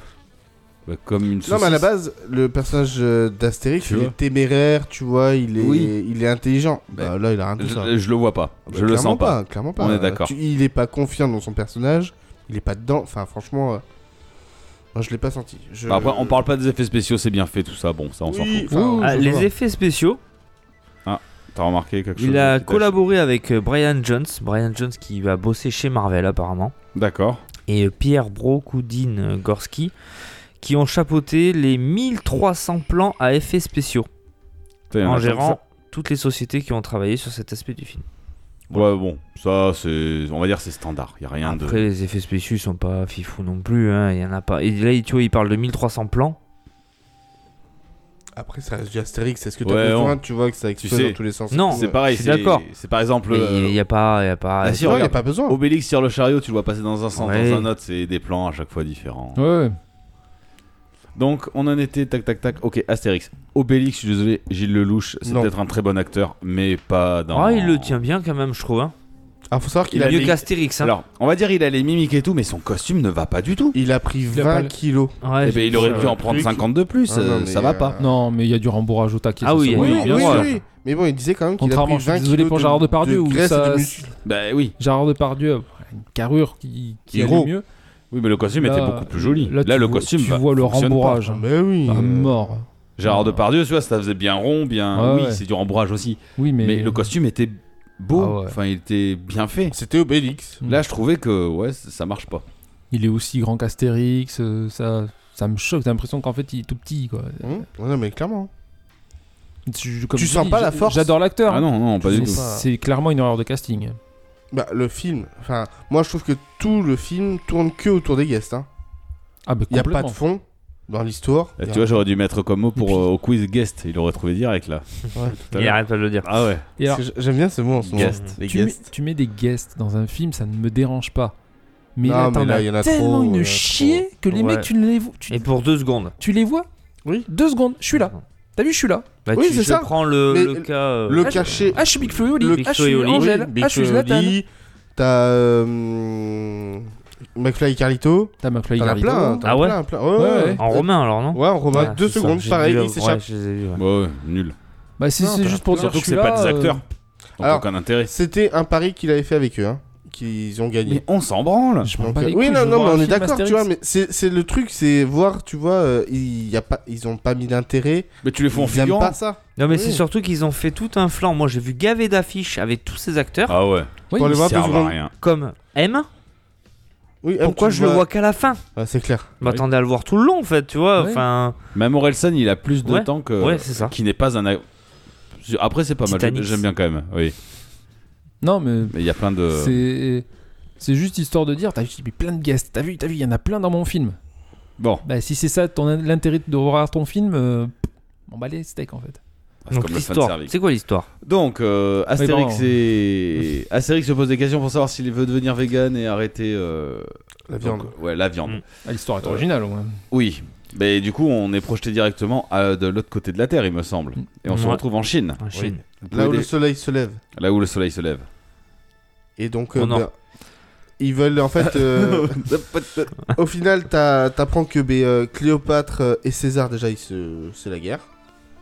[SPEAKER 4] bah, comme une
[SPEAKER 5] Non,
[SPEAKER 4] saucisse.
[SPEAKER 5] mais à la base, le personnage euh, d'Astérix,
[SPEAKER 4] Tu
[SPEAKER 5] il
[SPEAKER 4] vois.
[SPEAKER 5] est téméraire, tu vois, il est,
[SPEAKER 4] Oui.
[SPEAKER 5] il est intelligent.
[SPEAKER 4] Mais-
[SPEAKER 5] Bah, là, il a rien de ça.
[SPEAKER 4] je, je le vois pas.
[SPEAKER 5] Bah,
[SPEAKER 4] je le
[SPEAKER 5] clairement
[SPEAKER 4] sens pas.
[SPEAKER 5] Clairement pas.
[SPEAKER 4] On est
[SPEAKER 5] Euh,
[SPEAKER 4] d'accord.
[SPEAKER 5] tu- Il est pas confiant dans son personnage, il est pas dedans. Enfin, franchement, euh, moi, je l'ai pas senti. Je...
[SPEAKER 4] Bah, après, on parle pas des effets spéciaux, c'est bien fait tout ça. Bon, ça, on s'en
[SPEAKER 5] Oui,
[SPEAKER 4] fout.
[SPEAKER 5] enfin,
[SPEAKER 7] Oui, oui,
[SPEAKER 5] je
[SPEAKER 2] Ah,
[SPEAKER 5] sais pas.
[SPEAKER 2] les effets spéciaux,
[SPEAKER 4] T'as remarqué quelque chose
[SPEAKER 2] il a
[SPEAKER 4] qui t'a-
[SPEAKER 2] collaboré avec euh, Brian Jones. Brian Jones qui va bosser chez Marvel, apparemment.
[SPEAKER 4] D'accord.
[SPEAKER 2] et euh, Pierre Brokoudin euh, Gorski qui ont chapeauté les 1300 plans à effets spéciaux
[SPEAKER 4] Putain, il y en
[SPEAKER 2] en
[SPEAKER 4] a
[SPEAKER 2] gérant toutes les sociétés qui ont travaillé sur cet aspect du film.
[SPEAKER 4] Ouais, bon, ça, c'est. On va dire c'est standard. Il a rien
[SPEAKER 2] Après, les effets spéciaux ils sont pas fifou non plus, hein, il y en a pas. Et là, il- tu vois, il parle de 1300 plans.
[SPEAKER 5] Après, ça reste du Astérix. Est-ce que t'as
[SPEAKER 4] Ouais,
[SPEAKER 5] besoin,
[SPEAKER 4] on-
[SPEAKER 5] tu vois, que ça explose
[SPEAKER 4] sais,
[SPEAKER 5] dans tous les sens
[SPEAKER 2] Non,
[SPEAKER 4] de. C'est pareil,
[SPEAKER 2] je
[SPEAKER 4] c'est
[SPEAKER 2] suis d'accord.
[SPEAKER 4] C'est par exemple.
[SPEAKER 2] Mais
[SPEAKER 4] euh,
[SPEAKER 2] Il n'y a pas. il Y a pas
[SPEAKER 4] Ah, si,
[SPEAKER 5] Non, il n'y a
[SPEAKER 4] regarde.
[SPEAKER 5] pas besoin.
[SPEAKER 4] Obélix sur le chariot, tu le vois passer dans un sens,
[SPEAKER 2] Ouais.
[SPEAKER 4] dans un autre, c'est des plans à chaque fois différents.
[SPEAKER 7] Ouais, ouais.
[SPEAKER 4] Donc on en était tac tac tac. Ok, Astérix. Obélix, je suis désolé, Gilles Lelouch, c'est
[SPEAKER 5] Non.
[SPEAKER 4] peut-être un très bon acteur, mais pas dans.
[SPEAKER 2] Ah, il le tient bien quand même, je trouve. hein.
[SPEAKER 5] Ah, faut savoir qu'il
[SPEAKER 4] Il
[SPEAKER 5] a,
[SPEAKER 4] a
[SPEAKER 2] Mieux
[SPEAKER 4] les-
[SPEAKER 2] qu'Astérix. Hein.
[SPEAKER 4] Alors, on va dire il a les mimiques et tout, mais son costume ne va pas du tout.
[SPEAKER 5] il a pris
[SPEAKER 7] a pas
[SPEAKER 5] 20
[SPEAKER 7] le-
[SPEAKER 5] kilos.
[SPEAKER 2] Ouais,
[SPEAKER 4] Eh ben, il aurait pu
[SPEAKER 2] euh,
[SPEAKER 4] en prendre 50 de plus,
[SPEAKER 5] Ah, non,
[SPEAKER 4] euh,
[SPEAKER 5] mais,
[SPEAKER 4] ça va
[SPEAKER 5] euh,
[SPEAKER 4] pas.
[SPEAKER 7] Non, mais il y a du rembourrage au taquet.
[SPEAKER 2] Ah
[SPEAKER 7] ça, c'est
[SPEAKER 2] oui, il y a
[SPEAKER 5] Oui,
[SPEAKER 7] vrai,
[SPEAKER 2] du
[SPEAKER 7] bien
[SPEAKER 5] oui, oui,
[SPEAKER 7] sûr.
[SPEAKER 5] oui. Mais bon, il disait quand même qu'il a
[SPEAKER 7] Contrairement,
[SPEAKER 5] pris
[SPEAKER 7] je suis
[SPEAKER 5] 20
[SPEAKER 7] désolé
[SPEAKER 5] kilos
[SPEAKER 7] pour
[SPEAKER 5] de-
[SPEAKER 7] Gérard Depardieu,
[SPEAKER 5] de
[SPEAKER 7] où
[SPEAKER 5] graisse
[SPEAKER 7] ça-
[SPEAKER 5] et de muscles.
[SPEAKER 4] Bah oui,
[SPEAKER 7] Gérard Depardieu, une carrure qui,
[SPEAKER 5] Qui
[SPEAKER 7] qui est
[SPEAKER 5] est gros.
[SPEAKER 7] mieux.
[SPEAKER 4] oui, mais le costume était
[SPEAKER 7] Là-
[SPEAKER 4] beaucoup plus joli. Là,
[SPEAKER 7] tu
[SPEAKER 4] le
[SPEAKER 7] vois-
[SPEAKER 4] costume,
[SPEAKER 7] Tu
[SPEAKER 4] bah,
[SPEAKER 7] vois le
[SPEAKER 4] fonctionne pas.
[SPEAKER 7] rembourrage. hein.
[SPEAKER 5] Mais oui.
[SPEAKER 7] À
[SPEAKER 5] euh,
[SPEAKER 7] mort.
[SPEAKER 4] Gérard Depardieu, tu vois, ça faisait bien rond, bien.
[SPEAKER 7] Ouais,
[SPEAKER 4] oui,
[SPEAKER 7] ouais.
[SPEAKER 4] c'est du rembourrage aussi.
[SPEAKER 7] Oui, mais.
[SPEAKER 4] Mais, le costume était beau.
[SPEAKER 7] Ah ouais.
[SPEAKER 4] Enfin, il était bien fait.
[SPEAKER 5] C'était Obélix.
[SPEAKER 7] Mm.
[SPEAKER 4] Là, je trouvais que ouais, c- ça marche pas.
[SPEAKER 7] Il est aussi grand qu'Astérix, euh, ça, ça me choque. T'as l'impression qu'en fait, il est tout petit, quoi.
[SPEAKER 5] Hum, ouais, non, mais clairement.
[SPEAKER 7] Tu, comme
[SPEAKER 5] Tu
[SPEAKER 7] je
[SPEAKER 5] sens
[SPEAKER 7] dis,
[SPEAKER 5] pas
[SPEAKER 7] je-
[SPEAKER 5] la force
[SPEAKER 7] J'adore l'acteur.
[SPEAKER 4] Ah non, non, pas du
[SPEAKER 7] mais
[SPEAKER 4] tout.
[SPEAKER 7] c'est clairement une erreur de casting.
[SPEAKER 5] Bah, le film. Enfin, moi, je trouve que tout le film tourne que autour des guests. Hein.
[SPEAKER 7] Ah, bah,
[SPEAKER 5] Il n'y a
[SPEAKER 7] complètement.
[SPEAKER 5] pas de fond dans l'histoire.
[SPEAKER 4] Eh,
[SPEAKER 5] Y a-
[SPEAKER 4] tu vois, j'aurais dû mettre comme mot pour
[SPEAKER 7] Et puis-
[SPEAKER 4] euh, au quiz guest. Il aurait trouvé direct là.
[SPEAKER 5] Ouais.
[SPEAKER 4] Tout à
[SPEAKER 2] Il
[SPEAKER 4] l'heure.
[SPEAKER 2] arrête pas de le dire.
[SPEAKER 4] Ah ouais.
[SPEAKER 7] Et alors,
[SPEAKER 5] Parce que J'aime bien ce mot en ce moment.
[SPEAKER 4] Guest. Les
[SPEAKER 7] tu, mets,
[SPEAKER 4] guests.
[SPEAKER 7] tu mets des guests dans un film, ça ne me dérange pas. Mais
[SPEAKER 5] Non,
[SPEAKER 7] là,
[SPEAKER 5] mais
[SPEAKER 7] t'en
[SPEAKER 5] là,
[SPEAKER 7] as
[SPEAKER 5] il y en a
[SPEAKER 7] tellement
[SPEAKER 5] trop, il y en
[SPEAKER 7] une
[SPEAKER 5] a
[SPEAKER 7] chier que les
[SPEAKER 2] Ouais.
[SPEAKER 7] mecs, tu, ne les, vo- tu,
[SPEAKER 2] Et pour deux secondes.
[SPEAKER 7] tu les vois
[SPEAKER 5] Oui.
[SPEAKER 7] Deux secondes, je suis là. T'as vu, je suis là.
[SPEAKER 2] Bah,
[SPEAKER 5] Oui,
[SPEAKER 2] tu,
[SPEAKER 5] c'est
[SPEAKER 2] je
[SPEAKER 5] ça.
[SPEAKER 2] prends le,
[SPEAKER 5] Mais
[SPEAKER 2] le
[SPEAKER 5] le-
[SPEAKER 2] cas. euh,
[SPEAKER 5] Le cachet.
[SPEAKER 7] Ah, je suis Big Flo et Oli.
[SPEAKER 2] Le
[SPEAKER 7] Ah, je suis
[SPEAKER 2] Big Flo et Oli.
[SPEAKER 7] Angèle.
[SPEAKER 5] Big
[SPEAKER 7] Ah, je suis
[SPEAKER 5] Flo
[SPEAKER 7] Zlatan.
[SPEAKER 5] Oli, T'as euh, McFly et Carlito.
[SPEAKER 7] T'as McFly
[SPEAKER 5] T'en as
[SPEAKER 7] Garrido,
[SPEAKER 5] plein. hein, t'en as
[SPEAKER 2] Ah ouais
[SPEAKER 5] plein, plein. Ouais, ouais, ouais.
[SPEAKER 2] En romain, alors, non
[SPEAKER 5] Ouais, on remarque
[SPEAKER 2] Ah,
[SPEAKER 5] deux
[SPEAKER 2] c'est ça,
[SPEAKER 5] secondes,
[SPEAKER 2] j'ai
[SPEAKER 5] pareil,
[SPEAKER 2] dû-
[SPEAKER 5] il s'échappe.
[SPEAKER 2] ouais, je les ai vus, ouais.
[SPEAKER 4] Ouais, ouais, nul.
[SPEAKER 7] Bah, si
[SPEAKER 5] Non,
[SPEAKER 7] c'est
[SPEAKER 5] t'en
[SPEAKER 7] juste
[SPEAKER 5] as
[SPEAKER 7] pour
[SPEAKER 5] plein.
[SPEAKER 7] dire
[SPEAKER 4] Surtout
[SPEAKER 7] je
[SPEAKER 4] que
[SPEAKER 7] suis
[SPEAKER 4] c'est pas
[SPEAKER 7] là,
[SPEAKER 4] des
[SPEAKER 7] euh,
[SPEAKER 4] acteurs. Donc
[SPEAKER 5] Alors-
[SPEAKER 4] aucun intérêt.
[SPEAKER 5] C'était un pari qu'il avait fait avec eux, hein, qu'ils ont gagné.
[SPEAKER 4] Mais on s'en branle.
[SPEAKER 7] Je m'en
[SPEAKER 5] Donc,
[SPEAKER 7] bats
[SPEAKER 5] euh,
[SPEAKER 7] les
[SPEAKER 5] oui,
[SPEAKER 7] couilles,
[SPEAKER 5] non,
[SPEAKER 7] je
[SPEAKER 5] non,
[SPEAKER 7] vois un
[SPEAKER 5] mais on est
[SPEAKER 7] film
[SPEAKER 5] d'accord, tu
[SPEAKER 7] Astérix.
[SPEAKER 5] vois, mais c'est c'est le truc, c'est voir, tu vois, euh, il y a pas, ils ont pas mis d'intérêt,
[SPEAKER 4] Mais tu les fais en
[SPEAKER 5] ils aiment
[SPEAKER 4] figurant.
[SPEAKER 5] pas ça.
[SPEAKER 2] Non, mais
[SPEAKER 5] Oui.
[SPEAKER 2] c'est surtout qu'ils ont fait tout un flanc. Moi, j'ai vu gaver d'affiches avec tous ces acteurs,
[SPEAKER 4] Ah ouais.
[SPEAKER 7] Oui,
[SPEAKER 5] Pour les
[SPEAKER 4] Ils
[SPEAKER 5] voir deux
[SPEAKER 4] servent à
[SPEAKER 5] secondes.
[SPEAKER 4] rien.
[SPEAKER 2] comme M.
[SPEAKER 5] Oui, M,
[SPEAKER 2] Pourquoi
[SPEAKER 5] tu
[SPEAKER 2] je le vois qu'à la fin
[SPEAKER 5] Ah, C'est clair.
[SPEAKER 2] Je m'attendais à le voir tout le long, en fait, tu vois.
[SPEAKER 7] Ouais.
[SPEAKER 2] Enfin,
[SPEAKER 4] Même Orelsan, il a plus de
[SPEAKER 2] Ouais.
[SPEAKER 4] temps
[SPEAKER 5] Euh,
[SPEAKER 4] que.
[SPEAKER 2] ouais, c'est ça.
[SPEAKER 4] Qui n'est pas un. a- Après, c'est pas mal.
[SPEAKER 2] Titanic.
[SPEAKER 4] J'aime bien quand même. Oui.
[SPEAKER 7] Non, mais
[SPEAKER 4] Mais il y a plein de.
[SPEAKER 7] c'est. C'est juste histoire de dire, t'as vu, j'ai mis plein de guests, t'as vu, t'as vu, il y en a plein dans mon film.
[SPEAKER 4] Bon.
[SPEAKER 7] Bah, si c'est ça ton l'intérêt de revoir ton film, euh, on bat les steaks en fait.
[SPEAKER 4] C'est
[SPEAKER 2] Donc,
[SPEAKER 4] comme le
[SPEAKER 2] l'histoire.
[SPEAKER 4] fanservice.
[SPEAKER 2] C'est quoi l'histoire
[SPEAKER 4] Donc, euh, Astérix,
[SPEAKER 7] bon.
[SPEAKER 2] *laughs*
[SPEAKER 4] et... Astérix se pose des questions pour savoir s'il veut devenir vegan et arrêter euh,
[SPEAKER 5] La
[SPEAKER 4] donc,
[SPEAKER 5] viande.
[SPEAKER 4] ouais, la viande.
[SPEAKER 2] Mm.
[SPEAKER 7] Ah, L'histoire est
[SPEAKER 4] Ouais.
[SPEAKER 7] originale au moins.
[SPEAKER 4] Oui. Mais du coup, on est projeté directement à- de l'autre côté de la Terre, il me semble.
[SPEAKER 7] Mm.
[SPEAKER 4] Et on se
[SPEAKER 2] Ouais.
[SPEAKER 4] retrouve en Chine.
[SPEAKER 2] En Chine.
[SPEAKER 4] Vous pouvez
[SPEAKER 5] Là où le
[SPEAKER 4] dé-
[SPEAKER 5] soleil se lève.
[SPEAKER 4] là où le soleil se
[SPEAKER 5] *laughs*
[SPEAKER 4] lève.
[SPEAKER 5] Et donc, euh,
[SPEAKER 2] On en-
[SPEAKER 5] ben, ils veulent en fait. *laughs* euh, au final, t'as- t'apprends que ben, euh, Cléopâtre euh, et César, déjà, ils se... c'est la guerre.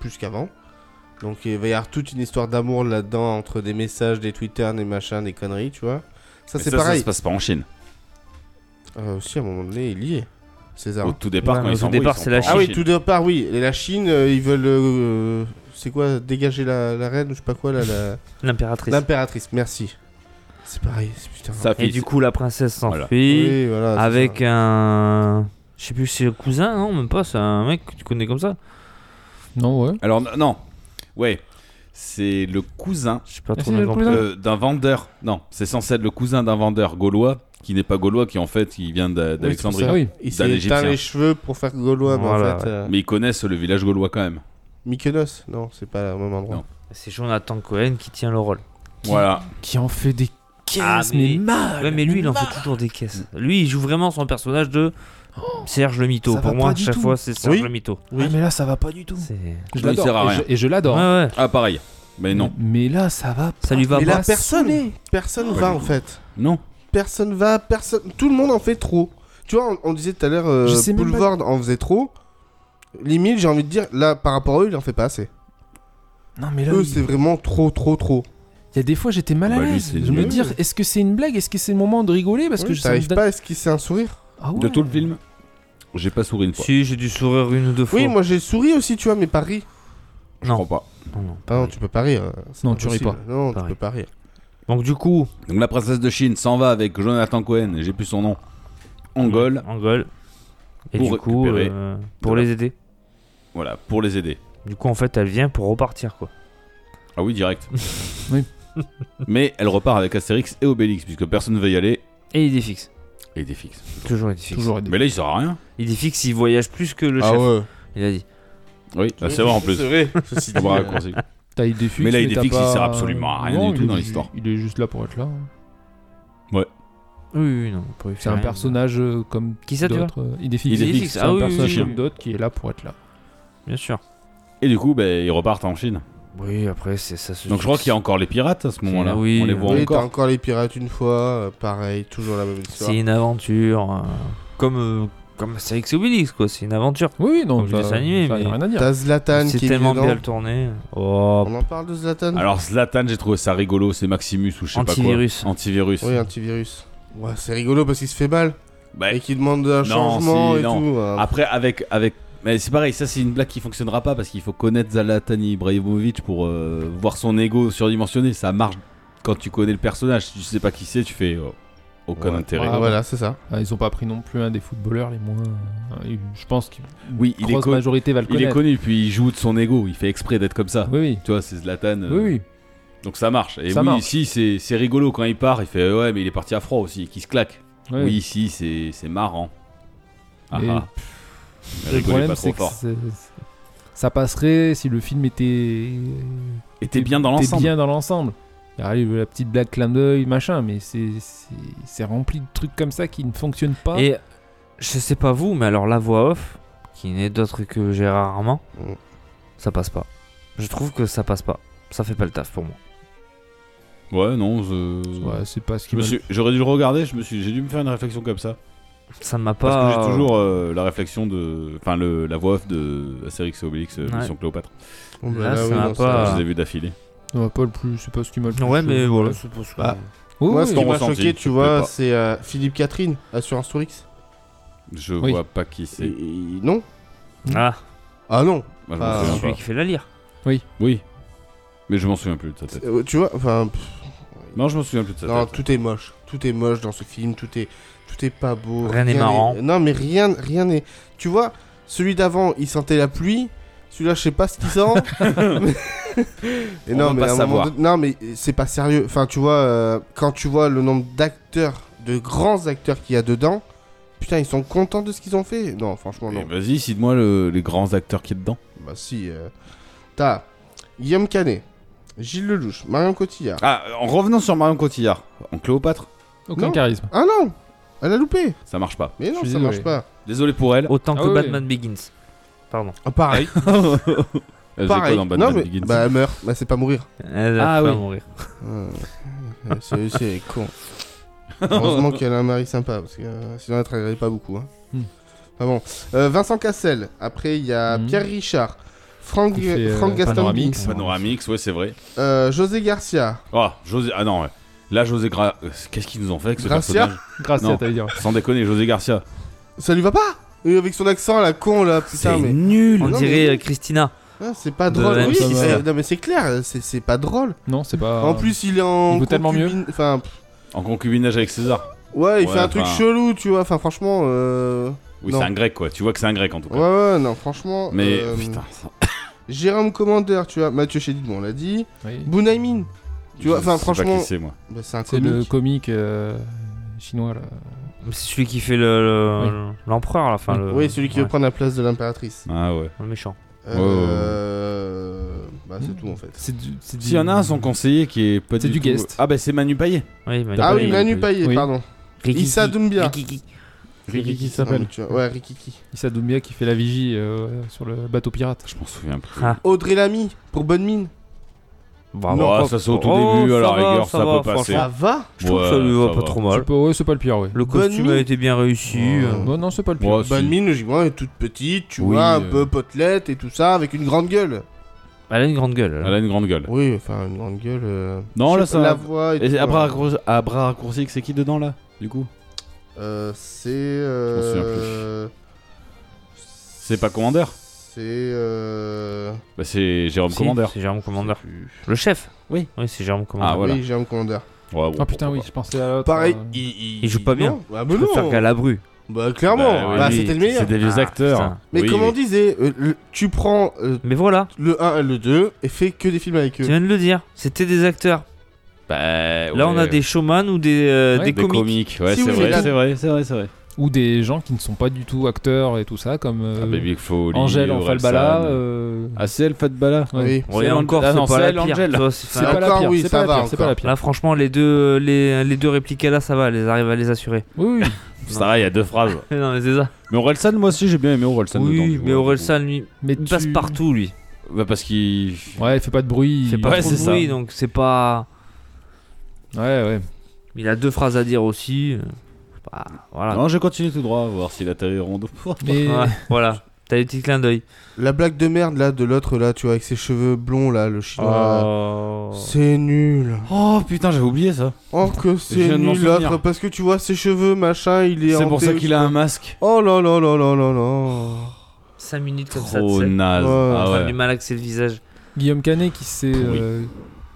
[SPEAKER 5] Plus qu'avant. Donc, il va y avoir toute une histoire d'amour là-dedans entre des messages, des Twitter, des machins, des conneries, tu vois. Ça,
[SPEAKER 4] Mais
[SPEAKER 5] c'est pareil.
[SPEAKER 4] Ça se passe pas en Chine.
[SPEAKER 5] Euh, aussi, à un moment donné, il y est. César.
[SPEAKER 4] Au tout départ,
[SPEAKER 2] Ouais,
[SPEAKER 4] quand
[SPEAKER 2] au
[SPEAKER 4] ils
[SPEAKER 2] tout
[SPEAKER 4] s'embrouillent,
[SPEAKER 2] départ,
[SPEAKER 4] ils
[SPEAKER 2] c'est
[SPEAKER 4] sont
[SPEAKER 2] la
[SPEAKER 4] pas-
[SPEAKER 2] Chine.
[SPEAKER 5] Ah oui, tout départ, oui. Et la Chine, euh, ils veulent. euh, c'est quoi Dégager la, la reine ou je sais pas quoi là, la-
[SPEAKER 2] L'impératrice.
[SPEAKER 5] L'impératrice, merci. C'est pareil, c'est putain.
[SPEAKER 4] Sa
[SPEAKER 2] Et
[SPEAKER 4] fille.
[SPEAKER 2] du coup, la princesse
[SPEAKER 4] Voilà.
[SPEAKER 2] s'enfuit.
[SPEAKER 5] Oui, voilà, c'est
[SPEAKER 2] avec
[SPEAKER 5] ça.
[SPEAKER 2] un. Je sais plus, c'est le cousin, non Même pas, c'est un mec que tu connais comme ça
[SPEAKER 7] Non, ouais.
[SPEAKER 4] Alors, n- non. Ouais. C'est le cousin
[SPEAKER 2] Je sais pas
[SPEAKER 7] Ah,
[SPEAKER 2] trop
[SPEAKER 7] c'est le
[SPEAKER 2] nom.
[SPEAKER 7] cousin
[SPEAKER 4] euh, d'un vendeur. Non, c'est censé être le cousin d'un vendeur gaulois qui n'est pas gaulois, qui en fait, il vient d'a- d'Alexandrie.
[SPEAKER 7] Ah oui.
[SPEAKER 5] Il
[SPEAKER 4] d'un
[SPEAKER 5] s'est éteint
[SPEAKER 4] Égyptien.
[SPEAKER 5] les cheveux pour faire gaulois, mais
[SPEAKER 2] Voilà,
[SPEAKER 5] en fait. euh,
[SPEAKER 4] Mais ils connaissent le village gaulois quand même.
[SPEAKER 5] Mykonos Non, c'est pas le même endroit.
[SPEAKER 4] Non.
[SPEAKER 2] C'est Jonathan Cohen qui tient le rôle.
[SPEAKER 4] Voilà.
[SPEAKER 7] Qui en fait des caisses,
[SPEAKER 2] Ah,
[SPEAKER 7] mais...
[SPEAKER 2] mais-
[SPEAKER 7] mal
[SPEAKER 2] Ouais, mais lui, il en fait toujours des caisses. Lui, il joue vraiment son personnage de Serge le Mito.
[SPEAKER 7] Oh, ça
[SPEAKER 2] Pour
[SPEAKER 7] va
[SPEAKER 2] moi,
[SPEAKER 7] pas
[SPEAKER 2] à
[SPEAKER 7] du
[SPEAKER 2] chaque
[SPEAKER 7] tout.
[SPEAKER 2] fois, c'est Serge
[SPEAKER 5] Oui.
[SPEAKER 2] le Mito.
[SPEAKER 7] Ah, mais là, ça va pas du tout.
[SPEAKER 2] C'est. Ouais,
[SPEAKER 7] Je
[SPEAKER 4] Oui, il sert à
[SPEAKER 7] l'adore. Et
[SPEAKER 4] rien.
[SPEAKER 7] je- Et je l'adore.
[SPEAKER 2] ouais.
[SPEAKER 4] Ah, pareil. Mais non.
[SPEAKER 7] Mais là, ça va pas.
[SPEAKER 2] Ça lui va
[SPEAKER 5] Ah, Mais là,
[SPEAKER 2] pas.
[SPEAKER 5] personne, personne
[SPEAKER 4] Pas
[SPEAKER 5] va
[SPEAKER 4] du
[SPEAKER 5] en
[SPEAKER 4] tout.
[SPEAKER 5] fait.
[SPEAKER 4] Non.
[SPEAKER 5] Personne va, personne. Tout le monde en fait trop. Tu vois, on, on disait tout à l'heure, euh,
[SPEAKER 7] Je sais même pas-
[SPEAKER 5] Boulevard en faisait trop. Limite, j'ai envie de dire, là, par rapport à eux, il en fait pas assez.
[SPEAKER 7] Non, mais là,
[SPEAKER 5] eux,
[SPEAKER 7] il-
[SPEAKER 5] c'est vraiment trop, trop, trop.
[SPEAKER 7] il y a des fois, j'étais mal à
[SPEAKER 4] Bah, lui,
[SPEAKER 7] l'aise.
[SPEAKER 4] c'est
[SPEAKER 7] je me
[SPEAKER 4] nul.
[SPEAKER 7] dire, est-ce que c'est une blague Est-ce que c'est le moment de rigoler Parce
[SPEAKER 5] Parce
[SPEAKER 7] que
[SPEAKER 5] que
[SPEAKER 7] je
[SPEAKER 5] je
[SPEAKER 7] ça me
[SPEAKER 5] n'arrive
[SPEAKER 7] donne-
[SPEAKER 5] pas à esquisser un sourire.
[SPEAKER 7] Ah ouais.
[SPEAKER 4] De tout le film, j'ai pas souri une fois.
[SPEAKER 2] Si, j'ai dû sourire une ou deux fois.
[SPEAKER 5] Oui, moi j'ai souri aussi, tu vois, mais pas ri.
[SPEAKER 4] Je
[SPEAKER 2] non.
[SPEAKER 4] crois pas.
[SPEAKER 2] Non, non.
[SPEAKER 5] Ah non, tu peux pas rire. c'est
[SPEAKER 7] Non, tu ris
[SPEAKER 5] possible. Non,
[SPEAKER 2] Pas
[SPEAKER 5] tu
[SPEAKER 2] rire.
[SPEAKER 5] peux pas rire.
[SPEAKER 2] Donc, du coup,
[SPEAKER 4] Donc la princesse de Chine s'en va avec Jonathan Cohen, j'ai plus son nom, Angole,
[SPEAKER 2] Angol. Et
[SPEAKER 4] Pour
[SPEAKER 2] du coup,
[SPEAKER 4] récupérer
[SPEAKER 2] euh, pour
[SPEAKER 4] de la-
[SPEAKER 2] les aider.
[SPEAKER 4] voilà, pour les aider.
[SPEAKER 2] Du coup, en fait, elle vient pour repartir, quoi.
[SPEAKER 4] Ah oui, direct.
[SPEAKER 7] Oui.
[SPEAKER 4] *laughs* Mais elle repart avec Astérix et Obélix, puisque personne ne veut y aller,
[SPEAKER 2] Et il est fixe.
[SPEAKER 4] et il est fixe.
[SPEAKER 2] Toujours il est fixe.
[SPEAKER 7] Toujours aidé.
[SPEAKER 4] Mais là, il sert à rien.
[SPEAKER 2] Il est fixe, il voyage plus que le chef.
[SPEAKER 5] Ah ouais.
[SPEAKER 2] Il a dit.
[SPEAKER 4] Oui, là, Ah Bah, c'est vrai en
[SPEAKER 2] *laughs*
[SPEAKER 4] plus.
[SPEAKER 5] C'est vrai. Ceci
[SPEAKER 4] On
[SPEAKER 5] dit,
[SPEAKER 4] va
[SPEAKER 5] euh,
[SPEAKER 4] raccourcir.
[SPEAKER 7] T'as eu des fixes,
[SPEAKER 4] Mais là, il est
[SPEAKER 7] t'as
[SPEAKER 4] fixe, il
[SPEAKER 7] pas-
[SPEAKER 4] sert absolument à rien
[SPEAKER 7] Non,
[SPEAKER 4] du
[SPEAKER 7] il
[SPEAKER 4] tout
[SPEAKER 7] est
[SPEAKER 4] dans
[SPEAKER 7] ju-
[SPEAKER 4] l'histoire.
[SPEAKER 7] Il est juste là pour être là. hein.
[SPEAKER 2] Oui, oui, non. pas lui
[SPEAKER 7] C'est
[SPEAKER 2] faire
[SPEAKER 7] un
[SPEAKER 2] rien.
[SPEAKER 7] personnage euh, comme
[SPEAKER 2] Qui ça, tu vois
[SPEAKER 7] d'autres. euh, Il est
[SPEAKER 2] Il est
[SPEAKER 7] fixe.
[SPEAKER 2] fixe.
[SPEAKER 7] C'est
[SPEAKER 2] Ah
[SPEAKER 7] un
[SPEAKER 2] oui, oui,
[SPEAKER 7] personnage
[SPEAKER 2] oui.
[SPEAKER 7] comme d'autres qui est là pour être là.
[SPEAKER 2] Bien sûr.
[SPEAKER 4] Et du coup, ben, ils repartent en Chine.
[SPEAKER 2] Oui, après, c'est ça. se-
[SPEAKER 4] Donc je crois qu'il y a encore les pirates à ce moment-là.
[SPEAKER 2] Oui.
[SPEAKER 4] On les voit
[SPEAKER 5] oui, t'as
[SPEAKER 4] encore.
[SPEAKER 5] encore les pirates une fois, euh, pareil, toujours la même histoire.
[SPEAKER 2] C'est une aventure. euh, comme. euh, comme Astérix et Obélix, quoi. C'est une aventure.
[SPEAKER 7] Oui, oui, non,
[SPEAKER 2] Comme du dessin animé,
[SPEAKER 7] ça, y a
[SPEAKER 2] mais-
[SPEAKER 7] rien à dire.
[SPEAKER 5] T'as Zlatan
[SPEAKER 2] C'est
[SPEAKER 5] qui est
[SPEAKER 2] tellement
[SPEAKER 5] dedans.
[SPEAKER 2] bien tourné. Oh.
[SPEAKER 5] On en parle de Zlatan
[SPEAKER 4] Alors Zlatan, j'ai trouvé ça rigolo, c'est Maximus ou je sais
[SPEAKER 2] Antivirus.
[SPEAKER 4] pas quoi. Antivirus.
[SPEAKER 5] Oui, antivirus. Ouais, c'est rigolo parce qu'il se fait mal
[SPEAKER 4] Bah,
[SPEAKER 5] et qu'il demande un
[SPEAKER 4] Non,
[SPEAKER 5] changement
[SPEAKER 4] si,
[SPEAKER 5] et
[SPEAKER 4] non. Ah,
[SPEAKER 5] tout. euh,
[SPEAKER 4] Après, avec. avec... Mais c'est pareil, ça c'est une blague qui fonctionnera pas parce qu'il faut connaître Zlatan Ibrahimovic pour euh, voir son ego surdimensionné. Ça marche quand tu connais le personnage. Si tu sais pas qui c'est, tu fais euh, aucun
[SPEAKER 5] Ouais.
[SPEAKER 4] intérêt.
[SPEAKER 5] Ah, voilà, c'est ça.
[SPEAKER 7] Ah, ils ont pas pris non plus un des footballeurs les moins. euh, Je pense qu'une
[SPEAKER 4] Oui, il est,
[SPEAKER 7] grosse
[SPEAKER 4] con-
[SPEAKER 7] majorité va le
[SPEAKER 4] il est
[SPEAKER 7] connaître.
[SPEAKER 4] connu, puis il joue de son ego. Il fait exprès d'être comme ça.
[SPEAKER 7] Oui, oui.
[SPEAKER 4] Tu vois, c'est Zlatan. euh,
[SPEAKER 7] Oui, oui.
[SPEAKER 4] Donc ça marche. Et
[SPEAKER 7] Ça
[SPEAKER 4] oui,
[SPEAKER 7] marche.
[SPEAKER 4] ici c'est c'est rigolo quand il part. Il fait euh, ouais, mais il est parti à froid aussi, qui se claque.
[SPEAKER 7] Ouais.
[SPEAKER 4] Oui, ici c'est c'est marrant. Ah,
[SPEAKER 7] Et-
[SPEAKER 4] ah.
[SPEAKER 7] Le
[SPEAKER 4] Rigolez
[SPEAKER 7] problème,
[SPEAKER 4] pas
[SPEAKER 7] c'est
[SPEAKER 4] trop
[SPEAKER 7] que
[SPEAKER 4] fort.
[SPEAKER 7] c'est- c'est- ça passerait si le film était.
[SPEAKER 4] Et t'es bien dans
[SPEAKER 7] était
[SPEAKER 4] l'ensemble.
[SPEAKER 7] bien dans l'ensemble. Il y a la petite blague clin d'œil, machin, mais c'est- c'est c'est rempli de trucs comme ça qui ne fonctionnent pas.
[SPEAKER 2] Et je sais pas vous, mais alors la voix off, qui n'est d'autre que Gérard Armand,
[SPEAKER 5] Mm.
[SPEAKER 2] ça passe pas. Je trouve que ça passe pas. Ça fait pas le taf pour moi.
[SPEAKER 4] Ouais, non. je-
[SPEAKER 7] Ouais, c'est pas ce
[SPEAKER 4] Je
[SPEAKER 7] qui
[SPEAKER 4] me
[SPEAKER 7] m'a-
[SPEAKER 4] suis- J'aurais dû le regarder, je me suis, j'ai dû me faire une réflexion comme ça.
[SPEAKER 2] Ça m'a pas.
[SPEAKER 4] Parce que j'ai toujours euh, la réflexion de, enfin le, la voix off de Astérix et Obélix, euh,
[SPEAKER 2] Ouais.
[SPEAKER 4] Mission Cléopâtre.
[SPEAKER 5] Bon, bah,
[SPEAKER 2] Là, ça
[SPEAKER 5] oui,
[SPEAKER 2] va
[SPEAKER 5] non,
[SPEAKER 2] pas.
[SPEAKER 4] Je
[SPEAKER 2] Ah.
[SPEAKER 4] les ai vus d'affilée.
[SPEAKER 7] Ouais, pas le plus, c'est pas ce qui m'a le plus. euh,
[SPEAKER 2] Ouais, mais voilà. c'est pas- c'est pas-
[SPEAKER 5] Bah,
[SPEAKER 7] Oui,
[SPEAKER 5] Moi,
[SPEAKER 7] oui,
[SPEAKER 5] ce
[SPEAKER 4] ton
[SPEAKER 5] qui m'a
[SPEAKER 4] ressenti,
[SPEAKER 5] choqué,
[SPEAKER 4] tu
[SPEAKER 5] tu
[SPEAKER 4] peux
[SPEAKER 5] vois,
[SPEAKER 4] pas.
[SPEAKER 5] c'est euh, Philippe Catherine, Assurance Tourix.
[SPEAKER 4] Je
[SPEAKER 7] Oui.
[SPEAKER 4] vois pas qui
[SPEAKER 5] Et-
[SPEAKER 4] c'est.
[SPEAKER 5] et- Non
[SPEAKER 2] Ah,
[SPEAKER 5] Ah non
[SPEAKER 4] Moi, je
[SPEAKER 5] Ah.
[SPEAKER 4] m'en
[SPEAKER 2] c'est
[SPEAKER 4] souviens
[SPEAKER 2] celui
[SPEAKER 4] pas.
[SPEAKER 2] qui fait la lire.
[SPEAKER 4] Oui, mais je m'en souviens plus de sa tête.
[SPEAKER 5] Euh, Tu vois, enfin, pff,
[SPEAKER 4] Non, je m'en souviens plus de sa
[SPEAKER 5] non,
[SPEAKER 4] tête.
[SPEAKER 5] tout est moche. Tout est moche dans ce film, tout est, tout est pas beau.
[SPEAKER 2] Rien n'est marrant.
[SPEAKER 5] Non, mais rien rien n'est... Tu vois, celui d'avant, il sentait la pluie. Celui-là, je sais pas ce qu'il sent. *laughs* Et
[SPEAKER 4] On veut pas
[SPEAKER 5] à un moment
[SPEAKER 4] savoir.
[SPEAKER 5] donné- non, mais c'est pas sérieux. Enfin, tu vois, euh, quand tu vois le nombre d'acteurs, de grands acteurs qu'il y a dedans, putain, ils sont contents de ce qu'ils ont fait. Non, franchement,
[SPEAKER 4] Mais
[SPEAKER 5] non.
[SPEAKER 4] Eh, Vas-y, cite-moi le- les grands acteurs qui est dedans.
[SPEAKER 5] Bah si, euh, t'as Guillaume Canet, Gilles Lelouch, Marion Cotillard.
[SPEAKER 4] Ah, en revenant sur Marion Cotillard, en Cléopâtre,
[SPEAKER 7] Aucun
[SPEAKER 5] Non.
[SPEAKER 7] charisme.
[SPEAKER 5] Ah non Elle a loupé
[SPEAKER 4] ça marche pas.
[SPEAKER 5] Mais non,
[SPEAKER 7] Je suis
[SPEAKER 5] ça
[SPEAKER 7] désolé.
[SPEAKER 5] marche pas.
[SPEAKER 4] Désolé pour elle.
[SPEAKER 2] Autant
[SPEAKER 7] Ah
[SPEAKER 2] que
[SPEAKER 7] oui,
[SPEAKER 2] Batman Begins. Pardon.
[SPEAKER 5] Ah, pareil,
[SPEAKER 4] Elle faisait quoi
[SPEAKER 5] pareil.
[SPEAKER 4] dans Batman
[SPEAKER 5] non, mais,
[SPEAKER 4] Begins
[SPEAKER 5] Bah elle meurt, bah c'est pas mourir.
[SPEAKER 2] Elle
[SPEAKER 7] Ah
[SPEAKER 2] a faim à
[SPEAKER 7] oui.
[SPEAKER 2] mourir.
[SPEAKER 5] Euh, euh, c'est c'est con. Heureusement qu'elle a un mari sympa, parce que euh, sinon elle travaillerait pas beaucoup. Hein.
[SPEAKER 7] Hmm.
[SPEAKER 5] Ah bon. Euh, Vincent Cassel, après il y a
[SPEAKER 7] Hmm.
[SPEAKER 5] Pierre Richard, Franck,
[SPEAKER 7] Qui fait, euh,
[SPEAKER 5] Franck Gastambide,
[SPEAKER 7] Panoramix.
[SPEAKER 4] Panoramix, ouais, c'est vrai.
[SPEAKER 5] euh, José Garcia,
[SPEAKER 4] Oh, José. Ah non, ouais. Là, José Gra... euh, Qu'est-ce qu'ils nous ont fait avec ce
[SPEAKER 5] Gracia
[SPEAKER 4] personnage
[SPEAKER 7] Grâce
[SPEAKER 4] Non.
[SPEAKER 7] à t'allais dire.
[SPEAKER 4] Sans déconner, José Garcia.
[SPEAKER 5] ça lui va pas Oui, avec son accent à la con là, putain,
[SPEAKER 2] C'est
[SPEAKER 5] mais.
[SPEAKER 2] nul.
[SPEAKER 5] Oh,
[SPEAKER 2] On
[SPEAKER 5] non,
[SPEAKER 2] dirait
[SPEAKER 5] mais-
[SPEAKER 2] euh, Christina.
[SPEAKER 5] Ah, c'est pas
[SPEAKER 2] De
[SPEAKER 5] drôle. Oui,
[SPEAKER 2] M6,
[SPEAKER 5] c'est-
[SPEAKER 2] ouais.
[SPEAKER 5] non, mais c'est clair, c'est- c'est pas drôle.
[SPEAKER 7] Non, c'est pas.
[SPEAKER 5] En plus, il est en.
[SPEAKER 7] Ah. il vaut tellement mieux.
[SPEAKER 5] concubine- Enfin, pff,
[SPEAKER 4] En concubinage avec César.
[SPEAKER 5] ouais, il
[SPEAKER 4] Ouais,
[SPEAKER 5] fait un truc
[SPEAKER 4] enfin.
[SPEAKER 5] chelou, tu vois. Enfin, franchement, euh.
[SPEAKER 4] Oui,
[SPEAKER 5] Non.
[SPEAKER 4] c'est un grec, quoi. Tu vois que c'est un grec en tout cas.
[SPEAKER 5] Ouais, ouais, non, franchement.
[SPEAKER 4] Mais
[SPEAKER 5] euh,
[SPEAKER 4] putain, ça-
[SPEAKER 5] Jérôme Commandeur, tu vois. Mathieu Chédid, bon, on l'a dit.
[SPEAKER 7] Oui.
[SPEAKER 5] Bunaimin, tu vois.
[SPEAKER 4] je
[SPEAKER 5] Enfin,
[SPEAKER 4] sais pas
[SPEAKER 5] franchement.
[SPEAKER 4] qui c'est, moi.
[SPEAKER 5] bah, c'est un
[SPEAKER 7] C'est le
[SPEAKER 5] comique.
[SPEAKER 7] comique euh, chinois là.
[SPEAKER 2] C'est celui qui fait le- le- l'empereur, là.
[SPEAKER 4] euh,
[SPEAKER 2] Enfin, le...
[SPEAKER 5] Oui, celui qui
[SPEAKER 2] ouais,
[SPEAKER 5] veut prendre la place de l'impératrice.
[SPEAKER 4] Ah ouais.
[SPEAKER 2] le méchant.
[SPEAKER 5] Euh. Bah, c'est tout en fait.
[SPEAKER 7] C'est du. c'est du-
[SPEAKER 4] S'il y en a un, son conseiller qui est pas
[SPEAKER 7] C'est du
[SPEAKER 4] tout-
[SPEAKER 7] guest.
[SPEAKER 4] Ah bah c'est Manu Payet.
[SPEAKER 2] Oui, mais-
[SPEAKER 5] Ah
[SPEAKER 4] pas
[SPEAKER 5] oui,
[SPEAKER 4] eu,
[SPEAKER 5] Manu
[SPEAKER 4] pas
[SPEAKER 5] Payet,
[SPEAKER 7] Oui.
[SPEAKER 5] pardon.
[SPEAKER 2] Rikiki.
[SPEAKER 5] Issa Doumbia.
[SPEAKER 2] Rikiki.
[SPEAKER 4] Ricky qui
[SPEAKER 5] Ah, mais tu vois, Ouais, Rikiki.
[SPEAKER 7] Issa Doumbia qui fait la vigie euh, sur le bateau pirate.
[SPEAKER 4] Je m'en souviens plus.
[SPEAKER 2] Ah,
[SPEAKER 5] Audrey Lamy, pour bonne mine.
[SPEAKER 2] Bah,
[SPEAKER 4] non,
[SPEAKER 2] bah,
[SPEAKER 4] ça c'est au tout
[SPEAKER 2] oh,
[SPEAKER 4] début, à la
[SPEAKER 2] ça va,
[SPEAKER 4] rigueur,
[SPEAKER 2] ça
[SPEAKER 4] ça,
[SPEAKER 2] va,
[SPEAKER 4] peut passer.
[SPEAKER 5] Ça va
[SPEAKER 2] Je trouve que ça
[SPEAKER 4] Ouais,
[SPEAKER 2] lui va
[SPEAKER 4] ça
[SPEAKER 2] pas
[SPEAKER 4] va.
[SPEAKER 2] trop
[SPEAKER 7] C'est
[SPEAKER 2] mal.
[SPEAKER 7] pas, ouais, c'est pas le pire, oui.
[SPEAKER 2] Le
[SPEAKER 5] Bonne
[SPEAKER 2] costume a
[SPEAKER 5] nuit.
[SPEAKER 2] été bien réussi.
[SPEAKER 5] Ouais.
[SPEAKER 2] euh.
[SPEAKER 7] Non, non, c'est pas le pire.
[SPEAKER 4] Ouais,
[SPEAKER 5] Bonne
[SPEAKER 4] Oh, si.
[SPEAKER 5] mine, logiquement, elle est toute petite, tu
[SPEAKER 4] Oui,
[SPEAKER 5] vois, un
[SPEAKER 4] euh.
[SPEAKER 5] peu potelette et tout ça, avec une grande gueule.
[SPEAKER 2] Elle a une grande gueule. elle.
[SPEAKER 4] Elle a une grande gueule.
[SPEAKER 5] Oui, enfin, une grande gueule. euh,
[SPEAKER 4] Non,
[SPEAKER 5] je
[SPEAKER 4] là
[SPEAKER 5] sais pas,
[SPEAKER 4] ça. va.
[SPEAKER 5] La voix et
[SPEAKER 4] Et
[SPEAKER 5] tout,
[SPEAKER 4] à bras
[SPEAKER 5] ouais.
[SPEAKER 4] raccourci- à bras raccourci, c'est qui dedans là Du coup
[SPEAKER 5] Euh, c'est.
[SPEAKER 4] m'en souviens plus.
[SPEAKER 5] Euh...
[SPEAKER 4] C'est pas Commander
[SPEAKER 5] C'est. Euh...
[SPEAKER 4] Bah c'est Jérôme
[SPEAKER 2] Si,
[SPEAKER 4] Commander.
[SPEAKER 2] C'est Jérôme Commander.
[SPEAKER 5] plus.
[SPEAKER 2] Le chef
[SPEAKER 4] Oui.
[SPEAKER 2] Oui, c'est Jérôme Commander.
[SPEAKER 4] Ah, voilà.
[SPEAKER 5] Oui, Jérôme Commander.
[SPEAKER 4] Ouais, bon,
[SPEAKER 7] Ah putain,
[SPEAKER 4] pourquoi
[SPEAKER 7] oui,
[SPEAKER 4] pas.
[SPEAKER 7] je pensais à l'autre.
[SPEAKER 5] Pareil,
[SPEAKER 7] euh,
[SPEAKER 5] il, il-
[SPEAKER 2] il joue pas bien.
[SPEAKER 5] non. Ah,
[SPEAKER 2] Je
[SPEAKER 5] bah
[SPEAKER 2] préfère
[SPEAKER 5] non.
[SPEAKER 2] Galabru.
[SPEAKER 5] Bah, clairement.
[SPEAKER 4] Bah, oui,
[SPEAKER 5] Bah,
[SPEAKER 4] lui,
[SPEAKER 5] c'était le meilleur.
[SPEAKER 4] C'est des vieux
[SPEAKER 2] Ah,
[SPEAKER 4] acteurs.
[SPEAKER 2] putain.
[SPEAKER 5] Mais
[SPEAKER 4] Oui,
[SPEAKER 5] comme on disait, euh, le- tu prends euh,
[SPEAKER 2] Mais voilà,
[SPEAKER 5] le 1 et le 2 et fais que des films avec
[SPEAKER 2] tu
[SPEAKER 5] eux.
[SPEAKER 2] viens de le dire. C'était des acteurs.
[SPEAKER 4] Bah,
[SPEAKER 2] Là, on a
[SPEAKER 4] ouais,
[SPEAKER 2] des showman ou des, euh,
[SPEAKER 7] Ouais,
[SPEAKER 2] des,
[SPEAKER 4] des
[SPEAKER 2] comiques.
[SPEAKER 4] comiques. Ouais,
[SPEAKER 5] Si
[SPEAKER 4] c'est
[SPEAKER 5] vous
[SPEAKER 4] vrai,
[SPEAKER 5] êtes-
[SPEAKER 4] c'est vrai, c'est vrai, c'est vrai.
[SPEAKER 7] Ou des gens qui ne sont pas du tout acteurs et tout ça, comme euh,
[SPEAKER 4] Ah, Baby Foley,
[SPEAKER 7] Angèle en
[SPEAKER 4] Orelsan.
[SPEAKER 7] Falbala. euh,
[SPEAKER 4] Ah, c'est elle, Fatbala
[SPEAKER 7] ouais.
[SPEAKER 5] Oui.
[SPEAKER 2] Ouais,
[SPEAKER 4] C'est
[SPEAKER 2] encore,
[SPEAKER 4] Angel-
[SPEAKER 2] c'est
[SPEAKER 4] Ah non,
[SPEAKER 2] pas
[SPEAKER 4] c'est
[SPEAKER 2] la
[SPEAKER 4] elle,
[SPEAKER 2] pire.
[SPEAKER 4] Angel.
[SPEAKER 2] Tu vois, c'est-
[SPEAKER 7] C'est
[SPEAKER 2] enfin,
[SPEAKER 7] pas la
[SPEAKER 5] encore,
[SPEAKER 7] pire,
[SPEAKER 5] oui,
[SPEAKER 7] c'est
[SPEAKER 5] ça
[SPEAKER 7] pas la
[SPEAKER 5] va
[SPEAKER 7] pire, c'est pas la pire.
[SPEAKER 2] Là, franchement, les deux, euh, les, les deux répliques là, ça va, elles arrivent à les assurer.
[SPEAKER 7] Oui,
[SPEAKER 5] *laughs*
[SPEAKER 7] oui.
[SPEAKER 4] Ça va, il y a deux phrases.
[SPEAKER 2] non, mais c'est ça.
[SPEAKER 4] Mais Orelsan, moi aussi, j'ai bien aimé Orelsan. dedans,
[SPEAKER 2] oui,
[SPEAKER 4] tu
[SPEAKER 2] mais
[SPEAKER 4] vois.
[SPEAKER 2] Orelsan, lui,
[SPEAKER 7] mais
[SPEAKER 2] il passe
[SPEAKER 7] tu-
[SPEAKER 2] partout, lui.
[SPEAKER 4] Bah, parce qu'il.
[SPEAKER 7] Ouais, il fait pas de bruit.
[SPEAKER 2] Il fait pas
[SPEAKER 4] Ouais,
[SPEAKER 2] trop
[SPEAKER 4] c'est
[SPEAKER 2] de
[SPEAKER 4] ça.
[SPEAKER 2] bruit, donc c'est pas.
[SPEAKER 7] Ouais, ouais.
[SPEAKER 2] Il a deux phrases à dire aussi. euh, bah, voilà.
[SPEAKER 4] Ah, Non, je continue tout droit, voir s'il atterrit *laughs* rond.
[SPEAKER 7] Mais
[SPEAKER 2] Ouais, voilà. T'as des petits clins d'œil.
[SPEAKER 5] La blague de merde là de l'autre là, tu vois, avec ses cheveux blonds là, le chinois.
[SPEAKER 2] Oh.
[SPEAKER 5] là. C'est nul.
[SPEAKER 4] Oh putain, j'avais oublié ça.
[SPEAKER 5] Oh que
[SPEAKER 4] viens
[SPEAKER 5] c'est
[SPEAKER 4] de m'en
[SPEAKER 5] nul l'autre
[SPEAKER 4] souvenir.
[SPEAKER 5] parce que tu vois ses cheveux machin, il est.
[SPEAKER 4] C'est pour
[SPEAKER 5] hanté-
[SPEAKER 4] ça qu'il a un masque.
[SPEAKER 5] Oh là là là là là là.
[SPEAKER 2] 5 minutes comme ça, tu
[SPEAKER 4] Trop
[SPEAKER 2] sais.
[SPEAKER 4] naze.
[SPEAKER 5] Ouais.
[SPEAKER 2] En
[SPEAKER 4] Ah
[SPEAKER 2] train de
[SPEAKER 4] ouais.
[SPEAKER 2] lui malaxer le visage.
[SPEAKER 7] Guillaume Canet qui s'est
[SPEAKER 4] Pourri.
[SPEAKER 7] euh,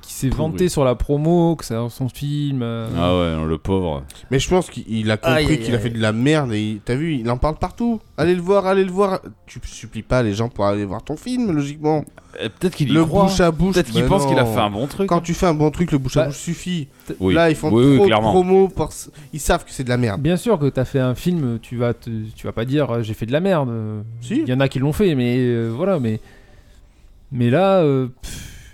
[SPEAKER 7] qui s'est
[SPEAKER 4] Pourri.
[SPEAKER 7] vanté sur la promo, que c'est dans son film. euh,
[SPEAKER 4] Ah ouais, non, le pauvre.
[SPEAKER 5] Mais je pense qu'il il a
[SPEAKER 2] Aïe, aïe,
[SPEAKER 5] compris qu'il a
[SPEAKER 2] aïe.
[SPEAKER 5] fait de la merde et il- t'as vu, il en parle partout. Allez le voir, allez le voir. Tu supplies pas les gens pour aller voir ton film, logiquement.
[SPEAKER 4] Eh, Peut-être qu'il y
[SPEAKER 5] Le
[SPEAKER 4] croit.
[SPEAKER 5] bouche à bouche.
[SPEAKER 4] Peut-être qu'il
[SPEAKER 5] mais
[SPEAKER 4] pense qu'il a
[SPEAKER 5] non.
[SPEAKER 4] fait un bon truc. hein.
[SPEAKER 5] Quand tu fais un bon truc, le bouche à
[SPEAKER 7] Bah,
[SPEAKER 5] bouche suffit.
[SPEAKER 4] Oui.
[SPEAKER 5] Là, ils font
[SPEAKER 4] Oui, oui,
[SPEAKER 5] trop de
[SPEAKER 4] clairement.
[SPEAKER 5] promos. parce- Ils savent que c'est de la merde.
[SPEAKER 7] Bien sûr que t'as fait un film, tu vas te- tu vas pas dire euh, j'ai fait de la merde. euh,
[SPEAKER 5] Si.
[SPEAKER 7] Il y en a qui l'ont fait, mais euh, voilà, mais mais là, euh, pff,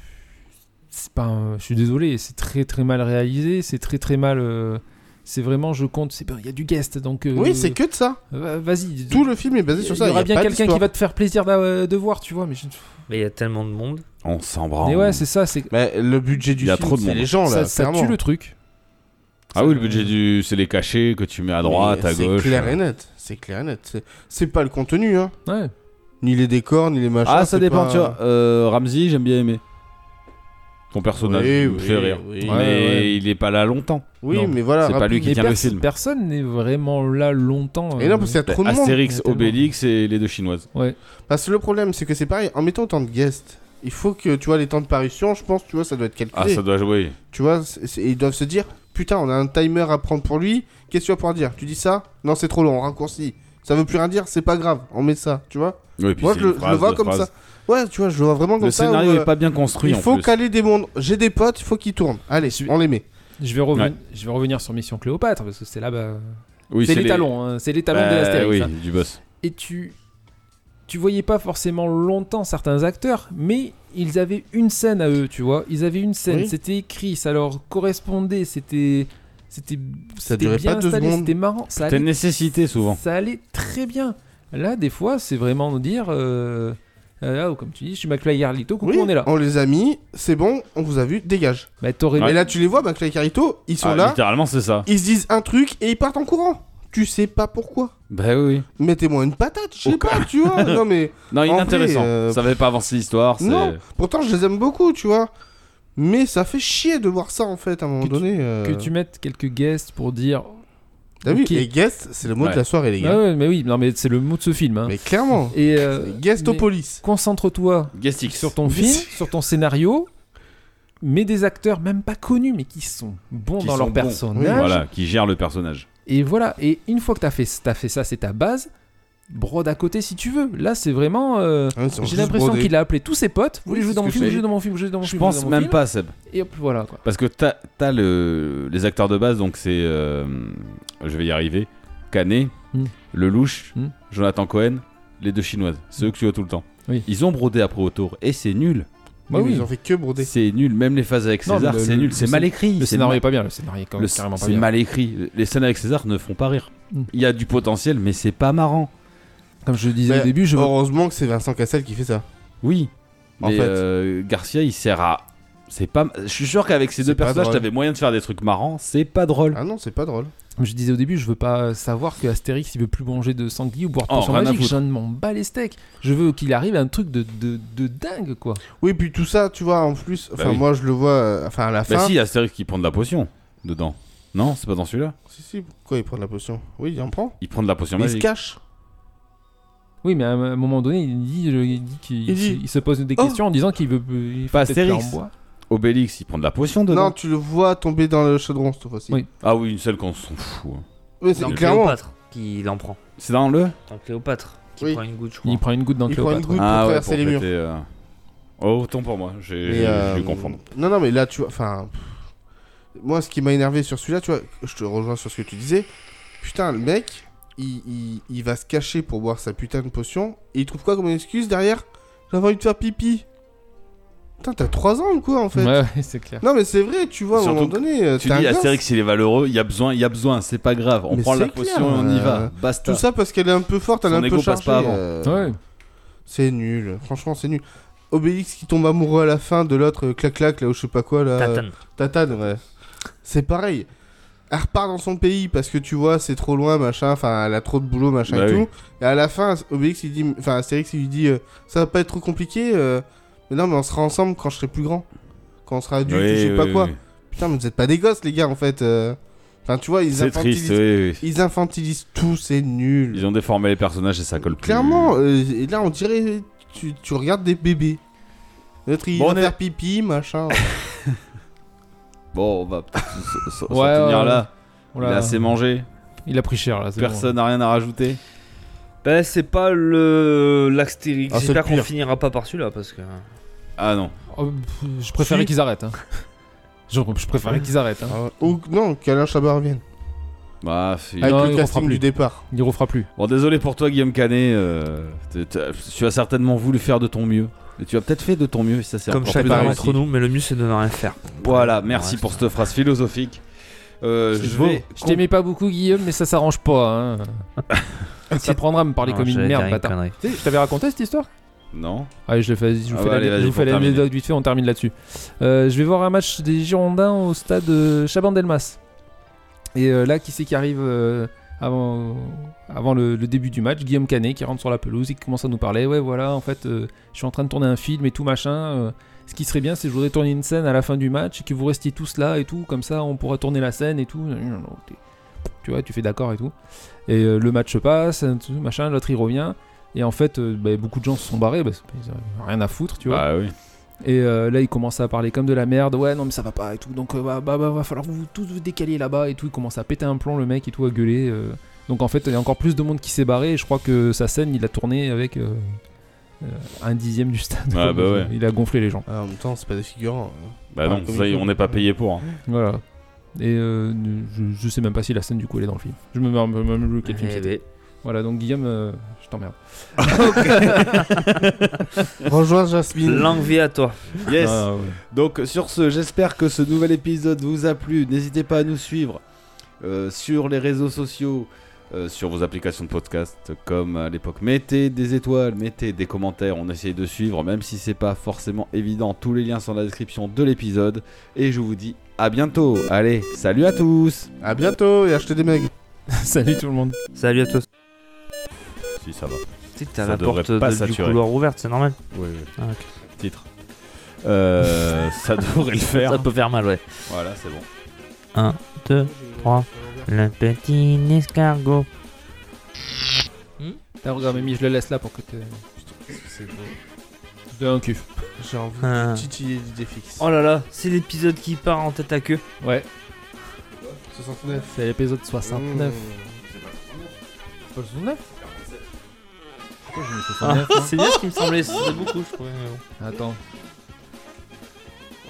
[SPEAKER 7] c'est pas. un- Je suis désolé, c'est très très mal réalisé, c'est très très mal. euh, c'est vraiment, je compte, c'est il y a du guest, donc. euh,
[SPEAKER 5] Oui, c'est que de ça.
[SPEAKER 7] euh, Vas-y.
[SPEAKER 5] Tout le film est basé
[SPEAKER 7] Il
[SPEAKER 5] sur
[SPEAKER 7] y
[SPEAKER 5] ça.
[SPEAKER 7] aura
[SPEAKER 5] a
[SPEAKER 7] bien
[SPEAKER 5] pas
[SPEAKER 7] quelqu'un qui
[SPEAKER 5] d'histoire.
[SPEAKER 7] va te faire plaisir d'a- euh, de voir, tu vois. Mais, je-
[SPEAKER 2] Mais il y a tellement de monde.
[SPEAKER 4] On s'en branle.
[SPEAKER 7] mais ouais, c'est ça, c'est
[SPEAKER 5] Mais le budget du
[SPEAKER 4] Il y a
[SPEAKER 5] film,
[SPEAKER 4] trop de
[SPEAKER 5] c'est
[SPEAKER 4] monde.
[SPEAKER 5] les gens
[SPEAKER 7] ça,
[SPEAKER 5] là.
[SPEAKER 7] ça
[SPEAKER 5] clairement.
[SPEAKER 7] tue le truc.
[SPEAKER 4] Ah oui, le budget du. C'est les cachets que tu mets à droite,
[SPEAKER 5] euh, Mais
[SPEAKER 4] à gauche. euh.
[SPEAKER 5] C'est clair et net. C'est clair et net. C'est- C'est pas le contenu, hein.
[SPEAKER 7] Ouais.
[SPEAKER 5] Ni les décors, ni les machins.
[SPEAKER 4] Ah, ça
[SPEAKER 5] c'est
[SPEAKER 4] dépend,
[SPEAKER 5] pas-
[SPEAKER 4] tu vois. Euh, Ramsey, j'aime bien aimer. Ton personnage
[SPEAKER 5] Oui,
[SPEAKER 4] il me
[SPEAKER 5] oui,
[SPEAKER 4] fait rire.
[SPEAKER 5] oui.
[SPEAKER 4] mais
[SPEAKER 7] Ouais, ouais.
[SPEAKER 4] il est pas là longtemps.
[SPEAKER 5] Oui,
[SPEAKER 7] Non.
[SPEAKER 5] mais voilà.
[SPEAKER 4] C'est pas
[SPEAKER 5] rap-
[SPEAKER 4] lui qui
[SPEAKER 7] Mais
[SPEAKER 4] tient le
[SPEAKER 7] pers-
[SPEAKER 4] film.
[SPEAKER 7] Personne n'est vraiment là
[SPEAKER 4] Oh,
[SPEAKER 7] longtemps.
[SPEAKER 5] Et
[SPEAKER 7] euh,
[SPEAKER 5] non, parce qu'il y a
[SPEAKER 4] bah,
[SPEAKER 5] trop de monde.
[SPEAKER 4] Astérix,
[SPEAKER 7] tellement.
[SPEAKER 4] Obélix et les deux chinoises.
[SPEAKER 5] Parce que le problème, c'est que c'est pareil. En mettant autant de guests, il faut que, tu vois, les temps de parution, je pense, tu vois, ça doit être
[SPEAKER 4] Ah,
[SPEAKER 5] calculé.
[SPEAKER 4] ça doit jouer.
[SPEAKER 5] Tu vois, c'est- c'est- ils doivent se dire Putain, on a un timer à prendre pour lui. Qu'est-ce que tu vas pouvoir dire Tu dis ça Non, c'est trop long, on raccourcit. Ça veut plus rien dire, c'est pas grave, on met ça, tu vois
[SPEAKER 4] Oui, puis
[SPEAKER 5] Moi,
[SPEAKER 4] c'est
[SPEAKER 5] je le,
[SPEAKER 4] une
[SPEAKER 5] je
[SPEAKER 4] phrase,
[SPEAKER 5] le vois
[SPEAKER 4] deux
[SPEAKER 5] comme
[SPEAKER 4] phrases.
[SPEAKER 5] ça. Ouais, tu vois, je le vois vraiment comme
[SPEAKER 4] Le
[SPEAKER 5] ça.
[SPEAKER 4] scénario
[SPEAKER 5] où,
[SPEAKER 4] est
[SPEAKER 5] euh,
[SPEAKER 4] pas bien construit
[SPEAKER 5] Il
[SPEAKER 4] en
[SPEAKER 5] faut
[SPEAKER 4] plus.
[SPEAKER 5] caler des mondes. J'ai des potes, il faut qu'ils tournent. Allez,
[SPEAKER 7] Je-
[SPEAKER 5] on les met.
[SPEAKER 7] Je vais, reven-
[SPEAKER 4] Ouais.
[SPEAKER 7] je vais revenir sur Mission Cléopâtre parce que c'est là bas
[SPEAKER 4] Oui,
[SPEAKER 7] c'est les talons, hein, c'est les talons de
[SPEAKER 4] Bah,
[SPEAKER 7] l'Astérix.
[SPEAKER 4] Oui,
[SPEAKER 7] hein.
[SPEAKER 4] du boss.
[SPEAKER 7] Et tu, tu voyais pas forcément longtemps certains acteurs, mais ils avaient une scène à eux, tu vois. Ils avaient une scène,
[SPEAKER 5] Oui.
[SPEAKER 7] c'était écrit, ça leur correspondait, c'était, c'était,
[SPEAKER 5] Ça
[SPEAKER 7] c'était
[SPEAKER 5] durait
[SPEAKER 7] bien
[SPEAKER 5] pas deux
[SPEAKER 7] installé,
[SPEAKER 5] secondes.
[SPEAKER 7] c'était marrant. Ça
[SPEAKER 4] T'as
[SPEAKER 7] allait,
[SPEAKER 4] une nécessité souvent.
[SPEAKER 7] ça allait très bien. Là, des fois, c'est vraiment nous dire, euh, euh, ah, ou comme tu dis, je suis McFly et Carlito, coucou,
[SPEAKER 5] Oui,
[SPEAKER 7] on est là.
[SPEAKER 5] On les a mis, c'est bon, on vous a vu, dégage.
[SPEAKER 7] Bah, t'aurais
[SPEAKER 5] Et là, tu les vois, McFly et Carito, ils sont
[SPEAKER 4] Ah,
[SPEAKER 5] là,
[SPEAKER 4] Littéralement, c'est ça.
[SPEAKER 5] ils se disent un truc et ils partent en courant. Tu sais pas pourquoi.
[SPEAKER 4] Bah oui.
[SPEAKER 5] Mettez-moi une patate, je sais pas, tu
[SPEAKER 7] *laughs*
[SPEAKER 5] vois. Non, mais.
[SPEAKER 4] Non,
[SPEAKER 5] En
[SPEAKER 4] inintéressant.
[SPEAKER 5] vrai, euh,
[SPEAKER 4] Ça avait pas avancer l'histoire. c'est-
[SPEAKER 5] Non, pourtant je les aime beaucoup, tu vois. Mais ça fait chier de voir ça en fait à un moment
[SPEAKER 7] Que tu-
[SPEAKER 5] donné. euh.
[SPEAKER 7] que tu mettes quelques guests pour dire
[SPEAKER 5] T'as vu
[SPEAKER 7] Qui-
[SPEAKER 5] Et guest, c'est le mot de la soirée, les
[SPEAKER 7] Ah
[SPEAKER 5] gars.
[SPEAKER 7] ouais, mais oui, non, mais c'est le mot de ce film. hein.
[SPEAKER 5] Mais clairement,
[SPEAKER 7] Et euh,
[SPEAKER 5] c'est
[SPEAKER 7] mais
[SPEAKER 5] Guestopolis.
[SPEAKER 7] concentre-toi
[SPEAKER 4] Guestix.
[SPEAKER 7] sur ton film, sur ton scénario, mais des acteurs même pas connus, mais qui sont bons
[SPEAKER 4] Qui
[SPEAKER 7] dans
[SPEAKER 4] sont
[SPEAKER 7] leur
[SPEAKER 4] bons.
[SPEAKER 7] personnage.
[SPEAKER 4] Voilà, qui gère le personnage.
[SPEAKER 7] Et voilà. Et une fois que t'as fait, t'as fait ça, c'est ta base. Brode à côté si tu veux. Là, c'est vraiment. euh,
[SPEAKER 5] Ah, ils sont
[SPEAKER 7] J'ai
[SPEAKER 5] juste
[SPEAKER 7] l'impression
[SPEAKER 5] brodés.
[SPEAKER 7] qu'il a appelé tous ses potes. Vous voulez
[SPEAKER 5] Oui,
[SPEAKER 7] jouer
[SPEAKER 5] c'est
[SPEAKER 7] dans
[SPEAKER 5] ce
[SPEAKER 7] mon
[SPEAKER 5] que
[SPEAKER 7] film,
[SPEAKER 5] j'ai
[SPEAKER 7] jouez dans mon film, jouez dans mon
[SPEAKER 4] Je
[SPEAKER 7] film.
[SPEAKER 4] pense
[SPEAKER 7] jouez dans mon
[SPEAKER 4] même
[SPEAKER 7] film.
[SPEAKER 4] pas, Seb.
[SPEAKER 7] Et hop, voilà quoi.
[SPEAKER 4] Parce que t'as as le, les acteurs de base, donc c'est. euh, je vais y arriver. Canet,
[SPEAKER 7] Mm.
[SPEAKER 4] Lelouch,
[SPEAKER 7] Mm.
[SPEAKER 4] Jonathan Cohen, les deux chinoises. Ceux que tu vois tout le temps.
[SPEAKER 7] Hmm. Oui.
[SPEAKER 4] Ils ont brodé après au tour et c'est nul.
[SPEAKER 7] Bah
[SPEAKER 5] Mais
[SPEAKER 7] oui.
[SPEAKER 5] Ils ont fait que broder.
[SPEAKER 4] C'est nul. Même les phases avec
[SPEAKER 7] Non,
[SPEAKER 4] César,
[SPEAKER 7] mais le-
[SPEAKER 4] c'est
[SPEAKER 7] le-
[SPEAKER 4] nul.
[SPEAKER 7] le
[SPEAKER 4] C'est
[SPEAKER 7] scén-
[SPEAKER 4] mal écrit.
[SPEAKER 7] Le
[SPEAKER 4] c'est
[SPEAKER 7] scénario
[SPEAKER 4] mal-
[SPEAKER 7] est pas bien. Le scénario est quand
[SPEAKER 4] le-
[SPEAKER 7] même carrément pas
[SPEAKER 4] C'est
[SPEAKER 7] bien.
[SPEAKER 4] mal écrit. Les scènes avec César ne font pas rire.
[SPEAKER 7] Mm.
[SPEAKER 4] Il y a du potentiel, mais c'est pas marrant.
[SPEAKER 7] Comme je le disais
[SPEAKER 5] Mais
[SPEAKER 7] au début, je.
[SPEAKER 5] Heureusement que c'est Vincent Cassel qui fait ça.
[SPEAKER 4] Oui.
[SPEAKER 5] En
[SPEAKER 4] mais
[SPEAKER 5] fait.
[SPEAKER 4] euh, Garcia, il sert à. C'est pas. Je suis sûr qu'avec ces deux
[SPEAKER 5] pas
[SPEAKER 4] personnages,
[SPEAKER 5] drôle.
[SPEAKER 4] t'avais moyen de faire des trucs marrants. C'est pas drôle.
[SPEAKER 5] Ah non, c'est pas drôle.
[SPEAKER 7] Comme je disais au début, je veux pas savoir que Astérix il veut plus manger de sanglier ou boire de
[SPEAKER 4] Oh,
[SPEAKER 7] poisson
[SPEAKER 4] rien à
[SPEAKER 7] magique.
[SPEAKER 4] foutre.
[SPEAKER 7] Je ne m'en bats les steaks. Je veux qu'il arrive à un truc de, de, de dingue quoi.
[SPEAKER 5] Oui, puis tout ça, tu vois, en plus,
[SPEAKER 7] Bah
[SPEAKER 5] enfin,
[SPEAKER 4] oui.
[SPEAKER 5] moi je le vois, euh, enfin, à la
[SPEAKER 4] Bah
[SPEAKER 5] fin.
[SPEAKER 4] si, Astérix qui prend de la potion dedans. Non, c'est pas dans celui-là.
[SPEAKER 5] Si, si, pourquoi il prend de la potion Oui, il en prend.
[SPEAKER 4] Il prend de la
[SPEAKER 7] Ah
[SPEAKER 4] potion
[SPEAKER 5] Mais il se
[SPEAKER 4] magique.
[SPEAKER 5] cache.
[SPEAKER 7] Oui, mais à un moment donné, il dit, il dit qu'il
[SPEAKER 5] Il dit,
[SPEAKER 7] il se pose des
[SPEAKER 5] Oh.
[SPEAKER 7] questions en disant qu'il veut. Il faut
[SPEAKER 4] Pas
[SPEAKER 7] peut-être faire
[SPEAKER 4] Astérix.
[SPEAKER 7] en bois.
[SPEAKER 4] Obélix, il prend de la potion dedans.
[SPEAKER 5] Non, tu le vois tomber dans le chaudron cette fois-ci.
[SPEAKER 7] Oui.
[SPEAKER 4] Ah oui, une seule qu'on s'en fout. hein.
[SPEAKER 5] Oui, c'est
[SPEAKER 2] Dans
[SPEAKER 5] clairement.
[SPEAKER 2] Cléopâtre qui l'en prend.
[SPEAKER 4] C'est dans le
[SPEAKER 2] Dans Cléopâtre qui
[SPEAKER 5] Oui.
[SPEAKER 2] prend une goutte, je
[SPEAKER 7] Il
[SPEAKER 2] crois.
[SPEAKER 7] prend une goutte dans
[SPEAKER 5] Il prend une
[SPEAKER 7] Cléopâtre. ouais.
[SPEAKER 5] goutte
[SPEAKER 4] Ah
[SPEAKER 5] pour traverser les murs.
[SPEAKER 4] péter, euh, Oh, autant pour moi, j'ai
[SPEAKER 5] Mais,
[SPEAKER 4] j'ai
[SPEAKER 5] euh,
[SPEAKER 4] dû confondre.
[SPEAKER 5] Non, non, mais là, tu vois, enfin. pff. Moi, ce qui m'a énervé sur celui-là, tu vois, je te rejoins sur ce que tu disais. Putain, le mec, il, il- il va se cacher pour boire sa putain de potion. Et il trouve quoi comme excuse derrière J'avais envie de faire pipi. Putain, t'as 3 ans ou quoi en fait
[SPEAKER 7] Ouais, ouais, c'est clair.
[SPEAKER 5] Non, mais c'est vrai, tu vois, à un
[SPEAKER 4] Surtout
[SPEAKER 5] moment donné, euh,
[SPEAKER 4] Tu
[SPEAKER 5] t'es un
[SPEAKER 4] dis
[SPEAKER 5] gosse.
[SPEAKER 4] Astérix, il est valeureux, il y a besoin, il y a besoin, c'est pas grave. On
[SPEAKER 5] Mais
[SPEAKER 4] prend la
[SPEAKER 5] c'est
[SPEAKER 4] potion
[SPEAKER 5] clair,
[SPEAKER 4] et on y
[SPEAKER 5] euh,
[SPEAKER 4] va. Basta.
[SPEAKER 5] Tout ça parce qu'elle est un peu forte, elle est
[SPEAKER 4] Son
[SPEAKER 5] un peu
[SPEAKER 4] ego passe
[SPEAKER 5] chargée.
[SPEAKER 4] pas avant.
[SPEAKER 5] euh,
[SPEAKER 7] Ouais.
[SPEAKER 5] C'est nul, franchement c'est nul. Obélix qui tombe amoureux à la fin de l'autre euh, clac-clac là ou je sais pas quoi là. euh,
[SPEAKER 2] Tatane.
[SPEAKER 5] Tatane, ouais. C'est pareil. Elle repart dans son pays parce que tu vois c'est trop loin machin, enfin elle a trop de boulot machin
[SPEAKER 4] Bah
[SPEAKER 5] et
[SPEAKER 4] oui.
[SPEAKER 5] tout. Et à la fin Obélix il dit, enfin Astérix il lui dit euh, ça va pas être trop compliqué, euh, mais non mais on sera ensemble quand je serai plus grand, quand on sera adulte
[SPEAKER 4] Oui,
[SPEAKER 5] ou je sais
[SPEAKER 4] oui,
[SPEAKER 5] pas
[SPEAKER 4] oui,
[SPEAKER 5] quoi.
[SPEAKER 4] oui.
[SPEAKER 5] Putain mais vous êtes pas des gosses les gars en fait. euh. Enfin tu vois ils
[SPEAKER 4] C'est
[SPEAKER 5] infantilisent,
[SPEAKER 4] triste, oui, oui.
[SPEAKER 5] ils infantilisent tout, c'est nul.
[SPEAKER 4] Ils ont déformé les personnages et ça colle plus.
[SPEAKER 5] Clairement, euh, et là on dirait tu, tu regardes des bébés. L'autre il
[SPEAKER 4] Bon, on
[SPEAKER 5] va
[SPEAKER 4] est-
[SPEAKER 5] faire pipi, machin.
[SPEAKER 4] Bon, on va peut-être s- s- s'en
[SPEAKER 7] Ouais,
[SPEAKER 4] tenir
[SPEAKER 7] ouais,
[SPEAKER 4] là.
[SPEAKER 7] On
[SPEAKER 4] Il
[SPEAKER 7] l'a-
[SPEAKER 4] a assez mangé.
[SPEAKER 7] il a pris cher là. c'est bon.
[SPEAKER 4] Personne n'a rien à rajouter.
[SPEAKER 2] Ben, c'est pas le l'Astérix.
[SPEAKER 5] Ah, c'est
[SPEAKER 2] J'espère
[SPEAKER 5] le
[SPEAKER 2] qu'on
[SPEAKER 5] pire.
[SPEAKER 2] finira pas par celui-là parce que.
[SPEAKER 4] Ah non.
[SPEAKER 7] Oh, pff, je préférais
[SPEAKER 5] Si.
[SPEAKER 7] qu'ils arrêtent. hein. *laughs* Je, je préférais qu'ils arrêtent. hein.
[SPEAKER 5] Ah, *laughs* Ou non, qu'Alain Chabat revienne.
[SPEAKER 4] Bah, si.
[SPEAKER 5] Avec
[SPEAKER 7] Non, il
[SPEAKER 5] le
[SPEAKER 7] refera
[SPEAKER 5] casting
[SPEAKER 7] plus.
[SPEAKER 5] du départ.
[SPEAKER 7] Il refera plus.
[SPEAKER 4] Bon, désolé pour toi, Guillaume Canet. euh, t'es- t'as- tu as certainement voulu faire de ton mieux. Et tu as peut-être fait de ton mieux, et ça c'est
[SPEAKER 2] Comme
[SPEAKER 4] encore
[SPEAKER 2] chacun
[SPEAKER 4] plus
[SPEAKER 2] d'entre
[SPEAKER 4] réussi.
[SPEAKER 2] nous, mais le mieux c'est de ne rien faire.
[SPEAKER 4] Voilà, merci
[SPEAKER 2] Ouais.
[SPEAKER 4] pour cette phrase philosophique. Euh, je
[SPEAKER 7] beau.
[SPEAKER 4] vais.
[SPEAKER 7] Je t'aimais pas beaucoup, Guillaume, mais ça s'arrange pas. hein.
[SPEAKER 4] *laughs*
[SPEAKER 7] ça prendra à me parler
[SPEAKER 2] Non,
[SPEAKER 7] comme une
[SPEAKER 2] j'allais
[SPEAKER 7] merde,
[SPEAKER 2] dire
[SPEAKER 7] bâtard.
[SPEAKER 2] connerie.
[SPEAKER 7] Tu sais, je t'avais raconté cette histoire
[SPEAKER 4] Non.
[SPEAKER 7] Allez, je le fais, je vous
[SPEAKER 4] Ah
[SPEAKER 7] fais
[SPEAKER 4] bah, allez,
[SPEAKER 7] la-
[SPEAKER 4] vas-y,
[SPEAKER 7] je vous
[SPEAKER 4] pour
[SPEAKER 7] fais
[SPEAKER 4] terminer.
[SPEAKER 7] l'anecdote vite fait, on termine là-dessus. Euh, je vais voir un match des Girondins au stade euh, Chabandelmas. Et euh, là, qui c'est qui arrive euh, avant, avant le, le début du match Guillaume Canet qui rentre sur la pelouse et qui commence à nous parler. Ouais, voilà, en fait, euh, je suis en train de tourner un film et tout machin. euh, ce qui serait bien, c'est que je voudrais tourner une scène à la fin du match et que vous restiez tous là et tout, comme ça on pourra tourner la scène et tout. Tu vois, tu fais d'accord et tout. Et euh, le match passe, tout, machin, l'autre il revient. Et en fait, euh, bah, beaucoup de gens se sont barrés, parce qu'ils n'avaient rien à foutre, tu vois.
[SPEAKER 4] Bah oui.
[SPEAKER 7] Et euh, là, il commence à parler comme de la merde. Ouais, non, mais ça va pas et tout. Donc, euh, bah, bah, bah, va falloir vous, tous vous décaler là-bas et tout. Il commence à péter un plomb, le mec, et tout, à gueuler. euh. Donc, en fait, il y a encore plus de monde qui s'est barré. Et je crois que sa scène, il a tourné avec euh, euh, un dixième du stade.
[SPEAKER 4] Ah, bah ouais.
[SPEAKER 7] Il a gonflé les gens.
[SPEAKER 5] Ah, en même temps, c'est pas des figurants. hein.
[SPEAKER 4] Bah non,
[SPEAKER 5] Ah,
[SPEAKER 4] ça, y est, on n'est pas payé pour. hein.
[SPEAKER 7] Voilà. Et euh, je, je sais même pas si la scène, du coup, elle est dans le film. Je me demande même plus quel film
[SPEAKER 2] Eh
[SPEAKER 7] c'était.
[SPEAKER 2] ben,
[SPEAKER 7] Voilà, donc, Guillaume, euh, je t'emmerde.
[SPEAKER 5] Rejoins Jasmine.
[SPEAKER 2] ben, L'envie à toi.
[SPEAKER 4] Yes.
[SPEAKER 7] Ah, ouais.
[SPEAKER 4] *laughs*
[SPEAKER 7] *laughs*
[SPEAKER 4] Donc sur ce, j'espère que ce nouvel épisode vous a plu. N'hésitez pas à nous suivre euh, sur les réseaux sociaux, euh, sur vos applications de podcast comme à l'époque. Mettez des étoiles, mettez des commentaires, on essaye de suivre, même si c'est pas forcément évident. Tous les liens sont dans la description de l'épisode. Et je vous dis à bientôt. Allez, salut à tous
[SPEAKER 5] À bientôt et achetez des mecs.
[SPEAKER 7] Salut tout le monde.
[SPEAKER 2] Salut à tous.
[SPEAKER 4] Si ça va.
[SPEAKER 2] Tu sais que t'as
[SPEAKER 4] Ça
[SPEAKER 2] la
[SPEAKER 4] devrait
[SPEAKER 2] porte
[SPEAKER 4] pas
[SPEAKER 2] de- du
[SPEAKER 4] saturer.
[SPEAKER 2] couloir ouverte, c'est normal.
[SPEAKER 4] Oui, oui.
[SPEAKER 2] Ah, ok.
[SPEAKER 4] Titre. Euh, *laughs* ça devrait le faire.
[SPEAKER 2] Ça peut faire mal, ouais.
[SPEAKER 4] Voilà, c'est bon.
[SPEAKER 2] 1, 2, 3. Le petit escargot.
[SPEAKER 7] T'as regardé, Mimi, je le laisse là pour que tu.
[SPEAKER 5] C'est beau.
[SPEAKER 7] De un cul.
[SPEAKER 5] J'ai envie
[SPEAKER 2] Ah.
[SPEAKER 5] de titiller l'idée fixe.
[SPEAKER 2] Oh là là, c'est l'épisode qui part en tête à queue.
[SPEAKER 7] Ouais,
[SPEAKER 5] 69.
[SPEAKER 7] c'est l'épisode 69. C'est pas le 69 Pourquoi j'ai mis 69 moi
[SPEAKER 2] Ah, c'est bien ce qui me semblait, c'était beaucoup, je trouvais. mais bon.
[SPEAKER 7] Attends,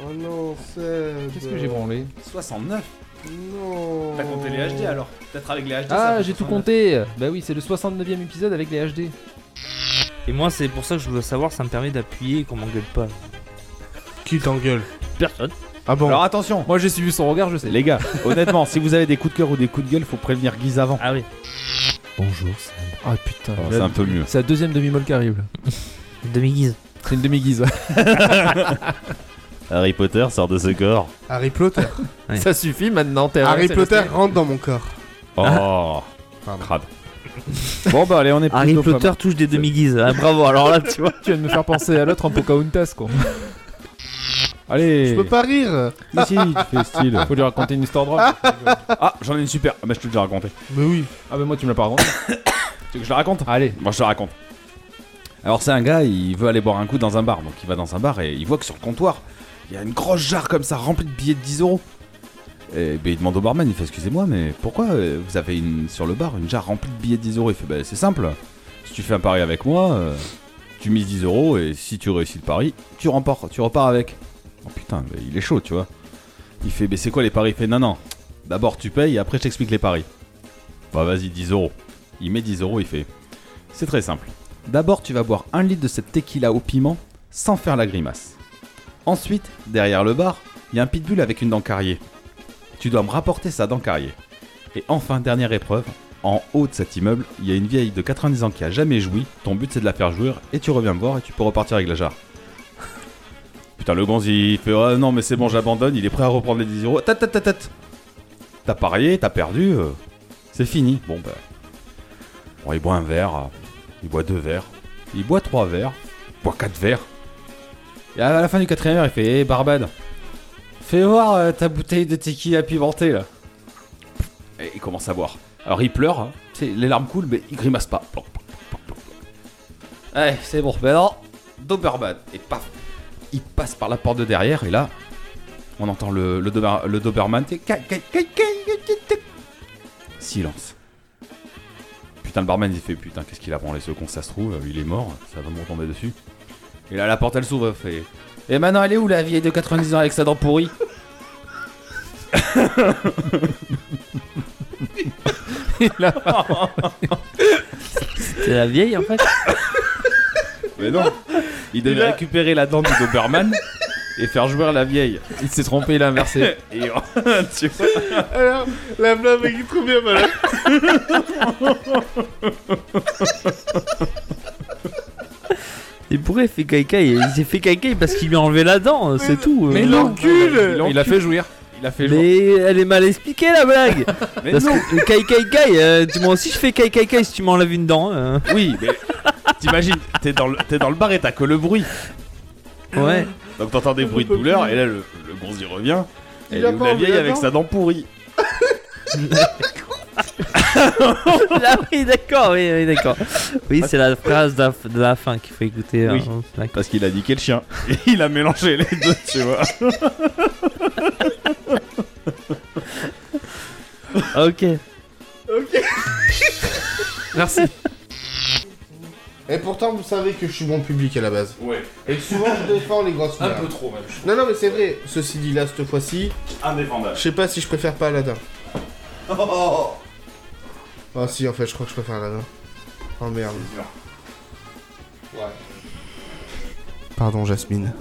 [SPEAKER 5] Oh non, c'est.
[SPEAKER 7] qu'est-ce que j'ai branlé
[SPEAKER 4] 69
[SPEAKER 5] Non.
[SPEAKER 1] T'as compté les HD alors Peut-être avec les HD. ça
[SPEAKER 7] Ah,
[SPEAKER 1] fait
[SPEAKER 7] j'ai tout
[SPEAKER 1] 69.
[SPEAKER 7] compté Bah oui, c'est le 69ème épisode avec les HD.
[SPEAKER 2] Et moi, c'est pour ça que je veux savoir, ça me permet d'appuyer et qu'on m'engueule pas.
[SPEAKER 5] Qui t'engueule
[SPEAKER 2] Personne.
[SPEAKER 5] Ah bon
[SPEAKER 4] Alors attention
[SPEAKER 7] Moi j'ai suivi son regard, je sais.
[SPEAKER 4] les gars, honnêtement, si vous avez des coups de cœur ou des coups de gueule, faut prévenir Guise avant.
[SPEAKER 2] Ah oui. Bonjour.
[SPEAKER 7] Ah putain,
[SPEAKER 4] Oh,
[SPEAKER 7] la-
[SPEAKER 4] c'est un peu mieux.
[SPEAKER 7] c'est la deuxième demi-molle qui arrive. là.
[SPEAKER 2] Demi-guise.
[SPEAKER 7] C'est une demi-guise.
[SPEAKER 4] Harry Potter sort de ce corps.
[SPEAKER 5] Harry Potter.
[SPEAKER 7] Ça suffit maintenant, t'es
[SPEAKER 5] Harry
[SPEAKER 7] c'est
[SPEAKER 5] Potter
[SPEAKER 7] resté.
[SPEAKER 5] rentre dans mon corps.
[SPEAKER 4] Oh,
[SPEAKER 5] Pardon.
[SPEAKER 4] crade. Bon bah allez, on est
[SPEAKER 2] Harry
[SPEAKER 4] plutôt pas
[SPEAKER 2] Potter touche des demi-guises. Ah, bravo, alors là, tu vois.
[SPEAKER 7] Tu viens de me faire penser à l'autre en Pocahontas, quoi.
[SPEAKER 4] mal. Allez.
[SPEAKER 5] Je peux pas rire.
[SPEAKER 4] *laughs* Si, si, tu fais style.
[SPEAKER 7] Faut lui raconter une histoire drôle. ah
[SPEAKER 4] Ah, j'en ai une super. Ah, bah je te l'ai déjà raconté.
[SPEAKER 5] Mais oui.
[SPEAKER 4] Ah,
[SPEAKER 7] bah moi tu me l'as pas raconté.
[SPEAKER 4] Tu veux que je la raconte
[SPEAKER 7] Allez,
[SPEAKER 4] Moi je te la raconte. Alors c'est un gars, il veut aller boire un coup dans un bar, donc il va dans un bar et il voit que sur le comptoir, il y a une grosse jarre comme ça remplie de billets de 10 euros. Et ben, il demande au barman, il fait excusez-moi, mais pourquoi euh, vous avez une, sur le bar une jarre remplie de billets de 10 euros Il fait bah c'est simple, si tu fais un pari avec moi, euh, tu mises 10 euros et si tu réussis le pari, tu remportes, tu repars avec. Oh putain, ben, il est chaud, tu vois. Il fait mais c'est quoi les paris Il fait non non, d'abord tu payes et après je t'explique les paris. Bah vas-y 10 euros. Il met 10 euros, il fait c'est très simple. D'abord, tu vas boire un litre de cette tequila au piment sans faire la grimace. Ensuite, derrière le bar, il y a un pitbull avec une dent carriée. Tu dois me rapporter sa dent carriée. Et enfin, dernière épreuve, en haut de cet immeuble, il y a une vieille de 90 ans qui a jamais joui. Ton but c'est de la faire jouir et tu reviens me voir et tu peux repartir avec la jarre. *laughs* Putain, le gonzi, il fait Ah non, mais c'est bon, j'abandonne, il est prêt à reprendre les 10 euros. Tat, tat, tat, tat. T'as parié, t'as perdu, euh, c'est fini. Bon, bah. Bon, il boit un verre. euh, il boit deux verres. Il boit trois verres. Il boit quatre verres. Et à la fin du quatrième verre, il fait Hé Barbade, fais voir euh, ta bouteille de tequila pimentée là. Et il commence à boire. Alors il pleure, hein. Tu sais, les larmes coulent, mais il grimace pas. Plonk, plonk, plonk, plonk, plonk. Ouais, c'est bon, maintenant, dos Barbade. Et paf Il passe par la porte de derrière, et là, on entend le, le, Dober- le Doberman. tu sais, Kai, kai, kai, kai, kai, kai, kai. Silence. Putain, le barman il fait putain, qu'est-ce qu'il a branlé ce con, ça se trouve, euh, il est mort, ça va me retomber dessus. Et là, la porte elle s'ouvre, elle fait. Et maintenant, elle est où la vieille de 90 ans avec sa dent pourrie
[SPEAKER 2] C'est la vieille, en fait.
[SPEAKER 4] Mais non Il devait récupérer la dent du Doberman *laughs* et faire jouer la vieille.
[SPEAKER 7] il s'est trompé, il a inversé.
[SPEAKER 4] *laughs* Et oh, tu vois,
[SPEAKER 5] Alors, la blague est trop bien, voilà.
[SPEAKER 2] Et pourquoi il fait caca Il s'est fait caca parce qu'il lui a enlevé la dent, c'est tout.
[SPEAKER 5] Mais
[SPEAKER 2] Euh,
[SPEAKER 5] il l'encule
[SPEAKER 7] Il a fait jouir.
[SPEAKER 4] il a fait jouer.
[SPEAKER 2] Mais elle est mal expliquée la blague
[SPEAKER 4] Mais
[SPEAKER 2] Parce
[SPEAKER 4] non.
[SPEAKER 2] que euh, kai kai kai, euh, tu- moi aussi je fais kai kai kai si tu m'enlèves une dent. euh.
[SPEAKER 4] Oui, mais t'imagines, t'es dans, le- t'es dans le bar et t'as que le bruit.
[SPEAKER 2] Ouais.
[SPEAKER 4] Donc t'entends des bruits de douleur, et là, le, le gonze, il revient.
[SPEAKER 5] Il
[SPEAKER 4] Et
[SPEAKER 5] a
[SPEAKER 4] la
[SPEAKER 5] pas enlevé
[SPEAKER 4] vieille
[SPEAKER 5] la
[SPEAKER 4] avec
[SPEAKER 5] dent
[SPEAKER 4] sa dent pourrie.
[SPEAKER 2] Ah oui d'accord, oui, oui d'accord. Oui c'est la phrase d'af- de la fin qu'il faut écouter.
[SPEAKER 4] Oui.
[SPEAKER 2] hein, d'accord.
[SPEAKER 4] Parce qu'il a niqué le chien. Et il a mélangé les deux, tu vois.
[SPEAKER 2] ok.
[SPEAKER 7] Merci.
[SPEAKER 5] Et pourtant, vous savez que je suis bon public à la base.
[SPEAKER 4] Ouais,
[SPEAKER 5] Et que souvent, je défends les grosses merdes.
[SPEAKER 4] trop même.
[SPEAKER 5] Non, non, mais c'est vrai. Ceci dit, là, cette fois-ci,
[SPEAKER 4] Indéfendable.
[SPEAKER 5] je sais pas si je préfère
[SPEAKER 4] *laughs*
[SPEAKER 5] pas Aladdin.
[SPEAKER 4] Oh,
[SPEAKER 5] Ah, si, en fait, je crois que je préfère Aladdin. Oh merde. Ouais. Pardon, Jasmine.